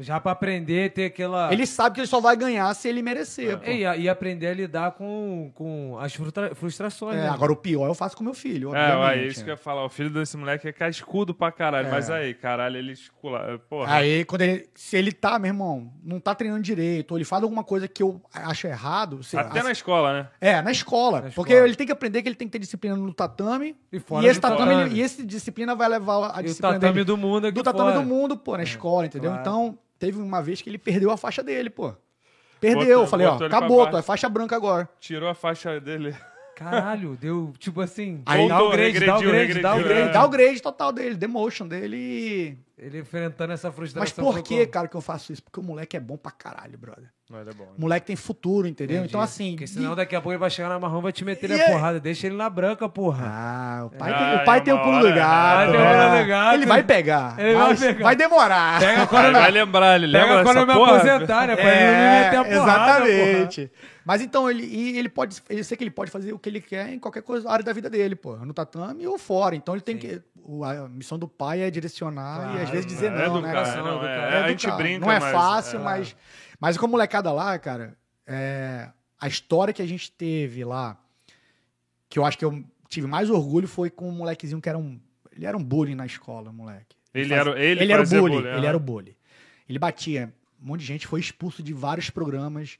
Speaker 1: Já pra aprender, ter
Speaker 2: Ah.
Speaker 1: aquela.
Speaker 3: Ele sabe que ele só vai ganhar se ele merecer, pô.
Speaker 1: É, E, a- e aprender a lidar com, com as frustra- frustrações.
Speaker 3: É,
Speaker 1: né?
Speaker 3: agora o pior eu faço com meu filho,
Speaker 2: É,
Speaker 3: obviamente.
Speaker 2: ué, isso que eu ia falar. O filho desse moleque é cascudo pra caralho. Mas aí, caralho, ele escula. é, Porra.
Speaker 3: É. Aí, quando ele, se ele tá, meu irmão, não tá treinando direito, ou ele faz alguma coisa que eu acho errado... se-
Speaker 2: até
Speaker 3: assim,
Speaker 2: na escola, né?
Speaker 3: É, na escola.
Speaker 1: Na
Speaker 3: porque
Speaker 1: escola.
Speaker 3: ele tem que aprender que ele tem que ter disciplina no tatame.
Speaker 1: E
Speaker 3: E,
Speaker 1: fora
Speaker 3: esse
Speaker 1: do
Speaker 3: tatame,
Speaker 1: tatame.
Speaker 3: ele- e esse tá disciplina vai levar a
Speaker 1: E o
Speaker 3: disciplina
Speaker 1: tatame
Speaker 3: dele
Speaker 1: do mundo aqui
Speaker 3: do tatame
Speaker 1: fora. É,
Speaker 3: do mundo, pô, na escola, entendeu?
Speaker 1: claro.
Speaker 3: Então, teve uma vez que ele perdeu a faixa dele, pô. Perdeu,
Speaker 2: Botou-
Speaker 3: eu falei, ó,
Speaker 2: botou ele pra
Speaker 3: acabou, tu é
Speaker 2: baixo.
Speaker 3: faixa branca agora.
Speaker 2: Tirou a faixa dele.
Speaker 1: Caralho, deu tipo assim.
Speaker 2: Aí-
Speaker 1: dá o grade,
Speaker 2: Voltou,
Speaker 1: dá o
Speaker 2: regrediu,
Speaker 1: grade, dá o
Speaker 2: regrediu,
Speaker 1: grade.
Speaker 2: É.
Speaker 3: Dá o grade total dele, demotion dele. e-
Speaker 1: Ele enfrentando essa
Speaker 3: Mas
Speaker 1: frustração.
Speaker 3: por que,
Speaker 1: com-
Speaker 3: cara, que eu faço isso? Porque o moleque é bom pra caralho, brother.
Speaker 2: Mas é bom.
Speaker 3: O moleque tem futuro, entendeu?
Speaker 1: Entendi.
Speaker 3: Então, assim.
Speaker 1: Porque
Speaker 3: e-
Speaker 1: senão daqui a pouco ele vai chegar na marrom e vai te meter
Speaker 3: E
Speaker 1: na
Speaker 3: é-
Speaker 1: porrada. Deixa ele na branca, porra.
Speaker 3: Ah, o pai,
Speaker 2: Ah,
Speaker 3: tem,
Speaker 2: é
Speaker 3: o pai tem o
Speaker 2: uma
Speaker 3: pulo
Speaker 2: hora,
Speaker 3: do gato.
Speaker 1: é. Tem o pulo do
Speaker 3: né?
Speaker 1: gato.
Speaker 3: Ele vai pegar.
Speaker 1: Ele vai
Speaker 3: mas
Speaker 1: pegar.
Speaker 3: Vai demorar.
Speaker 1: Pega
Speaker 2: Aí
Speaker 1: quando,
Speaker 2: vai lembrar, ele lembra
Speaker 1: pega quando eu
Speaker 2: dessa
Speaker 1: me
Speaker 2: porra?
Speaker 1: aposentar,
Speaker 2: É,
Speaker 1: né? Pra ele não me meter a porrada. porra.
Speaker 3: É, exatamente. Mas então ele, e ele pode, eu sei que ele pode fazer o que ele quer em qualquer coisa, área da vida dele, pô, no tatame ou fora. Então ele tem que o- a missão do pai é direcionar e às
Speaker 1: Claro,
Speaker 3: vezes
Speaker 1: né?
Speaker 3: dizer
Speaker 2: é
Speaker 3: não, né?
Speaker 2: educar,
Speaker 3: cara?
Speaker 2: não, é,
Speaker 1: educar.
Speaker 2: é, a gente
Speaker 3: educar.
Speaker 2: brinca,
Speaker 3: Não é
Speaker 2: mas-
Speaker 3: fácil,
Speaker 2: é.
Speaker 3: mas mas com a molecada lá, cara, é, a história que a gente teve lá, que eu acho que eu tive mais orgulho foi com um molequezinho que era um, ele era um bullying na escola, moleque.
Speaker 2: Ele
Speaker 3: faz-
Speaker 2: era, o- ele
Speaker 3: Ele era o
Speaker 2: fazia
Speaker 3: bully,
Speaker 2: bullying,
Speaker 3: ele
Speaker 2: né?
Speaker 3: era o bully. Ele batia, um monte de gente foi expulso de vários programas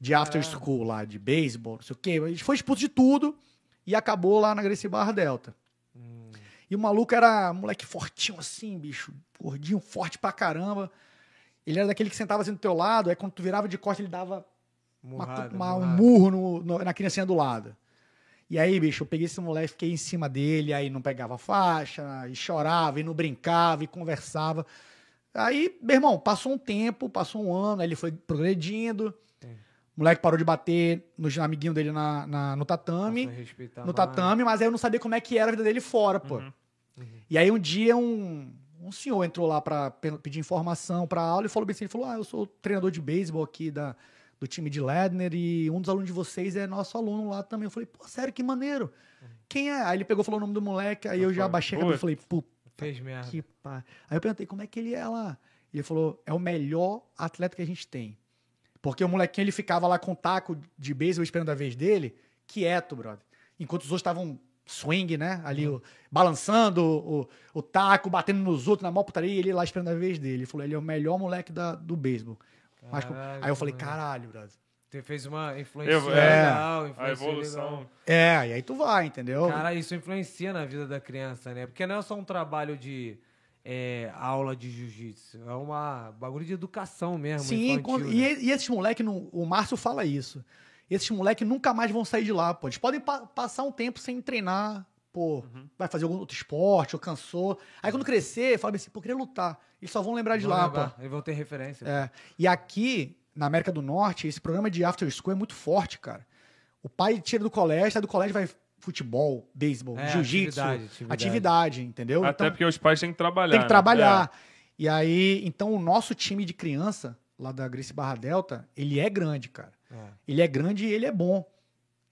Speaker 3: de after
Speaker 1: Caralho.
Speaker 3: school lá, de beisebol, não sei o quê. Ele foi expulso de tudo e acabou lá na Gracie Barra Delta. E o maluco era moleque fortinho assim, bicho, gordinho, forte pra caramba. Ele era daquele que sentava assim do teu lado, aí quando tu virava de costas ele dava uma-
Speaker 1: Murrada,
Speaker 3: uma- um
Speaker 1: murrada.
Speaker 3: murro no- no- na criancinha do lado. E aí, bicho, eu peguei esse moleque, fiquei em cima dele, aí não pegava faixa, e chorava, e não brincava, e conversava. Aí, meu irmão, passou um tempo, passou um ano, aí ele foi progredindo. O moleque parou de bater nos amiguinhos dele na, na- no tatame
Speaker 1: Nossa, respeitar
Speaker 3: no
Speaker 1: mais.
Speaker 3: tatame, mas aí eu não sabia como é que era a vida dele fora, pô. E aí um dia um, um senhor entrou lá pra pe- pedir informação pra aula e falou bem assim, ele falou, ah, eu sou treinador de beisebol aqui da, do time de Ledner e um dos alunos de vocês é nosso aluno lá também. Eu falei, pô, sério, que maneiro. Quem é? Aí ele pegou e falou o nome do moleque, aí eu já
Speaker 2: Opa,
Speaker 3: baixei a cabeça e
Speaker 2: putz.
Speaker 3: falei, puta
Speaker 1: Fez merda.
Speaker 3: que pá. Aí eu perguntei, como é que ele é lá? Ele falou, é o melhor atleta que a gente tem. Porque o molequinho, ele ficava lá com o taco de beisebol esperando a vez dele, quieto, brother. Enquanto os outros estavam swing, né? Ali,
Speaker 1: Uhum.
Speaker 3: o- balançando o, o taco, batendo nos outros, na maior putaria, e ele lá esperando a vez dele. Ele falou, ele é o melhor moleque da- do beisebol. Mas com-
Speaker 1: Caralho,
Speaker 3: aí eu falei,
Speaker 1: mano.
Speaker 3: caralho, brother.
Speaker 1: Você fez uma influência
Speaker 2: Eu-
Speaker 3: é.
Speaker 1: legal,
Speaker 2: A
Speaker 1: influenciou legal.
Speaker 2: evolução.
Speaker 3: É, e aí tu vai, entendeu?
Speaker 1: Cara, isso influencia na vida da criança, né? Porque não é só um trabalho de é, aula de jiu-jitsu. É uma bagulho de educação mesmo.
Speaker 3: Sim,
Speaker 1: infantil,
Speaker 3: quando-
Speaker 1: né?
Speaker 3: e, e esses moleques, o Márcio fala isso. Esses moleques nunca mais vão sair de lá, pô. Eles podem pa- passar um tempo sem treinar, pô.
Speaker 1: Uhum.
Speaker 3: Vai fazer algum outro esporte, ou cansou. Aí quando crescer, fala assim, pô, queria lutar. Eles só vão lembrar de
Speaker 1: Vão
Speaker 3: lá,
Speaker 1: lembrar,
Speaker 3: pô.
Speaker 1: Eles vão ter referência.
Speaker 3: É. E aqui, na América do Norte, esse programa de after school é muito forte, cara. O pai tira do colégio, sai do colégio vai futebol, beisebol,
Speaker 1: É,
Speaker 3: jiu-jitsu,
Speaker 1: atividade,
Speaker 3: atividade,
Speaker 1: atividade.
Speaker 3: entendeu?
Speaker 2: Até porque os pais têm que trabalhar.
Speaker 3: Tem Então, que
Speaker 2: né?
Speaker 3: trabalhar. E aí, então, o nosso time de criança, lá da Grace Barra Delta, ele é grande, cara.
Speaker 1: É.
Speaker 3: Ele é grande e ele é bom.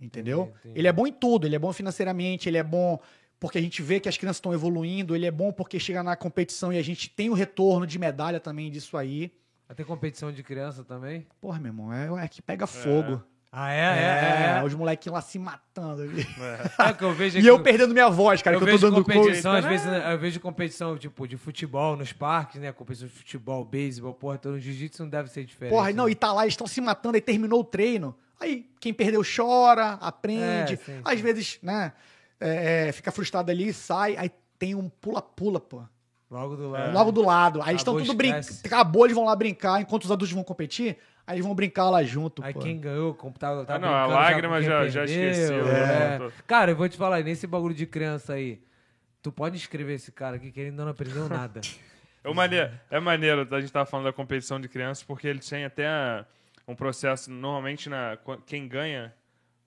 Speaker 3: Entendeu?
Speaker 1: Entendi, entendi.
Speaker 3: Ele é bom em tudo. Ele é bom financeiramente, ele é bom porque a gente vê que as crianças estão evoluindo, ele é bom porque chega na competição e a gente tem o retorno de medalha também disso aí.
Speaker 1: Vai ter competição de criança também?
Speaker 3: Porra, meu irmão, é, é que pega fogo.
Speaker 1: Ah, é? É, é. é.
Speaker 3: Os molequinhos lá se matando.
Speaker 1: É que eu vejo
Speaker 3: E
Speaker 1: aqui-
Speaker 3: eu perdendo minha voz, cara,
Speaker 1: eu
Speaker 3: que eu tô
Speaker 1: vejo
Speaker 3: dando coach.
Speaker 1: competição, às vezes, né, eu vejo competição, tipo, de futebol nos parques, né? Competição de futebol, beisebol, porra, então no jiu-jitsu não deve ser diferente.
Speaker 3: Porra, não,
Speaker 1: né?
Speaker 3: e tá lá, eles estão se matando, aí terminou o treino. Aí quem perdeu chora, aprende.
Speaker 1: É, sim,
Speaker 3: Às
Speaker 1: sim.
Speaker 3: vezes, né, é, é, fica frustrado ali, sai, aí tem um pula-pula, pô.
Speaker 1: Logo do lado.
Speaker 3: É. Logo do lado. Aí eles estão
Speaker 1: É. Acabou
Speaker 3: tudo
Speaker 1: o
Speaker 3: brincando.
Speaker 1: estresse.
Speaker 3: Acabou, eles vão lá brincar, enquanto os adultos vão competir, aí eles vão brincar lá junto,
Speaker 1: Aí
Speaker 3: pô.
Speaker 1: quem ganhou, como tá, tá
Speaker 2: Ah, não, a
Speaker 1: brincando com
Speaker 2: lágrima
Speaker 1: quem
Speaker 2: já- já
Speaker 1: perdeu,
Speaker 2: esqueceu,
Speaker 1: é.
Speaker 2: né?
Speaker 1: Cara, eu vou te falar, nesse bagulho de criança aí, tu pode escrever esse cara aqui que ele ainda não aprendeu nada.
Speaker 2: tá É, maneiro, é maneiro, a gente tava falando da competição de crianças, porque ele tem até a, um processo, normalmente, na, quem ganha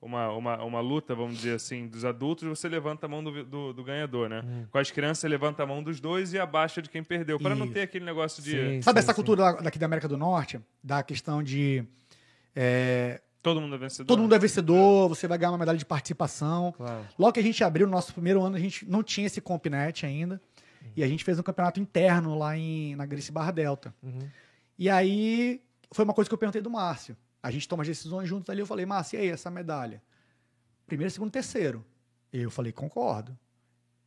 Speaker 2: uma, uma, uma luta, vamos dizer assim, dos adultos, você levanta a mão do, do, do ganhador, né?
Speaker 3: Hum.
Speaker 2: Com as crianças, você levanta a mão dos dois e abaixa de quem perdeu, para não
Speaker 3: Isso.
Speaker 2: ter aquele negócio de
Speaker 1: Sim,
Speaker 3: Sabe
Speaker 1: sim,
Speaker 3: essa
Speaker 1: sim.
Speaker 3: cultura daqui da América do Norte? Da questão de. é,
Speaker 2: todo mundo é vencedor.
Speaker 3: todo mundo é vencedor, você vai ganhar uma medalha de participação.
Speaker 1: Claro.
Speaker 3: Logo que a gente abriu o nosso primeiro ano, a gente não tinha esse Compinet ainda. E a gente fez um campeonato interno lá em, na Grice Barra Delta.
Speaker 1: Uhum.
Speaker 3: E aí foi uma coisa que eu perguntei do Márcio. A gente toma as decisões juntos ali. Eu falei, Márcio, e aí, essa medalha? Primeiro, segundo, terceiro. E eu falei, concordo.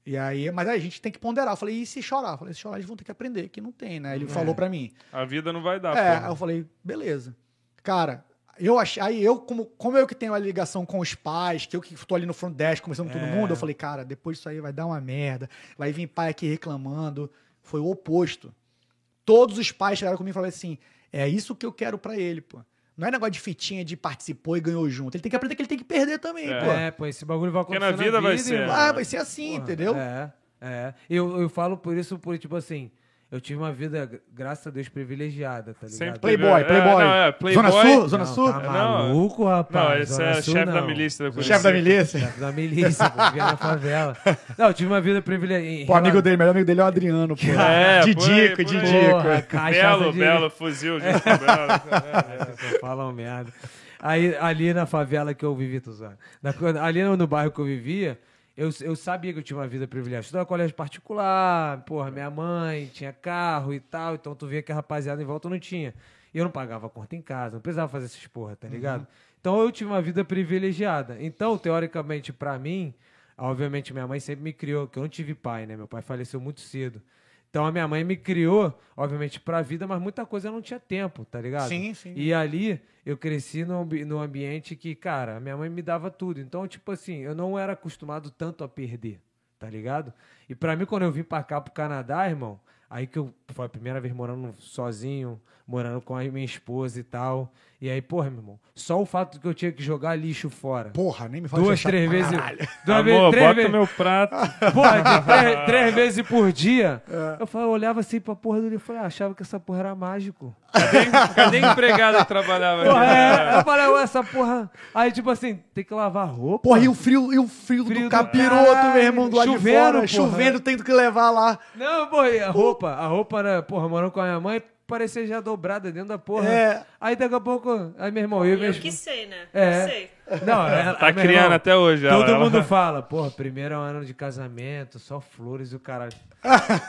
Speaker 3: E aí, mas aí a gente tem que ponderar. Eu falei, e se chorar? Eu falei, se chorar, eles vão ter que aprender, que não tem, né? Ele
Speaker 1: É.
Speaker 3: falou pra mim.
Speaker 2: A vida não vai
Speaker 1: Ah,
Speaker 2: dar,
Speaker 3: É,
Speaker 2: pô.
Speaker 3: aí eu falei, beleza. Cara, eu achei, aí eu, como, como eu que tenho a ligação com os pais, que eu que tô ali no front desk conversando com todo
Speaker 1: É.
Speaker 3: mundo, eu falei, cara, depois disso aí vai dar uma merda, vai vir pai aqui reclamando. Foi o oposto. Todos os pais chegaram comigo e falaram assim: é isso que eu quero pra ele, pô. Não é negócio de fitinha de participou e ganhou junto. Ele tem que aprender que ele tem que perder também,
Speaker 2: É.
Speaker 3: pô.
Speaker 1: É, pô, esse bagulho vai
Speaker 2: Porque
Speaker 1: acontecer
Speaker 2: na vida vai ser,
Speaker 1: irmão.
Speaker 3: Ah, vai ser assim,
Speaker 1: Porra,
Speaker 3: entendeu?
Speaker 1: É, é. Eu, eu falo por isso, por tipo assim, eu tive uma vida, gra- graças a Deus, privilegiada, tá ligado?
Speaker 2: Sempre
Speaker 3: Playboy,
Speaker 2: teve- é,
Speaker 3: playboy.
Speaker 2: não, é, playboy.
Speaker 3: Zona Sul, Zona
Speaker 1: não,
Speaker 3: Sul.
Speaker 1: Tá
Speaker 2: Não,
Speaker 1: maluco, rapaz.
Speaker 3: Tá,
Speaker 2: Não, esse
Speaker 1: Zona
Speaker 2: é
Speaker 1: Sul,
Speaker 2: chefe da
Speaker 1: não.
Speaker 2: milícia. eu
Speaker 3: Chefe da
Speaker 2: conheci.
Speaker 3: milícia.
Speaker 1: Chefe da milícia, pô, vivia na favela. Não, eu tive uma vida privilegiada.
Speaker 3: Pô, amigo dele, melhor amigo dele é o Adriano, pô.
Speaker 2: É, por aí,
Speaker 3: Didico,
Speaker 2: por aí.
Speaker 3: Didico.
Speaker 1: Porra, cachaça
Speaker 2: Belo,
Speaker 1: de-
Speaker 2: belo, fuzil, gente, belo.
Speaker 1: Só falam merda. Aí, ali na favela que eu vivi, tô zoando. Na- ali no, no bairro que eu vivia, eu, eu sabia que eu tinha uma vida privilegiada. Estudava colégio particular, porra, minha mãe tinha carro e tal, então tu via que a rapaziada em volta não tinha. E eu não pagava conta em casa, não precisava fazer essas porra, tá ligado? Então eu tive uma vida privilegiada. Então, teoricamente, pra mim, obviamente minha mãe sempre me criou, que eu não tive pai, né? Meu pai faleceu muito cedo. Então a minha mãe me criou, obviamente, pra vida, mas muita coisa eu não tinha tempo, tá ligado?
Speaker 3: Sim, sim.
Speaker 1: E ali eu cresci num, ambi- num ambiente que, cara, minha mãe me dava tudo. Então, tipo assim, eu não era acostumado tanto a perder, tá ligado? E pra mim, quando eu vim pra cá, pro Canadá, irmão, aí que eu. Foi a primeira vez morando sozinho, morando com a minha esposa e tal. E aí, porra, meu irmão, só o fato que eu tinha que jogar lixo fora.
Speaker 3: Porra, nem me fala
Speaker 1: duas,
Speaker 3: isso, é chato
Speaker 1: três
Speaker 3: pra
Speaker 1: vezes.
Speaker 3: caralho.
Speaker 1: Duas vezes-
Speaker 2: Amor,
Speaker 1: três
Speaker 2: bota
Speaker 1: vezes-
Speaker 2: meu prato.
Speaker 1: Porra, de três, três vezes por dia.
Speaker 3: É.
Speaker 1: Eu, falei, eu olhava assim pra porra do livro e falei, ah, achava que essa porra era mágico.
Speaker 2: Cadê, cadê a empregada que trabalhava
Speaker 1: Porra, é.
Speaker 2: ali?
Speaker 1: Eu falei, ué, essa porra. Aí, tipo assim, tem que lavar roupa.
Speaker 3: Porra, e o frio, e o frio,
Speaker 1: Frio
Speaker 3: do
Speaker 1: do
Speaker 3: capiroto,
Speaker 1: caralho.
Speaker 3: meu irmão, do lado de fora.
Speaker 1: Chuveiro, porra.
Speaker 3: Chovendo, tendo que levar lá.
Speaker 1: Não, porra, e a roupa. A roupa era, porra, morando com a minha mãe, parecia já dobrada dentro da porra.
Speaker 3: É.
Speaker 1: Aí daqui a pouco. Aí, meu irmão, eu, e minha
Speaker 7: Eu que
Speaker 1: esposa-
Speaker 7: sei, né?
Speaker 1: É.
Speaker 7: Eu sei.
Speaker 1: Não, ela,
Speaker 2: Tá
Speaker 1: Ah, meu
Speaker 2: criando
Speaker 1: irmão,
Speaker 2: até hoje, ela-
Speaker 1: Todo
Speaker 2: ela-
Speaker 1: mundo fala, porra, primeiro ano de casamento, só flores e o caralho.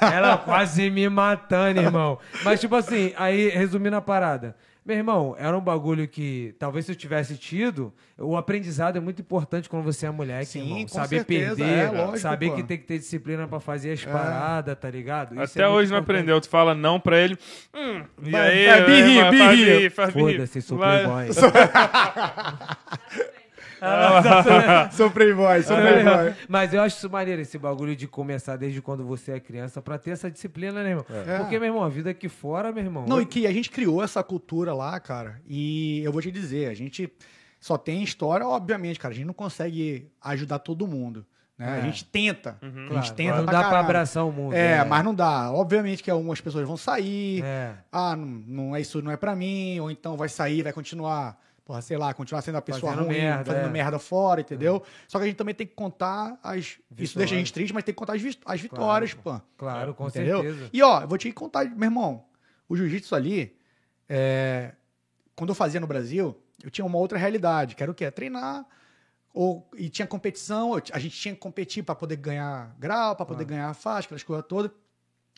Speaker 1: ela quase me matando, irmão. Mas, tipo assim, aí, resumindo a parada. Meu irmão, era um bagulho que, talvez se eu tivesse tido, o aprendizado é muito importante quando você é moleque,
Speaker 3: Sim,
Speaker 1: irmão.
Speaker 3: com
Speaker 1: Saber
Speaker 3: certeza,
Speaker 1: perder,
Speaker 3: é, lógico,
Speaker 1: saber
Speaker 3: pô. É.
Speaker 1: que tem que ter disciplina pra fazer as paradas, tá ligado? Isso
Speaker 2: Até
Speaker 1: é muito
Speaker 2: hoje não
Speaker 1: importante.
Speaker 2: aprendeu. Tu fala não pra ele. Hum, e
Speaker 3: Vai-
Speaker 2: aí,
Speaker 3: vai, birri,
Speaker 2: vai,
Speaker 3: birri.
Speaker 2: Faz birri, faz birri.
Speaker 1: Foda-se, sou
Speaker 2: Vai- É,
Speaker 1: playboy.
Speaker 3: Sou playboy, sou playboy.
Speaker 1: Mas eu acho isso maneiro, esse bagulho de começar desde quando você é criança pra ter essa disciplina, né, irmão?
Speaker 3: É.
Speaker 1: Porque, meu irmão, a vida aqui fora, meu irmão.
Speaker 3: Não,
Speaker 1: eu-
Speaker 3: e que a gente criou essa cultura lá, cara. E eu vou te dizer, a gente só tem história, obviamente, cara. A gente não consegue ajudar todo mundo. Né?
Speaker 1: É.
Speaker 3: A gente tenta. a
Speaker 1: claro,
Speaker 3: gente tenta
Speaker 1: Não
Speaker 3: pra
Speaker 1: dá pra
Speaker 3: caralho.
Speaker 1: abraçar o mundo.
Speaker 3: É,
Speaker 1: né?
Speaker 3: mas não dá. Obviamente que algumas pessoas vão sair.
Speaker 1: É.
Speaker 3: Ah, não, não é isso, não é pra mim. Ou então vai sair, vai continuar. Porra, sei lá, continuar sendo a pessoa
Speaker 1: Fazendo
Speaker 3: ruim,
Speaker 1: merda,
Speaker 3: fazendo
Speaker 1: é.
Speaker 3: merda fora, entendeu? Só que a gente também tem que contar as. Isso deixa a gente triste, mas tem que contar as, vit- as vitórias, pô.
Speaker 1: Claro, com
Speaker 3: Entendeu?
Speaker 1: certeza.
Speaker 3: E ó, eu vou te contar, meu irmão, o jiu-jitsu ali, é, quando eu fazia no Brasil, eu tinha uma outra realidade, que era o quê? Treinar, ou, e tinha competição, eu ti- a gente tinha que competir pra poder ganhar grau, pra poder
Speaker 1: Ah.
Speaker 3: ganhar faixa, aquelas coisas todas.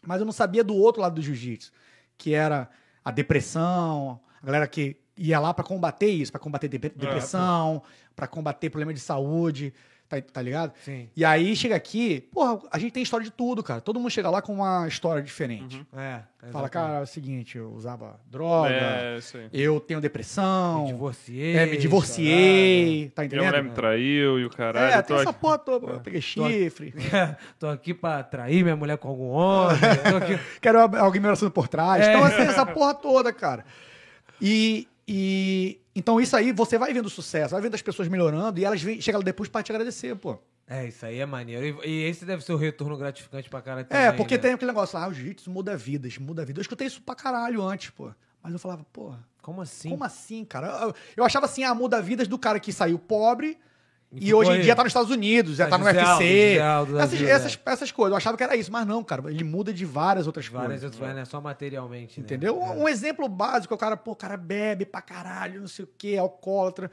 Speaker 3: Mas eu não sabia do outro lado do jiu-jitsu, que era a depressão, a galera que ia lá pra combater isso, pra combater dep-
Speaker 2: pô.
Speaker 3: depressão, pra combater problema de saúde, tá- tá ligado?
Speaker 1: Sim.
Speaker 3: E aí chega aqui, porra, a gente tem história de tudo, cara. Todo mundo chega lá com uma história diferente.
Speaker 2: Uhum.
Speaker 1: É.
Speaker 3: Fala,
Speaker 1: exatamente.
Speaker 3: cara, é o seguinte, eu usava droga,
Speaker 2: É, isso aí.
Speaker 3: eu tenho
Speaker 1: Me
Speaker 3: depressão,
Speaker 1: divorciei.
Speaker 3: é, me divorciei, tá
Speaker 2: Minha mulher me
Speaker 3: entendendo?
Speaker 2: traiu e o caralho.
Speaker 3: É,
Speaker 2: eu tô
Speaker 3: tem essa
Speaker 2: aqui.
Speaker 3: porra toda, eu peguei chifre,
Speaker 1: caralho. Tô aqui pra trair minha mulher com algum homem. tô aqui-
Speaker 3: quero ab- alguém me abraçando por trás.
Speaker 1: É.
Speaker 3: Então, assim, essa porra toda, cara. E, e- então isso aí, você vai vendo o sucesso, vai vendo as pessoas melhorando e elas vêm, chegam lá depois pra te agradecer, pô.
Speaker 1: É, isso aí é maneiro. E, e esse deve ser o retorno gratificante pra né? cara
Speaker 3: É,
Speaker 2: né?
Speaker 3: porque tem aquele negócio lá, ah, o jiu-jitsu muda vidas, muda vidas. Eu escutei isso pra caralho antes, pô. Mas eu falava, porra,
Speaker 1: Como assim?
Speaker 3: Como assim, cara? Eu, eu achava assim, ah, muda vidas do cara que saiu pobre e,
Speaker 1: ficou
Speaker 3: hoje em
Speaker 1: aí.
Speaker 3: dia tá nos Estados Unidos, já
Speaker 1: Ah,
Speaker 3: tá no
Speaker 1: José
Speaker 3: UFC.
Speaker 1: Aldo, José Aldo da
Speaker 3: essas,
Speaker 1: vida,
Speaker 3: essas, essas coisas. Eu achava que era isso, mas não, cara. Ele muda de várias outras
Speaker 1: Várias
Speaker 3: coisas.
Speaker 1: outras coisas, né? Só materialmente, né?
Speaker 3: Entendeu? Um- Um exemplo básico é o cara, pô, o cara bebe pra caralho, não sei o quê, é alcoólatra.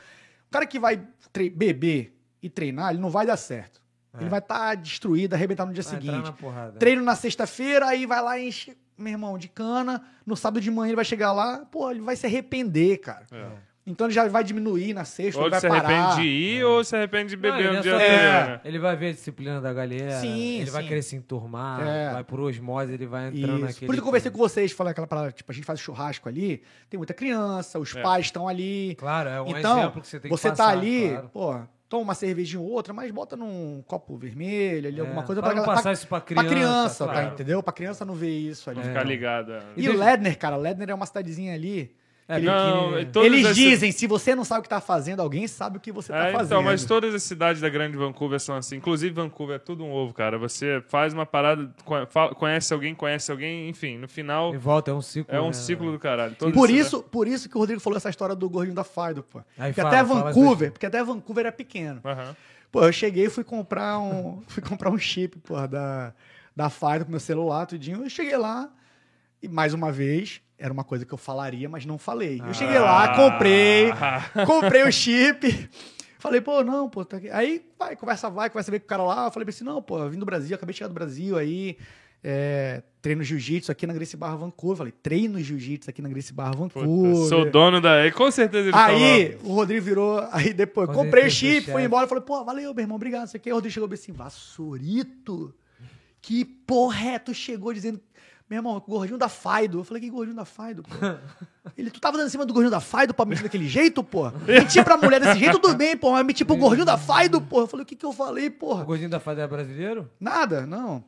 Speaker 3: O cara que vai tre- beber e treinar, ele não vai dar certo. Ele vai estar destruído, arrebentado no dia
Speaker 1: É. Vai entrar
Speaker 3: É seguinte.
Speaker 1: na porrada.
Speaker 3: Treino na sexta-feira, aí vai lá e enche, meu irmão, de cana. No sábado de manhã ele vai chegar lá, pô, ele vai se arrepender, cara.
Speaker 2: É.
Speaker 3: Então ele já vai diminuir na sexta,
Speaker 2: Ou
Speaker 3: ele vai
Speaker 2: se
Speaker 3: parar.
Speaker 2: arrepende de ir, ou se arrepende de
Speaker 1: Não, ele
Speaker 2: beber
Speaker 1: não
Speaker 2: um
Speaker 1: é
Speaker 2: dia
Speaker 1: só-
Speaker 2: anterior, né?
Speaker 1: é, Ele vai ver a disciplina da galera.
Speaker 3: Sim,
Speaker 1: ele vai
Speaker 3: sim.
Speaker 1: querer se enturmar.
Speaker 3: É.
Speaker 1: Vai por osmose, ele vai
Speaker 3: Isso.
Speaker 1: entrando naquele.
Speaker 3: Por isso que eu conversei com vocês, falei aquela parada, tipo, a gente faz churrasco ali, tem muita criança, os
Speaker 2: É.
Speaker 3: pais estão ali.
Speaker 1: Claro, é um
Speaker 3: então,
Speaker 1: exemplo que você tem
Speaker 3: você
Speaker 1: que
Speaker 3: tá
Speaker 1: passar,
Speaker 3: ali,
Speaker 1: claro.
Speaker 3: pô, toma uma cervejinha ou outra, mas bota num copo vermelho ali,
Speaker 1: É,
Speaker 3: alguma coisa
Speaker 1: pra
Speaker 3: pra,
Speaker 1: não
Speaker 3: galera- tá
Speaker 1: passar isso pra
Speaker 3: pra
Speaker 1: criança.
Speaker 3: criança,
Speaker 1: claro.
Speaker 3: pra, entendeu? Pra criança não ver isso ali.
Speaker 2: Não ficar ligado. é.
Speaker 3: E o Ledner, cara, Ledner é uma cidadezinha ali.
Speaker 1: É,
Speaker 2: Não, tipo,
Speaker 1: pequenininho.
Speaker 2: e todas
Speaker 3: Eles
Speaker 2: as-
Speaker 3: dizem, se você não sabe o que tá fazendo, alguém sabe o que você tá
Speaker 2: É,
Speaker 3: fazendo.
Speaker 2: então, mas todas as cidades da grande Vancouver são assim. Inclusive, Vancouver é tudo um ovo, cara. Você faz uma parada, co- fala- conhece alguém, conhece alguém, enfim, no final
Speaker 1: E volta, é um ciclo.
Speaker 2: é um
Speaker 1: né?
Speaker 2: ciclo do caralho. Todas
Speaker 3: Por
Speaker 2: as
Speaker 3: isso, por isso que o Rodrigo falou essa história do gordinho da Fido, pô.
Speaker 1: Aí
Speaker 3: porque
Speaker 1: fala,
Speaker 3: até
Speaker 1: fala assim, as
Speaker 3: Vancouver,
Speaker 1: coisas.
Speaker 3: porque até Vancouver é pequeno.
Speaker 2: cidades- Aham.
Speaker 3: Pô, eu cheguei e fui comprar um, fui comprar um chip, pô, da da Fido pro meu celular, tudinho. Eu cheguei lá e mais uma vez, era uma coisa que eu falaria, mas não falei. Eu cheguei lá, comprei,
Speaker 2: Ah.
Speaker 3: comprei o chip. Falei, pô, não, pô, tá aqui. Aí vai, conversa vai, conversa bem com o cara lá. Eu falei pra ele assim, não, pô, eu vim do Brasil, acabei de chegar do Brasil aí. É, treino jiu-jitsu aqui na Gracie Barra Vancouver. Falei, treino jiu-jitsu aqui na Gracie Barra
Speaker 2: Puta,
Speaker 3: Vancouver.
Speaker 2: sou dono da. e Com certeza ele
Speaker 3: Aí o Rodrigo virou, aí depois,
Speaker 1: Quando
Speaker 3: comprei
Speaker 1: ele
Speaker 3: o
Speaker 1: fez o
Speaker 3: chip,
Speaker 1: cheque.
Speaker 3: fui embora, falei, pô, valeu, meu irmão, obrigado, isso aqui. Aí o Rodrigo chegou e assim, vassourito? Que porra é? Tu chegou dizendo, meu irmão, o gordinho da Faido. Eu falei, que gordinho da Faido, pô? Ele, tu tava dando em cima do gordinho da Faido pra mentir daquele jeito, pô? Mentir pra mulher desse jeito, tudo bem, pô, mas mentir pro gordinho da Faido, pô? Eu falei, o que que eu falei,
Speaker 1: O
Speaker 3: porra?
Speaker 1: gordinho da fada é brasileiro?
Speaker 3: Nada, não.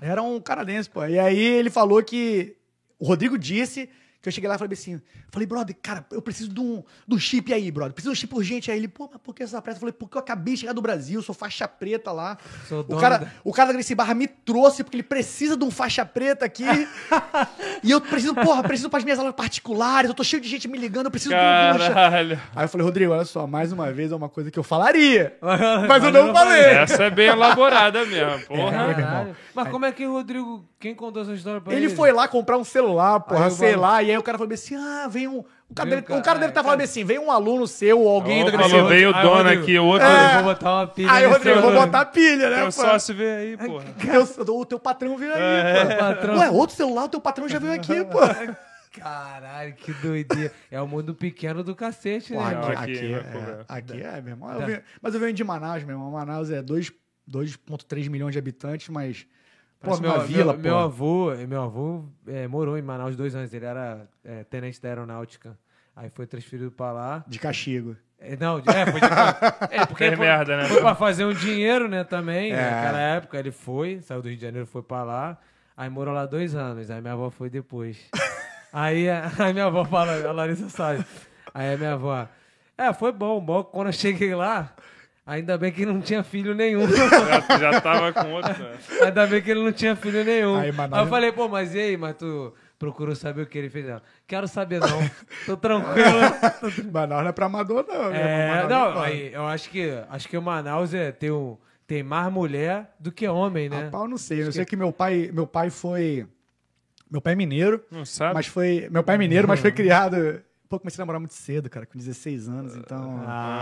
Speaker 3: Era um canadense, pô. E aí ele falou que. O Rodrigo disse que eu cheguei lá e falei assim: falei, brother, cara, eu preciso de um, de um chip aí, brother. Preciso de um chip urgente aí. Ele, pô, mas por que essa pressa? Eu falei, porque eu acabei de chegar do Brasil, sou faixa preta lá.
Speaker 1: Sou
Speaker 3: o,
Speaker 1: dono da-
Speaker 3: cara, o cara da Gracie Barra me trouxe porque ele precisa de um faixa preta aqui. e eu preciso, porra, preciso para minhas aulas particulares. Eu tô cheio de gente me ligando, eu preciso de um. de um-
Speaker 2: Caralho.
Speaker 3: Aí eu falei, Rodrigo, olha só, mais uma vez é uma coisa que eu falaria. Mas eu não falei.
Speaker 2: Essa é bem elaborada
Speaker 3: É.
Speaker 2: mesmo, porra.
Speaker 1: Caralho. Mas como é que o Rodrigo. Quem contou essa história pra ele?
Speaker 3: Ele foi lá comprar um celular, porra,
Speaker 1: Aí o
Speaker 3: sei
Speaker 1: maluco-
Speaker 3: lá. E aí o cara falou assim: ah, vem um. O cara,
Speaker 1: Vem um
Speaker 3: deve, o cara
Speaker 1: cara,
Speaker 3: deve estar
Speaker 1: é,
Speaker 3: falando
Speaker 1: cara.
Speaker 3: assim: vem um aluno seu ou alguém
Speaker 2: Ô,
Speaker 3: da
Speaker 2: falou,
Speaker 3: Gracie.
Speaker 2: veio o
Speaker 1: Aí,
Speaker 2: dono
Speaker 1: Rodrigo.
Speaker 2: aqui, o outro.
Speaker 1: É. Vou botar uma pilha.
Speaker 3: Aí,
Speaker 1: nesse
Speaker 3: Rodrigo, vou
Speaker 1: celular.
Speaker 3: botar a pilha,
Speaker 2: Teu
Speaker 3: né? pô?
Speaker 2: um
Speaker 3: É
Speaker 2: sócio veio aí, porra.
Speaker 3: Teu- o teu patrão veio aí, pô.
Speaker 1: patrão.
Speaker 3: Ué, outro celular, o teu patrão já veio aqui, pô.
Speaker 1: Caralho, que doideira. É o mundo pequeno do cacete,
Speaker 3: Pô,
Speaker 1: né?
Speaker 2: Não,
Speaker 3: aqui,
Speaker 2: aqui,
Speaker 3: aqui,
Speaker 2: né,
Speaker 3: é,
Speaker 2: pô,
Speaker 3: aqui é, meu irmão. Eu venho- mas eu venho de Manaus, meu irmão. Manaus é dois- 2,3 milhões de habitantes, mas. Pô,
Speaker 1: Pô, meu,
Speaker 3: uma vila,
Speaker 1: meu,
Speaker 3: pô.
Speaker 1: meu avô, meu avô é, morou em Manaus dois anos. Ele era é, tenente da aeronáutica. Aí foi transferido pra lá.
Speaker 3: De castigo.
Speaker 1: É, Não, é, foi de... é porque
Speaker 2: Fez
Speaker 1: foi,
Speaker 2: merda, né?
Speaker 1: foi pra fazer um dinheiro, né, também. Naquela época ele foi, saiu do Rio de Janeiro, foi pra lá. Aí morou lá dois anos. Aí minha avó foi depois. aí, a- aí minha avó fala, a Larissa sabe. Aí a minha avó, é, foi bom, bom. Quando eu cheguei lá, ainda bem que não tinha filho nenhum.
Speaker 2: Já, já tava com outro. né?
Speaker 1: Ainda bem que ele não tinha filho nenhum.
Speaker 3: Aí,
Speaker 1: Aí,
Speaker 3: Manaus-
Speaker 1: eu falei, pô, mas e aí, mas tu procurou saber o que ele fez? Ela, Quero saber não, tô tranquilo.
Speaker 3: Manaus não é pra amador, não. meu irmão.
Speaker 1: É,
Speaker 3: Manaus
Speaker 1: não,
Speaker 3: foda.
Speaker 1: aí, eu acho que acho que o Manaus é, tem, um, tem mais mulher do que homem, né?
Speaker 3: Rapaz, eu não sei. Eu sei que meu pai, meu pai foi. Meu pai é mineiro,
Speaker 2: Não Hum, sabe?
Speaker 3: mas foi. Meu pai é mineiro, mas foi criado. Pô, comecei a namorar muito cedo, cara, com 16 anos, então.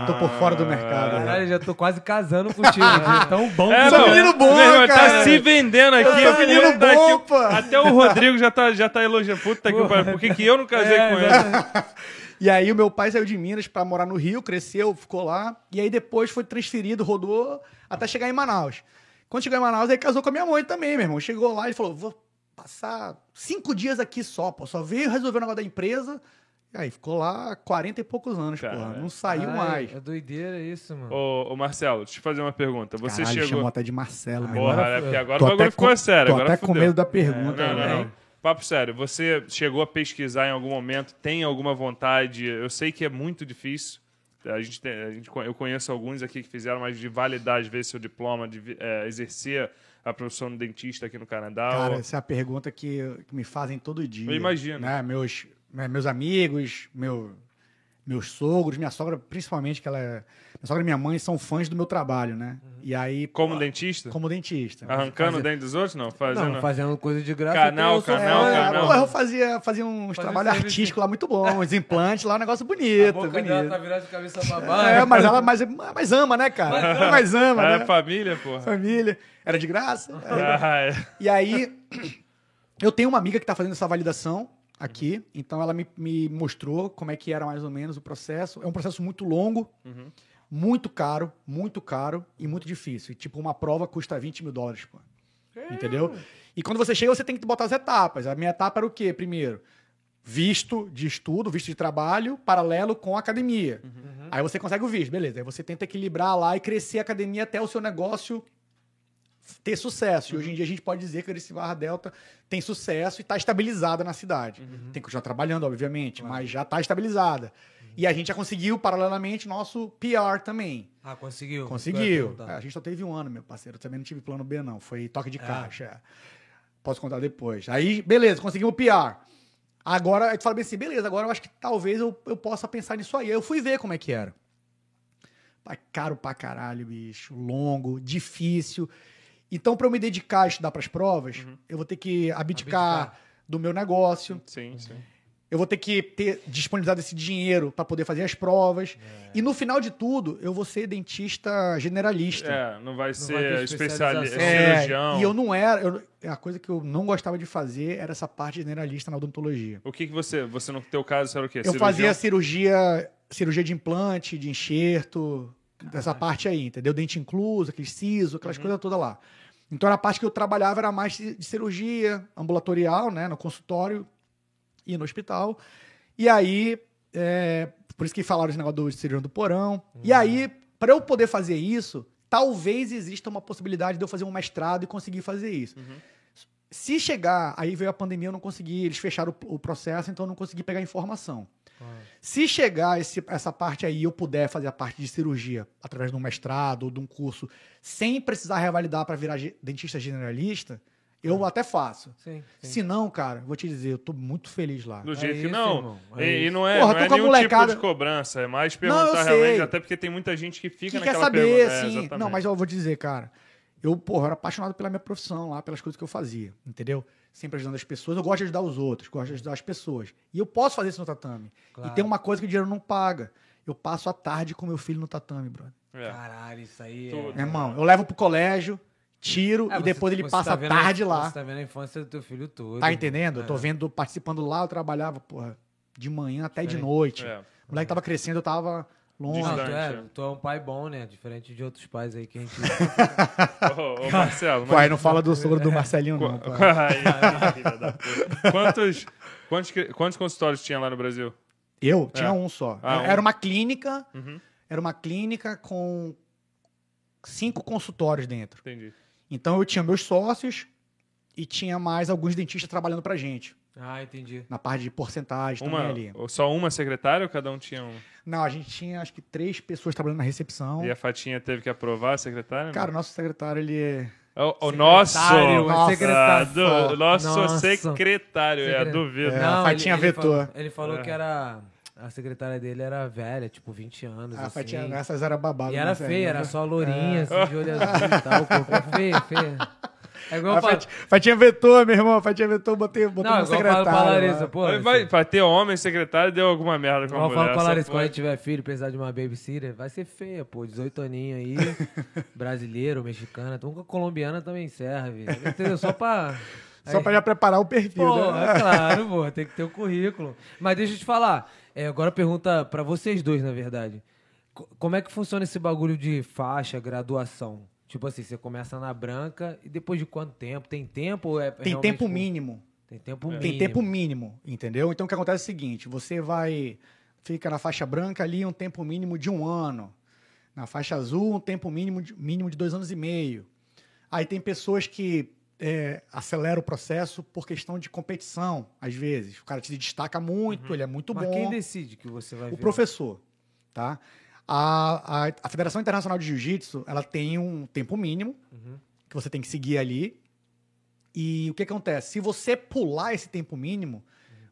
Speaker 3: tô por fora do mercado. né?
Speaker 1: Caralho, eu já tô quase casando contigo, de tão bom que
Speaker 2: É,
Speaker 1: tu
Speaker 3: sou
Speaker 2: não,
Speaker 1: é.
Speaker 3: menino bom,
Speaker 2: meu irmão, Tá
Speaker 3: cara.
Speaker 2: se vendendo aqui.
Speaker 3: sou
Speaker 2: ó,
Speaker 3: menino
Speaker 2: ele tá
Speaker 3: bom,
Speaker 2: aqui,
Speaker 3: pô.
Speaker 2: Até o Rodrigo já tá, já tá elogiando. Puta que pariu. Por que, que eu não casei
Speaker 1: É,
Speaker 2: com ele?
Speaker 1: exatamente.
Speaker 3: E aí o meu pai saiu de Minas pra morar no Rio, cresceu, ficou lá. E aí depois foi transferido, rodou até chegar em Manaus. Quando chegou em Manaus, ele casou com a minha mãe também, meu irmão. Chegou lá e falou: vou passar cinco dias aqui só, pô. Só veio resolver o negócio da empresa. E aí ficou lá 40 e poucos anos, porra.
Speaker 2: Caralho.
Speaker 3: Não saiu
Speaker 1: Caralho,
Speaker 3: mais.
Speaker 1: É doideira isso, mano.
Speaker 2: Ô, ô, Marcelo, deixa eu fazer uma pergunta. Você
Speaker 3: Caralho,
Speaker 2: chegou.
Speaker 3: chamou até de Marcelo, meu irmão.
Speaker 2: Porra, é porque agora
Speaker 3: Tô
Speaker 2: o bagulho
Speaker 3: até
Speaker 2: ficou
Speaker 3: com-
Speaker 2: sério.
Speaker 3: Tô
Speaker 2: agora
Speaker 3: até com
Speaker 2: fudeu. É,
Speaker 3: medo da pergunta,
Speaker 2: Não, tá não,
Speaker 3: né?
Speaker 2: não. Papo sério, você chegou a pesquisar em algum momento, tem alguma vontade? Eu sei que é muito difícil. A gente tem- a gente con- eu conheço alguns aqui que fizeram, mas de validar às vezes seu diploma, de vi- eh, exercer a profissão de dentista aqui no Canadá.
Speaker 3: Cara, é assim,
Speaker 2: ou-
Speaker 3: essa é a pergunta que, que me fazem todo dia.
Speaker 2: Eu imagino.
Speaker 3: Né? Meus, me- meus amigos, meu, meus sogros, minha sogra principalmente, que ela é... Minha sogra e minha mãe são fãs do meu trabalho, né?
Speaker 1: Uhum.
Speaker 3: E aí...
Speaker 2: Como
Speaker 3: pô,
Speaker 2: dentista? Ah,
Speaker 3: Como é? dentista.
Speaker 2: Arrancando o dente dos outros? Não, fazendo.
Speaker 1: Não, fazendo coisa de graça. então
Speaker 2: Canal,
Speaker 1: eu sou
Speaker 3: É,
Speaker 2: canal,
Speaker 1: fã.
Speaker 2: canal.
Speaker 3: pô, eu fazia, fazia uns
Speaker 1: Fazia
Speaker 3: trabalhos
Speaker 1: serviço.
Speaker 3: artísticos lá muito bons, implantes lá, um negócio
Speaker 1: A
Speaker 3: bonito,
Speaker 1: boca dela
Speaker 3: bonito.
Speaker 1: tá virada de cabeça pra
Speaker 3: É,
Speaker 1: baixo.
Speaker 3: mas ela mas, mas ama, né, cara? Mas ama,
Speaker 2: Ah,
Speaker 3: né?
Speaker 2: é família, porra.
Speaker 3: Família. Era de graça.
Speaker 2: Ah, é.
Speaker 3: E aí, eu tenho uma amiga que está fazendo essa validação aqui, então ela me, me mostrou como é que era mais ou menos o processo. É um processo muito longo, muito caro, muito caro e muito difícil. E, tipo, uma prova custa 20 mil dólares, pô. Entendeu? E quando você chega, você tem que botar as etapas. A minha etapa era o quê? Primeiro, visto de estudo, visto de trabalho, paralelo com a academia. Aí você consegue o visto, beleza. Aí você tenta equilibrar lá e crescer a academia até o seu negócio ter sucesso. E hoje em dia a gente pode dizer que a Erice Barra Delta tem sucesso e está estabilizada na cidade. Tem que continuar trabalhando, obviamente, mas já está estabilizada. E a gente já conseguiu, paralelamente, nosso PR também.
Speaker 1: Ah, conseguiu.
Speaker 3: Conseguiu.
Speaker 1: Tá.
Speaker 3: É, a gente só teve um ano, meu parceiro. Também não tive plano B, não. Foi toque de caixa. é. Posso contar depois. Aí, beleza, conseguimos o PR. Agora, a gente fala bem assim, beleza, agora eu acho que talvez eu, eu possa pensar nisso aí. Aí eu fui ver como é que era. Pá, Caro pra caralho, bicho. Longo, difícil. Então, pra eu me dedicar a estudar pras provas, eu vou ter que abdicar,
Speaker 1: Uhum. Abdicar.
Speaker 3: do meu negócio.
Speaker 2: Sim, sim.
Speaker 3: Eu vou ter que ter disponibilizado esse dinheiro pra poder fazer as provas. E no final de tudo, eu vou ser dentista generalista.
Speaker 2: É, não vai ser
Speaker 1: ter
Speaker 2: especialista,
Speaker 1: especialização.
Speaker 3: É,
Speaker 2: cirurgião.
Speaker 3: E eu não era. eu- a coisa que eu não gostava de fazer era essa parte generalista na odontologia.
Speaker 2: O que, que você. Você, no teu caso, era o quê?
Speaker 3: Eu fazia cirurgia, cirurgia de implante, de enxerto, dessa parte aí, entendeu? Dente incluso, aquele siso, aquelas coisas todas lá. Então era a parte que eu trabalhava era mais de de cirurgia ambulatorial, né? No consultório e no hospital. E aí, é, por isso que falaram esse negócio do cirurgião do porão. E aí, para eu poder fazer isso, talvez exista uma possibilidade de eu fazer um mestrado e conseguir fazer isso. Se chegar, aí veio a pandemia, eu não consegui, eles fecharam o, o processo, então eu não consegui pegar informação. Se chegar esse- essa parte aí, eu puder fazer a parte de cirurgia através de um mestrado ou de um curso, sem precisar revalidar para virar ge- dentista generalista, eu até faço.
Speaker 1: Sim, sim.
Speaker 3: Se não, cara, vou te dizer, eu tô muito feliz lá.
Speaker 2: Do
Speaker 1: É
Speaker 2: jeito que
Speaker 1: isso,
Speaker 2: não.
Speaker 1: irmão, é
Speaker 2: e, e
Speaker 1: isso.
Speaker 2: não é,
Speaker 3: Porra,
Speaker 2: não
Speaker 3: tô
Speaker 2: é
Speaker 3: com a
Speaker 2: nenhum
Speaker 3: molecada-
Speaker 2: tipo de cobrança. É mais
Speaker 3: eu
Speaker 2: perguntar realmente,
Speaker 3: sei.
Speaker 2: até porque tem muita gente que fica
Speaker 3: que quer
Speaker 2: naquela
Speaker 3: saber,
Speaker 2: pergunta. é,
Speaker 3: assim. não, mas eu vou dizer, cara. Eu, porra, era apaixonado pela minha profissão lá, pelas coisas que eu fazia, entendeu? Sempre ajudando as pessoas. Eu gosto de ajudar os outros, gosto de ajudar as pessoas. E eu posso fazer isso no tatame.
Speaker 1: Claro.
Speaker 3: E tem uma coisa que o dinheiro não paga. Eu passo a tarde com meu filho no tatame, brother.
Speaker 2: É.
Speaker 1: Caralho, isso aí. é-
Speaker 2: Tudo.
Speaker 3: Meu irmão, eu levo pro colégio, tiro
Speaker 1: É,
Speaker 3: e
Speaker 1: você-
Speaker 3: depois ele
Speaker 1: você
Speaker 3: passa
Speaker 1: tá
Speaker 3: a
Speaker 1: vendo
Speaker 3: tarde lá.
Speaker 1: Você tá vendo a infância do teu filho todo.
Speaker 3: Tá entendendo? Eu tô
Speaker 1: É.
Speaker 3: vendo, participando lá, eu trabalhava, porra, de manhã até de
Speaker 1: Diferente.
Speaker 3: noite.
Speaker 2: É.
Speaker 3: O moleque tava crescendo, eu tava longe.
Speaker 1: Não, tu, é,
Speaker 2: Distante,
Speaker 1: tu é um pai bom, né? Diferente de outros pais aí que a gente.
Speaker 2: Ô, ô, Marcelo,
Speaker 3: Pô, aí não fala do sogro
Speaker 1: É.
Speaker 3: do Marcelinho, não.
Speaker 2: Qu-
Speaker 3: pô.
Speaker 2: Ai, filha da puta. quantos, quantos, que- quantos consultórios tinha lá no Brasil?
Speaker 3: Eu tinha
Speaker 2: É.
Speaker 3: um só.
Speaker 2: Ah,
Speaker 3: era
Speaker 2: um.
Speaker 3: uma clínica,
Speaker 2: Uhum.
Speaker 3: era uma clínica com cinco consultórios dentro.
Speaker 2: Entendi.
Speaker 3: Então eu tinha meus sócios e tinha mais alguns dentistas trabalhando pra gente,
Speaker 1: ah, entendi.
Speaker 3: na parte de porcentagem
Speaker 2: Uma,
Speaker 3: também ali.
Speaker 2: ou só uma secretária ou cada um tinha uma?
Speaker 3: Não, a gente tinha acho que três pessoas trabalhando na recepção.
Speaker 2: E a Fatinha teve que aprovar a secretária?
Speaker 3: Cara, o nosso secretário, ele é-
Speaker 2: o, o nosso.
Speaker 1: Secretário, é
Speaker 2: Ah,
Speaker 1: secretário.
Speaker 2: do- nosso
Speaker 1: Nossa.
Speaker 2: secretário, é,
Speaker 1: Secretário.
Speaker 2: duvido.
Speaker 3: É. a Fatinha vetou.
Speaker 1: Falou, ele falou
Speaker 2: É.
Speaker 1: que era. A secretária dele era velha, tipo 20 anos.
Speaker 3: Ah,
Speaker 1: assim.
Speaker 3: mas tinha- essas era babado.
Speaker 1: E era
Speaker 3: Marcelinho,
Speaker 1: feia,
Speaker 3: né?
Speaker 1: era só lourinha, assim, de olho azul e tal. o corpo é feia, feia. É igual
Speaker 3: A
Speaker 1: eu falo.
Speaker 3: Fati- Fatinha vetou, meu irmão. a Fatinha vetou, botei, botou
Speaker 1: Não, é
Speaker 3: no
Speaker 1: igual eu falo pra
Speaker 3: secretário.
Speaker 1: Larissa,
Speaker 3: lá.
Speaker 1: pô.
Speaker 2: Vai- vai, pra ter homem secretário deu alguma merda com a
Speaker 1: Igual eu
Speaker 2: mulher.
Speaker 1: falo com a
Speaker 2: só
Speaker 1: Larissa, quando a
Speaker 2: foi-
Speaker 1: gente tiver filho, precisar de uma babysitter, vai ser feia, pô. 18 aninhos aí, brasileiro, mexicana, nunca colombiana também serve. Entendeu? Só pra.
Speaker 3: Só
Speaker 1: Aí-
Speaker 3: pra já preparar o perfil,
Speaker 1: Pô,
Speaker 3: né?
Speaker 1: é claro, pô, tem que ter o currículo. Mas deixa eu te falar, é, agora pergunta pra vocês dois, na verdade. Co- Como é que funciona esse bagulho de faixa, graduação? Tipo assim, você começa na branca e depois de quanto tempo? Tem tempo? ou é
Speaker 3: Tem
Speaker 1: realmente
Speaker 3: tempo
Speaker 1: por-
Speaker 3: mínimo.
Speaker 1: Tem tempo mínimo.
Speaker 3: Tem tempo mínimo, entendeu? Então o que acontece é o seguinte: você vai. Fica na faixa branca ali um tempo mínimo de um ano. Na faixa azul, um tempo mínimo de, mínimo de dois anos e meio. Aí tem pessoas que é, aceleram o processo por questão de competição, às vezes. O cara te destaca muito, ele é muito
Speaker 1: Uhum. Mas
Speaker 3: bom.
Speaker 1: quem decide que você vai
Speaker 3: o
Speaker 1: virar?
Speaker 3: professor, tá? A, a, a Federação Internacional de Jiu-Jitsu, ela tem um tempo mínimo
Speaker 1: Uhum.
Speaker 3: que você tem
Speaker 1: Uhum.
Speaker 3: que seguir ali. E o que acontece? Se você pular esse tempo mínimo,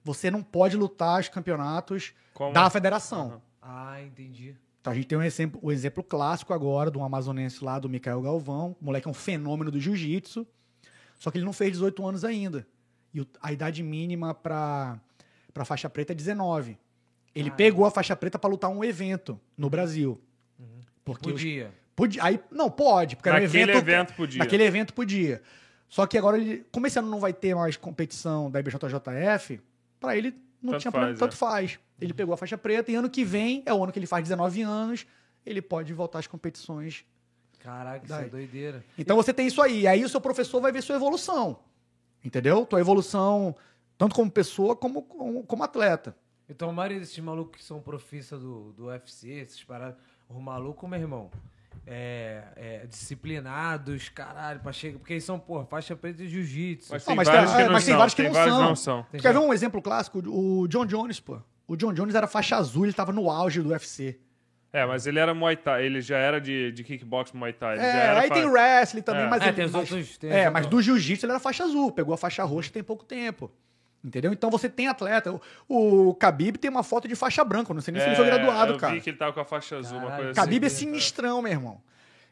Speaker 3: Você não pode lutar os campeonatos
Speaker 2: Como-
Speaker 1: é?
Speaker 2: assim?
Speaker 3: da federação.
Speaker 2: Aham.
Speaker 1: Ah, entendi.
Speaker 3: Então a gente tem um exemplo, o exemplo clássico agora de um amazonense lá, do Mikael Galvão. O moleque é um fenômeno do jiu-jitsu. Só que ele não fez 18 anos ainda. E o- a idade mínima para para faixa preta é 19. Ele
Speaker 1: Ah.
Speaker 3: pegou a faixa preta para lutar um evento no Brasil. Porque os-
Speaker 1: Uhum. Podia.
Speaker 3: podia- aí não pode, porque era um
Speaker 2: Naquele
Speaker 3: evento,
Speaker 2: evento podia.
Speaker 3: naquele evento podia. Só que agora ele, como esse ano não vai ter mais competição da IBJJF, pra ele não
Speaker 2: Tanto
Speaker 3: tinha problema,
Speaker 2: faz,
Speaker 3: tanto
Speaker 2: é.
Speaker 3: faz. Ele pegou a faixa preta e ano que vem é o ano que ele faz 19 anos, ele pode voltar às competições.
Speaker 1: Caraca, isso é
Speaker 3: Daí.
Speaker 1: doideira.
Speaker 3: Então você tem isso aí, aí o seu professor vai ver sua evolução. Entendeu? Tua evolução tanto como pessoa como como, como atleta.
Speaker 1: Então, a maioria desses malucos que são profissa do, do UFC, esses paradas. O maluco, meu irmão, é, é disciplinados, caralho, pra chegar. Porque eles são, porra, faixa preta de jiu-jitsu. É,
Speaker 2: Mas
Speaker 3: Ah,
Speaker 2: tem
Speaker 3: mas
Speaker 2: vários
Speaker 3: tem-
Speaker 2: que não
Speaker 3: mas tem
Speaker 2: são.
Speaker 3: vários que
Speaker 2: Tem
Speaker 3: não
Speaker 2: vários
Speaker 3: são.
Speaker 2: não são.
Speaker 1: Tem
Speaker 3: Quer ver
Speaker 1: já.
Speaker 3: um exemplo clássico? O John Jones, pô. O John Jones era faixa azul, ele tava no auge do UFC.
Speaker 2: É, mas ele era Muay Thai, ele já era de, de kickbox Muay Thai. ele já
Speaker 3: É,
Speaker 2: era
Speaker 3: aí
Speaker 2: fa-
Speaker 3: tem wrestling também,
Speaker 2: É.
Speaker 3: mas...
Speaker 1: É,
Speaker 3: ele-
Speaker 1: tem os
Speaker 3: mas-
Speaker 1: outros- né? tem os
Speaker 3: é,
Speaker 1: outros-
Speaker 3: mas do jiu-jitsu ele era faixa azul, pegou a faixa roxa tem pouco tempo. Entendeu? Então você tem atleta. O, o Khabib tem uma foto de faixa branca, eu não sei nem se ele foi
Speaker 2: É,
Speaker 3: graduado,
Speaker 2: eu
Speaker 3: cara.
Speaker 2: vi que ele tava com a faixa azul, uma
Speaker 1: Caralho.
Speaker 2: coisa assim.
Speaker 3: Khabib é
Speaker 1: Sim,
Speaker 3: sinistrão, meu irmão.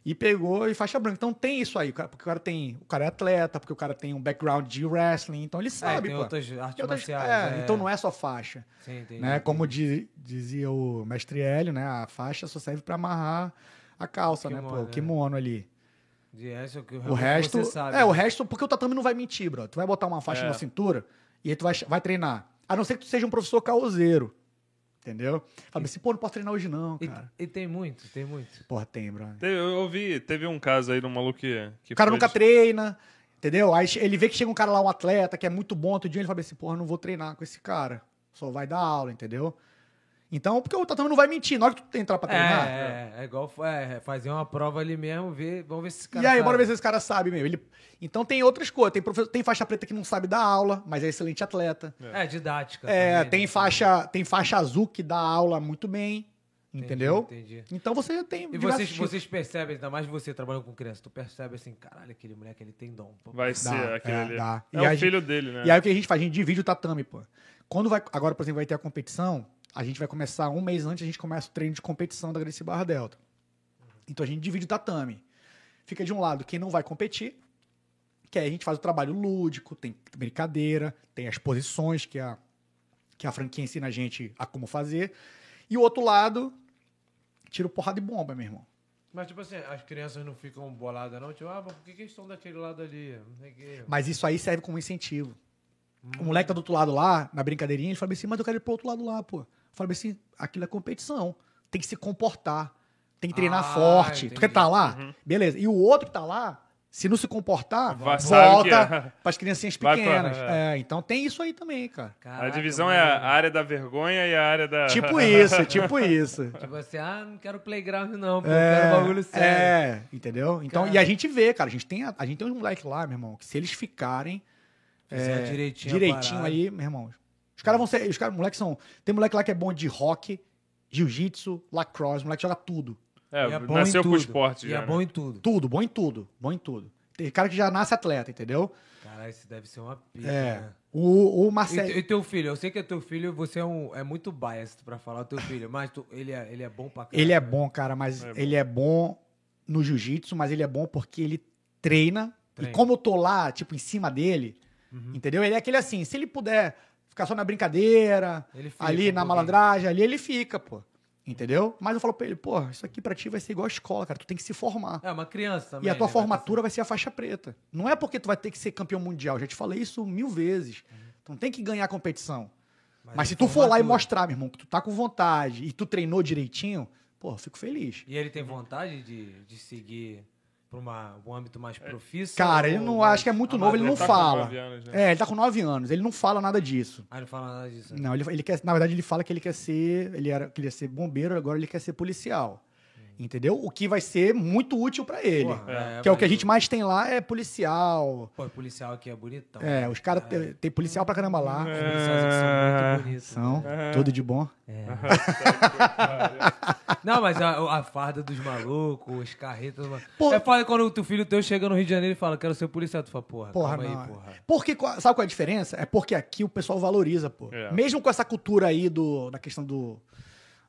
Speaker 3: E pegou e faixa branca. Então tem isso aí, cara, porque o cara tem, o cara é atleta, porque o cara tem um background de wrestling, então ele
Speaker 1: É,
Speaker 3: sabe,
Speaker 1: tem
Speaker 3: pô.
Speaker 1: outras artes
Speaker 3: Tem outras-
Speaker 1: marciais. né?
Speaker 3: é, Então não é só faixa
Speaker 1: Sim, entendi.
Speaker 3: né? Como di- dizia o mestre Hélio, né? A faixa só serve pra amarrar a calça, né?
Speaker 1: Kimono,
Speaker 3: Pô,
Speaker 1: né?
Speaker 3: o kimono ali.
Speaker 1: De essa, que
Speaker 3: O resto,
Speaker 1: Você sabe. né?
Speaker 3: é, o resto, porque o tatame não vai mentir, bro. Tu vai botar uma faixa
Speaker 2: É.
Speaker 3: na cintura e aí tu vai, vai treinar. A não ser que tu seja um professor caoseiro. Entendeu? Fala assim, pô, não posso treinar hoje não, cara.
Speaker 1: E, e tem muito, tem muito.
Speaker 3: Porra, tem, bro.
Speaker 2: Teve- eu ouvi, teve um caso aí de um maluco que. que
Speaker 3: O cara
Speaker 2: foi
Speaker 3: nunca
Speaker 2: de-
Speaker 3: treina, entendeu? Aí che- ele vê que chega um cara lá, um atleta, que é muito bom, outro dia ele fala assim, porra, não vou treinar com esse cara. Só vai dar aula, entendeu? Então, porque o tatame não vai mentir. Na hora que tu entrar pra treinar,
Speaker 1: É, é, é igual é, fazer uma prova ali mesmo, ver, vamos ver se esse cara.
Speaker 3: E aí,
Speaker 1: sabe.
Speaker 3: bora ver se esse cara sabe mesmo. Ele... Então tem outras coisas. Tem, profe- tem faixa preta que não sabe dar aula, mas é excelente atleta.
Speaker 1: É, didática.
Speaker 3: É,
Speaker 1: também, né?
Speaker 3: tem, faixa, tem faixa azul que dá aula muito bem.
Speaker 1: Entendi,
Speaker 3: Entendeu?
Speaker 1: Entendi.
Speaker 3: Então você tem.
Speaker 1: E
Speaker 3: diversos
Speaker 1: vocês,
Speaker 3: tipos.
Speaker 1: vocês percebem, ainda mais você trabalhando com criança, tu percebe assim, caralho, aquele moleque ele tem dom. pô.
Speaker 2: Vai ser
Speaker 3: Dá,
Speaker 2: aquele
Speaker 3: é,
Speaker 2: ali.
Speaker 3: dá.
Speaker 2: É
Speaker 3: E
Speaker 2: o
Speaker 3: a gente-
Speaker 2: filho dele, né?
Speaker 3: E aí o que a gente faz? A gente divide o tatame, pô. Quando vai. Agora, por exemplo, vai ter a competição, a gente vai começar um mês antes, a gente começa o treino de competição da Gracie Barra Delta. Então a gente divide o tatame. Fica de um lado quem não vai competir, que aí a gente faz o trabalho lúdico, tem brincadeira, tem as posições que a, que a franquia ensina a gente a como fazer. E o outro lado, tiro porrada e bomba, meu irmão.
Speaker 1: Mas tipo assim, as crianças não ficam boladas não, tipo, ah, mas por que que eles estão daquele lado ali? Não sei o quê.
Speaker 3: Mas isso aí serve como incentivo.
Speaker 2: Hum.
Speaker 3: O moleque tá do outro lado lá, na brincadeirinha, ele fala assim, mas eu quero ir pro outro lado lá, pô. Eu falo assim, aquilo é competição. Tem que se comportar. Tem que treinar
Speaker 1: Ah,
Speaker 3: forte.
Speaker 1: entendi.
Speaker 3: Tu quer tá lá?
Speaker 2: Uhum.
Speaker 3: Beleza. E o outro que tá lá, se não se comportar,
Speaker 2: Vai- sabe o que
Speaker 3: volta
Speaker 2: é.
Speaker 3: pras criancinhas
Speaker 2: Vai pra-
Speaker 3: pequenas.
Speaker 2: é.
Speaker 3: É, então tem isso aí também, cara.
Speaker 1: Caraca,
Speaker 2: a divisão é
Speaker 1: mano.
Speaker 2: a área da vergonha e a área da.
Speaker 3: Tipo isso, tipo isso.
Speaker 1: Tipo assim, ah, não quero playground não, pô,
Speaker 2: um
Speaker 3: É,
Speaker 1: quero bagulho sério.
Speaker 3: É, entendeu? Então,
Speaker 1: Cara.
Speaker 3: e a gente vê, cara, a gente tem, a, a gente tem uns moleques lá, meu irmão, que se eles ficarem
Speaker 1: Fizer
Speaker 3: é,
Speaker 1: direitinho a
Speaker 3: direitinho
Speaker 1: parada.
Speaker 3: aí, meu irmão. Os caras vão ser, os caras, moleques são, tem moleque lá que é bom de rock, jiu-jitsu, lacrosse, moleque joga tudo,
Speaker 2: É,
Speaker 1: E é bom
Speaker 2: nasceu
Speaker 1: em
Speaker 2: com
Speaker 1: tudo.
Speaker 2: esporte
Speaker 1: E
Speaker 2: já. né?
Speaker 1: é bom em tudo.
Speaker 3: tudo, bom em tudo, bom em tudo. Tem cara que já nasce atleta, entendeu?
Speaker 1: Caralho, isso deve ser uma pica.
Speaker 3: É.
Speaker 1: né?
Speaker 3: O, o
Speaker 1: E, te-
Speaker 3: Marcelo,
Speaker 1: e teu filho, eu sei que é teu filho, você é, um, é muito biased pra falar o teu filho, mas tu- ele, é, ele é bom pra caralho.
Speaker 3: ele é bom, cara, mas
Speaker 2: É bom.
Speaker 3: ele é bom no jiu-jitsu, mas ele é bom porque ele treina.
Speaker 1: Treina.
Speaker 3: E como eu tô lá, tipo, em cima dele,
Speaker 1: Uhum.
Speaker 3: entendeu? Ele é aquele assim, se ele puder ficar só na brincadeira,
Speaker 1: Ele fica
Speaker 3: ali
Speaker 1: um
Speaker 3: na
Speaker 1: pouquinho.
Speaker 3: malandragem, ali ele fica, pô. Entendeu? Mas eu falo pra ele, pô, isso aqui pra ti vai ser igual a escola, cara. Tu tem que se formar.
Speaker 1: É uma criança também.
Speaker 3: e a tua
Speaker 1: né?
Speaker 3: formatura vai ser a faixa preta. Não é porque tu vai ter que ser campeão mundial. Já te falei isso mil vezes. Tu não tem que ganhar a competição. Mas,
Speaker 1: Uhum. é
Speaker 3: se tu for lá e
Speaker 1: formatura.
Speaker 3: mostrar, meu irmão, que tu tá com vontade e tu treinou direitinho, pô, eu fico feliz.
Speaker 1: E ele tem vontade de, de seguir pra uma, um âmbito mais profício?
Speaker 3: Cara,
Speaker 1: ou
Speaker 3: ele não
Speaker 1: mais
Speaker 3: acho que é muito novo, ele não
Speaker 2: tá com
Speaker 1: amadurecido?
Speaker 3: fala.
Speaker 2: nove anos, né?
Speaker 3: É, ele tá com 9 anos, ele não fala nada disso.
Speaker 1: Ah, não fala nada disso. né?
Speaker 3: Não, ele, ele quer, na verdade, ele fala que ele quer ser, ele era, queria ser bombeiro, agora ele quer ser policial. Entendeu? O que vai ser muito útil pra ele.
Speaker 1: Porra,
Speaker 2: É,
Speaker 3: que é o que a
Speaker 1: mas-
Speaker 3: gente mais tem lá é policial.
Speaker 1: Pô, policial aqui é bonitão.
Speaker 3: É, os caras te- tem policial pra caramba lá.
Speaker 1: Os
Speaker 2: É.
Speaker 1: policiais aqui são muito bonitos. né?
Speaker 3: São tudo de bom.
Speaker 1: Não, mas a, a farda dos malucos, os carretas. do ma-
Speaker 3: Pô.
Speaker 1: É foda quando o teu filho teu chega no Rio de Janeiro e fala, quero ser policial. Tu fala, porra,
Speaker 3: Porra,
Speaker 1: calma
Speaker 3: não.
Speaker 1: aí, porra.
Speaker 3: Porque, qual- sabe qual é a diferença? É porque aqui o pessoal valoriza, pô.
Speaker 2: É.
Speaker 3: Mesmo com essa cultura aí do, da questão do,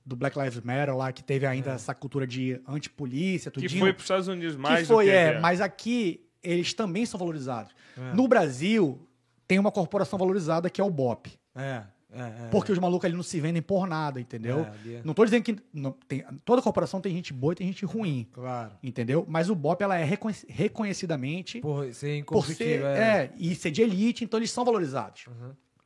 Speaker 3: do Black Lives Matter lá, que teve ainda essa cultura de antipolícia,
Speaker 2: Que
Speaker 3: tudinho.
Speaker 2: foi pros Estados Unidos mais
Speaker 3: que foi,
Speaker 2: do que
Speaker 3: é,
Speaker 2: aqui.
Speaker 3: mas aqui eles também são valorizados. No Brasil, tem uma corporação valorizada que é o BOP.
Speaker 1: É, é, é.
Speaker 3: Porque os malucos ali não se vendem por nada, entendeu?
Speaker 1: É, ali é-
Speaker 3: Não tô dizendo que. não- tem- toda corporação tem gente boa e tem gente ruim,
Speaker 1: Claro.
Speaker 3: entendeu? Mas o BOP ela é reconhe- reconhecidamente
Speaker 1: Porra, ser
Speaker 3: por
Speaker 1: inconfundível.
Speaker 3: ser, é, e ser de elite, então eles são valorizados.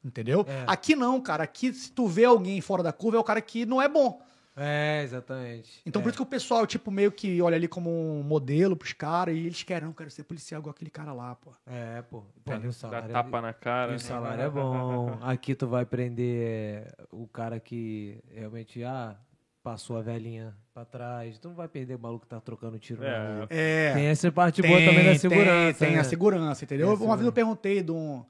Speaker 3: Entendeu?
Speaker 1: Uhum. É.
Speaker 3: Aqui não, cara. Aqui, se tu vê alguém fora da curva, é o cara que não é bom.
Speaker 1: É, exatamente.
Speaker 3: Então,
Speaker 1: é.
Speaker 3: por isso que o pessoal, tipo, meio que olha ali como um modelo pros caras e eles querem, não, quero ser policial igual aquele cara lá, pô.
Speaker 1: É, pô. pô
Speaker 8: Dá-
Speaker 3: Tá.
Speaker 1: e o
Speaker 2: Dá
Speaker 1: salário, é-
Speaker 2: tapa na cara. né?
Speaker 1: e o salário é bom. Aqui tu vai prender é, o cara que realmente, ah, passou a velhinha pra trás. Tu não vai perder o maluco que tá trocando tiro na
Speaker 2: É,
Speaker 1: rua.
Speaker 3: É.
Speaker 8: Tem essa parte boa também da segurança.
Speaker 3: Tem, tem a
Speaker 8: né?
Speaker 3: segurança, entendeu?
Speaker 8: Tem a
Speaker 3: Uma vez
Speaker 8: segurança.
Speaker 3: eu perguntei de um,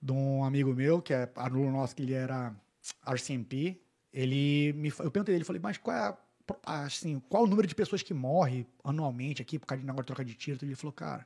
Speaker 3: de um amigo meu, que é aluno nosso, que ele era RCMP. Ele me, fa- eu perguntei ele, falei, mas qual é a, pro- assim, qual o número de pessoas que morre anualmente aqui por causa de negócio de troca de tiro? Ele falou, cara,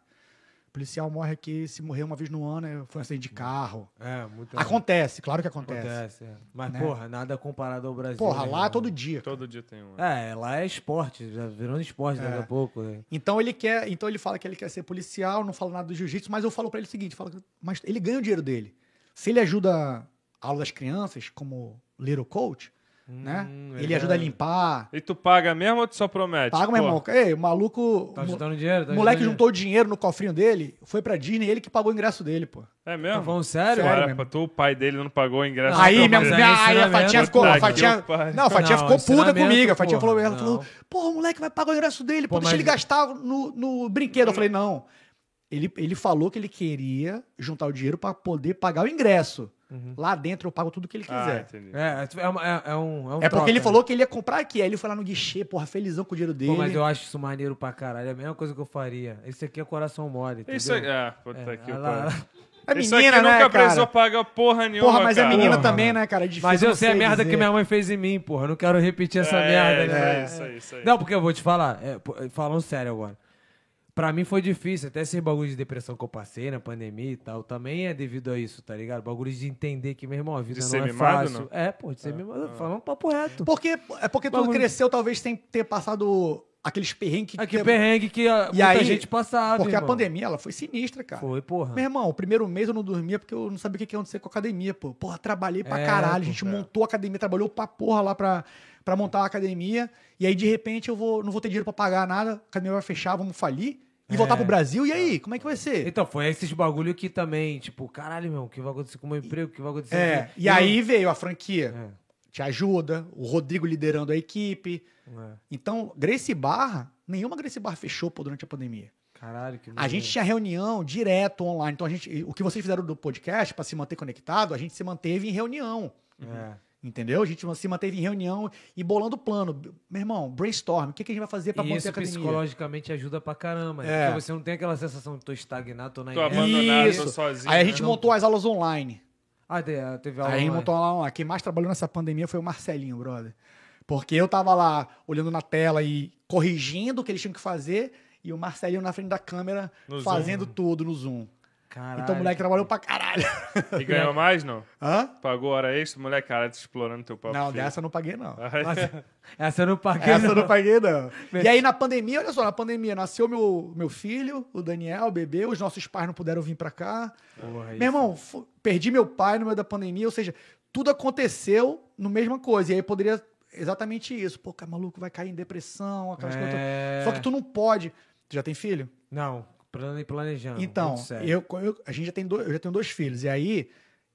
Speaker 3: policial morre aqui, se morrer uma vez no ano, é- foi um acidente de carro.
Speaker 1: É, muito
Speaker 3: Acontece, claro que acontece.
Speaker 1: acontece. é. Mas,
Speaker 3: Né?
Speaker 1: porra, nada comparado ao Brasil.
Speaker 3: Porra,
Speaker 1: né,
Speaker 3: lá é
Speaker 1: irmão?
Speaker 3: todo dia. cara.
Speaker 2: Todo dia tem um.
Speaker 1: É, lá é esporte, já virando esporte daqui a pouco. né?
Speaker 3: Então ele quer, então ele fala que ele quer ser policial, não fala nada do jiu-jitsu, mas eu falo pra ele o seguinte, falo, mas ele ganha o dinheiro dele. Se ele ajuda a aula das crianças como little coach, né?
Speaker 1: Hum,
Speaker 3: Ele
Speaker 1: legal.
Speaker 3: ajuda a limpar,
Speaker 2: E tu paga mesmo ou tu só promete?
Speaker 3: paga meu
Speaker 2: Pô,
Speaker 3: irmão. Ei, o maluco,
Speaker 1: tipo, Tá
Speaker 3: mo-
Speaker 1: juntando dinheiro? Tá
Speaker 3: o moleque
Speaker 1: juntando
Speaker 3: juntou o dinheiro no cofrinho dele, foi pra Disney, ele que pagou o ingresso dele, pô.
Speaker 2: É
Speaker 1: dinheiro? Tá
Speaker 2: mesmo?
Speaker 1: falando sério?
Speaker 3: Sério.
Speaker 2: Cara,
Speaker 3: mesmo.
Speaker 2: pra tu, o pai dele não pagou o ingresso.
Speaker 1: Aí,
Speaker 2: pra
Speaker 1: meu-
Speaker 2: você.
Speaker 1: mas aí
Speaker 3: aí a
Speaker 1: ensinamento,
Speaker 3: Fatinha ficou, a
Speaker 2: puta que
Speaker 3: Fatinha,
Speaker 2: eu pariu.
Speaker 3: não, a Fatinha
Speaker 1: é Não,
Speaker 3: ficou puta
Speaker 1: ensinamento,
Speaker 3: comigo, a Fatinha
Speaker 1: porra,
Speaker 3: falou, ela
Speaker 1: não.
Speaker 3: falou, pô, o moleque vai pagar o ingresso dele, pô,
Speaker 1: Pô,
Speaker 3: deixa
Speaker 1: mas-
Speaker 3: ele gastar no, no brinquedo. Eu falei, não, ele, ele falou que ele queria juntar o dinheiro pra poder pagar o ingresso.
Speaker 1: Uhum.
Speaker 3: Lá dentro eu pago tudo que ele
Speaker 2: Ah,
Speaker 3: quiser.
Speaker 2: entendi.
Speaker 1: É, é, uma- é- é um, é um
Speaker 3: é porque
Speaker 1: troca,
Speaker 3: ele
Speaker 1: né?
Speaker 3: falou que ele ia comprar aqui, aí ele foi lá no guichê, porra, felizão com o dinheiro dele.
Speaker 1: Pô, mas eu acho isso maneiro pra caralho. É a mesma coisa que eu faria. Esse aqui é coração mole. Entendeu?
Speaker 2: Isso aqui, ah, puta
Speaker 1: É,
Speaker 2: que
Speaker 1: ela-
Speaker 2: eu pariu.
Speaker 1: ela-
Speaker 3: É
Speaker 2: Isso aqui nunca precisou pagar porra nenhuma,
Speaker 3: Porra, mas
Speaker 2: cara.
Speaker 3: é menina
Speaker 1: Porra,
Speaker 3: também, né, cara? É difícil
Speaker 1: Mas eu
Speaker 3: não
Speaker 1: sei a merda que
Speaker 3: dizer.
Speaker 1: minha mãe fez em mim, porra. Eu não quero repetir essa
Speaker 2: É,
Speaker 1: merda,
Speaker 2: isso
Speaker 1: né?
Speaker 2: aí, isso aí,
Speaker 3: é.
Speaker 2: isso aí.
Speaker 1: Não, porque eu vou te falar, é, pô, falando sério agora. Pra mim foi difícil, até esse bagulho de depressão que eu passei na pandemia e tal, também é devido a isso, tá ligado? Bagulho de entender que, meu irmão, a vida
Speaker 2: De
Speaker 1: não
Speaker 2: ser
Speaker 1: é
Speaker 2: mimado,
Speaker 1: fácil.
Speaker 2: não? Ah,
Speaker 1: É, pô, de ser mimado. Falando papo reto.
Speaker 3: Porque, é porque tu
Speaker 1: Bagulho.
Speaker 3: cresceu talvez sem ter passado aqueles perrengues que...
Speaker 1: Aqui
Speaker 3: que-
Speaker 1: o perrengue É que a,
Speaker 3: E
Speaker 1: muita
Speaker 3: aí,
Speaker 1: gente passava,
Speaker 3: Porque a
Speaker 1: irmão.
Speaker 3: pandemia, ela foi sinistra, cara.
Speaker 1: Foi, porra.
Speaker 3: Meu irmão, o primeiro mês eu não dormia porque eu não sabia o que que ia acontecer com a academia, pô. Porra, trabalhei pra
Speaker 1: É,
Speaker 3: caralho.
Speaker 1: pô,
Speaker 3: a gente
Speaker 2: é.
Speaker 3: montou a academia, trabalhou pra porra lá pra, pra montar a academia. E aí, de repente, eu vou, não vou ter dinheiro pra pagar nada, a academia vai fechar, vamos falir e voltar pro Brasil. E aí, como é que vai ser?
Speaker 1: Então, foi esses bagulho que também, tipo, caralho, meu, o que vai acontecer com o meu emprego? O que vai acontecer
Speaker 3: É,
Speaker 1: aqui?
Speaker 3: e aí veio a franquia.
Speaker 1: É.
Speaker 3: Te ajuda, o Rodrigo liderando a equipe.
Speaker 1: É.
Speaker 3: Então, Grace Barra, nenhuma Grace Barra fechou pô, durante a pandemia.
Speaker 1: Caralho, que
Speaker 3: A gente tinha reunião direto online. Então, a gente, o que vocês fizeram do podcast pra se manter conectado, a gente se manteve em reunião.
Speaker 1: É.
Speaker 3: Entendeu? A gente se manteve em reunião e bolando plano. Meu irmão, brainstorm. O que, que a gente vai fazer pra
Speaker 1: E
Speaker 3: manter a
Speaker 1: isso
Speaker 3: academia?
Speaker 1: psicologamente ajuda pra caramba.
Speaker 3: É.
Speaker 1: É. Porque você não tem aquela sensação de tô estagnado, tô na
Speaker 2: Tô
Speaker 1: merda.
Speaker 2: abandonado,
Speaker 3: Isso.
Speaker 2: tô sozinho.
Speaker 3: Aí a gente
Speaker 2: né?
Speaker 3: montou as aulas online.
Speaker 1: Ah, te- ah, teve
Speaker 3: Aí
Speaker 1: aula.
Speaker 3: a gente
Speaker 1: online.
Speaker 3: montou lá online. Quem mais trabalhou nessa pandemia foi o Marcelinho, brother. Porque eu tava lá olhando na tela e corrigindo o que eles tinham que fazer e o Marcelinho na frente da câmera
Speaker 2: No
Speaker 3: fazendo tudo no Zoom.
Speaker 1: né? Caralho.
Speaker 3: Então o moleque trabalhou pra caralho.
Speaker 2: E ganhou mais, não?
Speaker 3: Hã?
Speaker 2: Pagou hora extra? Moleque, cara, tu explorando teu papo.
Speaker 3: Não,
Speaker 2: filho.
Speaker 3: dessa eu não paguei, não.
Speaker 1: Mas- essa eu não paguei.
Speaker 3: Essa eu
Speaker 1: não.
Speaker 3: não paguei, não. E aí, na pandemia, olha só, na pandemia nasceu meu, meu filho, o Daniel, o bebê, os nossos pais não puderam vir pra cá.
Speaker 1: Porra, É isso.
Speaker 3: Meu irmão, fu- perdi meu pai no meio da pandemia, ou seja, tudo aconteceu no mesma coisa. E aí poderia exatamente isso. Pô, cara, maluco vai cair em depressão, aquelas coisas. todas.
Speaker 1: É.
Speaker 3: Só que tu não pode. Tu já tem filho?
Speaker 1: Não, plane- planejando.
Speaker 3: então,
Speaker 1: muito sério.
Speaker 3: eu, eu- a gente já tem dois, eu já tenho dois filhos. E aí,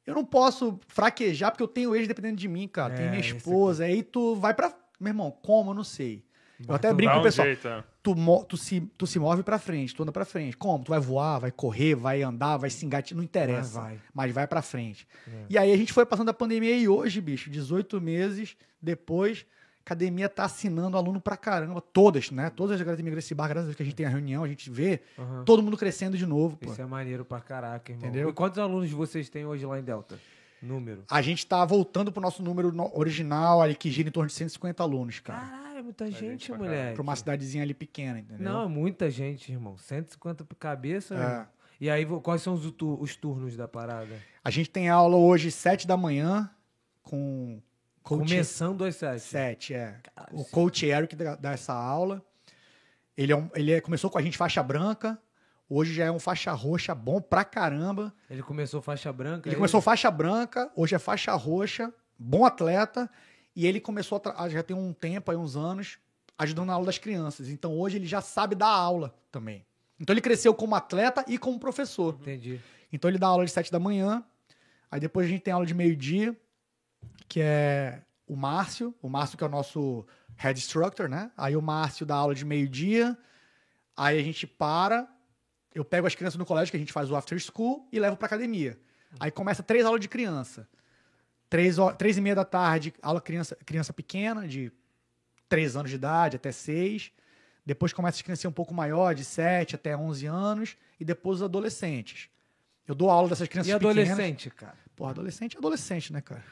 Speaker 3: eu não posso fraquejar, porque eu tenho eles dependendo de mim, cara. tem
Speaker 1: É,
Speaker 3: minha
Speaker 1: isso
Speaker 3: esposa. Aí tu vai pra. Meu irmão, como? Eu não sei. Eu até
Speaker 1: tu
Speaker 3: brinco
Speaker 2: Dá
Speaker 3: com
Speaker 2: um
Speaker 3: o pessoal
Speaker 2: jeito, né?
Speaker 3: tu, mo- tu se, tu se move pra frente, tu anda pra frente. Como? Tu vai voar, vai correr, vai andar, vai se engatir, não interessa.
Speaker 1: Mas vai. É.
Speaker 3: Mas vai pra frente. E aí a gente foi passando a pandemia e hoje, bicho, 18 meses depois, academia tá assinando aluno pra caramba. Todas, né? Todas as academias Gracie Bar, graças a Deus que a gente tem a reunião, a gente vê
Speaker 1: Aham.
Speaker 3: todo mundo crescendo de novo, pô.
Speaker 1: Isso é maneiro pra caraca, irmão.
Speaker 3: Entendeu?
Speaker 1: E quantos alunos vocês têm hoje lá em Delta? Número.
Speaker 3: A gente tá voltando pro nosso número no- original ali, que gira em torno de 150 alunos, cara.
Speaker 1: Caralho, é muita
Speaker 2: gente
Speaker 1: gente,
Speaker 2: pra
Speaker 1: moleque.
Speaker 3: Pra uma cidadezinha ali pequena, entendeu?
Speaker 1: é, Não, é muita gente, irmão. 150 por cabeça,
Speaker 3: É.
Speaker 1: né? irmão? E aí, vo- quais são os, tu- os turnos da parada?
Speaker 3: A gente tem aula hoje, 7 da manhã, com coach
Speaker 1: Começando às 7.
Speaker 3: 7, é. O coach Eric dá dá essa aula. Ele, é um- ele é- começou com a gente faixa branca, hoje já é um faixa roxa bom pra caramba.
Speaker 1: Ele começou faixa branca.
Speaker 3: Ele começou faixa branca, hoje é faixa roxa, bom atleta, e ele começou a tra- ah, já tem um tempo aí, uns anos, ajudando na aula das crianças. Então hoje ele já sabe dar aula também. Então ele cresceu como atleta e como professor.
Speaker 1: Entendi.
Speaker 3: Então ele dá aula de 7 da manhã. Aí depois a gente tem aula de meio-dia, que é o Márcio. O Márcio que é o nosso head instructor, né? Aí o Márcio dá aula de meio-dia. Aí a gente para. Eu pego as crianças no colégio, que a gente faz o after school, e levo pra academia. Aí começa três aulas de criança. Três, ho- três e meia da tarde, aula criança, criança pequena, de três anos de idade até seis. Depois começa as crianças um pouco maior, de sete até 11 anos. E depois os adolescentes. Eu dou aula dessas crianças
Speaker 1: E
Speaker 3: pequenas.
Speaker 1: adolescente, cara?
Speaker 3: Porra, adolescente é adolescente, né, cara?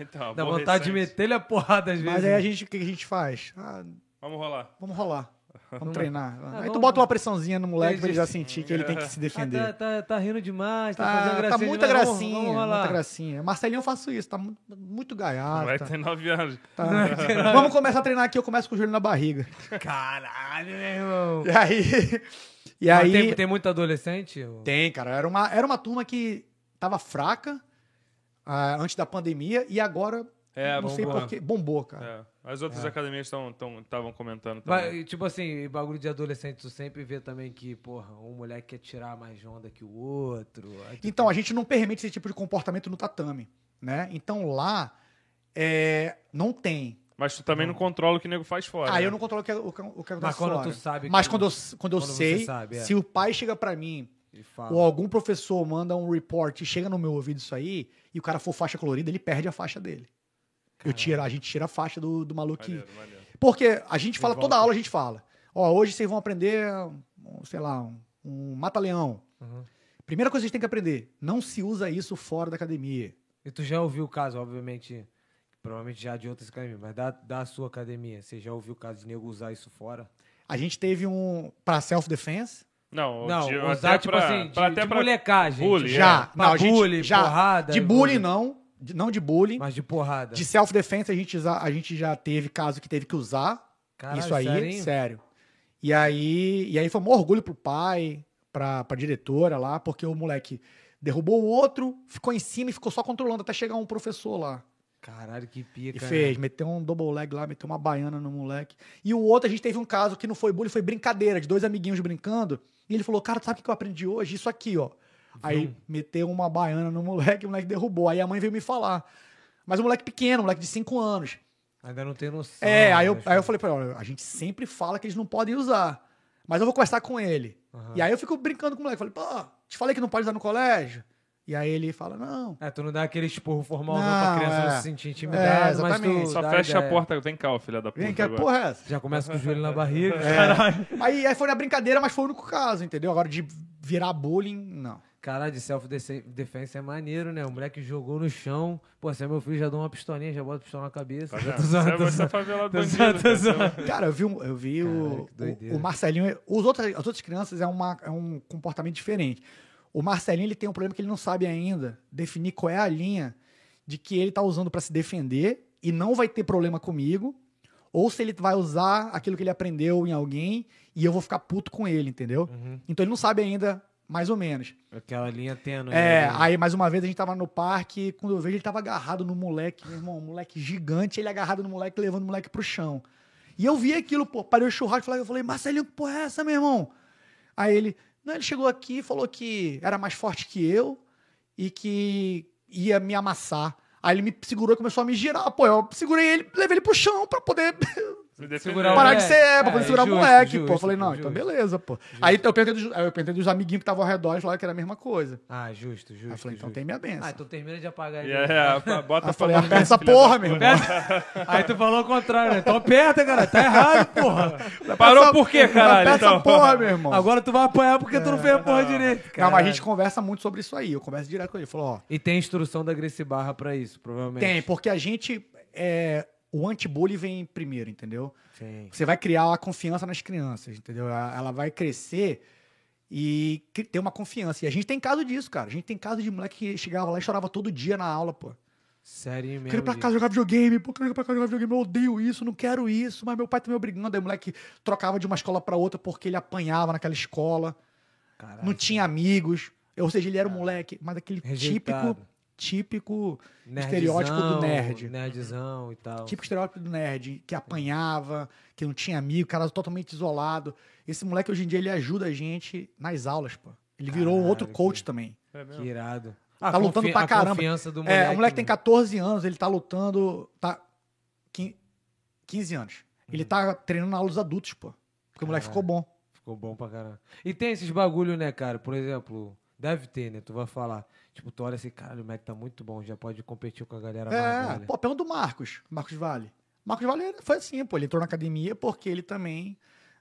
Speaker 2: Então,
Speaker 1: Dá
Speaker 2: amor
Speaker 1: vontade de
Speaker 2: recente.
Speaker 1: meter-lhe a porrada às vezes. né? é.
Speaker 3: Mas aí a gente, o que que a gente faz? Ah,
Speaker 2: Vamos rolar.
Speaker 3: vamos rolar. Vamos
Speaker 1: Vamos- Ah,
Speaker 3: treinar. aí tu
Speaker 1: vamos-
Speaker 3: bota uma pressãozinha no moleque pra ele já
Speaker 1: Entendi.
Speaker 3: sentir que ele tem que se
Speaker 1: Ah,
Speaker 3: defender.
Speaker 1: tá, tá, tá rindo demais, tá,
Speaker 3: Tá,
Speaker 1: fazendo
Speaker 3: tá
Speaker 1: gracinha.
Speaker 3: muita
Speaker 1: demais.
Speaker 3: gracinha,
Speaker 1: Vamos, vamos
Speaker 3: muita
Speaker 1: rolar.
Speaker 3: gracinho. Marcelinho eu faço isso, tá mu- muito gaiato.
Speaker 2: Vai
Speaker 3: tá-
Speaker 2: ter nove anos.
Speaker 3: tá. Vamos começar a treinar aqui, eu começo com o joelho na barriga.
Speaker 1: Caralho, meu irmão.
Speaker 3: E aí... E
Speaker 1: Mas
Speaker 3: aí...
Speaker 1: Tem, tem muito adolescente?
Speaker 3: Tem, cara. Era uma, era uma turma que tava fraca ah, antes da pandemia e agora,
Speaker 2: É,
Speaker 3: não sei
Speaker 2: bombou.
Speaker 3: porquê, bombou, cara.
Speaker 2: É. As outras academias estavam comentando também.
Speaker 1: Vai, tipo assim, bagulho de adolescente, tu sempre vê também que, porra, um moleque quer tirar mais onda que o outro. Aí tu
Speaker 3: Então, a gente não permite esse tipo de comportamento no tatame, né? Então, lá, é, não tem.
Speaker 2: Mas tu também não controla o que o nego faz fora.
Speaker 3: ah,
Speaker 2: né?
Speaker 3: eu não controlo o que, o que, o que acontece
Speaker 1: Mas quando
Speaker 3: tá fora.
Speaker 1: tu sabe
Speaker 3: Mas
Speaker 1: que-
Speaker 3: quando eu, quando eu
Speaker 1: quando você
Speaker 3: sei,
Speaker 1: sabe, é. Ah.
Speaker 3: se o pai chega pra mim,
Speaker 1: e fala.
Speaker 3: ou algum professor manda um report e chega no meu ouvido isso aí, e o cara for faixa colorida, ele perde a faixa dele. Eu tiro, a gente tira a faixa do, do maluco que,
Speaker 2: Maneiro, maneiro.
Speaker 3: Porque a gente fala,
Speaker 1: volta.
Speaker 3: toda aula a gente fala. Ó, hoje vocês vão aprender, um, sei lá, um, um mata-leão.
Speaker 1: Uhum.
Speaker 3: Primeira coisa que vocês têm que aprender, não se usa isso fora da academia.
Speaker 1: E tu já ouviu o caso, obviamente, provavelmente já de outras academias, mas da, da sua academia, você já ouviu o caso de nego usar isso fora?
Speaker 3: A gente teve um para self-defense.
Speaker 2: Não,
Speaker 1: não,
Speaker 2: de-
Speaker 1: usar,
Speaker 2: até
Speaker 1: tipo
Speaker 2: pra,
Speaker 1: assim, de,
Speaker 2: pra até
Speaker 1: de
Speaker 2: pra...
Speaker 1: molecagem.
Speaker 2: bullying, é.
Speaker 1: tipo,
Speaker 3: Já.
Speaker 1: pra
Speaker 3: Não, a gente,
Speaker 1: bullying,
Speaker 3: já,
Speaker 1: porrada.
Speaker 3: De
Speaker 1: e
Speaker 3: bullying não, de- não de bullying.
Speaker 1: Mas de porrada.
Speaker 3: De self-defense a gente, usa- a gente já teve caso que teve que usar.
Speaker 1: Caralho,
Speaker 3: isso aí,
Speaker 1: sério?
Speaker 3: sério. E aí, e aí foi um orgulho pro pai, pra, pra diretora lá, porque o moleque derrubou o outro, ficou em cima e ficou só controlando até chegar um professor lá.
Speaker 1: Caralho, que pica.
Speaker 3: E
Speaker 1: né?
Speaker 3: fez, meteu um double leg lá, meteu uma baiana no moleque. E o outro, a gente teve um caso que não foi bullying, foi brincadeira, de dois amiguinhos brincando. E ele falou, cara, sabe o que eu aprendi hoje? Isso aqui, ó. Aí meteu uma baiana no moleque, o moleque derrubou. Aí a mãe veio me falar. Mas o moleque pequeno, um moleque de 5 anos.
Speaker 1: Ainda não tem noção.
Speaker 3: É, aí eu,
Speaker 1: né,
Speaker 3: aí eu
Speaker 1: filho?
Speaker 3: falei pra ele, olha, a gente sempre fala que eles não podem usar. Mas eu vou conversar com ele.
Speaker 1: Aham.
Speaker 3: E aí eu fico brincando com o moleque. Falei, pô, te falei que não pode usar no colégio? E aí ele fala, não.
Speaker 1: É, tu não dá aquele esporro formal não,
Speaker 3: Não,
Speaker 1: pra criança não
Speaker 3: é.
Speaker 1: se sentir
Speaker 3: É,
Speaker 1: intimidada, mas tu
Speaker 3: exatamente.
Speaker 2: Só
Speaker 1: dá
Speaker 2: fecha
Speaker 1: ideia.
Speaker 2: a porta. Vem cá, ó, filha da puta.
Speaker 3: Vem, que
Speaker 2: agora.
Speaker 3: porra é essa?
Speaker 1: Já começa com o joelho na barriga,
Speaker 2: É.
Speaker 1: caralho.
Speaker 3: Aí, aí foi na brincadeira, mas foi o único caso, entendeu? Agora de virar bullying, não.
Speaker 1: Caralho, de self-defense é maneiro, né? O moleque jogou no chão. Pô, se é meu filho, já dou uma pistolinha, já bota a pistola na cabeça.
Speaker 2: Tá
Speaker 1: Já
Speaker 2: vendo?
Speaker 1: tô zoando, tô
Speaker 2: Você é você é
Speaker 1: zoando.
Speaker 2: favelado
Speaker 1: Tô
Speaker 2: bandido.
Speaker 1: zoando, tô
Speaker 2: cara. Você é
Speaker 1: zoando.
Speaker 3: Cara, eu vi, um- eu vi
Speaker 1: Caralho,
Speaker 3: o,
Speaker 1: que doideira.
Speaker 3: o, o Marcelinho. Os outros, as outras crianças é, uma, é um comportamento diferente. O Marcelinho ele tem um problema que ele não sabe ainda definir qual é a linha de que ele tá usando pra se defender e não vai ter problema comigo, ou se ele vai usar aquilo que ele aprendeu em alguém e eu vou ficar puto com ele, entendeu?
Speaker 1: Uhum.
Speaker 3: Então ele não sabe ainda, mais ou menos.
Speaker 1: Aquela linha tênue.
Speaker 3: É,
Speaker 1: né?
Speaker 3: aí mais uma vez a gente tava no parque, quando eu vejo ele tava agarrado no moleque, meu irmão, um moleque gigante, ele agarrado no moleque, levando o moleque pro chão. E eu vi aquilo, pô, parei o churrasco, falei- eu falei, Marcelinho, que porra é essa, meu irmão? Aí ele, não, ele chegou aqui e falou que era mais forte que eu e que ia me amassar. Aí ele me segurou e começou a me girar, pô, eu segurei ele, levei ele pro chão pra poder
Speaker 2: Me defender.
Speaker 7: Segurar o
Speaker 3: Parar de
Speaker 7: moleque.
Speaker 3: ser, é, pra
Speaker 7: É,
Speaker 3: poder segurar
Speaker 7: justo,
Speaker 3: moleque, pô.
Speaker 7: justo,
Speaker 3: Eu falei, não, então
Speaker 7: justo.
Speaker 3: beleza, pô. Aí eu perguntei, dos, aí eu perguntei dos amiguinhos que estavam ao redor e falaram que era a mesma coisa.
Speaker 7: Ah, justo, justo.
Speaker 3: Aí eu falei, então
Speaker 7: justo.
Speaker 3: tem minha benção.
Speaker 7: Ah, então termina de apagar ele.
Speaker 2: Yeah, é, bota
Speaker 3: Aí eu
Speaker 2: a
Speaker 3: falei,
Speaker 2: palma
Speaker 3: aperta essa
Speaker 2: nele, filha da
Speaker 3: porra, meu irmão.
Speaker 7: Aperta. Aí tu falou o contrário, né? Então aperta, cara. Tá errado, porra.
Speaker 2: Parou por quê, caralho?
Speaker 3: Aperta essa
Speaker 2: Então?
Speaker 3: porra, meu irmão.
Speaker 7: Agora tu vai apanhar porque tu não fez a porra direito, cara.
Speaker 3: Não, mas a gente conversa muito sobre isso aí. Eu converso direto com ele. Eu falo, ó,
Speaker 7: E tem instrução da Gracie Barra pra isso, provavelmente.
Speaker 3: tem, porque a gente. É, o anti-bullying vem primeiro, entendeu?
Speaker 7: Sim.
Speaker 3: Você vai criar a confiança nas crianças, entendeu? A- Ela vai crescer e cri- ter uma confiança. E a gente tem caso disso, cara. A gente tem caso de moleque que chegava lá e chorava todo dia na aula, pô.
Speaker 7: Sério mesmo.
Speaker 3: Quero ir pra
Speaker 7: gente.
Speaker 3: casa jogar videogame, pô, quero ir pra casa jogar videogame, eu odeio isso, não quero isso, mas meu pai tá me obrigando. Aí o moleque trocava de uma escola pra outra porque ele apanhava naquela escola,
Speaker 7: Caralho.
Speaker 3: não tinha amigos. Ou seja, ele era um moleque, mas aquele
Speaker 7: Rejeitado.
Speaker 3: típico, típico
Speaker 7: Nerdzão,
Speaker 3: estereótipo do nerd.
Speaker 7: Nerdzão e tal.
Speaker 3: Tipo estereótipo do nerd, que apanhava, que não tinha amigo, cara totalmente isolado. Esse moleque hoje em dia ele ajuda a gente nas aulas, pô. Ele virou um
Speaker 7: Caralho,
Speaker 3: outro coach
Speaker 7: que-
Speaker 3: também.
Speaker 2: É
Speaker 7: Que
Speaker 2: mesmo.
Speaker 7: irado. Ah,
Speaker 3: Tá lutando
Speaker 7: confi-
Speaker 3: pra
Speaker 7: a
Speaker 3: caramba.
Speaker 7: confiança do moleque. né?
Speaker 3: É, o moleque tem
Speaker 7: mano.
Speaker 3: 14 anos, ele tá lutando. Tá. quin- 15 anos. Ele tá treinando na aula dos adultos, pô. Porque o moleque
Speaker 7: Uhum.
Speaker 3: ficou
Speaker 7: Caralho.
Speaker 3: bom.
Speaker 7: Ficou bom pra caramba. E tem esses bagulho, né, cara? Por exemplo, deve ter, né? Tu vai falar. Tipo, tu olha assim, caralho, o moleque tá muito bom, já pode competir com a galera mais
Speaker 3: É,
Speaker 7: velha.
Speaker 3: pô, pergunta do Marcos, Marcos Vale. Marcos Vale era- foi assim, pô. Ele entrou na academia porque ele também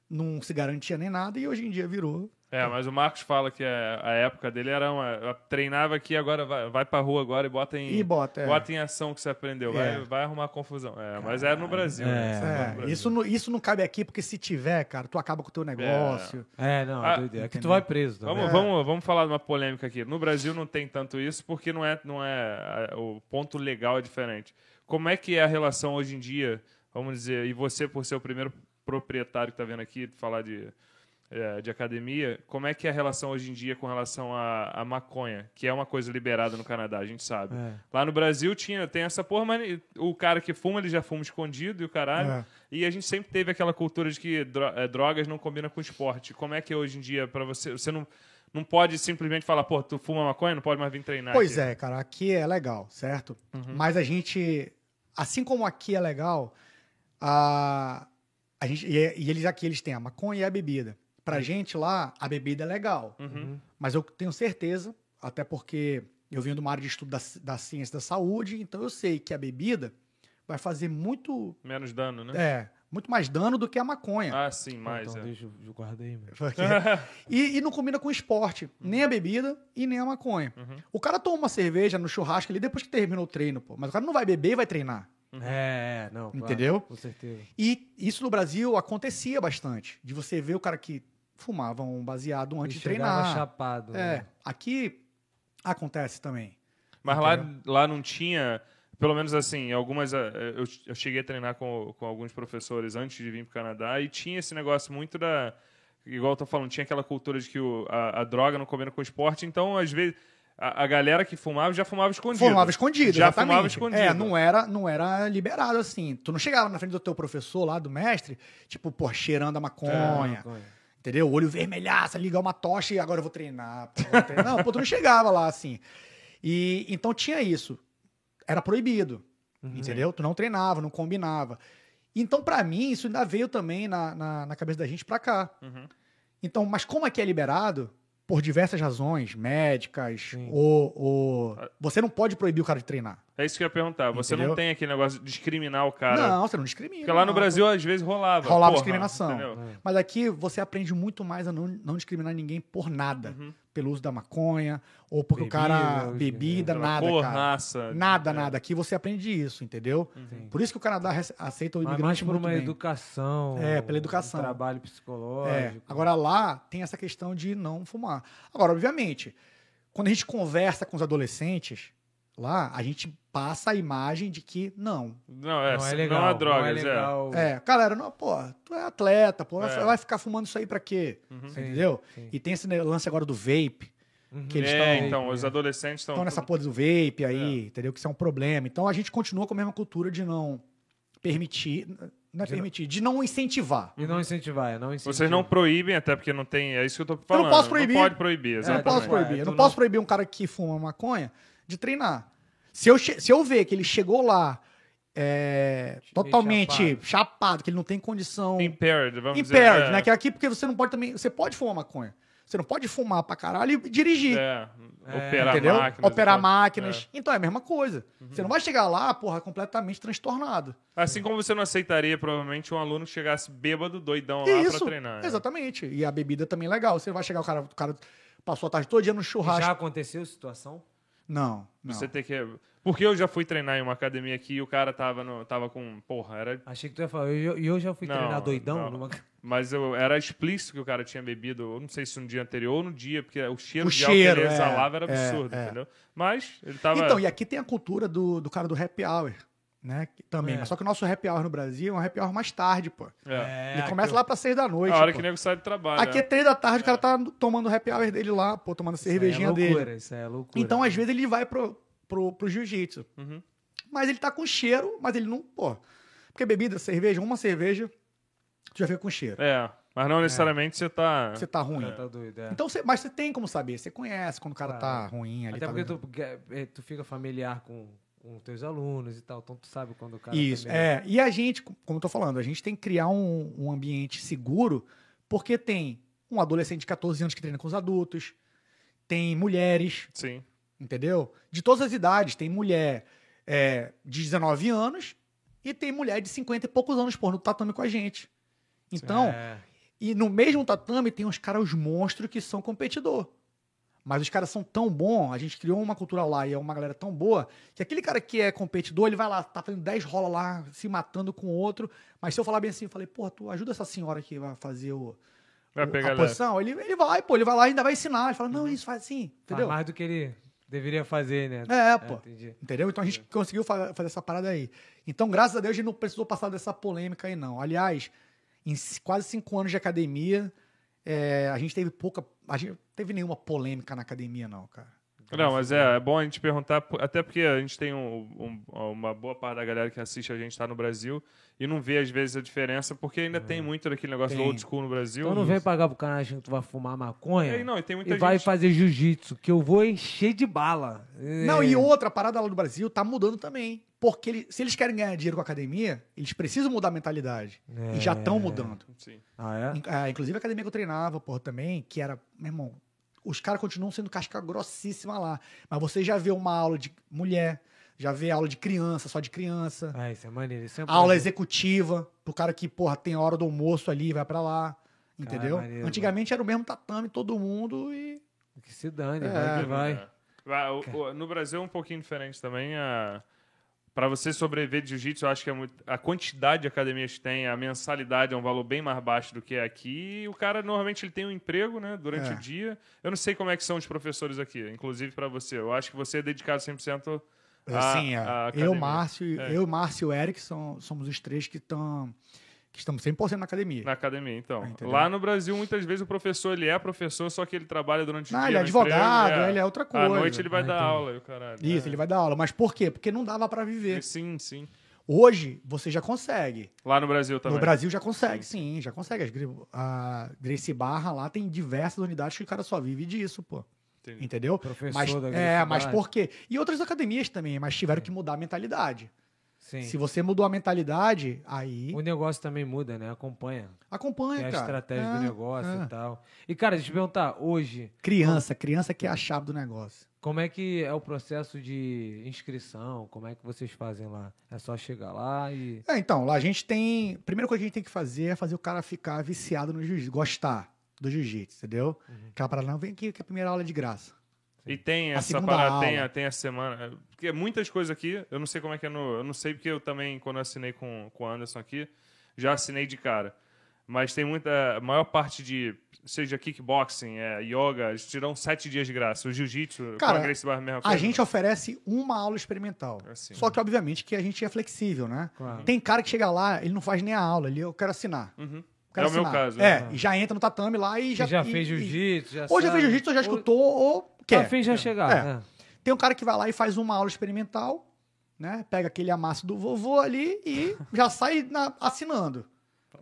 Speaker 3: não se garantia nem nada e hoje em dia virou.
Speaker 2: É, mas o Marcos fala que é, a, a época dele era uma. Treinava aqui, agora vai, vai pra rua agora e bota em.
Speaker 3: E bota. é.
Speaker 2: Bota em ação o que você aprendeu. Vai,
Speaker 3: É.
Speaker 2: vai arrumar confusão. É, mas era no Brasil,
Speaker 7: É.
Speaker 2: né?
Speaker 3: É,
Speaker 2: Era no Brasil.
Speaker 3: isso, não, isso não cabe aqui, porque se tiver, cara, tu acaba com o teu negócio.
Speaker 7: É, não,
Speaker 2: Ah,
Speaker 7: é doideira. É que tu
Speaker 3: entendeu?
Speaker 7: vai preso
Speaker 1: Tá
Speaker 7: também.
Speaker 2: Vamos, vamos, vamos falar de uma polêmica aqui. No Brasil não tem tanto isso porque não é, não é a- o ponto legal é diferente. Como é que é a relação hoje em dia? Vamos dizer, e você por ser o primeiro proprietário que está vendo aqui falar de, é, de academia, como é que é a relação hoje em dia com relação à, à maconha, que é uma coisa liberada no Canadá, a gente sabe.
Speaker 7: É.
Speaker 2: Lá no Brasil tinha, tem essa porra, mas o cara que fuma, ele já fuma escondido e o caralho.
Speaker 3: É.
Speaker 2: E a gente sempre teve aquela cultura de que dro- eh, drogas não combinam com esporte. Como é que hoje em dia, pra você, você não, não pode simplesmente falar, pô, tu fuma maconha, não pode mais vir treinar.
Speaker 3: Pois é, cara, aqui é legal, certo? Mas a gente, assim como aqui é legal, a, a gente, e, e eles aqui eles têm a maconha e a bebida. Pra gente lá, a bebida é legal. Mas eu tenho certeza, até porque eu vim de uma área de estudo da, ci- da ciência da saúde, então eu sei que a bebida vai fazer muito,
Speaker 2: Menos dano, né?
Speaker 3: é, muito mais dano do que a maconha.
Speaker 2: Ah, sim, mais.
Speaker 7: Então,
Speaker 2: é.
Speaker 7: deixa eu guardar aí, mano.
Speaker 3: Porque- E, e não combina com o esporte, nem a bebida e nem a maconha. O cara toma uma cerveja no churrasco ali depois que terminou o treino, pô. Mas o cara não vai beber e vai treinar.
Speaker 2: Uhum.
Speaker 7: É, é, não. claro,
Speaker 3: Entendeu?
Speaker 7: Com certeza.
Speaker 3: E isso no Brasil acontecia bastante. De você ver o cara que fumava um baseado antes
Speaker 7: E
Speaker 3: de
Speaker 7: chegava
Speaker 3: treinar.
Speaker 7: chapado.
Speaker 3: É.
Speaker 7: né?
Speaker 3: Aqui acontece também.
Speaker 2: Mas lá, lá não tinha, pelo menos assim, algumas. ah, Eu, eu cheguei a treinar com, com alguns professores antes de vir para o Canadá e tinha esse negócio muito da. Igual eu tô falando, tinha aquela cultura de que o- a, a droga não combina com o esporte, então às vezes. A, a galera que fumava já fumava escondido.
Speaker 3: Fumava escondido,
Speaker 2: Já
Speaker 3: exatamente.
Speaker 2: fumava escondido.
Speaker 3: É, não era, não era liberado assim. Tu não chegava na frente do teu professor lá, do mestre, tipo, pô, cheirando a
Speaker 2: É.
Speaker 3: maconha.
Speaker 7: Maconha.
Speaker 3: Entendeu? Olho vermelhaço, ligar uma tocha e agora eu vou treinar. pô, eu vou treinar. Não, pô, tu não chegava lá assim. E então tinha isso. Era proibido.
Speaker 7: Uhum.
Speaker 2: Uhum.
Speaker 3: Entendeu? Tu não treinava, não combinava. Então, pra mim, isso ainda veio também na, na, na cabeça da gente pra cá.
Speaker 2: Uhum.
Speaker 3: Então, mas como aqui é liberado, por diversas razões, médicas,
Speaker 7: Sim.
Speaker 3: ou, ou- Você não pode proibir o cara de treinar.
Speaker 2: É isso que eu ia perguntar. Você não
Speaker 3: Entendeu?
Speaker 2: tem aquele negócio de discriminar o cara.
Speaker 3: não, você não discrimina.
Speaker 2: Porque lá no
Speaker 3: não,
Speaker 2: Brasil, às vezes, rolava.
Speaker 3: Rolava
Speaker 2: porra,
Speaker 3: discriminação.
Speaker 7: É,
Speaker 2: entendeu?
Speaker 3: Mas aqui você aprende muito mais a não, não discriminar ninguém por nada. Pelo uso da maconha, ou porque o cara.
Speaker 7: Bebida,
Speaker 3: Bebida,
Speaker 2: Pela
Speaker 3: nada,
Speaker 2: cor,
Speaker 3: cara.
Speaker 2: raça.
Speaker 3: Nada, nada. Aqui você aprende isso, entendeu?
Speaker 1: Uhum.
Speaker 7: Sim.
Speaker 3: Por isso que o Canadá rece- aceita o
Speaker 7: Mas
Speaker 3: imigrante
Speaker 7: mais por
Speaker 3: muito
Speaker 7: uma
Speaker 3: um bem.
Speaker 7: educação.
Speaker 3: É, pela
Speaker 7: um
Speaker 3: educação.
Speaker 7: trabalho
Speaker 3: É,
Speaker 7: psicológico.
Speaker 3: agora lá tem essa questão de não fumar. Agora, obviamente, quando a gente conversa com os adolescentes lá, a gente passa a imagem de que não.
Speaker 2: Não, é,
Speaker 7: não é
Speaker 2: se-
Speaker 7: legal.
Speaker 2: não há drogas,
Speaker 7: é. Legal.
Speaker 3: É, galera, não, pô, tu é atleta, pô, vai-
Speaker 2: É.
Speaker 3: vai ficar fumando isso aí pra quê?
Speaker 7: Sim,
Speaker 3: Entendeu?
Speaker 7: sim.
Speaker 3: E tem esse lance agora do vape,
Speaker 7: Uhum.
Speaker 3: que eles
Speaker 2: é.
Speaker 3: estão
Speaker 2: É, então, os adolescentes estão.
Speaker 3: estão nessa porra do vape aí, entendeu? Que isso é um problema. Então a gente continua com a mesma cultura de não permitir, não é permitir, de não incentivar.
Speaker 7: E não incentivar, é não incentivar.
Speaker 2: Vocês não proíbem, até porque não tem. É isso que eu tô falando.
Speaker 3: posso proibir.
Speaker 2: Não pode proibir,
Speaker 3: Eu não
Speaker 2: exatamente.
Speaker 3: posso
Speaker 7: É,
Speaker 3: proibir. Eu
Speaker 7: tu
Speaker 3: não posso
Speaker 7: não-
Speaker 3: proibir um cara que fuma maconha de treinar. Se eu, che- se eu ver que ele chegou lá é, totalmente chapado. que ele não tem condição.
Speaker 2: Impaired, vamos
Speaker 3: impaired,
Speaker 2: dizer.
Speaker 3: né? Que é aqui porque você não pode também. Você pode fumar maconha. Você não pode fumar pra caralho e dirigir.
Speaker 2: É, operar
Speaker 3: entendeu?
Speaker 2: máquinas.
Speaker 3: Operar
Speaker 2: então.
Speaker 3: máquinas. Então é a mesma coisa. Você não vai chegar lá, porra, completamente transtornado.
Speaker 2: Assim como você não aceitaria, provavelmente, um aluno que chegasse bêbado, doidão
Speaker 3: E
Speaker 2: lá
Speaker 3: isso.
Speaker 2: pra
Speaker 7: é.
Speaker 2: treinar. né?
Speaker 3: Exatamente. E a bebida também é legal. Você não vai chegar, o cara, o cara passou a tarde todo dia no churrasco.
Speaker 7: Já aconteceu a situação?
Speaker 3: Não, não.
Speaker 2: Você tem que. Porque eu já fui treinar em uma academia aqui e o cara tava, no, tava com. Porra, era.
Speaker 7: Achei que tu ia falar. E eu, eu já fui
Speaker 2: Não,
Speaker 7: treinar doidão
Speaker 2: não.
Speaker 7: numa.
Speaker 2: Mas eu, era explícito que o cara tinha bebido, eu não sei se no dia anterior ou no dia, porque o cheiro
Speaker 3: O
Speaker 2: de álcool que ele
Speaker 3: cheiro, é,
Speaker 2: exalava era
Speaker 3: é,
Speaker 2: absurdo,
Speaker 3: é.
Speaker 2: entendeu? Mas ele tava.
Speaker 3: Então, e aqui tem a cultura do, do cara do happy hour, né? que- Também.
Speaker 7: É.
Speaker 3: Mas só que o nosso happy hour no Brasil é um happy hour mais tarde, pô.
Speaker 2: é,
Speaker 7: É,
Speaker 3: Ele começa
Speaker 7: aquilo-
Speaker 3: lá pra seis da noite.
Speaker 2: a hora
Speaker 3: pô.
Speaker 2: que o nego sai do trabalho.
Speaker 3: tipo, Aqui é
Speaker 2: né?
Speaker 3: três da tarde, o cara tá tomando o happy hour dele lá, pô, tomando a cervejinha
Speaker 7: isso é loucura,
Speaker 3: dele.
Speaker 7: Isso é loucura.
Speaker 3: Então, às vezes, ele vai pro, pro, pro jiu-jitsu.
Speaker 2: Uhum.
Speaker 3: Mas ele tá com cheiro, mas ele não, pô. Porque bebida, cerveja, uma cerveja, tu já fica com cheiro.
Speaker 2: É, mas não necessariamente você tá.
Speaker 3: Você tá ruim.
Speaker 7: Cara, tá doido, é.
Speaker 3: Então, você, mas você tem como saber, você conhece quando o cara tá
Speaker 7: Claro.
Speaker 3: ruim ali.
Speaker 7: Até
Speaker 3: tá
Speaker 7: porque
Speaker 3: bebendo.
Speaker 7: tu, eh, tu fica familiar com, com os teus alunos e tal. Então tu sabe quando o cara. tá
Speaker 3: Isso,
Speaker 7: melhor.
Speaker 3: é. E a gente, co- como eu tô falando, a gente tem que criar um, um ambiente seguro, porque tem um adolescente de 14 anos que treina com os adultos, tem mulheres,
Speaker 2: Sim.
Speaker 3: entendeu? De todas as idades, tem mulher é, de 19 anos e tem mulher de 50 e poucos anos, pô, no tatame com a gente. Então,
Speaker 7: É.
Speaker 3: e no mesmo tatame tem uns caras, os monstros, que são competidor. Mas os caras são tão bons, a gente criou uma cultura lá e é uma galera tão boa, que aquele cara que é competidor, ele vai lá, tá fazendo 10 rola lá, se matando com o outro. Mas se eu falar bem assim, eu falei, porra, tu ajuda essa senhora que vai fazer o,
Speaker 2: Vai
Speaker 3: o-
Speaker 2: pegar
Speaker 3: a
Speaker 2: leve.
Speaker 3: posição, ele, ele vai, pô, ele vai lá e ainda vai ensinar. Ele fala, não, isso faz assim,
Speaker 7: Faz
Speaker 3: entendeu?
Speaker 7: mais do que ele deveria fazer, né?
Speaker 3: É, pô.
Speaker 7: entendi.
Speaker 3: Entendeu? Então a gente conseguiu fa- fazer essa parada aí. Então, graças a Deus, a gente não precisou passar dessa polêmica aí, não. Aliás, em c- quase cinco anos de academia, é, a gente teve pouca. A gente não teve nenhuma polêmica na academia, não, cara.
Speaker 2: Não, mas é, é bom a gente perguntar, po- até porque a gente tem um- um- uma boa parte da galera que assiste a gente tá no Brasil e não vê às vezes a diferença, porque ainda tem muito daquele negócio do
Speaker 3: Uhum. Tem.
Speaker 2: old school no Brasil.
Speaker 7: Então não vem pagar pro cara achando que tu vai fumar maconha.
Speaker 2: É, não, e tem muita
Speaker 7: e vai
Speaker 2: gente-
Speaker 7: fazer jiu-jitsu, que eu vou encher de bala.
Speaker 1: É.
Speaker 7: É.
Speaker 3: Não, e outra a parada lá do Brasil tá mudando também. Porque ele- se eles querem ganhar dinheiro com a academia, eles precisam mudar a mentalidade. E já estão mudando.
Speaker 2: Sim.
Speaker 7: Ah, é?
Speaker 3: In- ah, inclusive a academia que eu treinava, porra, também, que era, meu irmão, os caras continuam sendo casca grossíssima lá. Mas você já vê uma aula de mulher, já vê aula de criança, só de criança,
Speaker 7: Ah, isso é maneiro. Isso é
Speaker 3: aula
Speaker 7: maneiro.
Speaker 3: executiva, pro cara que, porra, tem a hora do almoço ali, vai pra lá. Entendeu?
Speaker 7: maneiro,
Speaker 3: Antigamente era o mesmo tatame, todo mundo e.
Speaker 7: Que se dane, vai que vai.
Speaker 2: É. Vai, o- o- no Brasil é um pouquinho diferente também. A... Para você sobreviver de jiu-jitsu, eu acho que é muito- a quantidade de academias que tem, a mensalidade é um valor bem mais baixo do que é aqui. E o cara, normalmente, ele tem um emprego né, durante
Speaker 3: É.
Speaker 2: o dia. Eu não sei como é que são os professores aqui, inclusive para você. Eu acho que você é dedicado 100% à,
Speaker 3: Assim, é.
Speaker 2: à Ah, academia.
Speaker 3: eu, Márcio,
Speaker 2: É.
Speaker 3: eu, Márcio e o Eric são, somos os três que estão. Que estamos 100% na academia.
Speaker 2: Na academia, então.
Speaker 3: Ah, entendeu?
Speaker 2: Lá no Brasil, muitas vezes, o professor, ele é professor, só que ele trabalha durante o
Speaker 3: Não,
Speaker 2: dia
Speaker 3: ele é
Speaker 2: no emprego,
Speaker 3: advogado, ele é outra coisa.
Speaker 2: À noite, ele vai
Speaker 7: Ah,
Speaker 2: dar
Speaker 7: entendi.
Speaker 2: aula. e o Caralho.
Speaker 3: Isso, ele vai dar aula. Mas por quê? Porque não dava pra viver.
Speaker 2: Sim, sim.
Speaker 3: Hoje, você já consegue.
Speaker 2: Lá no Brasil também.
Speaker 3: No Brasil já consegue, sim, já consegue. As gri- A Gracie Barra lá tem diversas unidades que o cara só vive disso, pô.
Speaker 2: Entendi.
Speaker 3: Entendeu?
Speaker 7: Professor
Speaker 3: Mas,
Speaker 7: da
Speaker 3: é,
Speaker 7: Gracie
Speaker 3: mas
Speaker 7: Barra.
Speaker 3: por quê? E outras academias também, mas tiveram que mudar a mentalidade.
Speaker 7: Sim.
Speaker 3: Se você mudou a mentalidade, aí
Speaker 7: O negócio também muda, né? Acompanha.
Speaker 3: acompanha,
Speaker 7: Tem a
Speaker 3: cara.
Speaker 7: estratégia
Speaker 3: É,
Speaker 7: do negócio tá.
Speaker 3: é.
Speaker 7: e tal. E, cara, deixa eu te perguntar, hoje,
Speaker 3: Criança, criança que é a chave do negócio.
Speaker 7: como é que é o processo de inscrição? Como é que vocês fazem lá? É só chegar lá e.
Speaker 3: É, então, lá a gente tem. A primeira coisa que a gente tem que fazer é fazer o cara ficar viciado no jiu-jitsu, gostar do jiu-jitsu, entendeu? Aquela parada, não, vem aqui que a primeira aula é de graça.
Speaker 2: E tem
Speaker 3: A
Speaker 2: essa
Speaker 3: segunda
Speaker 2: parada,
Speaker 3: aula.
Speaker 2: tem a, tem a semana. Porque muitas coisas aqui, eu não sei como é que é no. Eu não sei porque eu também, quando eu assinei com, com o Anderson aqui, já assinei de cara. Mas tem muita. A maior parte de. Seja kickboxing, é, yoga, eles tiram sete dias de graça. O jiu-jitsu, com
Speaker 3: Cara,
Speaker 2: a Grace Barra, mesma
Speaker 3: A
Speaker 2: coisa.
Speaker 3: gente oferece uma aula experimental.
Speaker 2: Assim.
Speaker 3: Só que, obviamente, que a gente é flexível, né?
Speaker 7: Claro.
Speaker 3: Tem cara que chega lá, ele não faz nem a aula, ele, eu quero assinar.
Speaker 2: Uhum.
Speaker 3: Eu quero
Speaker 2: É o meu
Speaker 3: assinar.
Speaker 2: caso,
Speaker 3: É,
Speaker 2: né?
Speaker 3: e já entra no tatame lá e
Speaker 7: Já,
Speaker 3: já.
Speaker 7: já
Speaker 3: e-
Speaker 7: fez
Speaker 3: e-
Speaker 7: jiu-jitsu? Já
Speaker 3: Ou já
Speaker 7: sabe?
Speaker 3: fez jiu-jitsu, ou já
Speaker 7: Ou-
Speaker 3: escutou, ou
Speaker 7: Tá
Speaker 3: quer.
Speaker 7: afim de já chegar.
Speaker 3: É.
Speaker 7: né?
Speaker 3: Tem um cara que vai lá e faz uma aula experimental, né? Pega aquele amasso do vovô ali e já sai na- assinando.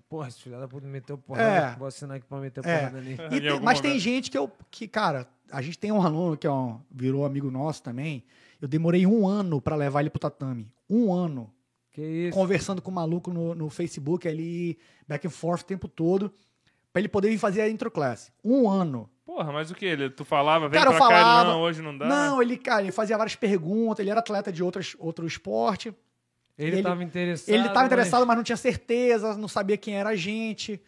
Speaker 7: Porra, esse filho da puta meteu porrada. tipo,
Speaker 3: É.
Speaker 7: Vou assinar aqui pra meter
Speaker 3: É.
Speaker 7: porrada nele.
Speaker 3: E
Speaker 2: Em
Speaker 3: tem-
Speaker 2: algum
Speaker 3: mas tem
Speaker 2: momento.
Speaker 3: gente que eu. Que, cara, a gente tem um aluno que é um, virou amigo nosso também. Eu demorei um ano pra levar ele pro tatame. Um ano.
Speaker 1: Que isso.
Speaker 3: conversando com o maluco no, no Facebook ali, back and forth o tempo todo, pra ele poder vir fazer a intro class. Um ano.
Speaker 2: Porra, mas o que? Ele, tu falava, vem
Speaker 3: Cara, eu
Speaker 2: pra cá,
Speaker 3: falava.
Speaker 2: ele, não, hoje não dá.
Speaker 3: Não, ele, cara, ele fazia várias perguntas, ele era atleta de outras, outro esporte.
Speaker 1: Ele,
Speaker 3: ele-
Speaker 1: tava interessado.
Speaker 3: Ele estava
Speaker 1: mas-
Speaker 3: interessado, mas não tinha certeza, não sabia quem era a gente.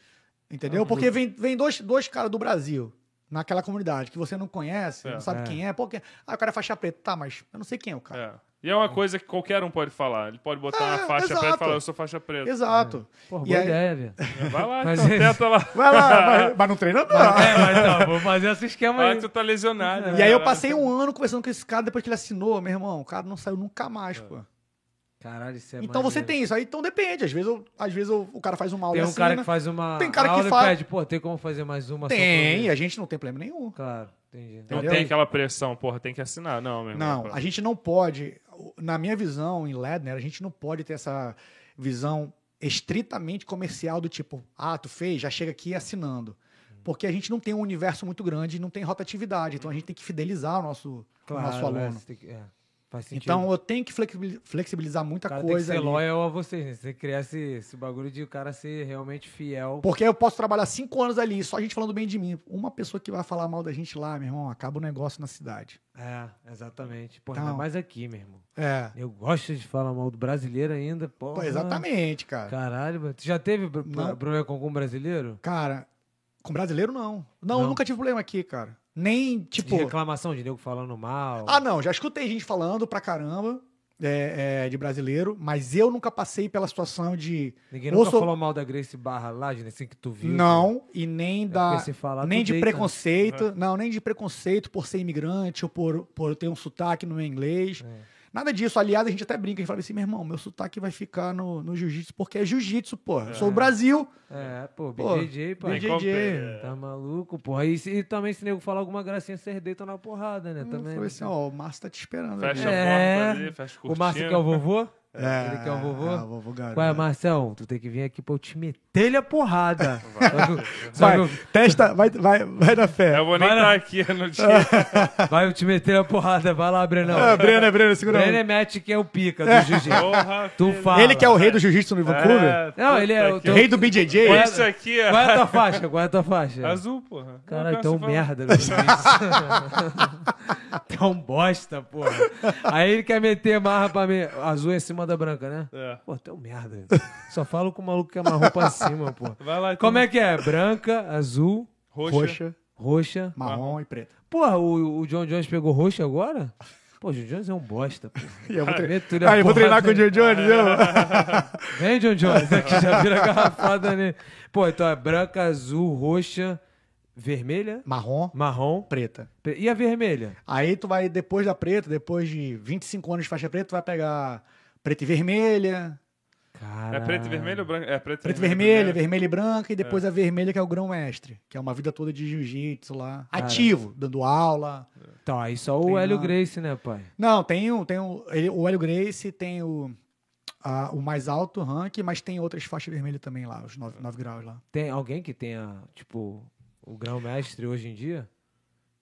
Speaker 3: Entendeu? Porque vem, vem dois, dois caras do Brasil naquela comunidade que você não conhece,
Speaker 2: É.
Speaker 3: não sabe
Speaker 1: É.
Speaker 3: quem é. Pô, quem... Ah, o cara é faixa preta. Tá, mas eu não sei quem é o cara.
Speaker 2: É. E é uma coisa que qualquer um pode falar. Ele pode botar
Speaker 3: É,
Speaker 2: na faixa
Speaker 3: exato.
Speaker 2: preta e falar, eu sou faixa preta.
Speaker 3: Exato.
Speaker 1: Porra,
Speaker 3: E
Speaker 1: boa
Speaker 3: aí-
Speaker 1: ideia, velho.
Speaker 2: Vai lá,
Speaker 1: Mas
Speaker 2: então,
Speaker 1: ele-
Speaker 2: tenta lá.
Speaker 3: Vai lá, mas, mas não treina não.
Speaker 1: É, mas tá, vou fazer esse esquema
Speaker 2: Fala
Speaker 1: aí.
Speaker 2: que tu tá lesionado.
Speaker 3: E aí eu
Speaker 2: Caralho.
Speaker 3: passei um ano conversando com esse cara depois que ele assinou, meu irmão. O cara não saiu nunca mais, pô.
Speaker 1: Caralho, isso é
Speaker 3: Então você
Speaker 1: maneiro.
Speaker 3: tem isso. Aí então depende. Às vezes, eu- às vezes eu- o cara faz assim, uma aula
Speaker 1: Tem
Speaker 3: e
Speaker 1: um cara
Speaker 3: assina.
Speaker 1: que faz uma
Speaker 3: Tem cara que
Speaker 1: aula
Speaker 3: faz-
Speaker 1: e pede, pô, tem como fazer mais uma? só pra
Speaker 3: Tem, é.
Speaker 1: ver?
Speaker 3: a gente não tem problema nenhum.
Speaker 1: Claro, entendi.
Speaker 2: Não
Speaker 3: Entendeu?
Speaker 2: tem aquela pressão, porra, tem que assinar. Não, meu irmão.
Speaker 3: Não, a gente não pode, na minha visão em Ledner, a gente não pode ter essa visão estritamente comercial do tipo, ah, tu fez, já chega aqui assinando.
Speaker 1: Uhum.
Speaker 3: Porque a gente não tem um universo muito grande, não tem rotatividade, então a gente tem que fidelizar o nosso,
Speaker 1: Claro,
Speaker 3: o um nosso
Speaker 1: é,
Speaker 3: aluno.
Speaker 1: você tem que- é, faz sentido.
Speaker 3: Então eu tenho que flexibili- flexibilizar
Speaker 1: o
Speaker 3: muita
Speaker 1: cara tem que
Speaker 3: coisa.
Speaker 1: ser
Speaker 3: ali.
Speaker 1: loyal a vocês, né? Você tem que criar esse, esse bagulho de o cara ser realmente fiel.
Speaker 3: Porque eu posso trabalhar cinco anos ali, só a gente falando bem de mim. Uma pessoa que vai falar mal da gente lá, meu irmão, acaba o negócio na cidade.
Speaker 1: É, exatamente. Pô, ainda
Speaker 3: Então-
Speaker 1: mais aqui, meu irmão.
Speaker 3: É.
Speaker 1: Eu gosto de falar mal do brasileiro ainda, pô.
Speaker 3: Pô, exatamente, cara.
Speaker 1: Caralho, mano. Tu já teve pro-
Speaker 3: Não.
Speaker 1: problema com algum brasileiro?
Speaker 3: Cara, com brasileiro não. Não,
Speaker 1: Não?
Speaker 3: nunca tive problema aqui, cara. Nem, tipo.
Speaker 1: de reclamação de nego falando mal.
Speaker 3: Ah, não, já escutei gente falando pra caramba é, é, de brasileiro, mas eu nunca passei pela situação de
Speaker 1: Ninguém
Speaker 3: ou
Speaker 1: nunca
Speaker 3: sou-
Speaker 1: falou mal da Grace Barra lá, gente, assim que tu viu.
Speaker 3: não e nem
Speaker 1: É
Speaker 3: da.
Speaker 1: porque se falar,
Speaker 3: Nem
Speaker 1: tu
Speaker 3: de
Speaker 1: deita, né?
Speaker 3: preconceito, não, nem de preconceito por ser imigrante ou por, por ter um sotaque no meu inglês.
Speaker 1: É.
Speaker 3: Nada disso. Aliás, a gente até brinca, a gente fala assim, meu irmão, meu sotaque vai ficar no, no jiu-jitsu porque é jiu-jitsu, porra. Eu Sou o Brasil.
Speaker 1: É, pô,
Speaker 3: Pô,
Speaker 1: BJJ, pô.
Speaker 2: Nem
Speaker 3: BJJ.
Speaker 2: compre-
Speaker 1: Tá maluco, porra. E, se- e também se nego falar alguma gracinha, vocês deitam na porrada, né?
Speaker 3: Também,
Speaker 1: Também.
Speaker 3: falei assim, ó, o Márcio tá te esperando. ali.
Speaker 2: Fecha a
Speaker 1: É.
Speaker 2: porta ali, fecha a
Speaker 1: o
Speaker 2: cortina.
Speaker 1: Márcio que é o vovô?
Speaker 3: É,
Speaker 1: Ele que é o vovô?
Speaker 3: é, o vovô garoto.
Speaker 1: Qual é, Marcão? Tu tem que vir aqui pra eu te meter a porrada. Só que- só
Speaker 3: Vai,
Speaker 1: que eu-
Speaker 3: testa, vai, vai, vai na fé.
Speaker 2: Eu vou nem
Speaker 1: Vai
Speaker 2: estar
Speaker 1: lá.
Speaker 2: aqui no dia.
Speaker 1: Vai eu te meter a porrada. Vai lá, Brenão.
Speaker 3: É, Breno, é Breno, segura
Speaker 1: Brenner
Speaker 3: aí.
Speaker 1: mete que é o pica do jiu-jitsu.
Speaker 2: Porra,
Speaker 1: Tu
Speaker 2: filho.
Speaker 1: fala.
Speaker 3: Ele que é o rei do jiu-jitsu no Vancouver?
Speaker 2: É,
Speaker 1: Não, ele é
Speaker 2: puta
Speaker 1: o
Speaker 2: que-
Speaker 1: teu-
Speaker 3: Rei do BJJ?
Speaker 1: Ué,
Speaker 2: Isso aqui é
Speaker 1: Qual é a tua faixa? Qual é a tua faixa?
Speaker 2: azul, porra.
Speaker 1: Caralho,
Speaker 2: Não,
Speaker 1: é tão
Speaker 2: você fala-
Speaker 1: merda no jiu-jitsu. tão bosta, porra. Aí ele quer meter marra pra mim. Azul em cima da branca, né?
Speaker 2: É.
Speaker 1: Pô, teu merda. Só falo com o maluco que amarrou pra cima, pô.
Speaker 2: Vai lá, então.
Speaker 1: Como é que é? Branca, azul,
Speaker 2: Roxa.
Speaker 3: Roxa,
Speaker 1: roxa.
Speaker 3: marrom e preto.
Speaker 1: Porra, o, o John Jones pegou roxa agora? Pô, o John Jones é um bosta, pô.
Speaker 3: E eu vou, tre-
Speaker 1: Meto ele a
Speaker 3: Ah, eu vou treinar
Speaker 1: porrada.
Speaker 3: com o Joe Jones, eu.
Speaker 1: Vem, John Jones, é que já vira garrafada nele. Pô, então é branca, azul, roxa, vermelha,
Speaker 3: Marrom,
Speaker 1: marrom.
Speaker 3: preta.
Speaker 1: pre- E a vermelha?
Speaker 3: Aí tu vai, depois da preta, depois de 25 anos de faixa preta, tu vai pegar preta e vermelha,
Speaker 1: Cara.
Speaker 2: É preto e vermelho ou branco? É preto,
Speaker 3: preto e
Speaker 2: e
Speaker 3: vermelha, vermelha e branca, e depois a vermelha que é o grão mestre, que é uma vida toda de jiu-jitsu lá. Ativo, dando aula.
Speaker 1: Então, aí só o
Speaker 3: Tem
Speaker 1: Hélio
Speaker 3: lá.
Speaker 1: Grace, né, pai?
Speaker 3: Não, tem um, tem um, ele- o Hélio Grace tem o, a- o mais alto ranking, mas tem outras faixas vermelhas também lá, os 9, graus lá.
Speaker 1: Tem alguém que tenha, tipo, o grão-mestre hoje em dia?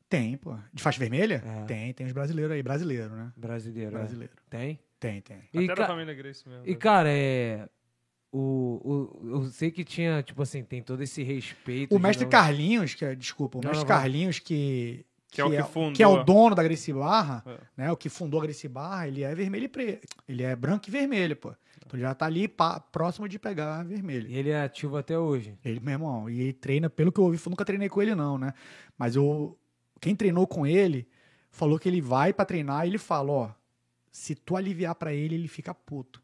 Speaker 3: Tem, pô. De faixa vermelha?
Speaker 1: É.
Speaker 3: Tem, tem os brasileiros aí, brasileiro, né?
Speaker 1: Brasileiro. é.
Speaker 3: Brasileiro.
Speaker 1: Tem?
Speaker 3: Tem, tem.
Speaker 2: Até
Speaker 1: E,
Speaker 2: da
Speaker 1: ca-
Speaker 2: família né? Grace mesmo.
Speaker 1: e, cara, é. O, o, eu sei que tinha, tipo assim, tem todo esse respeito.
Speaker 3: O
Speaker 1: de
Speaker 3: mestre
Speaker 1: não-
Speaker 3: Carlinhos, que é, desculpa, o
Speaker 1: Não,
Speaker 3: mestre
Speaker 1: não, vai.
Speaker 3: Carlinhos que...
Speaker 2: Que é o que fundou.
Speaker 3: que é o dono da Gracie Barra,
Speaker 2: É.
Speaker 3: né? O que fundou a Gracie Barra, ele é vermelho e preto. Ele é branco e vermelho, pô. Então ele já tá ali pá, próximo de pegar vermelho.
Speaker 1: E ele é ativo até hoje.
Speaker 3: Ele, meu irmão, e ele treina, pelo que eu ouvi, eu nunca treinei com ele, não, né? Mas eu. Quem treinou com ele falou que ele vai pra treinar e ele fala, ó, se tu aliviar pra ele, ele fica puto.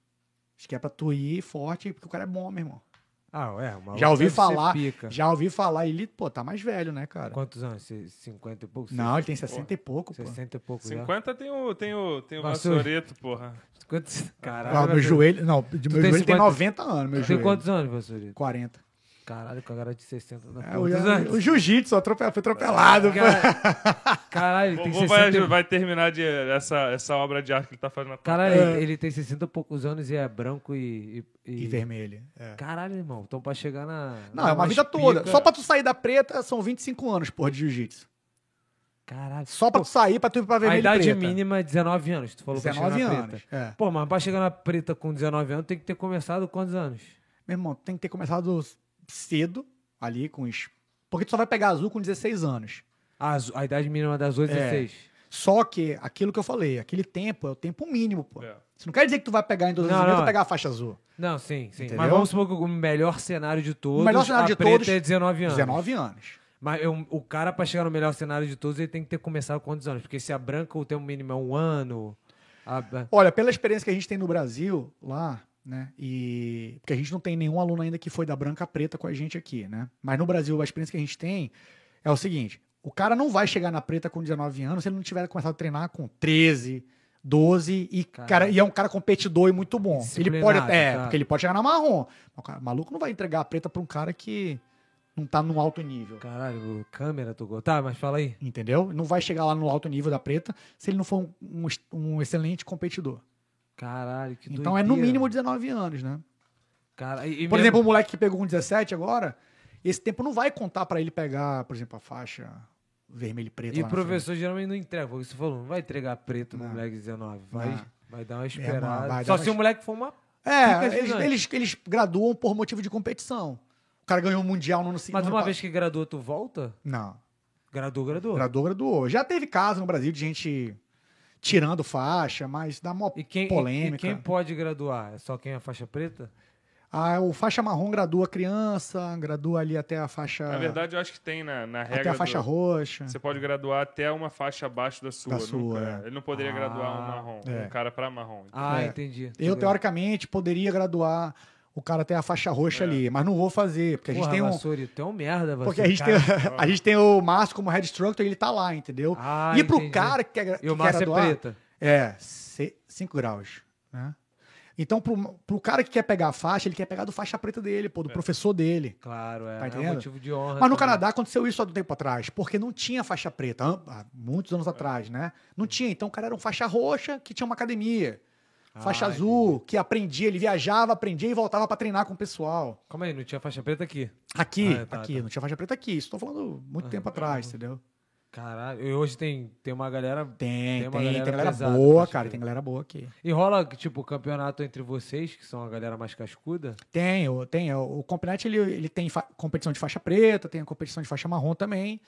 Speaker 3: Acho que é pra tu ir forte, porque o cara é bom, meu irmão.
Speaker 1: Ah, é. o maluco
Speaker 3: Já ouvi
Speaker 1: deve ser
Speaker 3: falar.
Speaker 1: Pica.
Speaker 3: Já ouvi falar, ele, pô, tá mais velho, né, cara?
Speaker 1: Tá. Quantos anos? Cê- 50 e pouco?
Speaker 3: Não, ele tem 60 e pouco, pô.
Speaker 1: 60 e pouco. 50?
Speaker 2: 50 tem o, tem o, tem o
Speaker 1: Vassoura.
Speaker 2: Vassourito, porra.
Speaker 1: Quantos... Caralho.
Speaker 3: Ah, meu
Speaker 1: Vassoura.
Speaker 3: joelho. Não, de meu
Speaker 1: tem
Speaker 3: joelho tem
Speaker 1: 50?
Speaker 3: 90 anos,
Speaker 1: Tu
Speaker 3: meu
Speaker 1: tem
Speaker 3: joelho.
Speaker 1: quantos anos, professor?
Speaker 3: 40.
Speaker 1: Caralho, com a cara de 60 da
Speaker 3: É,
Speaker 1: porra.
Speaker 3: o,
Speaker 1: Quantos anos?
Speaker 3: o jiu-jitsu, atropel, foi atropelado, pô.
Speaker 1: Cara- Caralho, ele tem
Speaker 2: Vovô
Speaker 1: 60
Speaker 2: vai,
Speaker 1: e-
Speaker 2: vai terminar de, essa, essa obra de arte que ele tá fazendo.
Speaker 1: Caralho, ele-
Speaker 3: É.
Speaker 1: ele tem 60 e poucos anos e é branco e. e, e-
Speaker 3: E vermelho. É.
Speaker 1: Caralho, irmão. Então pra chegar na.
Speaker 3: Não,
Speaker 1: na
Speaker 3: é uma
Speaker 1: mais
Speaker 3: vida toda.
Speaker 1: pica-
Speaker 3: Só pra tu sair da preta são 25 anos, porra, de jiu-jitsu.
Speaker 1: Caralho.
Speaker 3: Só pra tu sair, pra tu ir pra
Speaker 1: A
Speaker 3: vermelho e
Speaker 1: idade
Speaker 3: preta.
Speaker 1: mínima é 19 anos. Tu falou que
Speaker 3: 19
Speaker 1: chegar na
Speaker 3: anos,
Speaker 1: preta.
Speaker 3: é.
Speaker 1: Pô, mas pra chegar na preta com 19 anos tem que ter começado quantos anos?
Speaker 3: Meu irmão, tem que ter começado cedo, ali com os... Porque tu só vai pegar azul com 16 anos.
Speaker 1: A, azu- a idade mínima das 8 e
Speaker 3: É.
Speaker 1: 16.
Speaker 3: Só que, aquilo que eu falei, aquele tempo é o tempo mínimo, pô.
Speaker 2: É.
Speaker 3: Isso não quer dizer que tu vai pegar em 2020
Speaker 1: Não, é.
Speaker 3: e
Speaker 1: não.
Speaker 3: vai pegar a faixa azul.
Speaker 1: Não, sim, sim.
Speaker 3: Entendeu?
Speaker 1: Mas vamos supor que o melhor cenário de todos.
Speaker 3: O melhor cenário
Speaker 1: a
Speaker 3: de
Speaker 1: preta
Speaker 3: todos,
Speaker 1: é 19 anos.
Speaker 3: 19 anos.
Speaker 1: Mas eu- o cara, pra chegar no melhor cenário de todos, ele tem que ter começado quantos anos? Porque se a branca, o tempo mínimo é um ano. a- a-
Speaker 3: Olha, pela experiência que a gente tem no Brasil, lá, né? E. Porque a gente não tem nenhum aluno ainda que foi da branca à preta com a gente aqui, né? Mas no Brasil, a experiência que a gente tem é o seguinte: o cara não vai chegar na preta com 19 anos se ele não tiver começado a treinar com 13. 12 e,
Speaker 1: Caralho.
Speaker 3: cara, e é um cara competidor e muito bom. Ele
Speaker 1: Disciplinado,
Speaker 3: pode até, é,
Speaker 1: tá.
Speaker 3: porque ele pode chegar na marrom. Mas o cara- o maluco não vai entregar a preta pra um cara que não tá num alto nível.
Speaker 1: Caralho, o câmera, tu Tá, mas fala aí.
Speaker 3: Entendeu? Não vai chegar lá no alto nível da preta se ele não for um- um est- um excelente competidor.
Speaker 1: Caralho, que
Speaker 3: Então é no
Speaker 1: doideira.
Speaker 3: mínimo 19 anos, né?
Speaker 1: Cara, e- e
Speaker 3: Por
Speaker 1: mesmo-
Speaker 3: exemplo, o moleque que pegou com 17 agora, esse tempo não vai contar pra ele pegar, por exemplo, a faixa vermelho e preto.
Speaker 1: E
Speaker 3: Tá lá
Speaker 1: o
Speaker 3: na frente.
Speaker 1: professor geralmente não entrega, porque você falou, não vai entregar preto no
Speaker 3: Não.
Speaker 1: moleque de 19. Vai,
Speaker 3: Não.
Speaker 1: vai dar uma
Speaker 3: irmão,
Speaker 1: esperada.
Speaker 3: vai dar
Speaker 1: Só
Speaker 3: uma
Speaker 1: se o
Speaker 3: es-
Speaker 1: moleque for uma.
Speaker 3: É,
Speaker 1: Fica
Speaker 3: eles,
Speaker 1: gigante.
Speaker 3: eles, eles graduam por motivo de competição. O cara ganhou o Mundial no ano seguinte.
Speaker 1: Mas
Speaker 3: no
Speaker 1: uma
Speaker 3: ano
Speaker 1: vez que graduou, tu volta?
Speaker 3: pa- Não,
Speaker 1: Graduou, graduou.
Speaker 3: graduou, graduou. Já teve caso no Brasil de gente tirando faixa, mas dá uma
Speaker 1: E quem, e-
Speaker 3: polêmica.
Speaker 1: e quem pode graduar? É só quem é faixa preta?
Speaker 3: Ah, o faixa marrom gradua criança, gradua ali até a faixa...
Speaker 2: Na verdade, eu acho que tem na, na regra.
Speaker 3: até a faixa
Speaker 2: do-
Speaker 3: roxa.
Speaker 2: Você pode graduar até uma faixa abaixo da sua.
Speaker 3: Da sua,
Speaker 2: nunca-
Speaker 3: é.
Speaker 2: Ele não poderia
Speaker 1: Ah,
Speaker 2: graduar um marrom,
Speaker 3: é.
Speaker 2: um cara pra marrom.
Speaker 1: Ah,
Speaker 3: É.
Speaker 1: entendi.
Speaker 3: Eu,
Speaker 1: Tudo bem.
Speaker 3: teoricamente, poderia graduar o cara até a faixa roxa
Speaker 2: É.
Speaker 3: ali, mas não vou fazer, porque a gente
Speaker 1: Porra,
Speaker 3: tem um.
Speaker 1: Vassourio, tu é um merda,
Speaker 3: Porque
Speaker 1: Vassourio,
Speaker 3: a gente, tem,
Speaker 1: cara.
Speaker 3: a gente tem o Márcio como head instructor e ele tá lá, entendeu?
Speaker 1: Ah,
Speaker 3: e pro
Speaker 1: entendi.
Speaker 3: cara que quer, que
Speaker 1: E o
Speaker 3: quer
Speaker 1: Márcio é
Speaker 3: graduar,
Speaker 1: preta.
Speaker 3: é 5 graus, né? Então, pro, pro cara que quer pegar a faixa, ele quer pegar do faixa preta dele, pô, do
Speaker 1: É.
Speaker 3: professor dele.
Speaker 1: Claro, é. é
Speaker 3: Tá
Speaker 1: um
Speaker 3: entendendo?
Speaker 1: motivo de honra.
Speaker 3: Mas no
Speaker 1: também.
Speaker 3: Canadá aconteceu isso há um tempo atrás, porque não tinha faixa preta, há- há muitos
Speaker 1: É.
Speaker 3: anos atrás, né? Não tinha, então o cara era um faixa roxa que tinha uma academia. Faixa
Speaker 1: Ah,
Speaker 3: azul, que aprendia, ele viajava, aprendia e voltava pra treinar com o pessoal.
Speaker 1: Calma aí, não tinha faixa preta aqui.
Speaker 3: Aqui,
Speaker 1: Ah, é, tá,
Speaker 3: aqui,
Speaker 1: tá.
Speaker 3: não tinha faixa preta aqui, isso tô falando muito
Speaker 1: Aham.
Speaker 3: tempo atrás, entendeu?
Speaker 1: Caralho. E hoje tem, tem uma galera.
Speaker 3: Tem,
Speaker 1: Tem
Speaker 3: tem,
Speaker 1: uma
Speaker 3: tem
Speaker 1: galera
Speaker 3: galera,
Speaker 1: pesada,
Speaker 3: boa,
Speaker 1: faixa
Speaker 3: cara,
Speaker 1: preta.
Speaker 3: tem galera boa aqui.
Speaker 1: E rola, tipo, campeonato entre vocês, que são a galera mais cascuda.
Speaker 3: Tem, o- tem, o o Compinet ele, ele tem fa- competição de faixa preta, tem a competição de faixa marrom também,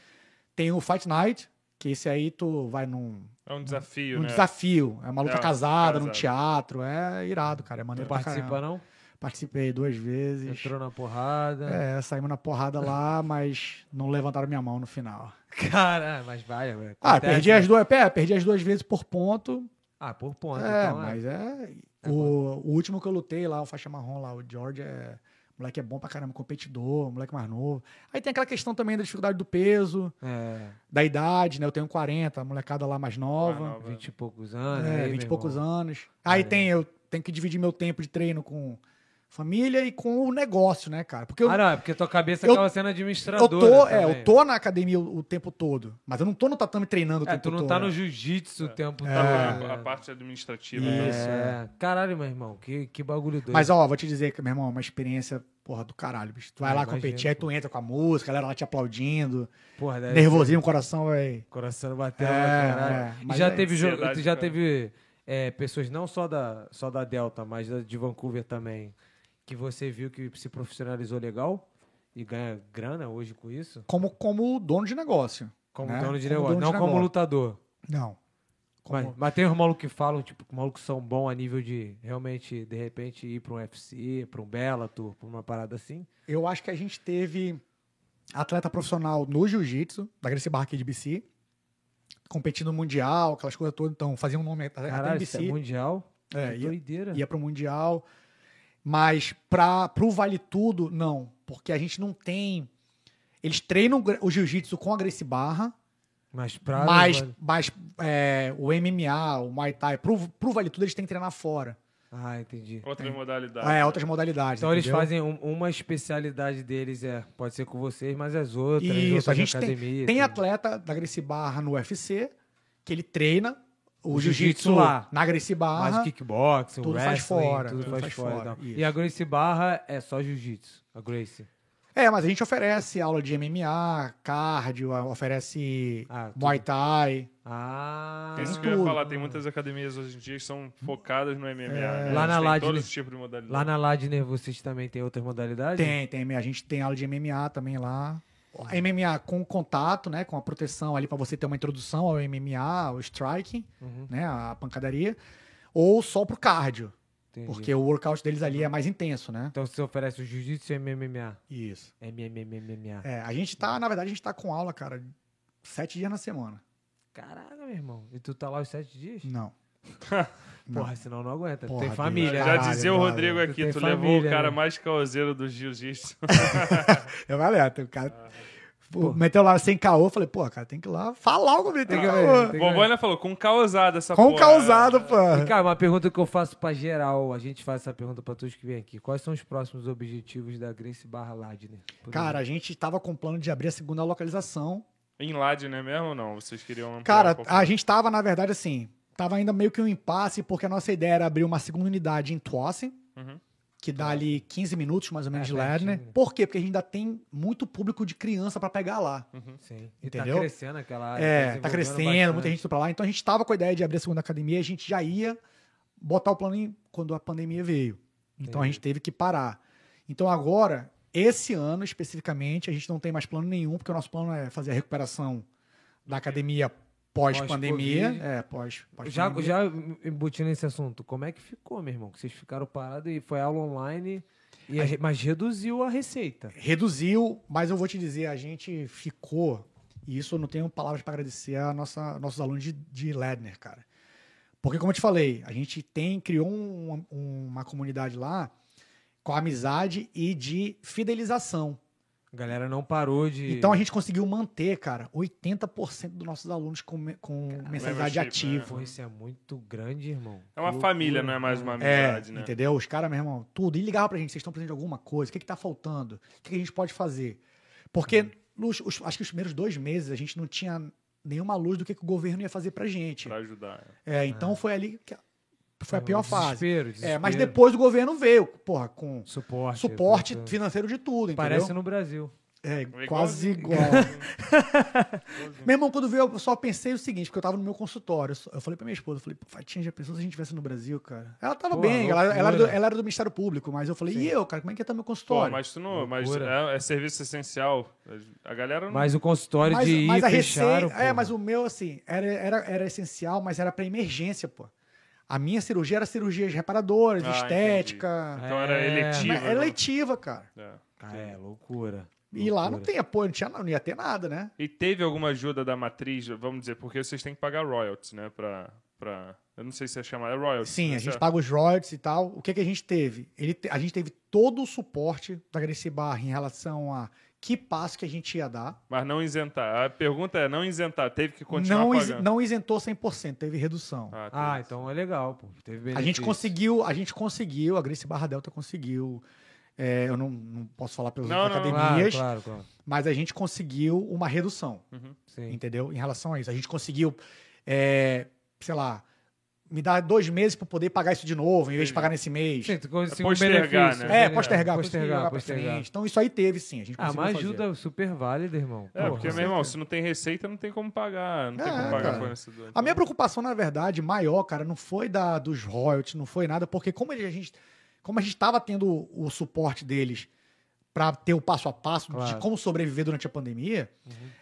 Speaker 3: tem o Fight Night, que esse aí tu vai num,
Speaker 2: É um desafio,
Speaker 3: num
Speaker 2: né?
Speaker 3: desafio, é uma luta
Speaker 2: É,
Speaker 3: casada, num
Speaker 2: casada.
Speaker 3: teatro, é irado, cara, é
Speaker 1: Não
Speaker 3: maneiro pra
Speaker 1: participa,
Speaker 3: caramba.
Speaker 1: não?
Speaker 3: Participei duas vezes,
Speaker 1: Entrou né? na porrada.
Speaker 3: é, saímos na porrada lá, mas não levantaram minha mão no final.
Speaker 1: Cara, é, mas vai. velho.
Speaker 3: É. Ah,
Speaker 1: Acontece,
Speaker 3: perdi
Speaker 1: né?
Speaker 3: as duas, é, perdi as duas vezes por ponto.
Speaker 1: Ah, por ponto.
Speaker 3: é,
Speaker 1: então,
Speaker 3: mas é. o, o último que eu lutei lá, o faixa marrom lá, o George é. O moleque é bom pra caramba, competidor, moleque mais novo. Aí tem aquela questão também da dificuldade do peso,
Speaker 1: é.
Speaker 3: da idade, né? Eu tenho 40, a molecada lá
Speaker 2: Mais
Speaker 3: mais nova,
Speaker 2: nova.
Speaker 1: 20 e poucos anos.
Speaker 3: é,
Speaker 1: aí,
Speaker 3: 20
Speaker 1: meu
Speaker 3: e poucos
Speaker 1: irmão.
Speaker 3: anos. Aí
Speaker 1: É.
Speaker 3: tem, eu tenho que dividir meu tempo de treino com família e com o negócio, né, cara? Porque eu,
Speaker 1: Ah, não, é porque tua cabeça
Speaker 3: eu-
Speaker 1: acaba sendo
Speaker 3: eu
Speaker 1: administradora.
Speaker 3: tô, é,
Speaker 1: também.
Speaker 3: eu tô na academia o, o tempo todo, mas eu não tô no tatame treinando o
Speaker 1: É,
Speaker 3: tempo
Speaker 1: tu
Speaker 3: todo. É.
Speaker 1: não tá no
Speaker 3: né?
Speaker 1: jiu-jitsu o tempo
Speaker 2: Tá
Speaker 1: todo.
Speaker 2: falando
Speaker 1: né?
Speaker 2: a parte administrativa.
Speaker 3: Isso.
Speaker 2: né?
Speaker 1: É. Caralho, meu irmão, que, que bagulho doido.
Speaker 3: Mas, ó, vou te dizer, que, meu irmão, é uma experiência, porra, do caralho, bicho. Tu vai
Speaker 1: Ah,
Speaker 3: lá
Speaker 1: imagino,
Speaker 3: competir, aí tu entra com a música, a galera lá te aplaudindo,
Speaker 1: Porra, deve
Speaker 3: nervosinho, o coração vai...
Speaker 1: Coração batendo
Speaker 3: É,
Speaker 1: pra caralho.
Speaker 3: é,
Speaker 1: e
Speaker 3: mas
Speaker 1: já
Speaker 3: é
Speaker 1: teve, jo-
Speaker 2: ansiedade,
Speaker 1: tu já
Speaker 2: cara.
Speaker 1: teve é, pessoas não só da, só da Delta, mas da- de Vancouver também, que você viu que se profissionalizou legal e ganha grana hoje com isso?
Speaker 3: Como, como dono de negócio.
Speaker 1: Como
Speaker 3: né?
Speaker 1: dono de
Speaker 3: Como
Speaker 1: negócio,
Speaker 3: dono de
Speaker 1: não como
Speaker 3: negócio.
Speaker 1: lutador.
Speaker 3: Não. Como-
Speaker 1: Mas, mas tem os malucos que falam, tipo, que malucos são bons a nível de realmente, de repente, ir pra um UFC, pra um Bellator, pra uma parada assim.
Speaker 3: Eu acho que a gente teve atleta profissional no jiu-jitsu, da Gracie Barra aqui de BC, competindo no mundial, aquelas coisas todas, então fazia um nome até, até em
Speaker 1: Caralho, isso é
Speaker 3: BC.
Speaker 1: mundial.
Speaker 3: É,
Speaker 1: que
Speaker 3: ia-
Speaker 1: doideira.
Speaker 3: ia pro Mundial. Mas para pro Vale Tudo, não. Porque a gente não tem. Eles treinam gra- o jiu-jitsu com a Gracie Barra,
Speaker 1: mas pra.
Speaker 3: mas, mas é, o MMA, o Muay Thai, pro, pro Vale Tudo eles têm que treinar fora.
Speaker 1: Ah, entendi.
Speaker 2: Outras modalidades.
Speaker 3: É, outras modalidades.
Speaker 1: Tá. Então eles
Speaker 3: entendeu?
Speaker 1: fazem um- uma especialidade deles, é. Pode ser com vocês, mas as outras. outras
Speaker 3: Isso, a gente
Speaker 1: academia,
Speaker 3: tem, tem atleta da Gracie Barra no UFC, que ele treina o,
Speaker 1: O jiu-jitsu
Speaker 3: jiu-jitsu
Speaker 1: lá.
Speaker 3: na Gracie Barra.
Speaker 1: Mas o kickboxing, o
Speaker 3: tudo
Speaker 1: wrestling,
Speaker 3: faz fora,
Speaker 1: tudo faz fora. e tal.
Speaker 3: isso.
Speaker 1: E a Gracie Barra é só jiu-jitsu, a Gracie.
Speaker 3: É, mas a gente oferece aula de MMA, cardio, a- oferece
Speaker 1: Ah, tudo.
Speaker 3: Muay Thai.
Speaker 1: Ah.
Speaker 2: É isso que eu ia falar, tem muitas academias hoje em dia que são focadas no MMA.
Speaker 3: É.
Speaker 1: Lá
Speaker 2: né? Eles
Speaker 1: na
Speaker 2: têm
Speaker 1: Ladner.
Speaker 2: Todo esse tipo de modalidade.
Speaker 1: Lá na Ladner vocês também tem outras modalidades?
Speaker 3: Tem, tem. A gente tem aula de MMA também lá. A MMA com contato, né? Com a proteção ali pra você ter uma introdução ao MMA, ao striking,
Speaker 1: Uhum,
Speaker 3: né? A pancadaria. Ou só pro cardio.
Speaker 1: Entendi.
Speaker 3: Porque o workout deles ali é mais intenso, né?
Speaker 1: Então você oferece o jiu-jitsu e MMA.
Speaker 3: Isso.
Speaker 1: MMA.
Speaker 3: É, a gente tá, na verdade, a gente tá com aula, cara, sete dias na semana.
Speaker 1: Caraca, meu irmão. E tu tá lá os sete dias?
Speaker 3: Não.
Speaker 1: Porra, senão não aguenta.
Speaker 3: Porra,
Speaker 1: tem
Speaker 3: Deus.
Speaker 1: família.
Speaker 2: Já
Speaker 3: Caralho,
Speaker 2: dizia o
Speaker 3: brother.
Speaker 2: Rodrigo
Speaker 1: Tu
Speaker 2: aqui,
Speaker 1: é tem
Speaker 2: tu, levou
Speaker 1: família,
Speaker 2: o cara
Speaker 1: né?
Speaker 2: mais caoseiro do jiu-jitsu.
Speaker 3: Eu falei, ah, tem o cara. Pô, meteu lá sem caô, eu falei, pô, cara, tem que ir lá falar o que tem que
Speaker 1: ver,
Speaker 3: caô.
Speaker 1: tem que
Speaker 2: Bobão
Speaker 1: ver.
Speaker 2: ainda falou, com causada essa
Speaker 3: Com
Speaker 2: porra. né?
Speaker 3: causado, pô.
Speaker 1: E, cara, uma pergunta que eu faço pra geral. A gente faz essa pergunta pra todos que vêm aqui. Quais são os próximos objetivos da Grace barra Ladner? Por
Speaker 3: Cara, a gente tava com o plano de abrir a segunda localização.
Speaker 2: Em Ladner mesmo ou não? Vocês queriam ampliar um
Speaker 3: Cara,
Speaker 2: pouco
Speaker 3: a
Speaker 2: mais?
Speaker 3: gente tava, na verdade, assim, tava ainda meio que um impasse, porque a nossa ideia era abrir uma segunda unidade em Towson,
Speaker 2: Uhum.
Speaker 3: que dá ali 15 minutos, mais ou menos,
Speaker 1: É,
Speaker 3: de Ladner.
Speaker 1: pertinho.
Speaker 3: Por quê? Porque a gente ainda tem muito público de criança pra pegar lá.
Speaker 2: Uhum.
Speaker 1: exemplo? Sim. E
Speaker 3: Entendeu?
Speaker 1: tá crescendo aquela área.
Speaker 3: É, tá
Speaker 1: desenvolvendo
Speaker 3: crescendo, muita
Speaker 1: bastante.
Speaker 3: gente indo pra lá. Então a gente tava com a ideia de abrir a segunda academia, a gente já ia botar o plano em, quando a pandemia veio. Então a gente teve que parar. Então agora, esse ano especificamente, a gente não tem mais plano nenhum, porque o nosso plano é fazer a recuperação da academia pós-pandemia.
Speaker 1: Pós-Covid.
Speaker 3: é, pós, pós
Speaker 1: Já, já embutindo nesse assunto, como é que ficou, meu irmão? Que vocês ficaram parados e foi aula online, e a re- mas reduziu a receita.
Speaker 3: Reduziu, mas eu vou te dizer, a gente ficou, e isso eu não tenho palavras para agradecer a nossa, nossos alunos de, de Ledner, cara. Porque, como eu te falei, a gente tem, criou um- uma comunidade lá com amizade e de fidelização.
Speaker 1: A galera não parou de.
Speaker 3: Então a gente conseguiu manter, cara, 80% dos nossos alunos com, me- com mensalidade
Speaker 2: Membership,
Speaker 3: ativa.
Speaker 1: Pô, isso é muito grande, irmão.
Speaker 2: É uma
Speaker 1: Loucura.
Speaker 2: família, não é mais uma
Speaker 3: É,
Speaker 2: amizade, né?
Speaker 3: entendeu? Os caras, meu irmão, tudo. E ligava pra gente, vocês estão precisando de alguma coisa, o que, que tá faltando? O que, que a gente pode fazer? Porque
Speaker 2: Uhum.
Speaker 3: nos- os- acho que os primeiros dois meses a gente não tinha nenhuma luz do que, que o governo ia fazer pra gente.
Speaker 2: Pra ajudar.
Speaker 3: É, então foi ali que a- foi a
Speaker 1: É,
Speaker 3: pior
Speaker 1: um
Speaker 3: fase.
Speaker 1: desespero,
Speaker 3: É, mas
Speaker 1: desespero. né?
Speaker 3: depois o governo veio, porra, com
Speaker 1: Suporte.
Speaker 3: suporte
Speaker 1: portanto.
Speaker 3: financeiro de tudo, entendeu?
Speaker 1: Parece no Brasil.
Speaker 3: É,
Speaker 2: Igualzinho.
Speaker 3: quase igual. meu irmão, quando veio, eu só pensei o seguinte, porque eu tava no meu consultório. eu só- Eu falei pra minha esposa, eu falei, pô, Fatinha, já pensou se a gente estivesse no Brasil, cara? Ela tava
Speaker 1: Pô,
Speaker 3: bem, ela, ela era do,
Speaker 1: loucura.
Speaker 3: ela era do Ministério Público, mas eu falei, e eu, cara, como é que ia estar meu
Speaker 2: Pô,
Speaker 3: consultório?
Speaker 2: mas tu não. Mas
Speaker 1: Loucura.
Speaker 2: é, é serviço essencial. A galera não.
Speaker 1: Mas o consultório
Speaker 3: Mas-
Speaker 1: de ir
Speaker 3: mas a
Speaker 1: fecharam.
Speaker 3: receita. É,
Speaker 1: porra.
Speaker 3: mas o meu, assim, era, era, era essencial, mas era pra emergência, pô. A minha cirurgia era cirurgias reparadoras,
Speaker 2: Ah,
Speaker 3: estética.
Speaker 2: Então era
Speaker 1: É,
Speaker 2: eletivo.
Speaker 3: Mas
Speaker 2: né?
Speaker 3: Era letiva, cara.
Speaker 2: É.
Speaker 1: Cara, é, loucura.
Speaker 3: E lá não
Speaker 1: Loucura.
Speaker 3: tem apoio, não, tinha, não ia ter nada, né?
Speaker 2: E teve alguma ajuda da matriz, vamos dizer, porque vocês têm que pagar royalties, né? Pra. pra eu não sei se é chamado. É royalties.
Speaker 3: Sim,
Speaker 2: né?
Speaker 3: a gente
Speaker 2: Certo?
Speaker 3: paga os royalties e tal. O que, que a gente teve? Ele te- a gente teve todo o suporte da Gracie Barra em relação a que passo que a gente ia dar.
Speaker 2: Mas não isentar. A pergunta é: não isentar, teve que continuar
Speaker 3: não, is-
Speaker 2: pagando.
Speaker 3: não isentou 100%, teve redução.
Speaker 2: Ah, tá.
Speaker 1: Ah, então é legal, pô. Teve
Speaker 3: a
Speaker 1: benefício.
Speaker 3: gente conseguiu, a gente conseguiu, a Gracie Barra Delta conseguiu. É, eu não, não posso falar pelas
Speaker 2: Não,
Speaker 3: outras
Speaker 2: não, não.
Speaker 1: Claro,
Speaker 3: academias,
Speaker 1: claro, claro.
Speaker 3: mas a gente conseguiu uma redução,
Speaker 1: Sim.
Speaker 3: entendeu? Em relação a isso. A gente conseguiu, é, sei lá, me dar dois meses para poder pagar isso de novo, em vez de pagar nesse mês.
Speaker 1: Sim, tu conseguiu
Speaker 2: Postergar,
Speaker 1: um benefício.
Speaker 2: né?
Speaker 3: É,
Speaker 1: um benefício.
Speaker 3: postergar, postergar,
Speaker 1: postergar,
Speaker 3: pra
Speaker 1: postergar.
Speaker 3: frente. Então isso aí teve, sim. A gente
Speaker 1: Ah,
Speaker 3: conseguiu
Speaker 1: mas
Speaker 3: fazer.
Speaker 1: ajuda super válida, irmão.
Speaker 2: É,
Speaker 1: Porra.
Speaker 2: porque, meu irmão, se não tem receita, não tem como pagar. Não tem
Speaker 3: É,
Speaker 2: como pagar
Speaker 3: cara.
Speaker 2: fornecedor.
Speaker 3: A
Speaker 2: Então,
Speaker 3: minha preocupação, na verdade, maior, cara, não foi da dos royalties, não foi nada, porque como a gente, como a gente tava tendo o suporte deles pra ter o passo a passo de
Speaker 1: Claro. Uhum.
Speaker 3: como sobreviver durante a pandemia,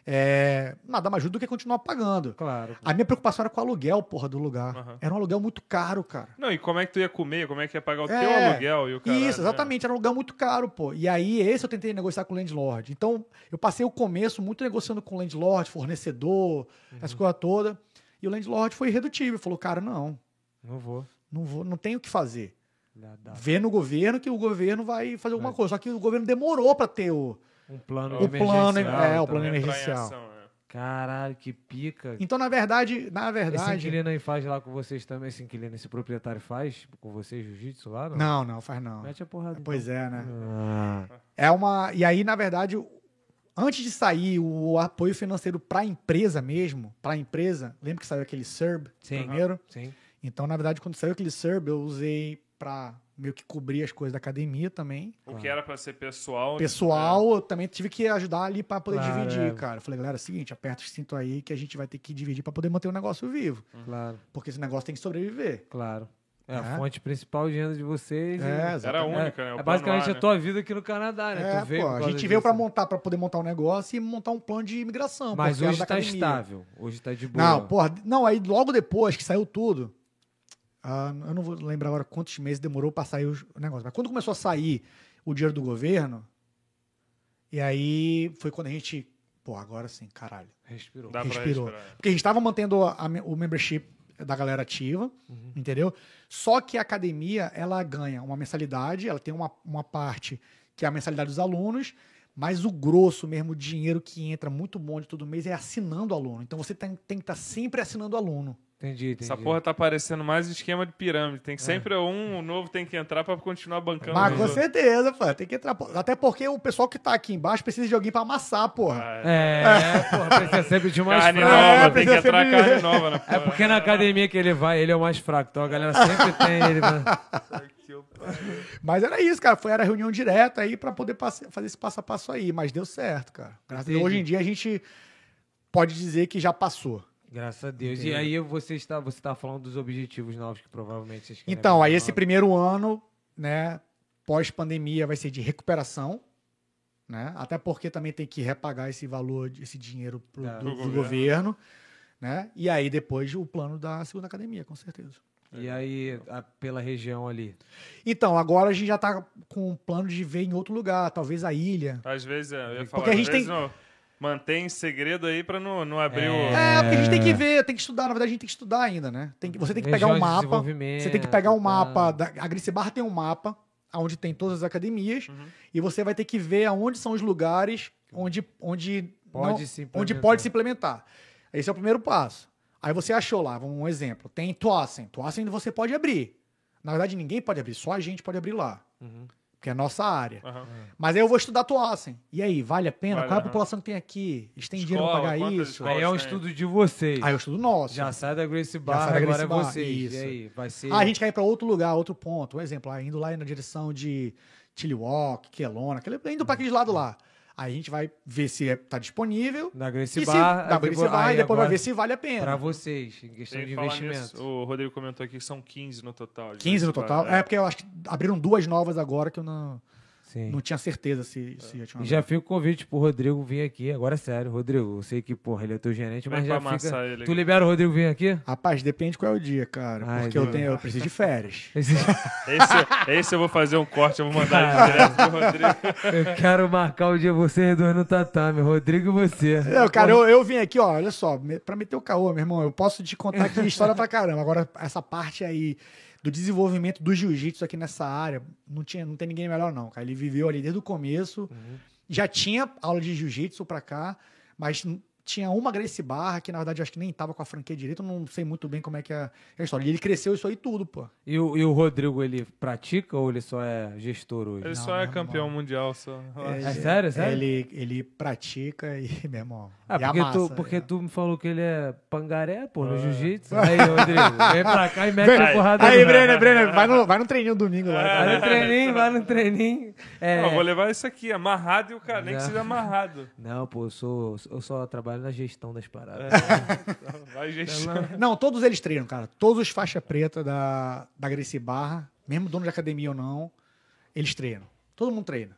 Speaker 3: é, nada mais ajuda do que continuar pagando.
Speaker 1: Claro.
Speaker 3: A minha preocupação era com o aluguel, porra, do lugar.
Speaker 2: Aham.
Speaker 3: Era um aluguel muito caro, cara.
Speaker 2: Não, e como é que tu ia comer? Como é que ia pagar o
Speaker 3: É,
Speaker 2: teu aluguel e o né? cara.
Speaker 3: Isso, exatamente. Era um lugar muito caro, pô. E aí, esse eu tentei negociar com o landlord. Então, eu passei o começo muito negociando com o landlord, fornecedor,
Speaker 1: Uhum.
Speaker 3: essa coisa toda. E o landlord foi irredutível. Falou, cara, não,
Speaker 1: Não vou.
Speaker 3: não, vou, não tenho o que fazer.
Speaker 1: Dá- dá
Speaker 3: Vê no governo que o governo vai fazer alguma coisa. Só que o governo demorou pra ter o,
Speaker 1: Um plano então, né?
Speaker 3: o plano. É, o
Speaker 2: Entrar
Speaker 3: plano
Speaker 2: em
Speaker 3: emergencial.
Speaker 2: ação, é.
Speaker 1: Caralho, que pica.
Speaker 3: Então, na verdade, na
Speaker 1: Esse
Speaker 3: verdade.
Speaker 1: inquilino aí faz lá com vocês também, esse inquilino, esse proprietário faz com vocês jiu-jitsu lá? Não.
Speaker 3: Não, não, faz não.
Speaker 1: Mete um a porrada.
Speaker 3: Pois é, né?
Speaker 1: Ah,
Speaker 3: É uma. E aí, na verdade, o- antes de sair o apoio financeiro para a empresa mesmo, para a empresa, lembra que saiu aquele SERB
Speaker 1: Sim.
Speaker 3: primeiro?
Speaker 1: sim.
Speaker 3: Então, na verdade, quando saiu aquele Serb, eu usei pra meio que cobrir as coisas da academia também.
Speaker 2: O que era pra ser pessoal.
Speaker 3: Ah. Pessoal, eu também tive que ajudar ali pra
Speaker 1: é.
Speaker 3: poder
Speaker 1: Claro,
Speaker 3: dividir,
Speaker 1: é.
Speaker 3: cara. Eu falei, galera, é o seguinte, aperta o cinto aí que a gente vai ter que dividir pra poder manter o negócio vivo.
Speaker 1: Claro,
Speaker 3: Porque esse negócio tem que sobreviver.
Speaker 1: claro. É a
Speaker 3: É.
Speaker 1: fonte principal de renda de vocês. e-
Speaker 3: É,
Speaker 2: Era a
Speaker 3: exatamente.
Speaker 2: única, né? O
Speaker 1: é
Speaker 2: plano
Speaker 1: basicamente
Speaker 2: A,
Speaker 1: a
Speaker 2: né?
Speaker 1: tua vida aqui no Canadá, né?
Speaker 3: É,
Speaker 1: tu veio
Speaker 3: pô,
Speaker 1: por
Speaker 3: a
Speaker 1: causa
Speaker 3: gente veio pra
Speaker 1: disso.
Speaker 3: montar, pra poder montar um negócio e montar um plano de imigração.
Speaker 1: Mas
Speaker 3: porque era
Speaker 1: hoje
Speaker 3: da
Speaker 1: tá
Speaker 3: academia.
Speaker 1: estável. Hoje tá de boa.
Speaker 3: Não, porra, não, aí logo depois que saiu tudo, ah, eu não vou lembrar agora quantos meses demorou pra sair os- o negócio, mas quando começou a sair o dinheiro do governo, e aí foi quando a gente, pô, agora sim, caralho.
Speaker 1: Respirou.
Speaker 2: Dá pra
Speaker 3: Respirou.
Speaker 2: respirar.
Speaker 3: Porque a gente tava mantendo a- a me- o membership da galera ativa, entendeu? Só que a academia, ela ganha uma mensalidade, ela tem uma, uma parte que é a mensalidade dos alunos, mas o grosso mesmo, o dinheiro que entra muito bom de todo mês é assinando o aluno. Então você tem, tem que estar sempre assinando o aluno.
Speaker 1: Entendi, entendi.
Speaker 2: Essa porra tá parecendo mais esquema de pirâmide. Tem que sempre um novo tem que entrar pra continuar bancando.
Speaker 3: É. mas
Speaker 2: os
Speaker 3: com
Speaker 2: outros.
Speaker 3: certeza, pô, tem que entrar. pô. Até porque o pessoal que tá aqui embaixo precisa de alguém pra amassar, porra.
Speaker 2: Ah,
Speaker 1: É, porra, precisa sempre de um mais
Speaker 2: Carne
Speaker 1: fraco.
Speaker 2: nova,
Speaker 3: É,
Speaker 2: tem que
Speaker 3: precisa
Speaker 2: entrar
Speaker 3: sempre-
Speaker 2: carne nova na
Speaker 1: É porque na academia que ele vai, ele é o mais fraco. Então a galera sempre tem ele. pra-
Speaker 3: né? Mas era isso, cara. Foi era reunião direta aí pra poder passe- fazer esse passo a passo aí. Mas deu certo, cara. Graças a Deus.
Speaker 1: Entendi.
Speaker 3: Hoje em dia a gente pode dizer que já passou.
Speaker 1: Graças a Deus. E aí você está, você está falando dos objetivos novos que provavelmente vocês
Speaker 2: É
Speaker 1: querem
Speaker 3: Então, aí
Speaker 1: abrir
Speaker 3: esse
Speaker 1: mão.
Speaker 3: primeiro ano, né, pós-pandemia, vai ser de recuperação, né? Até porque também tem que repagar esse valor, de- esse dinheiro pro,
Speaker 1: Tá.
Speaker 2: É,
Speaker 3: do,
Speaker 2: Pro
Speaker 3: do
Speaker 2: governo.
Speaker 3: governo. né? E aí depois o plano da segunda academia, com certeza.
Speaker 1: E aí, a- pela região ali.
Speaker 3: Então, agora a gente já tá com um plano de ver em outro lugar, talvez a ilha.
Speaker 2: Às vezes, é, eu ia falar,
Speaker 3: Porque a gente
Speaker 2: às vezes
Speaker 3: tem-
Speaker 2: não- mantém em segredo aí pra não, não abrir o...
Speaker 3: É, porque a gente tem que ver, tem que estudar, na verdade a gente tem que estudar ainda, né? Tem que- você tem que pegar
Speaker 1: Regiões
Speaker 3: um
Speaker 1: de
Speaker 3: mapa,
Speaker 1: desenvolvimento,
Speaker 3: você tem que pegar um
Speaker 1: tá.
Speaker 3: mapa, da, a Gricebar tem um mapa onde tem todas as academias
Speaker 2: Uhum.
Speaker 3: e você vai ter que ver aonde são os lugares onde onde
Speaker 1: Pode
Speaker 3: não-
Speaker 1: se
Speaker 3: onde
Speaker 1: implementar.
Speaker 3: pode se implementar. Esse é o primeiro passo. Aí você achou lá, vamos um exemplo, tem Tuassen, Tuassen você pode abrir. Na verdade ninguém pode abrir, só a gente pode abrir lá.
Speaker 2: Uhum.
Speaker 3: Porque é a nossa área.
Speaker 2: Aham.
Speaker 3: Mas aí eu vou estudar Tuassen. E aí, vale a pena?
Speaker 2: É. Vale,
Speaker 3: Qual é a
Speaker 2: aham.
Speaker 3: população que tem aqui? Eles têm dinheiro
Speaker 2: Escola,
Speaker 3: pra pagar
Speaker 2: quantas
Speaker 3: isso?
Speaker 2: escolas
Speaker 1: Aí é um
Speaker 2: tem?
Speaker 1: estudo de vocês.
Speaker 3: Aí né? Ah, eu estudo nosso.
Speaker 1: Já sai da Grace Bar,
Speaker 3: sai da
Speaker 1: agora
Speaker 3: Grace
Speaker 1: é
Speaker 3: Bar,
Speaker 1: vocês.
Speaker 3: isso.
Speaker 1: E aí, vai ser...
Speaker 3: Ah, a gente cai pra outro lugar, outro ponto. Um exemplo, ah, indo lá na direção de Chilliwack, Kelowna, aquele, indo
Speaker 1: Uhum.
Speaker 3: pra aqueles lados lá. Aí a gente vai ver se é, tá disponível.
Speaker 1: Na Grace
Speaker 3: E se
Speaker 1: Bar,
Speaker 3: dá
Speaker 1: aí
Speaker 3: pra ver se
Speaker 1: depois-
Speaker 3: vai,
Speaker 1: aí
Speaker 3: e depois vai
Speaker 1: agora-
Speaker 3: ver se vale a pena.
Speaker 1: Pra vocês, em questão
Speaker 2: Tem
Speaker 1: de
Speaker 2: que falar nisso.
Speaker 1: investimento.
Speaker 2: O Rodrigo comentou aqui que são 15 no total. de
Speaker 3: 15 no
Speaker 2: vestibular.
Speaker 3: total. É. porque eu acho que abriram duas novas agora que eu não,
Speaker 1: Sim.
Speaker 3: não tinha certeza se, se já tinha
Speaker 1: E
Speaker 3: uma.
Speaker 1: já fica o convite pro Rodrigo vir aqui. Agora é sério, Rodrigo. Eu sei que, porra, ele é teu gerente,
Speaker 2: Vem
Speaker 1: mas
Speaker 2: pra
Speaker 1: já fica.
Speaker 2: amassar ele
Speaker 1: Tu
Speaker 2: aqui.
Speaker 1: libera o Rodrigo vir aqui?
Speaker 3: Rapaz, depende qual é o dia, cara.
Speaker 1: Ai,
Speaker 3: porque eu,
Speaker 1: Deus.
Speaker 3: tenho, eu preciso de férias.
Speaker 1: Esse-
Speaker 3: É.
Speaker 2: Esse, esse eu vou fazer um corte, eu vou mandar direto pro Rodrigo.
Speaker 1: Eu quero marcar o dia vocês dois no tatame, Rodrigo e você.
Speaker 3: Não, É, cara, eu, eu vim aqui, ó, olha só, me- pra meter o caô, meu irmão, eu posso te contar aqui história pra caramba. Agora, essa parte aí do desenvolvimento do jiu-jitsu aqui nessa área, não, tinha, não tem ninguém melhor, não, cara. Ele viveu ali desde o começo,
Speaker 1: Uhum.
Speaker 3: já tinha aula de jiu-jitsu pra cá, mas n- tinha uma Grace Barra, que na verdade eu acho que nem tava com a franquia direito, eu não sei muito bem como é que é a história. E ele cresceu isso aí tudo, pô.
Speaker 1: E o, e o Rodrigo, ele pratica ou ele só é gestor hoje?
Speaker 2: Ele só é
Speaker 3: meu
Speaker 2: campeão
Speaker 3: irmão.
Speaker 2: mundial, só. relaxa.
Speaker 1: É sério, sério?
Speaker 3: Ele, ele pratica e, meu irmão,
Speaker 1: Ah,
Speaker 3: e
Speaker 1: porque,
Speaker 3: amassa,
Speaker 1: tu, porque
Speaker 3: né?
Speaker 1: tu me falou que ele é pangaré, pô,
Speaker 2: Ah.
Speaker 1: no jiu-jitsu. Aí, Rodrigo, vem pra cá e mete
Speaker 3: Vem-
Speaker 1: a porrada
Speaker 3: Aí,
Speaker 1: no- É,
Speaker 3: Brenner, Brenner, vai no, vai no treininho domingo lá. cara.
Speaker 1: Vai no treininho, vai no treininho. É,
Speaker 2: Ó, Ah. vou levar isso aqui, amarrado e o cara,
Speaker 3: É.
Speaker 2: nem que
Speaker 1: Já.
Speaker 2: seja amarrado.
Speaker 1: Não, pô, eu, sou, eu só trabalho na gestão das paradas.
Speaker 2: É. Vai, gente.
Speaker 3: Não, todos eles treinam, cara. Todos os faixa preta da, da Gracie Barra, mesmo dono de academia ou não, eles treinam. Todo mundo treina.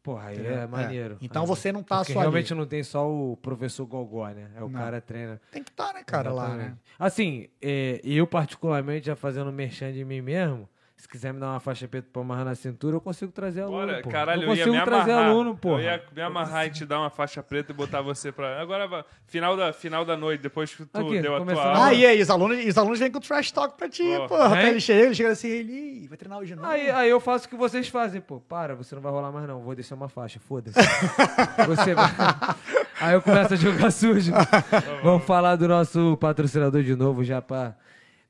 Speaker 1: Porra, aí
Speaker 3: entendeu?
Speaker 1: é maneiro.
Speaker 3: Então
Speaker 1: Aí-
Speaker 3: você não tá
Speaker 1: Porque
Speaker 3: só
Speaker 1: realmente
Speaker 3: ali.
Speaker 1: não tem só o professor Gogó, né? É o
Speaker 3: Não.
Speaker 1: cara treina.
Speaker 3: Tem que estar, né, cara, lá,
Speaker 1: Exatamente.
Speaker 3: né?
Speaker 1: Assim, é, eu particularmente, já fazendo merchan de mim mesmo, se quiser me dar uma faixa preta pra amarrar na cintura, eu consigo trazer aluno,
Speaker 2: Bora,
Speaker 1: pô.
Speaker 2: caralho,
Speaker 1: eu
Speaker 2: eu ia
Speaker 1: consigo
Speaker 2: me amarrar.
Speaker 1: trazer aluno, pô.
Speaker 2: Eu ia me amarrar e te dar uma faixa preta e botar você pra. Agora, vai- final da, final da noite, depois que tu
Speaker 1: Aqui,
Speaker 2: deu a tua
Speaker 1: começando
Speaker 2: aula.
Speaker 3: Ah, e aí, os alunos, os alunos vêm com trash talk pra ti,
Speaker 2: Ó,
Speaker 3: pô. Até
Speaker 1: vem.
Speaker 3: ele chega, ele chega assim, ele "Ih, vai treinar hoje não.
Speaker 1: Aí, aí eu faço o que vocês fazem, pô. Para, você não vai rolar mais não, vou deixar uma faixa, foda-se. você vai... Aí eu começo a jogar sujo. Vamos falar do nosso patrocinador de novo já pra...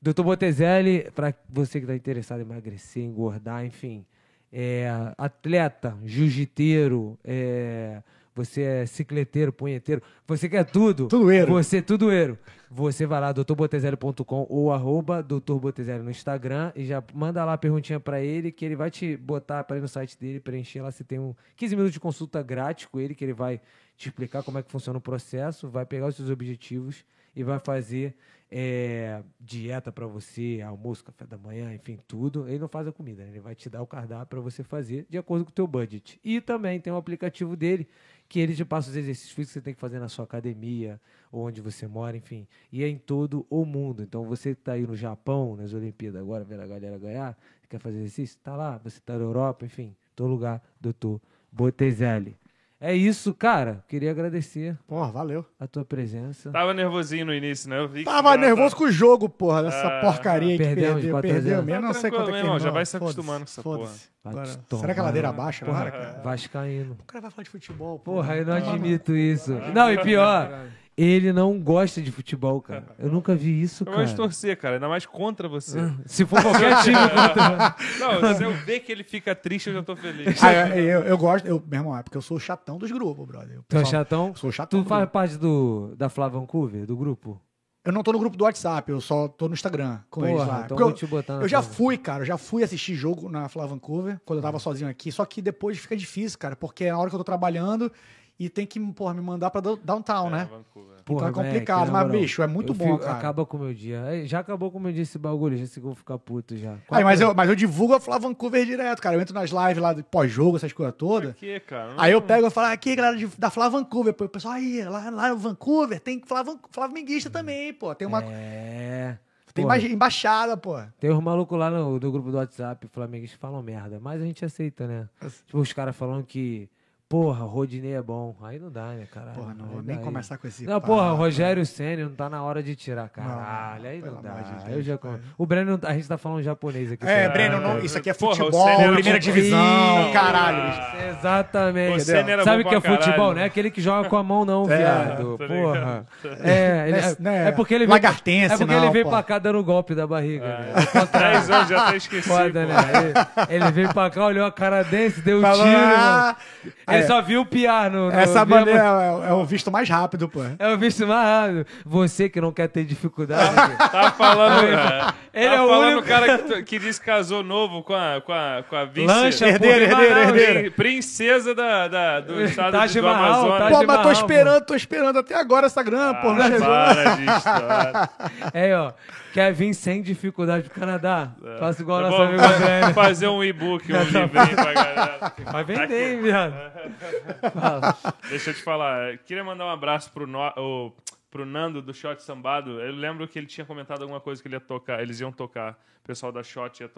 Speaker 1: Doutor Botezelli, pra você que tá interessado em emagrecer, engordar, enfim. É, atleta, jiu-jiteiro, é, você é cicleteiro, punheteiro, você quer tudo.
Speaker 3: Tudoeiro.
Speaker 1: Você é tudoeiro. Você vai lá, doutorbotezelli.com ou arroba doutorbotezelli no Instagram e já manda lá a perguntinha pra ele, que ele vai te botar pra ir no site dele, preencher lá. Você tem um 15 minutos de consulta grátis com ele, que ele vai te explicar como é que funciona o processo, vai pegar os seus objetivos e vai fazer é, dieta pra você, almoço, café da manhã, enfim, tudo. Ele não faz a comida, né? ele vai te dar o cardápio pra você fazer de acordo com o teu budget. E também tem o aplicativo dele que ele te passa os exercícios físicos que você tem que fazer na sua academia, ou onde você mora, enfim. E é em todo o mundo. Então você que tá aí no Japão, nas Olimpíadas agora, vendo a galera ganhar, quer fazer exercício, tá lá. Você tá na Europa, enfim, todo lugar, doutor Botezelli. É isso, cara. Queria agradecer
Speaker 3: Porra, valeu.
Speaker 1: a tua presença.
Speaker 2: Tava nervosinho no início, né? Eu vi que
Speaker 3: Tava
Speaker 2: já tá-
Speaker 3: nervoso com o jogo, porra, dessa porcaria que
Speaker 1: Perdemos de
Speaker 3: perdeu.
Speaker 1: 4 a
Speaker 3: Perdeu
Speaker 1: 0.
Speaker 3: mesmo, não
Speaker 2: Ah. Tá
Speaker 3: sei quanto é que
Speaker 2: tranquilo,
Speaker 3: é.
Speaker 2: irmão, já
Speaker 3: irmão.
Speaker 2: vai se acostumando
Speaker 3: Foda-se,
Speaker 2: com essa
Speaker 3: foda-se.
Speaker 1: porra.
Speaker 3: Agora,
Speaker 1: Vai te
Speaker 3: será que a
Speaker 1: tomar,
Speaker 3: ladeira abaixa né? Tá
Speaker 1: porra.
Speaker 3: agora, cara?
Speaker 1: Vascaíno.
Speaker 3: O cara vai falar de futebol,
Speaker 1: Porra, eu não admito isso.
Speaker 3: Tá
Speaker 1: Não, e pior, ele não gosta de futebol, cara. Eu nunca vi isso,
Speaker 2: Eu gosto de
Speaker 1: cara.
Speaker 2: torcer, cara, ainda mais contra você.
Speaker 1: Se for qualquer time contra...
Speaker 2: Não, se eu ver que ele fica triste, eu já tô feliz.
Speaker 3: Ah, eu, eu, eu gosto, eu, meu irmão, é porque eu sou o chatão dos grupos, brother. O
Speaker 1: Tu é
Speaker 3: pessoal-
Speaker 1: chatão?
Speaker 3: Sou chatão.
Speaker 1: Tu
Speaker 3: do
Speaker 1: faz
Speaker 3: grupo.
Speaker 1: parte do, da Flá Vancouver, do grupo?
Speaker 3: Eu não tô no grupo do WhatsApp, eu só tô no Instagram com
Speaker 1: Porra,
Speaker 3: eles lá.
Speaker 1: então
Speaker 3: Porque
Speaker 1: vou
Speaker 3: eu-
Speaker 1: te botar na
Speaker 3: Eu já
Speaker 1: conversa.
Speaker 3: fui, cara, eu já fui assistir jogo na Flá Vancouver, quando eu tava sozinho aqui, só que depois fica difícil, cara, porque é a hora que eu tô trabalhando e tem que, porra, me mandar pra do- downtown,
Speaker 2: É,
Speaker 3: né?
Speaker 2: Vancouver.
Speaker 1: Porra,
Speaker 3: é
Speaker 1: moleque,
Speaker 3: complicado,
Speaker 1: na
Speaker 3: mas,
Speaker 1: moral,
Speaker 3: bicho, é muito
Speaker 1: eu
Speaker 3: bom,
Speaker 1: fico-
Speaker 3: cara.
Speaker 1: Acaba com o meu dia. Aí, Já acabou com o meu dia esse bagulho, já sei que eu vou ficar puto já.
Speaker 3: Aí, mas, eu, mas eu divulgo a Flá Vancouver direto, cara. Eu entro nas lives lá de pós-jogo, essas coisas todas.
Speaker 2: Por que, cara? Não-
Speaker 3: Aí eu pego e falo, "Ah, aqui, galera de- da Flá Vancouver. Pô, o pessoal, aí, lá, lá no Vancouver tem Flá, Van- Flá Minguista também, pô. Tem uma
Speaker 1: É...
Speaker 3: tem
Speaker 1: porra. Ah,
Speaker 3: emba- embaixada, pô.
Speaker 1: Tem uns malucos lá no, do grupo do WhatsApp, flamenguistas, falam merda, mas a gente aceita, né? Tipo, os caras falando que, porra, Rodinei é bom. Aí não dá, né, caralho?
Speaker 3: Porra, não
Speaker 1: Aí
Speaker 3: vou nem
Speaker 1: dá, aí-
Speaker 3: começar com esse
Speaker 1: Não,
Speaker 3: papo.
Speaker 1: porra, o Rogério Senna não tá na hora de tirar, caralho.
Speaker 3: Não,
Speaker 1: aí não
Speaker 3: pelo
Speaker 1: dá.
Speaker 3: amor de
Speaker 1: Aí
Speaker 3: Deus,
Speaker 1: eu já...
Speaker 3: cara.
Speaker 1: O Breno, não tá- a gente tá falando japonês aqui.
Speaker 3: É,
Speaker 1: sabe?
Speaker 3: Breno, não- isso aqui é
Speaker 2: Porra, o
Speaker 3: futebol,
Speaker 2: Senna era
Speaker 3: primeira
Speaker 2: bom-
Speaker 3: divisão,
Speaker 2: Ih,
Speaker 3: caralho. bicho.
Speaker 2: ah,
Speaker 1: Exatamente.
Speaker 2: O Senna era
Speaker 1: Sabe o
Speaker 2: bom
Speaker 1: que é
Speaker 2: pra
Speaker 1: futebol,
Speaker 2: caralho.
Speaker 1: né? Aquele que joga com a mão, não,
Speaker 3: É,
Speaker 1: viado.
Speaker 2: tá
Speaker 1: Porra.
Speaker 2: ligado.
Speaker 1: É, ele-
Speaker 3: Mas, né,
Speaker 1: é porque ele veio.
Speaker 3: lagartense
Speaker 1: é porque
Speaker 3: não,
Speaker 1: ele veio
Speaker 3: pô.
Speaker 1: pra cá dando golpe da barriga. né?
Speaker 2: É, 10 anos já até esqueci.
Speaker 1: Foda,
Speaker 2: pô.
Speaker 1: né? Ele, ele veio pra cá, olhou a cara desse, deu um tiro.
Speaker 3: Falou,
Speaker 1: mano.
Speaker 3: ah,
Speaker 1: Ele
Speaker 3: é.
Speaker 1: só viu o piar no. no-
Speaker 3: Essa
Speaker 1: via-
Speaker 3: bandeira é, é o visto mais rápido, pô.
Speaker 1: É o bicho mais rápido. Você que não quer ter dificuldade.
Speaker 2: Tá falando. cara.
Speaker 1: Ele
Speaker 2: tá
Speaker 1: é o
Speaker 2: falando
Speaker 1: único-
Speaker 2: o cara que, que disse que casou novo com a, com a, com a vice.
Speaker 1: Lancha,
Speaker 3: Herdeira,
Speaker 1: porra,
Speaker 3: herdeira,
Speaker 1: Manaus,
Speaker 3: herdeira.
Speaker 2: Pri- Princesa da, da- do estado
Speaker 1: Taj
Speaker 2: de- do
Speaker 1: Mahal,
Speaker 2: Amazonas.
Speaker 1: Taj
Speaker 3: Pô, mas tô
Speaker 1: Mahal,
Speaker 3: esperando, tô esperando até agora essa grana, pô. né? Não
Speaker 2: Ah,
Speaker 3: chegou.
Speaker 2: para de história.
Speaker 1: É, ó. Quer vir sem dificuldade pro Canadá?
Speaker 2: É.
Speaker 1: Faça igual
Speaker 2: Eu
Speaker 1: nosso
Speaker 2: vou
Speaker 1: amigo André.
Speaker 2: Tá fazer um e-book, um livrinho pra galera.
Speaker 1: Vai vender, hein, viado.
Speaker 2: Deixa eu te falar. eh, Queria mandar um abraço pro, no, o- pro Nando do Shot Sambado. Eu lembro que ele tinha comentado alguma coisa que ele ia tocar, eles iam tocar. O pessoal da Shot ia tocar.